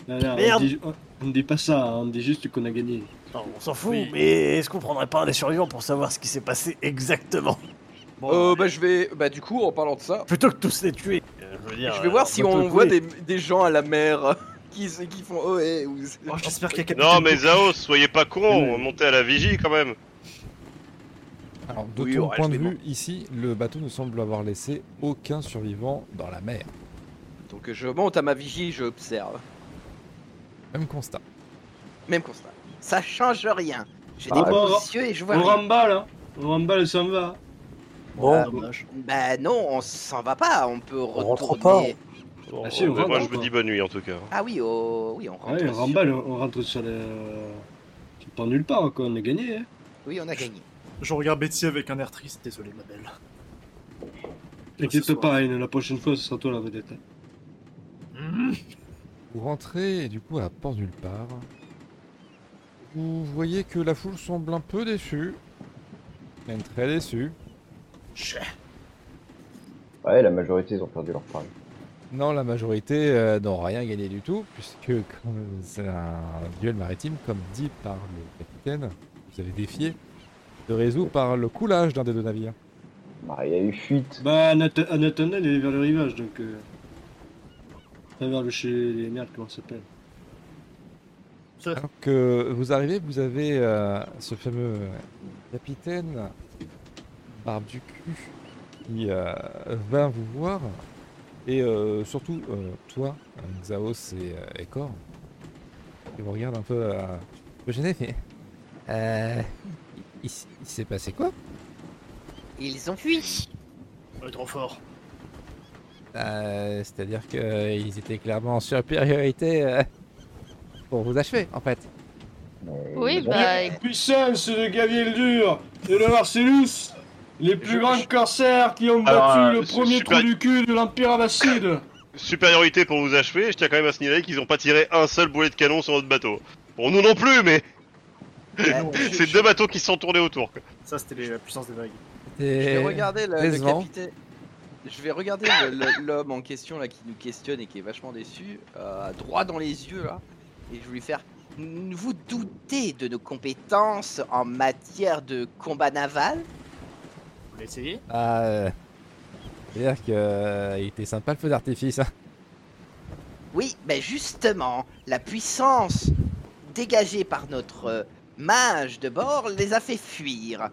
C: Non, non, on
G: Merde.
C: dit- On, Ah, on dit pas ça, hein, on dit juste qu'on a gagné.
G: Non, on s'en fout,
F: Oui.
G: mais est-ce qu'on prendrait pas un des survivants pour savoir ce qui s'est passé exactement
F: Bon,
E: Euh, bah je vais, bah du coup en parlant de ça,
G: Plutôt que tous les tuer euh, Je veux dire.
E: je vais
G: euh,
E: voir si
G: peut
E: on
G: le
E: voit
G: couler.
E: des, des gens à la mer qui, se- qui font oh eh, ou-
F: oh, j'espère qu'il y a Capitaine
H: Non, mais
F: Cook.
H: Zaos, soyez pas
C: Mais
H: cons,
C: oui.
H: montez à la vigie quand même.
A: Alors, de
E: Oui,
A: ton
E: ouais,
A: point de
E: je vais
A: vue, ici, le bateau ne semble avoir laissé aucun survivant dans la mer.
E: Donc je monte à ma vigie, je observe.
A: Même constat.
E: Même constat.
J: Ça change rien. J'ai
E: Ah,
J: des
E: bah,
J: beaux
C: on-
J: yeux et je vois
C: On
J: rien.
C: remballe, hein. On remballe, ça me va.
I: Bon,
E: Ah,
F: Dommage.
J: Bah non, on s'en va pas. On peut
I: rentre
J: retourner.
G: Bon,
C: Ah, si, on
H: Bah,
C: rentre.
H: moi je vous
C: quoi.
H: dis bonne nuit en tout cas.
J: Ah oui, oh, oui, on rentre.
C: Ouais, on
J: sur-
C: remballe, on, on rentre sur le. Tu pars nulle part, quoi, on a gagné, hein.
J: Oui, on a gagné.
F: Je regarde Betsy avec un air triste, désolé ma belle.
C: T'inquiète
F: ce soir.
C: pas, Aïn, la prochaine fois, ce sera toi la vedette. hein.
F: Hmm.
A: Vous rentrez, du coup, à port nulle part. Vous voyez que la foule semble un peu déçue.
K: Même très déçu.
D: Ouais, la majorité, ils ont perdu leur pari.
K: Non, la majorité euh, n'ont rien gagné du tout, puisque comme c'est un duel maritime, comme dit par le capitaine, vous avez défié, se résout par le coulage d'un des deux navires.
D: Bah, il y a eu fuite.
C: Bah, Anat- Anatona, il est vers le rivage, donc. Euh... Enfin, vers le chez les merdes, comment ça s'appelle
K: Alors que vous arrivez, vous avez euh, ce fameux capitaine Barbe du cul qui euh, va vous voir. Et euh, surtout, euh, toi, euh, Xaos et, euh, et Cor, qui vous regarde un peu, euh, un peu gêné, fait. Euh, il s- il s'est passé quoi
S: Ils ont fui.
F: Ouais, trop fort.
K: Euh, C'est-à-dire qu'ils étaient clairement en supériorité euh, pour vous achever, en fait.
B: Oui, bah, éc-
C: Puissance de Gaviel Dur et le Marcellus, les plus
H: Je-
C: grands
H: je-
C: corsaires qui ont
H: Alors,
C: battu
H: euh,
C: le
H: su-
C: premier
H: super-
C: trou du cul de l'Empire Abbasside.
H: Supériorité pour vous achever, je tiens quand même à signaler qu'ils ont pas tiré un seul boulet de canon sur notre bateau. Bon, nous non plus, mais
J: Ouais, je-
H: c'est
J: je-
H: deux bateaux qui se sont tournés autour. quoi.
F: Ça, c'était les- la puissance des vagues.
K: C'était
E: Je vais regarder le, le
K: décevant.
E: capitaine. Je vais regarder le- le- l'homme en question là qui nous questionne et qui est vachement déçu, euh, droit dans les yeux là, et je vais lui faire.
J: Vous doutez de nos compétences en matière de combat naval
F: Vous voulez essayer
K: Ah, euh, C'est-à-dire qu'il était sympa le feu d'artifice. hein.
J: Oui, mais justement, la puissance dégagée par notre euh, mage de bord les a fait fuir.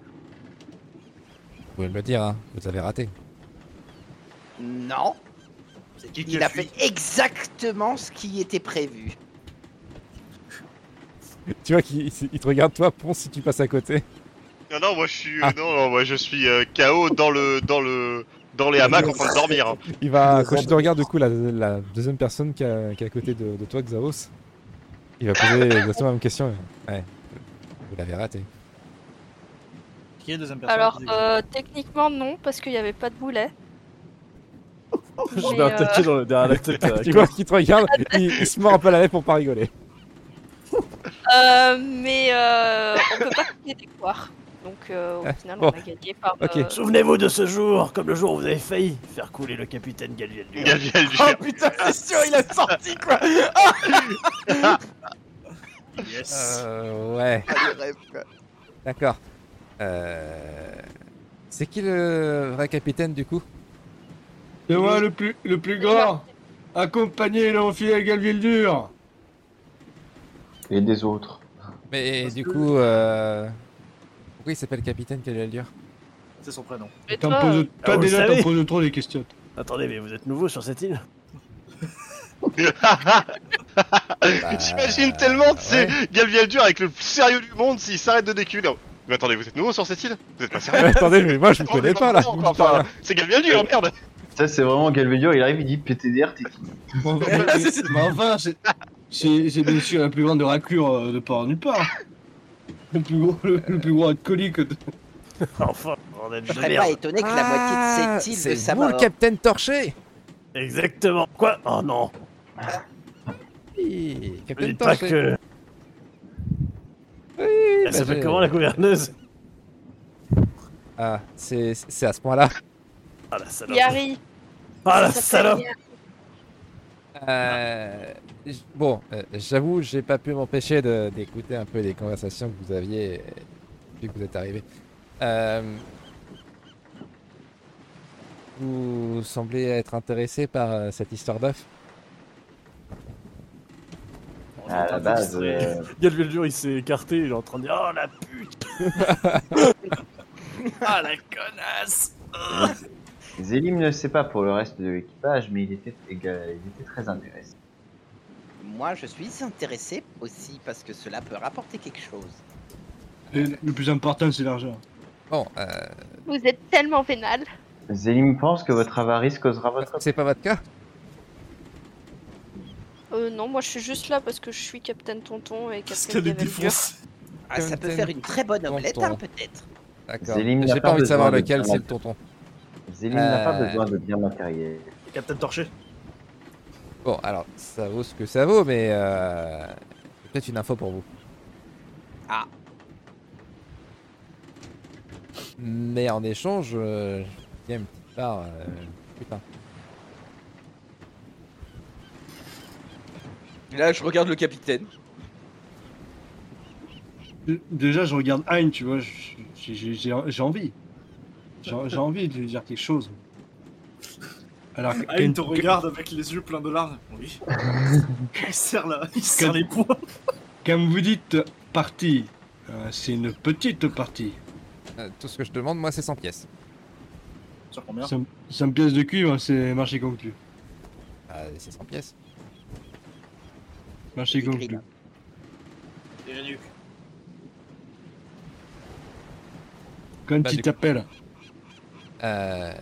K: Vous pouvez me le dire, hein, vous avez raté.
J: Non,
F: C'est qui qui
J: il
F: a
J: a
F: fui
J: fait exactement ce qui était prévu.
K: tu vois qu'il il te regarde toi, Ponce, si tu passes à côté.
H: Non, non, moi je suis,
K: Ah.
H: non, non, moi je suis euh, KO dans le, dans le, dans les hamacs en train de dormir. hein.
K: Il va,
A: Mais
K: quand
A: ça-
K: je te regarde, du coup, la, la deuxième personne qui est à côté de, de toi, Xaos, il va poser exactement la même question. Ouais, vous l'avez raté.
F: Qui est la deuxième personne
B: alors
F: qui dit-
B: euh, techniquement non, parce qu'il n'y avait pas de boulet.
G: Je
B: Mais,
G: vais
B: euh,
G: attaquer dans le derrière la tête. euh,
K: tu vois qu'il te regarde, il, il se mord un peu la lèvre pour pas rigoler.
B: euh, mais euh, on peut pas gagner des couards. Donc euh,
G: Ah,
B: au final,
K: bon.
B: on a gagné par.
K: Ok.
B: euh,
G: Souvenez-vous de ce jour, comme le jour où vous avez failli faire couler le capitaine Galviel Dur.
H: Gabriel Dur.
E: Oh putain, c'est sûr, il a sorti quoi
F: Ah, Yes.
K: Euh, ouais,
E: Ah, le rêve, quoi.
K: d'accord. Euh... C'est qui le vrai capitaine, du coup
C: C'est moi le plus, le plus grand, accompagné et enfilé à Galviel Dur.
D: Et des autres.
K: Mais
F: Parce
K: du
F: que-
K: coup, euh... pourquoi il s'appelle capitaine, quel est le dire
F: C'est son prénom.
B: mais
C: T'en
B: toi,
C: poses,
G: Ah,
C: pas
G: vous
C: déjà,
G: savez.
C: t'en poses trop les questions.
G: Attendez, mais vous êtes nouveau sur cette île
H: J'imagine tellement, tu sais,
K: Ah ouais.
H: Gabriel Dur avec le plus sérieux du monde s'il s'arrête de déculer. Mais attendez, vous êtes nouveau sur cette île Vous êtes pas sérieux
K: Attendez, mais moi je vous
H: On est
K: connais
H: dans
K: pas
H: le
K: là.
H: temps,
K: vous
H: quoi,
K: me parlez-
H: enfin, C'est Gabriel Dur, merde
D: Ça, c'est vraiment Galvedur, il arrive, il dit PTDR, t'es qui
C: Mais enfin, c'est- c'est c'est bien sûr la plus grande raclure euh, de part nulle part. Le plus gros, le, le plus gros alcoolique de-
G: Enfin, on est
J: Je
G: de
J: serais pas
G: merde.
J: étonné que la moitié de cette île de
K: Ah, C'est
J: sa
K: vous le
J: mort.
K: capitaine torché
G: Exactement. Quoi Oh non,
K: Oui,
G: ne
K: capitaine
G: dites pas
K: torché.
G: que...
K: Oui,
G: Elle s'appelle
K: bah,
G: comment la gouverneuse
K: Ah, c'est c'est à ce point-là.
G: Ah la salope
B: Yari.
G: Ah la
B: ça fait
G: salope
B: rien.
K: Euh, j- bon, euh, j'avoue, j'ai pas pu m'empêcher de- d'écouter un peu les conversations que vous aviez euh, depuis que vous êtes arrivé. Euh, vous semblez être intéressé par euh, cette histoire d'œuf.
D: À la base, euh,
G: Galviel Dur, il s'est écarté, il est en train de dire Oh la pute
F: Ah la connasse
D: Zélim ne le sait pas pour le reste de l'équipage, mais il était, il était très intéressé.
J: Moi, je suis intéressé aussi parce que cela peut rapporter quelque chose.
C: Et Le plus important, c'est l'argent.
K: Bon, euh,
B: Vous êtes tellement vénal.
D: Zélim pense que votre avarice causera votre...
K: c'est pas votre cas
B: Euh, non, moi je suis juste là parce que je suis Captain Tonton et
F: Qu'est-ce
B: Captain
F: qu'elle nous
B: Gavel Dur.
F: défonce
J: Ah, ça peut faire une très bonne omelette, hein, peut-être.
K: D'accord.
D: Zélim n'a
K: J'ai
D: pas
K: pas envie de
D: besoin
K: savoir
D: de
K: lequel,
D: savoir.
K: c'est le tonton.
D: Zélim n'a pas
K: Euh,
D: besoin de bien matériel.
F: Captain Torché
K: Bon, alors, ça vaut ce que ça vaut, mais euh, j'ai peut-être une info pour vous.
J: Ah.
K: Mais en échange, euh, j'ai une petite part. euh, putain.
E: Là, je regarde le capitaine.
C: Dé- Déjà, je regarde Hein, tu vois, je- j'ai- j'ai j'ai- j'ai envie. J'ai j'ai envie de lui dire quelque chose. Alors, que-
F: Ah, il te regarde avec les yeux pleins de larmes. Oui. il serre, la... il serre les poings.
C: comme vous dites, partie, euh, c'est une petite partie.
K: Euh, tout ce que je demande, moi, c'est 100 pièces.
F: Sur combien
C: Ça me- ça me pièce de cuivre, c'est marché conclu.
K: Ah, c'est 100 pièces.
C: Marché
J: Écrit,
C: conclu.
J: là.
F: Et la nuque.
C: Quand
K: Bah,
C: il
K: du-
C: t'appelle,
K: Euh,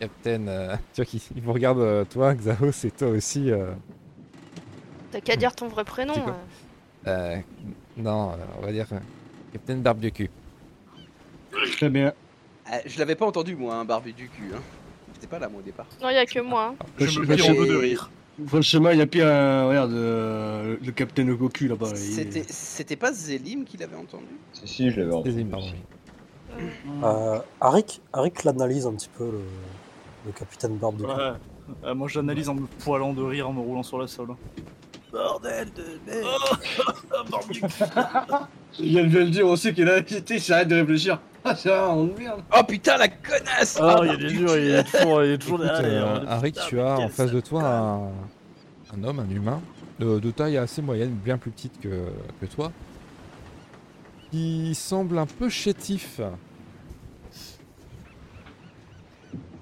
K: Captain, euh, tu vois qu'il il vous regarde, euh, toi, Xaos, et toi aussi. euh,
B: T'as qu'à dire ton vrai prénom.
K: C'est quoi
B: euh.
K: euh, non, euh, on va dire euh, Captain Barbe de cul.
C: très bien.
E: Ah, je l'avais pas entendu, moi, un barbu du cul. Hein. J'étais pas là, moi, au départ.
B: Non, y a que moi. hein.
F: Je
C: Vache-
F: me
C: vache-
F: pire en deux de rire.
C: Franchement, il y a pire, euh, regarde, euh, le capitaine Goku là-bas. il-
E: C'était c'était pas Zélim qui l'avait entendu
D: Si, si, je l'avais
K: Désolé,
D: entendu.
K: pardon.
B: Euh,
I: Euh, Arik, Arik l'analyse un petit peu, le, le capitaine Barbe de Cou.
F: Ouais. Euh, moi, j'analyse en me poilant de rire, en me roulant sur la sol.
J: Bordel de merde
F: Oh.
C: Il vient de le dire aussi qu'il a quitté, j'arrête de réfléchir. Ah, c'est un merde.
E: Oh putain, la connasse
N: Ah,
E: Oh,
N: il y a des durs, il est toujours, il est toujours
C: Ah,
K: Écoute,
N: derrière.
K: euh,
N: Allez,
K: Arik,
N: putain,
K: tu as en
N: quel
K: face de toi un, un homme, un humain, de, de taille assez moyenne, bien plus petite que, que toi, qui semble un peu chétif.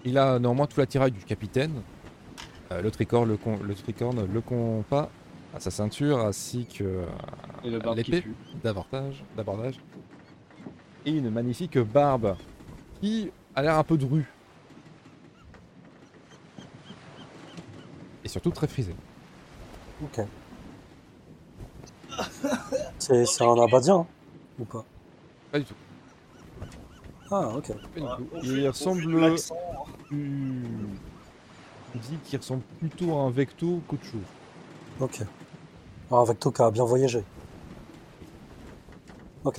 K: Il a néanmoins tout l'attirail du capitaine, euh, le, tricorne, le, con- le tricorne, le compas à sa ceinture, ainsi que euh,
C: Et le barbe qui
K: L'épée.
C: pue.
K: d'abordage, d'abordage, et une magnifique barbe qui a l'air un peu drue. Et surtout très frisée.
I: Ok. C'est c'est un abadien, hein, ou pas
K: Pas du tout.
I: Ah, ok.
K: Pas du
F: Ah,
K: tout.
F: au vu- au
K: Il
F: vu de
K: ressemble.
F: l'accent,
K: Hmm. On dit qu'il ressemble plutôt à un Vecto qu'autre chose.
I: Ok. Ah, avec toi qui a bien voyagé. Ok.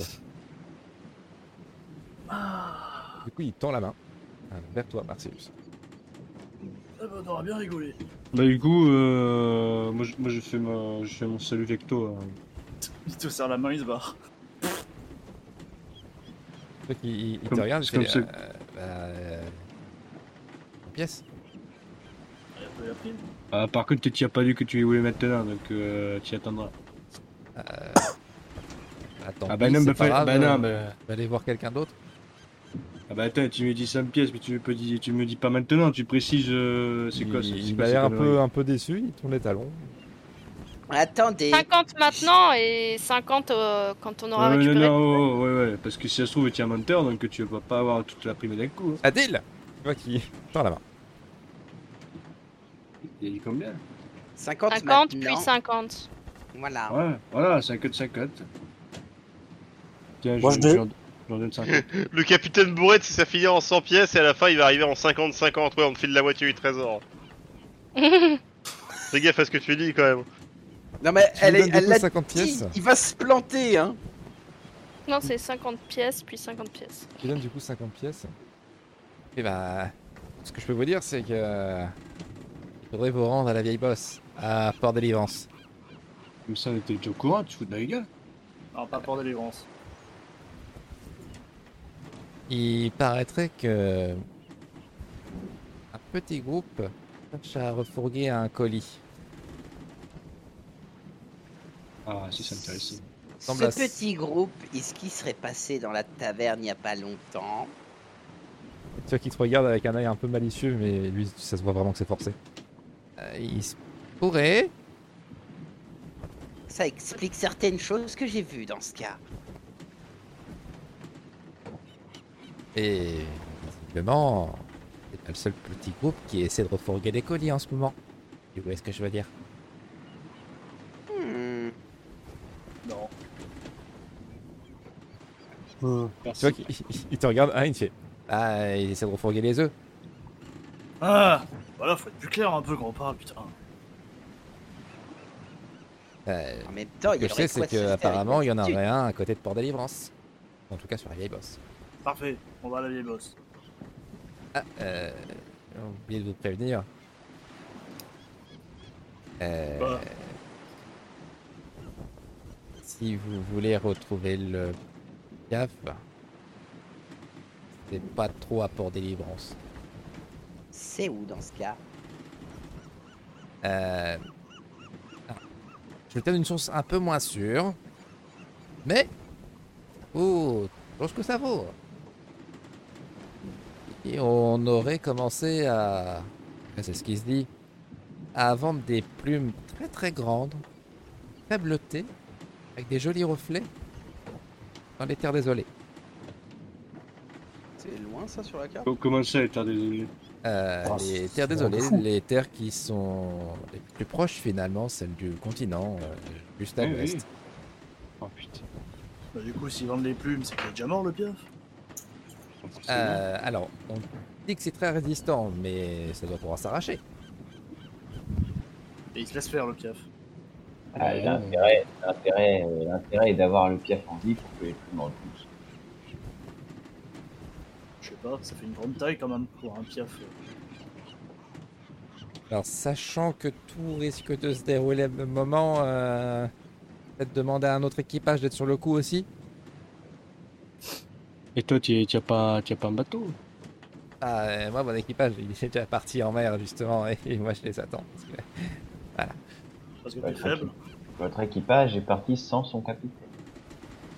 K: Du coup, il tend la main euh, vers toi, Marcellus.
F: Ah bah, on aura bien rigolé.
C: Bah, du coup, euh, moi, je- moi je, fais ma, je fais mon salut Vecto. hein.
F: Il te serre la main, il se barre.
K: Le truc, il, il- il te
C: Comme-
K: regarde, il
C: comme
K: fait,
C: ce-
K: euh, bah, euh, en pièce.
F: Et après,
C: Ah, par contre, tu as pas dit que tu y voulais maintenant, donc euh, tu y attendras.
K: euh, Attends,
C: Ah bah non,
K: c'est
C: bah,
K: pas
C: fa-
K: grave,
C: bah, non,
K: euh,
C: bah,
K: je vais aller voir quelqu'un d'autre.
C: ah bah attends, tu me dis 5 pièces, mais tu me, peux dire- tu me dis pas maintenant, tu précises euh, c'est quoi ça
K: Il,
C: c'est
K: il
C: quoi
K: a
C: ces
K: l'air un
C: conneries
K: peu, un peu déçu, il tourne les talons.
J: Attendez
B: 50 maintenant et 50 euh, quand on aura
C: Ouais, non,
B: récupéré.
C: non, ouais, ouais, ouais, parce que si ça se trouve, tu es un menteur, donc tu vas pas avoir toute la prime d'un coup. hein.
K: Adil Tu vois qui tend la main.
C: Il y a dit combien
E: 50,
B: 50
E: maintenant.
B: puis 50. Ah.
E: Voilà.
C: Ouais, voilà, 50-50. Tiens,
I: Moi,
C: je,
I: je dis-
C: je leur- je leur donne 50.
H: Le capitaine Bourrette, c'est sa filière en 100 pièces et à la fin il va arriver en 50-50. Ouais, on te file la moitié du trésor. Fais gaffe à ce que tu dis quand même.
E: Non, mais
K: Tu
E: elle
K: lui donnes
E: est.
K: du
E: Elle
K: coup
E: l'a
K: 50
E: dit,
K: pièces.
E: il va se planter, hein
B: non, c'est 50 pièces puis 50 pièces.
K: Tu lui donnes du coup 50 pièces. Et bah, ce que je peux vous dire, c'est que il faudrait vous rendre à la vieille bosse à Port Délivrance.
C: Comme ça, t'es déjà au courant, tu fous de la gueule.
F: Alors, pas peur de l'élégance.
K: Il paraîtrait que un petit groupe cherche à refourguer un colis.
C: Ah, si, ça m'intéresse.
J: Ce
K: Semble assez-
J: petit groupe, est-ce qu'il serait passé dans la taverne il n'y a pas longtemps
K: Tu vois qu'il te regarde avec un œil un peu malicieux, mais lui, ça se voit vraiment que c'est forcé. Euh, il se pourrait.
J: Ça explique certaines choses que j'ai vues dans ce cas.
K: Et visiblement, c'est pas le seul petit groupe qui essaie de refourguer des colis en ce moment. Tu vois ce que je veux dire
J: Hmm.
F: Non.
I: Hmm.
K: Tu vois qu'il il te regarde, hein, il te fait. Ah, il essaie de refourguer les œufs.
F: Ah Voilà, faut être plus clair un peu quand on parle, putain.
K: Euh,
J: En même temps,
K: ce
J: Ah, il y
K: que je sais,
J: aurait
K: c'est
J: quoi de se faire
K: qu'apparemment, il y en
J: une
K: aurait un à côté de Port Délivrance. En tout cas, sur la vieille bosse.
F: Parfait, on va à la vieille bosse.
K: Ah, euh... J'ai oublié de vous prévenir. Euh,
J: Bah.
F: Voilà.
K: Si vous voulez retrouver le CAF, c'est pas trop à port délivrance.
J: C'est où dans ce cas
K: Euh... ah. Je donne une source un peu moins sûre. Mais... Oh, je pense que ça vaut. Et on aurait commencé à... Ah, C'est ce qui se dit. À vendre des plumes très très grandes, très bleutées, avec des jolis reflets, dans les terres désolées.
T: C'est loin ça sur la carte
C: Comment ça, état désolé
K: Euh,
E: Oh,
K: les
E: c'est
K: terres
E: vraiment
K: désolées,
E: fou.
K: les terres qui sont les plus proches finalement, celles du continent, euh, juste à
C: Oui, oui.
K: l'ouest.
C: Oh putain.
F: Bah, du coup, s'ils vendent les plumes, c'est qu'il est déjà mort le piaf.
C: C'est
K: Euh, alors, on dit que c'est très résistant, mais ça doit pouvoir s'arracher.
F: Et il se laisse faire le piaf.
D: Ah, et l'intérêt, l'intérêt, euh, l'intérêt est d'avoir le piaf en vie pour que les plumes en poussent.
F: Je sais pas, ça fait une grande taille quand même pour un piaf. euh.
K: Alors, sachant que tout risque de se dérouler à même moment, euh, peut-être demander à un autre équipage d'être sur le coup aussi.
C: Et toi, tu n'as pas, t'y as pas un bateau
K: Ah, euh, moi, mon équipage, il est déjà parti en mer, justement, et, moi, je les attends. parce que-
F: Parce que
D: Ouais,
F: t'es faible.
D: Votre équipage est parti sans son capitaine.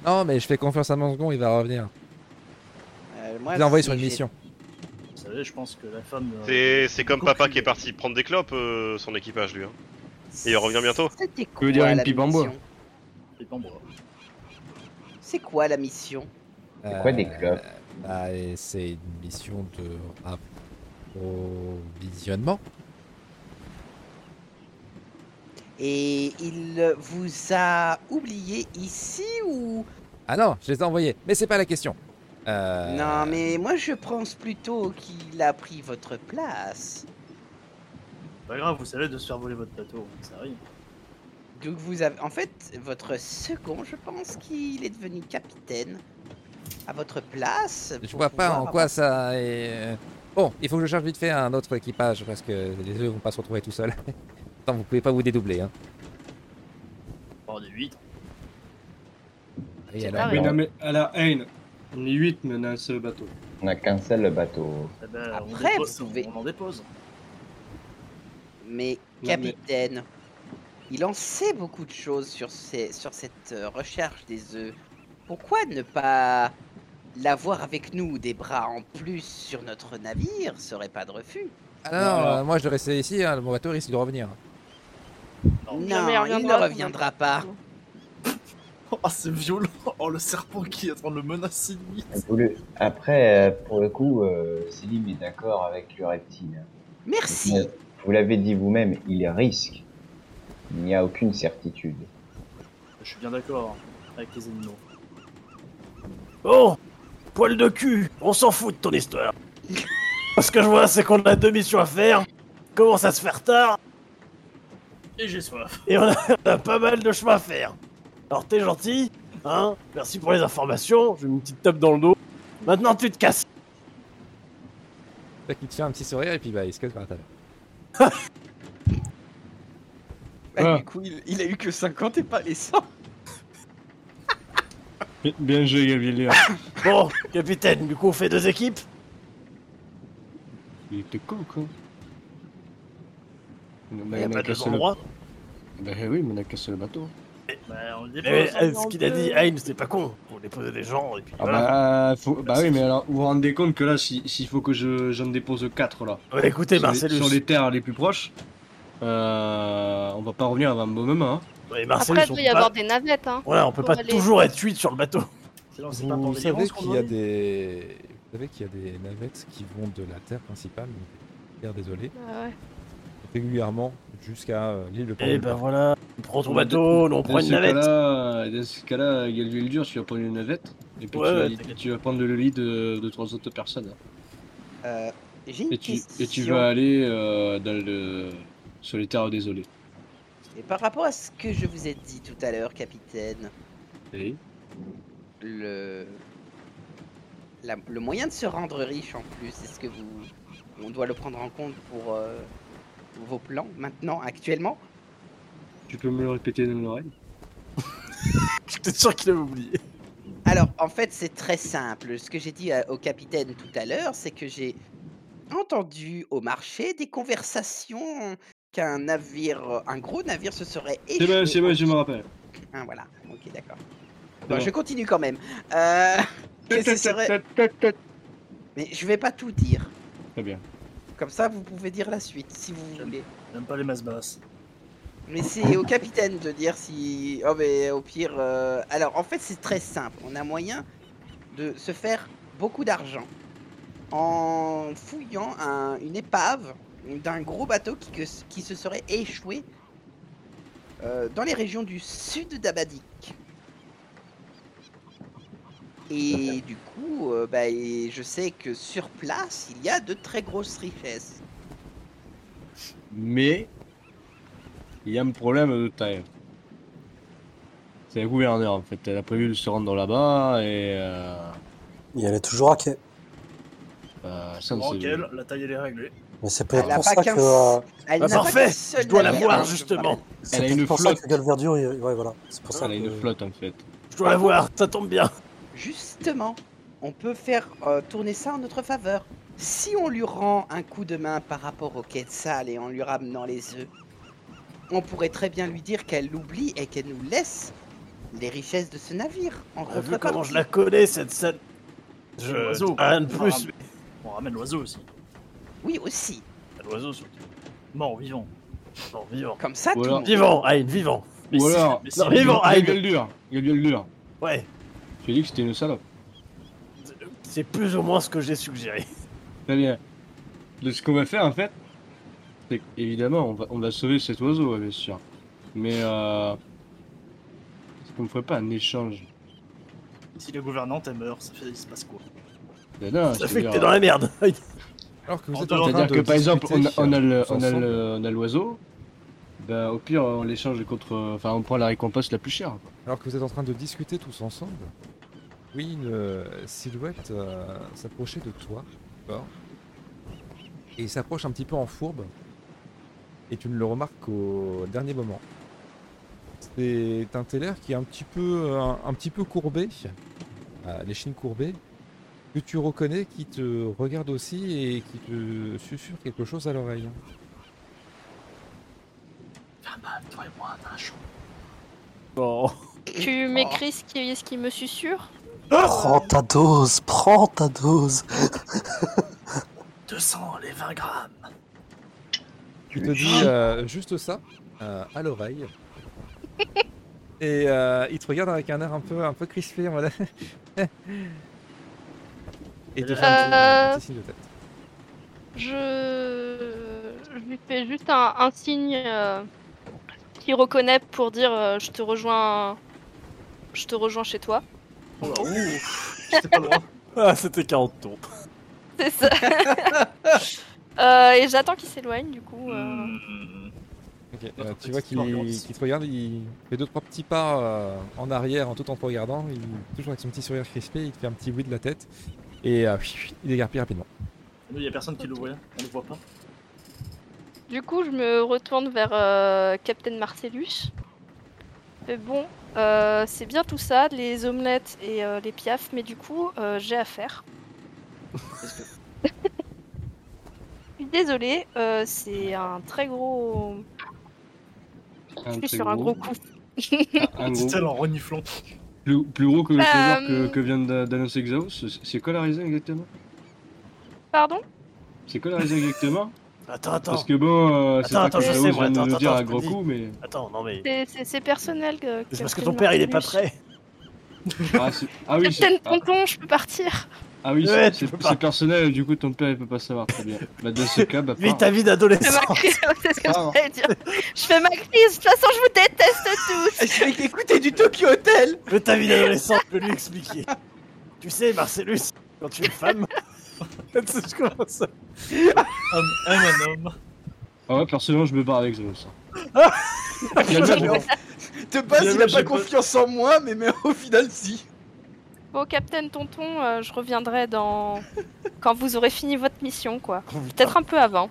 K: Non, mais je fais confiance à Mansegon, il va revenir.
J: Euh,
K: Je
J: moi,
K: l'ai envoyé
J: si
K: sur une
J: j'ai-
K: mission.
F: Vous savez, je pense que la femme. euh,
H: C'est c'est comme
F: du
H: papa
F: cocu,
H: qui est parti prendre des clopes, euh, son équipage lui. hein. Et il va revenir bientôt.
J: C'était quoi,
C: veux dire une
J: la
C: pipe en bois
J: mission
F: elle est en bois.
J: C'est quoi la mission
K: C'est
D: quoi des clopes
K: bah, et C'est une mission de approvisionnement.
J: Et il vous a oublié ici ou
K: Ah non, je les ai envoyés, mais c'est pas la question. Euh,
J: Non, mais moi je pense plutôt qu'il a pris votre place.
F: Pas grave, vous savez, de se faire voler votre bateau, ça arrive.
J: Donc vous avez, en fait, votre second, je pense qu'il est devenu capitaine à votre place.
K: Je
J: pour
K: vois pas
J: pouvoir
K: en quoi ça est. euh, Bon, il faut que je cherche vite fait un autre équipage parce que les œufs vont pas se retrouver tout seuls. Attends, vous pouvez pas vous dédoubler. Hein.
F: Par des huit.
K: Et
B: C'est
K: alors,
B: pareil. Ouais.
C: Mais
G: hein.
C: non, mais à la haine. On est 8, mais on a un seul bateau.
D: On n'a qu'un seul le bateau.
F: Eh ben, on
J: Après,
F: dépose-
J: vous pouvez-
F: On en dépose.
J: Mais
C: mais-
J: capitaine, il en sait beaucoup de choses sur, ces, sur cette euh, recherche des œufs. Pourquoi ne pas l'avoir avec nous des bras en plus sur notre navire Serait pas de refus.
K: Ah non, non, euh, moi je vais rester ici, hein, mon bateau risque de revenir.
F: Non,
J: non,
B: jamais
J: il ne
B: reviendra,
J: reviendra pas.
F: Oh, c'est violent Oh, le serpent qui est en train de le menacer lui
D: Vous le- Après, euh, pour le coup, euh, Selim est d'accord avec le reptile.
J: Merci.
D: Mais Vous l'avez dit vous-même, il risque. Il n'y a aucune certitude.
F: Je suis bien d'accord avec les animaux.
G: Bon, Oh, poil de cul, on s'en fout de ton histoire. Ce que je vois, c'est qu'on a deux missions à faire, commence à se faire tard,
F: Et j'ai soif.
G: et on a, on a pas mal de chemin à faire. Alors t'es gentil, hein Merci pour les informations, je mets une petite tape dans le dos. Maintenant tu te casses.
K: Là, qui te fait un petit sourire et puis bah, il se casse par la table.
T: Bah,
C: Ah.
T: Du coup, il, il a eu que 50 et pas les 100.
C: Bi- Bien joué, Gabriel.
G: Bon, capitaine, du coup on fait deux équipes.
C: Il était con, quoi. Il
G: Il y a pas deux endroits.
C: Bah oui, mais on a cassé le bateau.
F: Bah, on le
G: Mais
F: dépose.
G: euh, ce qu'il a dit, Aim, c'était pas con. On déposait des gens et puis
C: Ah
G: voilà.
C: bah, faut- bah oui, mais alors, vous vous rendez compte que là, si- s'il faut que je- j'en dépose 4, là,
G: Ouais, écoutez,
C: sur, les,
G: Marcellus.
C: sur les terres les plus proches, euh, on va pas revenir avant un bon moment. hein.
G: Ouais, Marcellus,
B: Après, il
G: on
B: peut
G: peut
B: y
G: pas-
B: avoir des navettes, hein.
G: Voilà, on peut
B: pour
G: pas
B: aller-
G: toujours être 8 sur le bateau.
F: Sinon, c'est pas pour
K: Vous savez
F: délirance qu'on
K: qu'il y a
F: demande.
K: des, vous savez qu'il y a des navettes qui vont de la terre principale, donc terre désolée,
B: Ah ouais.
K: régulièrement jusqu'à euh, l'île de
G: Et
K: Port-de-Paix.
G: ben voilà, on prend ton bateau, on prend
C: dans
G: une
C: ce
G: navette.
C: Cas-là, euh, dans ce cas-là, il y a le dur, tu vas prendre une navette, et puis
G: Ouais,
C: tu, vas,
G: ouais, t'inquiète.
C: tu vas prendre le lit de, de trois autres personnes. hein.
J: Euh, J'ai une
C: Et tu,
J: question.
C: et tu vas aller euh, dans le, sur les terres désolées.
J: Et par rapport à ce que je vous ai dit tout à l'heure, capitaine,
C: Et
J: le la- le moyen de se rendre riche en plus Est-ce que vous, on doit le prendre en compte pour euh, vos plans maintenant, actuellement
R: Tu peux me le répéter dans l'oreille
G: J'étais sûr qu'il avait oublié.
J: Alors, en fait, c'est très simple. Ce que j'ai dit à- au capitaine tout à l'heure, c'est que j'ai entendu au marché des conversations qu'un navire, un gros navire, se serait
R: C'est
J: échoué.
R: bon, c'est bon, je me rappelle.
J: Ah, voilà, ok, d'accord.
R: C'est
J: Bon,
R: bon.
J: Je continue quand même. Euh, que ce serait- Mais je vais pas tout dire.
R: Très bien.
J: Comme ça, vous pouvez dire la suite si vous voulez.
F: J'aime pas les masses basses.
J: Mais c'est au capitaine de dire si. Oh, mais au pire. euh, Alors, en fait, c'est très simple. On a moyen de se faire beaucoup d'argent en fouillant un- une épave d'un gros bateau qui, que- qui se serait échoué euh, dans les régions du sud d'Abadik. Et du coup, euh, bah, et je sais que sur place, il y a de très grosses richesses.
C: Mais il y a un problème de taille. C'est le gouverneur en fait. Elle a prévu de se rendre là-bas et. Euh,
I: Et elle est toujours à quai.
C: euh, ça, c'est-
F: Tranquille, la taille elle est réglée.
I: Mais c'est peut-être
J: Elle a
I: pour
J: pas
I: ça
J: qu'un-
I: que. euh,
J: Elle
G: Bah,
J: n'a pas
G: parfait,
J: qu'un seul
G: je dois la
J: navire,
G: voir,
J: hein, je
G: justement.
J: parle.
I: c'est
C: Elle a
I: peut-être
C: une
I: pour ça
C: flotte.
I: que Galverdure. il- Ouais, voilà. C'est pour ça
C: Elle a une
I: que-
C: flotte en fait.
G: Je dois la voir, ça tombe bien.
J: Justement, on peut faire euh, tourner ça en notre faveur. Si on lui rend un coup de main par rapport au Quetzal et en lui ramenant les œufs, on pourrait très bien lui dire qu'elle l'oublie et qu'elle nous laisse les richesses de ce navire. En
G: Ah, vu
J: contrepartie.
G: comment je la connais, cette salle. Je...
F: Euh, l'oiseau.
G: Rien de
F: On
G: plus.
F: ramène- On ramène l'oiseau aussi.
J: Oui, aussi.
F: L'oiseau surtout. Mort, vivant.
G: Bon, vivant.
J: Comme ça,
C: Ou
J: tout le
C: alors-
J: monde-
G: Vivant, Aïn, vivant.
F: Mais
C: Ou
F: si-
C: alors,
F: mais si-
G: Non, vivant,
C: Il
G: Aïn.
C: gueule dure. Il gueule dure.
G: Ouais,
C: Tu dis que c'était une salope.
G: c'est plus ou moins ce que j'ai suggéré.
C: Très bien. Donc, euh, ce qu'on va faire en fait, c'est évidemment on va, on va sauver cet oiseau, ouais, bien sûr. Mais euh, est-ce qu'on ne ferait pas un échange
F: Si la gouvernante elle meurt, ça fait- il se passe quoi
C: Ben non, je
G: Ça fait
C: veux
G: que t'es
C: dire-
G: dans la merde. Aïn.
A: Alors que vous
F: En
A: êtes
F: dehors
C: C'est-à-dire que par exemple, on a, on a le- on a
A: ensemble.
C: le- on a l'oiseau, ben, au pire on l'échange contre. Enfin, on prend la récompense la plus chère. quoi.
A: Alors que vous êtes en train de discuter tous ensemble, oui, une euh, silhouette euh, s'approchait de toi, d'accord et il s'approche un petit peu en fourbe, et tu ne le remarques qu'au dernier moment. C'est un télaire qui est un petit peu, euh, un, un petit peu courbé, euh, les chines courbées, que tu reconnais, qui te regarde aussi et qui te susurre quelque chose à l'oreille.
F: Viens mal, Ah bah, toi et moi, dans la chambre.
G: Bon.
B: Tu
G: Oh.
B: m'écris ce qui, ce qui me susurre
I: Prends ta dose, prends ta dose.
F: 200 les 20 grammes.
A: Tu te dis euh, juste ça euh, à l'oreille. Et euh, il te regarde avec un air un peu, un peu crispé en mode. Et te fait un petit, un
B: Euh.
A: petit signe de tête.
B: Je, je lui fais juste un, un signe euh, qu'il reconnaît pour dire euh, je te rejoins je te rejoins chez toi.
F: Oh là, ouh, j'étais pas loin.
G: Ah, c'était 40 tours.
B: C'est ça. Euh, et j'attends qu'il s'éloigne du coup. euh.
F: Hmm.
A: Ok,
F: Notre
A: euh, tu
F: petite
A: vois qu'il
F: ambiance.
A: qu'il te regarde, il fait deux trois petits pas euh, en arrière en tout en te regardant. Il, toujours avec son petit sourire crispé, il te fait un petit bruit de la tête. Et euh, il égarpille rapidement.
F: Nous, y a personne qui le voit, on le voit pas.
B: Du coup, je me retourne vers euh, Captain Marcellus. Mais bon, euh, c'est bien tout ça, les omelettes et euh, les piafs, mais du coup, euh, j'ai affaire. Je suis désolée, euh, c'est un très gros. Je suis
C: très
B: sur un gros
C: gros.
B: coup.
C: Un gros-
F: Dit-elle en reniflant.
C: plus, plus gros que le trésor que,
B: Euh,
C: que vient d'a- d'annoncer Xaos. C'est- C'est quoi la raison exactement
B: Pardon
C: C'est quoi la raison exactement
G: Attends, attends.
C: Parce que bon, euh, c'est
G: Attends,
C: pas
G: attends,
C: que
B: je
C: Xaos
G: sais, moi,
C: vient de
G: attends,
C: nous dire
G: attends,
C: à
G: je te
C: gros
G: dis.
C: coup, mais
G: Attends, non mais.
B: C'est- C'est c'est personnel. euh,
G: C'est parce que
B: Captain
G: ton père il est pas
B: Marcellus.
G: prêt.
C: ah, c'est- ah oui,
B: Captain
C: c'est ah,
B: Tonton, je peux partir.
C: ah oui, c'est-
G: Ouais, tu
C: c'est
G: peux pas.
C: c'est personnel. Du coup, ton père il peut pas savoir très bien. Bah dans ce cas, bah
G: Vis
C: pars.
G: ta vie
B: Je fais ma
G: d'adolescent.
B: crise, c'est ce que
C: Pardon.
B: j'allais dire. Je fais ma crise, de toute façon, je vous déteste tous.
J: Je vais écouter du Tokyo Hotel
G: Vis ta vie d'adolescent, je peux lui expliquer. Tu sais, Marcellus, quand tu es femme. tu sais, je commence à-
F: Homme, homme, un homme.
C: Ah ouais, personnellement, je me barre avec hein. Zeus.
G: Ah
C: Finalement,
J: De base, il
F: Bien
J: a
F: vu,
J: pas
F: j'ai pas-
J: confiance en moi, mais, mais au final, si.
B: Bon, Captain Tonton, euh, je reviendrai dans. quand vous aurez fini votre mission, quoi. Peut-être un peu avant.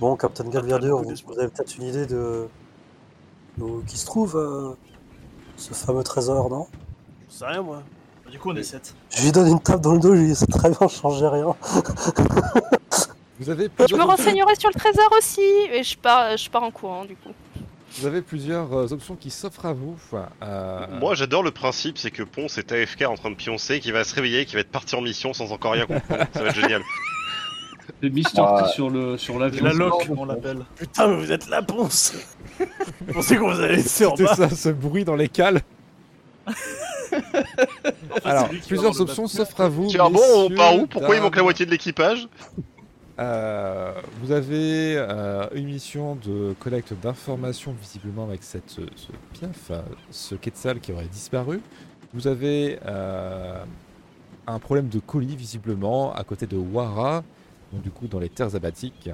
I: Bon, Captain Galverdur, vous, vous avez peut-être une idée de... de qui se trouve euh, ce fameux trésor, non
F: C'est rien, moi. Du coup, on est 7.
I: Je lui donne une tape dans le dos, je lui dis c'est très bien, changez rien.
A: Vous avez plusieurs,
B: Je me renseignerai sur le trésor aussi Et je pars, je pars en courant, du coup.
A: vous avez plusieurs euh, options qui s'offrent à vous. Euh,
H: Moi, j'adore le principe, c'est que Ponce est AFK en train de pioncer, qui va se réveiller, qui va être parti en mission sans encore rien comprendre. Ça va être génial.
C: C'est Mister
O: Ah.
A: Bah,
C: qui est sur le sur l'avion.
F: La loque, on l'appelle.
N: Putain, mais vous êtes la ponce Vous pensez qu'on vous a laissé en
A: C'était
N: bas
A: ça, ce bruit dans les cales. Alors,
F: lui qui va
A: plusieurs
F: avoir le
A: options s'offrent à vous.
H: Tiens, bon, on
A: messieurs,
H: part où Pourquoi il manque la
A: dames.
H: moitié de l'équipage
A: Euh, vous avez euh, une mission de collecte d'informations, visiblement avec cette, ce, ce piaf, euh, ce Quetzal qui aurait disparu. Vous avez euh, un problème de colis, visiblement, à côté de Wara, donc du coup dans les terres abbatiques,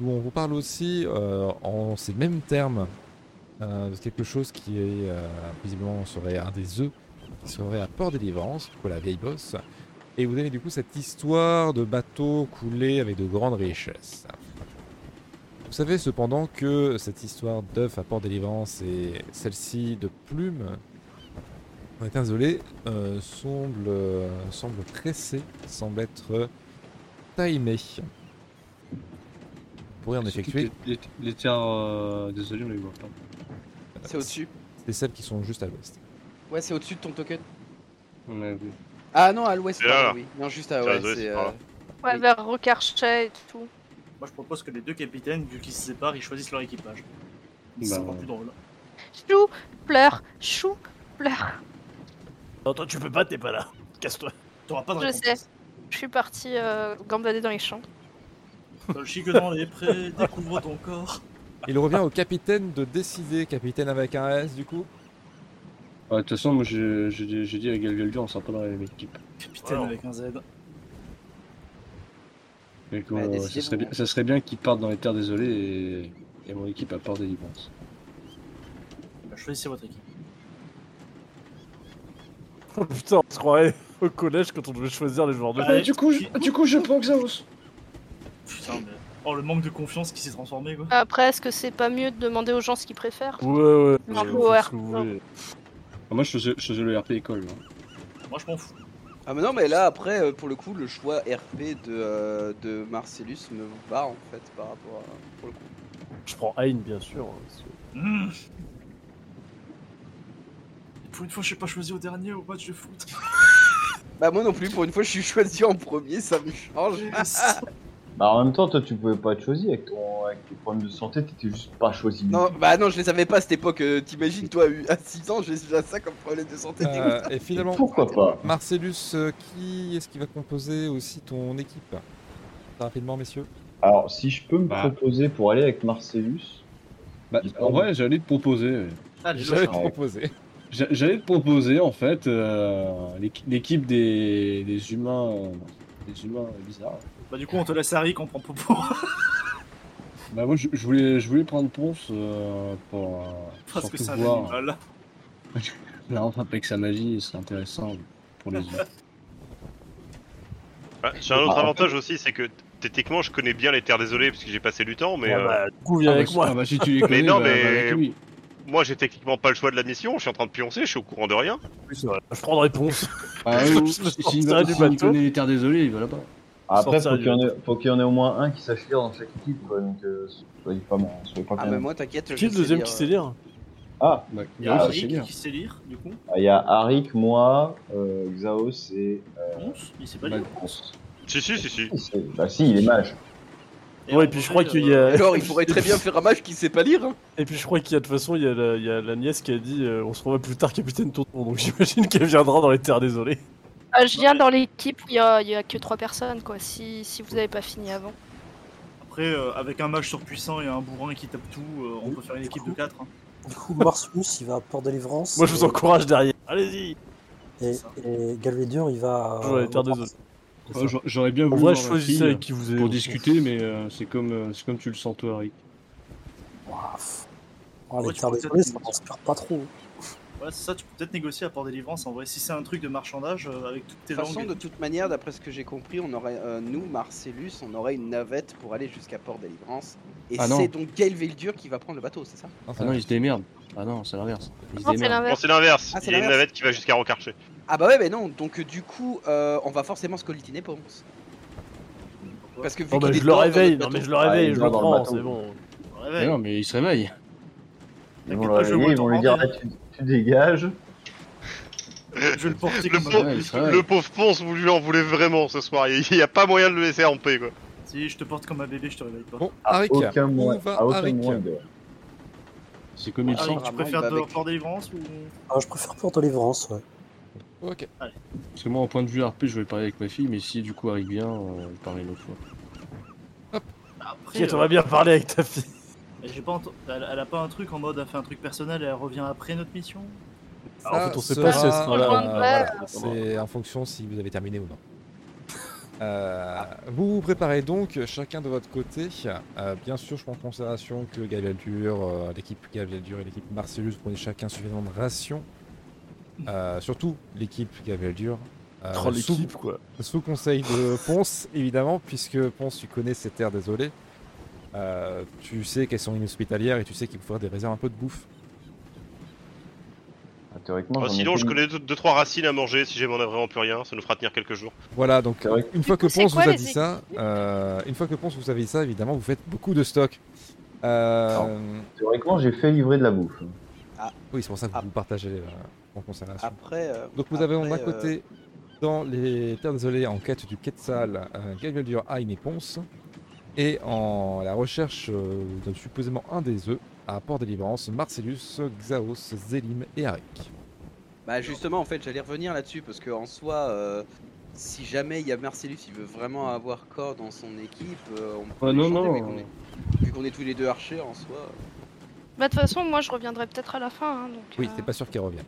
A: où on vous parle aussi euh, en ces mêmes termes euh, de quelque chose qui est euh, visiblement serait un des œufs qui serait à Port Délivrance, pour la vieille bosse. Et vous avez du coup cette histoire de bateaux coulés avec de grandes richesses. Vous savez cependant que cette histoire d'œufs à port délivrance et celle-ci de plumes, on est isolé, euh, semble, euh, semble pressée, semble être euh, timée. Vous pourrez en effectuer,
C: Les, les terres. euh, Désolé, on les voit pas.
E: C'est au-dessus.
A: c'est celles qui sont juste à l'ouest.
E: Ouais, c'est au-dessus de ton token.
C: On a vu.
E: Ah non, à l'ouest,
H: Et
E: pardon,
H: là.
E: oui. Non, juste à
H: Ah,
E: ouais,
H: l'ouest,
E: c'est,
H: par là.
E: euh,
B: Ouais,
E: Oui.
B: vers Rocarchet et tout.
F: Moi, je propose que les deux capitaines, vu qu'ils se séparent, ils choisissent leur équipage.
C: Bah,
F: C'est encore
C: ouais.
F: plus drôle.
B: Chou, pleure, chou, pleure.
N: Non, toi, tu peux pas, t'es pas là. Casse-toi.
F: T'auras pas de
B: Je
F: réponse.
B: sais. Je suis partie euh, gambader dans les champs.
F: Dans le chic dans les prés, découvre ton corps.
A: Il revient au capitaine de décider, capitaine avec un S du coup.
C: Ouais, Bah, De toute façon, moi j'ai j'ai dit j'ai dit à Galgaldur, on sera pas dans la même équipe.
F: Capitaine
N: Wow.
F: avec un Z.
C: Donc,
E: Ouais,
C: euh, ça,
E: décidez-vous,
C: serait bien,
E: hein.
C: ça serait bien qu'ils partent dans les terres désolées et, et mon équipe à port délivrance.
F: Bah, choisissez votre équipe.
N: Oh, putain, on se croirait au collège quand on devait choisir les joueurs de
F: Allez,
N: foot.
C: du, coup,
F: je-
C: du coup, je prends Xaos.
F: Putain, mais. Oh, le manque de confiance qui s'est transformé, quoi.
B: Après, est-ce que c'est pas mieux de demander aux gens ce qu'ils préfèrent
N: Ouais, ouais.
B: Non,
N: euh,
B: ouais,
N: faites ce que vous
B: non.
N: voulez.
C: Ah, moi, je faisais, je faisais le RP école. hein. moi.
F: Moi, je m'en fous.
E: Ah mais non, mais là, après, euh, pour le coup, le choix RP de, euh, de Marcellus me va, en fait, par rapport à... Pour le coup.
N: Je prends Ayn, bien sûr. hein, parce que-
F: Mmh. Pour une fois, je suis pas choisi au dernier au match de foot.
E: Bah moi non plus, pour une fois, je suis choisi en premier, ça me change.
O: Bah, en même temps, toi, tu pouvais pas être choisi avec, ton... avec tes problèmes de santé, t'étais juste pas choisi.
E: Non, bah non, je les avais pas à cette époque. euh, T'imagines, toi, à 6 ans, j'ai déjà ça comme problème de santé.
A: Euh, et finalement,
O: Pourquoi pas
A: Marcellus, euh, qui est-ce qui va composer aussi ton équipe Très Rapidement, messieurs.
O: Alors, si je peux me
C: Bah.
O: proposer pour aller avec Marcellus,
C: Bah, en vrai, j'allais te proposer. ouais.
F: Allez,
A: J'allais te
O: ouais.
A: proposer.
C: J'a- J'allais te proposer en fait euh, l'équ- l'équipe des, des humains, euh, des humains bizarres.
F: Bah, du coup, on te laisse Harry, qu'on prend pour pour.
C: Bah moi je, je voulais je voulais prendre Ponce euh, pour euh,
F: Parce que
C: surtout
F: c'est un
C: voir.
F: animal.
C: Là enfin avec sa magie c'est intéressant pour les humains.
H: Ah, J'ai un autre avantage aussi, c'est que techniquement, je connais bien les terres désolées parce que j'ai passé du temps, mais
N: Ah
H: euh,
N: bah, du coup, viens
C: Ah,
N: avec
C: bah,
N: moi.
C: si- ah, bah, si tu les connais,
H: non,
C: bah,
H: mais-
C: bah, avec lui.
H: moi j'ai techniquement pas le choix de la mission. Je suis en train de pioncer, je suis au courant de rien.
N: Je prends réponse.
C: Ah, oui, oui,
N: Je me
C: si-
N: sens
C: s'il
N: ça
C: va-
N: du
C: s'il
N: bateau.
C: connaît les terres désolées, il va là-bas.
O: après,
N: Sortir
O: faut
N: du
O: qu'il y, en ait- faut qu'il y en ait au moins un qui sache lire dans chaque équipe, quoi. Donc, euh, soyez pas mal. Soyez pas
E: Ah
O: con.
E: mais moi, t'inquiète. je
N: Qui est le
E: sais
N: deuxième
E: lire, euh.
N: qui sait lire
O: Ah,
C: Bah,
F: Il y a
C: oui, ça,
F: Harry
C: c'est bien.
F: qui sait lire, du coup.
O: il y a Arik, moi, euh, Xaos et. Euh,
F: Ponce, il sait pas
C: Bah,
F: lire.
O: Ponce.
H: Si, si, si, si.
O: Il sait- Bah si, il est mage.
N: Ouais,
F: en
N: et puis je
F: vrai,
N: crois qu'il y a.
E: euh. Alors, il pourrait très bien faire un match qui sait pas lire. hein.
N: Et puis je crois qu'il y a de toute façon, il y a la, il y a la nièce qui a dit euh, on se revoit plus tard, capitaine Tonton. Donc j'imagine qu'elle viendra dans les terres désolées.
B: Euh, Je viens
F: mais-
B: dans l'équipe où il y, a- il y a que trois personnes, quoi, si, si vous avez pas fini avant.
F: Après, euh, avec un mage surpuissant et un bourrin qui tape tout, euh, on peut faire une équipe de hein. 4.
I: Du coup, Marcellus, il va à Port Délivrance.
N: Moi je vous
I: et-
N: encourage derrière. Allez-y
I: Et, et Galvédur, il va. euh,
N: Toujours les terres désolées.
C: Ouais, j'a- Ah, Euh, J'aurais bien
N: En
C: voulu
N: vrai,
C: voir la
N: choisissez
C: fille euh,
N: avec qui vous êtes.
C: pour discuter, mais euh, c'est comme euh, c'est comme tu le sens toi, Harry.
I: Ouah, pff. Ah,
F: Ouais,
I: les
F: tu
I: terres
F: peux
I: désolées,
F: peut-être-
I: ça m'inspire pas trop.
F: Ouais, c'est ça, tu peux peut-être négocier à port délivrance en vrai. Si c'est un truc de marchandage euh, avec toutes tes
E: De toute façon,
F: langues.
E: de toute manière, d'après ce que j'ai compris, on aurait, euh, nous, Marcellus, on aurait une navette pour aller jusqu'à Port-Délivrance. Et
N: Ah non.
E: c'est donc Gaël Veldur qui va prendre le bateau, c'est ça
N: Ah non, il se démerde. Ah non, c'est l'inverse. Il se
E: Non, c'est
N: démerde.
E: l'inverse.
H: Non, c'est l'inverse.
E: Ah, c'est
H: Il y a une
E: l'inverse.
H: navette qui va jusqu'à Rocarcher.
E: Ah bah ouais, mais non, donc euh, du coup, euh, on va forcément se coltiner Ponce. Parce que vu
G: Non, bah,
E: qu'il est
G: je le
E: dehors dans
G: réveille,
E: notre
G: non, mais
E: bateau-
G: je le réveille, je le
O: dans le
G: prends,
O: bateau.
G: c'est bon.
F: Ouais,
N: Mais non, mais il se réveille.
O: Ils vont le
F: pas, je
O: réveiller,
F: vois
O: ils vont
F: ton
O: lui dire
F: ordre.
O: Ah, tu, tu dégages.
F: Je vais le porter
H: Le
F: comme
H: pauvre,
F: un-
N: Ouais, c'est vrai.
H: le pauvre Ponce, vous lui en voulez vraiment ce soir. Il n'y a pas moyen de le laisser en paix, quoi.
F: Si je te porte comme un bébé, je te réveille pas.
A: Bon,
O: À
A: Arik,
O: aucun
A: on
O: moyen.
A: va
O: À aucun
A: Arik.
O: moyen de-
N: C'est comme il
F: Ah,
N: sent.
F: tu
E: Apparemment,
F: préfères
E: il va
F: de
E: avec.
F: port délivrance ou.
I: Ah, je préfère Port Délivrance, ouais.
A: Ok.
N: Parce que moi, en point de vue RP, je vais parler avec ma fille, mais si du coup Harry vient, euh, je parlerai une autre fois.
F: Après,
G: T'inquiète,
F: euh,
G: on va bien parler avec ta fille.
F: j'ai pas ent- elle, elle a pas un truc en mode, elle fait un truc personnel et elle revient après notre mission
A: Ça
G: Ah, en fait, on sait
A: sera-
G: pas si elle sera là. euh,
B: Rejoindre,
G: voilà.
A: euh, C'est en fonction si vous avez terminé ou non. Euh, vous vous préparez donc chacun de votre côté. Euh, bien sûr, je prends en considération que Gavaldur, euh, l'équipe Gavaldur et l'équipe Marcellus prenaient chacun suffisamment de rations. Euh, surtout l'équipe Gavaldur. Euh,
G: Oh,
A: sous,
G: l'équipe, quoi.
A: sous conseil de Ponce, évidemment, puisque Ponce, tu connais ces terres désolées. Euh, tu sais qu'elles sont inhospitalières et tu sais qu'il vous faudra des réserves un peu de bouffe.
O: Ah, Théoriquement,
H: Ah,
O: j'en ai
H: sinon, je
O: fait une-
H: connais deux, deux, trois racines à manger. Si jamais on a vraiment plus rien, ça nous fera tenir quelques jours.
A: Voilà, donc
O: C'est vrai que-
A: une fois que
B: coup, c'est
A: Ponce vous
B: quoi
A: a
B: les
A: dit ça, euh, une fois que Ponce vous a dit ça, évidemment, vous faites beaucoup de stock. Euh,
O: Théoriquement, j'ai fait livrer de la bouffe.
N: Ah.
A: oui, c'est pour ça que
E: Ah.
A: vous partagez euh, en conservation.
E: Après, euh,
A: donc vous avez
E: après,
A: d'un
E: euh,
A: côté, dans les terres désolées, en quête du Quetzal, euh, Galveldur, Hain et Ponce, et en la recherche euh, de supposément un des œufs à Port Délivrance, Marcellus, Xaos, Zélim et Arik.
E: Bah justement, en fait, j'allais revenir là-dessus parce que en soi, euh, si jamais il y a Marcellus, il veut vraiment avoir corps dans son équipe, euh,
G: Bah,
E: on peut
N: Ah,
E: les
N: non,
E: changer,
N: non.
E: vu qu'on est- vu qu'on est, tous les deux archers en soi. euh.
B: Bah, de toute façon, moi je reviendrai peut-être à la fin. hein, donc,
A: Oui,
B: euh,
A: c'est pas sûr qu'il revienne.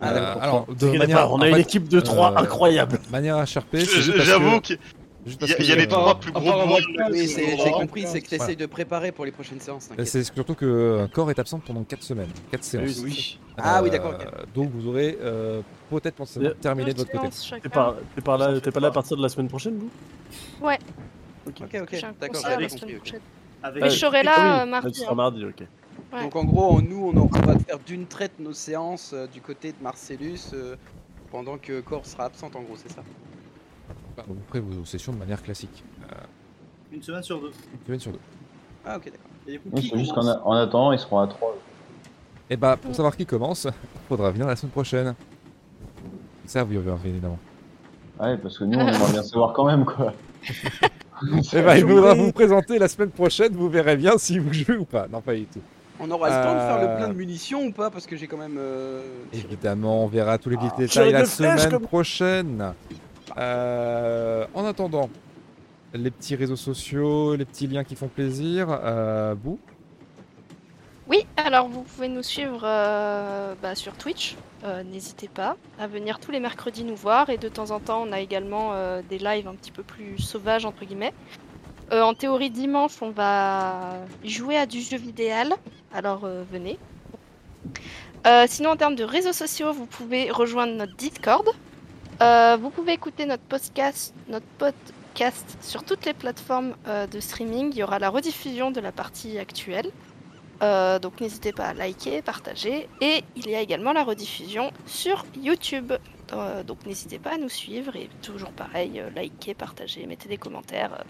E: Ah,
A: Euh,
E: d'accord.
A: alors, de
G: T'inquiète
A: manière,
G: pas, on
A: en
G: a une
A: fait,
G: équipe de trois
A: euh,
G: incroyable.
A: Manière HRP, c'est juste parce
H: J'avoue
A: que-
H: qu'il
A: juste
H: y
A: parce
H: a,
A: que,
H: il y a les
A: euh,
H: trois plus gros
N: apparemment,
H: bruits.
N: Ah,
E: Oui,
N: c'est-
E: c'est-
N: c'est-
E: j'ai compris, c'est que t'essayes
A: Voilà.
E: de préparer pour les prochaines séances.
A: Euh,
E: t'inquiète.
A: C'est surtout que euh, Cor est absente pendant 4 semaines, 4 séances.
N: Oui.
E: Ah oui, d'accord,
A: Euh, Donc vous aurez euh, peut-être pensé
G: Euh,
A: terminé de votre côté.
B: séance chacun.
G: T'es pas, t'es pas là, t'es pas là à partir de la semaine prochaine, vous
E: Ok, ok,
B: J'ai un
E: d'accord.
B: concert
E: j'avais
B: la
E: compris,
B: semaine
E: ok.
B: prochaine.
F: Avec
B: Mais
N: Bah,
B: je serai
N: ah
B: là euh, mardi.
G: Ce
B: hein.
G: sera mardi, ok.
B: Ouais.
E: Donc en gros, on- nous, on, aura- on va faire d'une traite nos séances euh, du côté de Marcellus euh, pendant que Cor sera absente en gros, c'est ça
A: Vous ferez vos sessions de manière classique. Euh,
F: une semaine sur deux.
A: une semaine sur deux.
E: Ah ok, d'accord.
F: Et du coup,
O: Oui,
F: qui
O: c'est juste qu'en
F: commence
O: a- en attendant, ils seront à 3.
A: Et bah pour savoir qui commence, faudra venir la semaine prochaine. Ça vous y reviendrez, évidemment.
O: Ouais, parce que nous, on aimerait bien savoir quand même, quoi.
A: Et bah il faudra vous présenter la semaine prochaine, vous verrez bien si vous jouez ou pas. Non pas du tout.
E: On aura le temps de faire
A: Euh,
E: le plein de munitions ou pas Parce que j'ai quand même. euh, tiré.
A: Évidemment, on verra tous les petits
E: Ah.
A: détails la
G: Tirez de flèches
A: semaine
G: comme-
A: prochaine. Euh, en attendant, les petits réseaux sociaux, les petits liens qui font plaisir. Euh, Bou
B: Oui, alors vous pouvez nous suivre euh, bah, sur Twitch. euh, N'hésitez pas à venir tous les mercredis nous voir. Et de temps en temps, on a également euh, des lives un petit peu plus sauvages, entre guillemets. Euh, en théorie, dimanche, on va jouer à du jeu vidéo. Alors euh, venez. Euh, sinon, en termes de réseaux sociaux, vous pouvez rejoindre notre Discord. Euh, vous pouvez écouter notre podcast, notre podcast sur toutes les plateformes euh, de streaming. Il y aura la rediffusion de la partie actuelle. Euh, donc n'hésitez pas à liker, partager. Et il y a également la rediffusion sur YouTube. Euh, donc n'hésitez pas à nous suivre et toujours pareil, euh, liker, partager, mettez des commentaires. euh,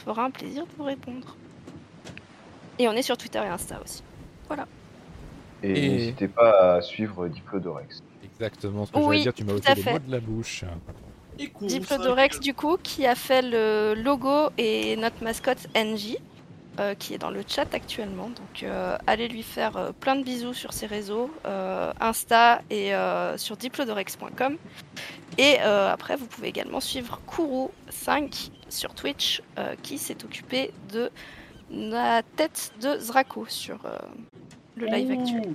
B: ça fera un plaisir de vous répondre. Et on est sur Twitter et Insta aussi.
D: Et,
A: Et-
D: n'hésitez pas à suivre Diplodorex.
A: Exactement ce que
B: Oui,
A: j'allais dire, tu m'as
B: tout
A: ôté
B: à
A: les
B: fait.
A: mots de la bouche.
F: Et cool,
B: Diplodorex
F: ça,
B: du coup qui a fait le logo et notre mascotte NJ euh, qui est dans le chat actuellement. Donc euh, allez lui faire euh, plein de bisous sur ses réseaux, euh, Insta et euh, sur diplodorex.com. Et euh, après vous pouvez également suivre Kourou5 sur Twitch euh, qui s'est occupé de la tête de Zrako sur euh, le live actuel.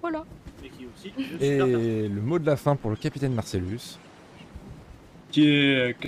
B: Voilà.
F: et qui est aussi une super
A: Et le mot de la fin pour le capitaine Marcellus.
N: Qui est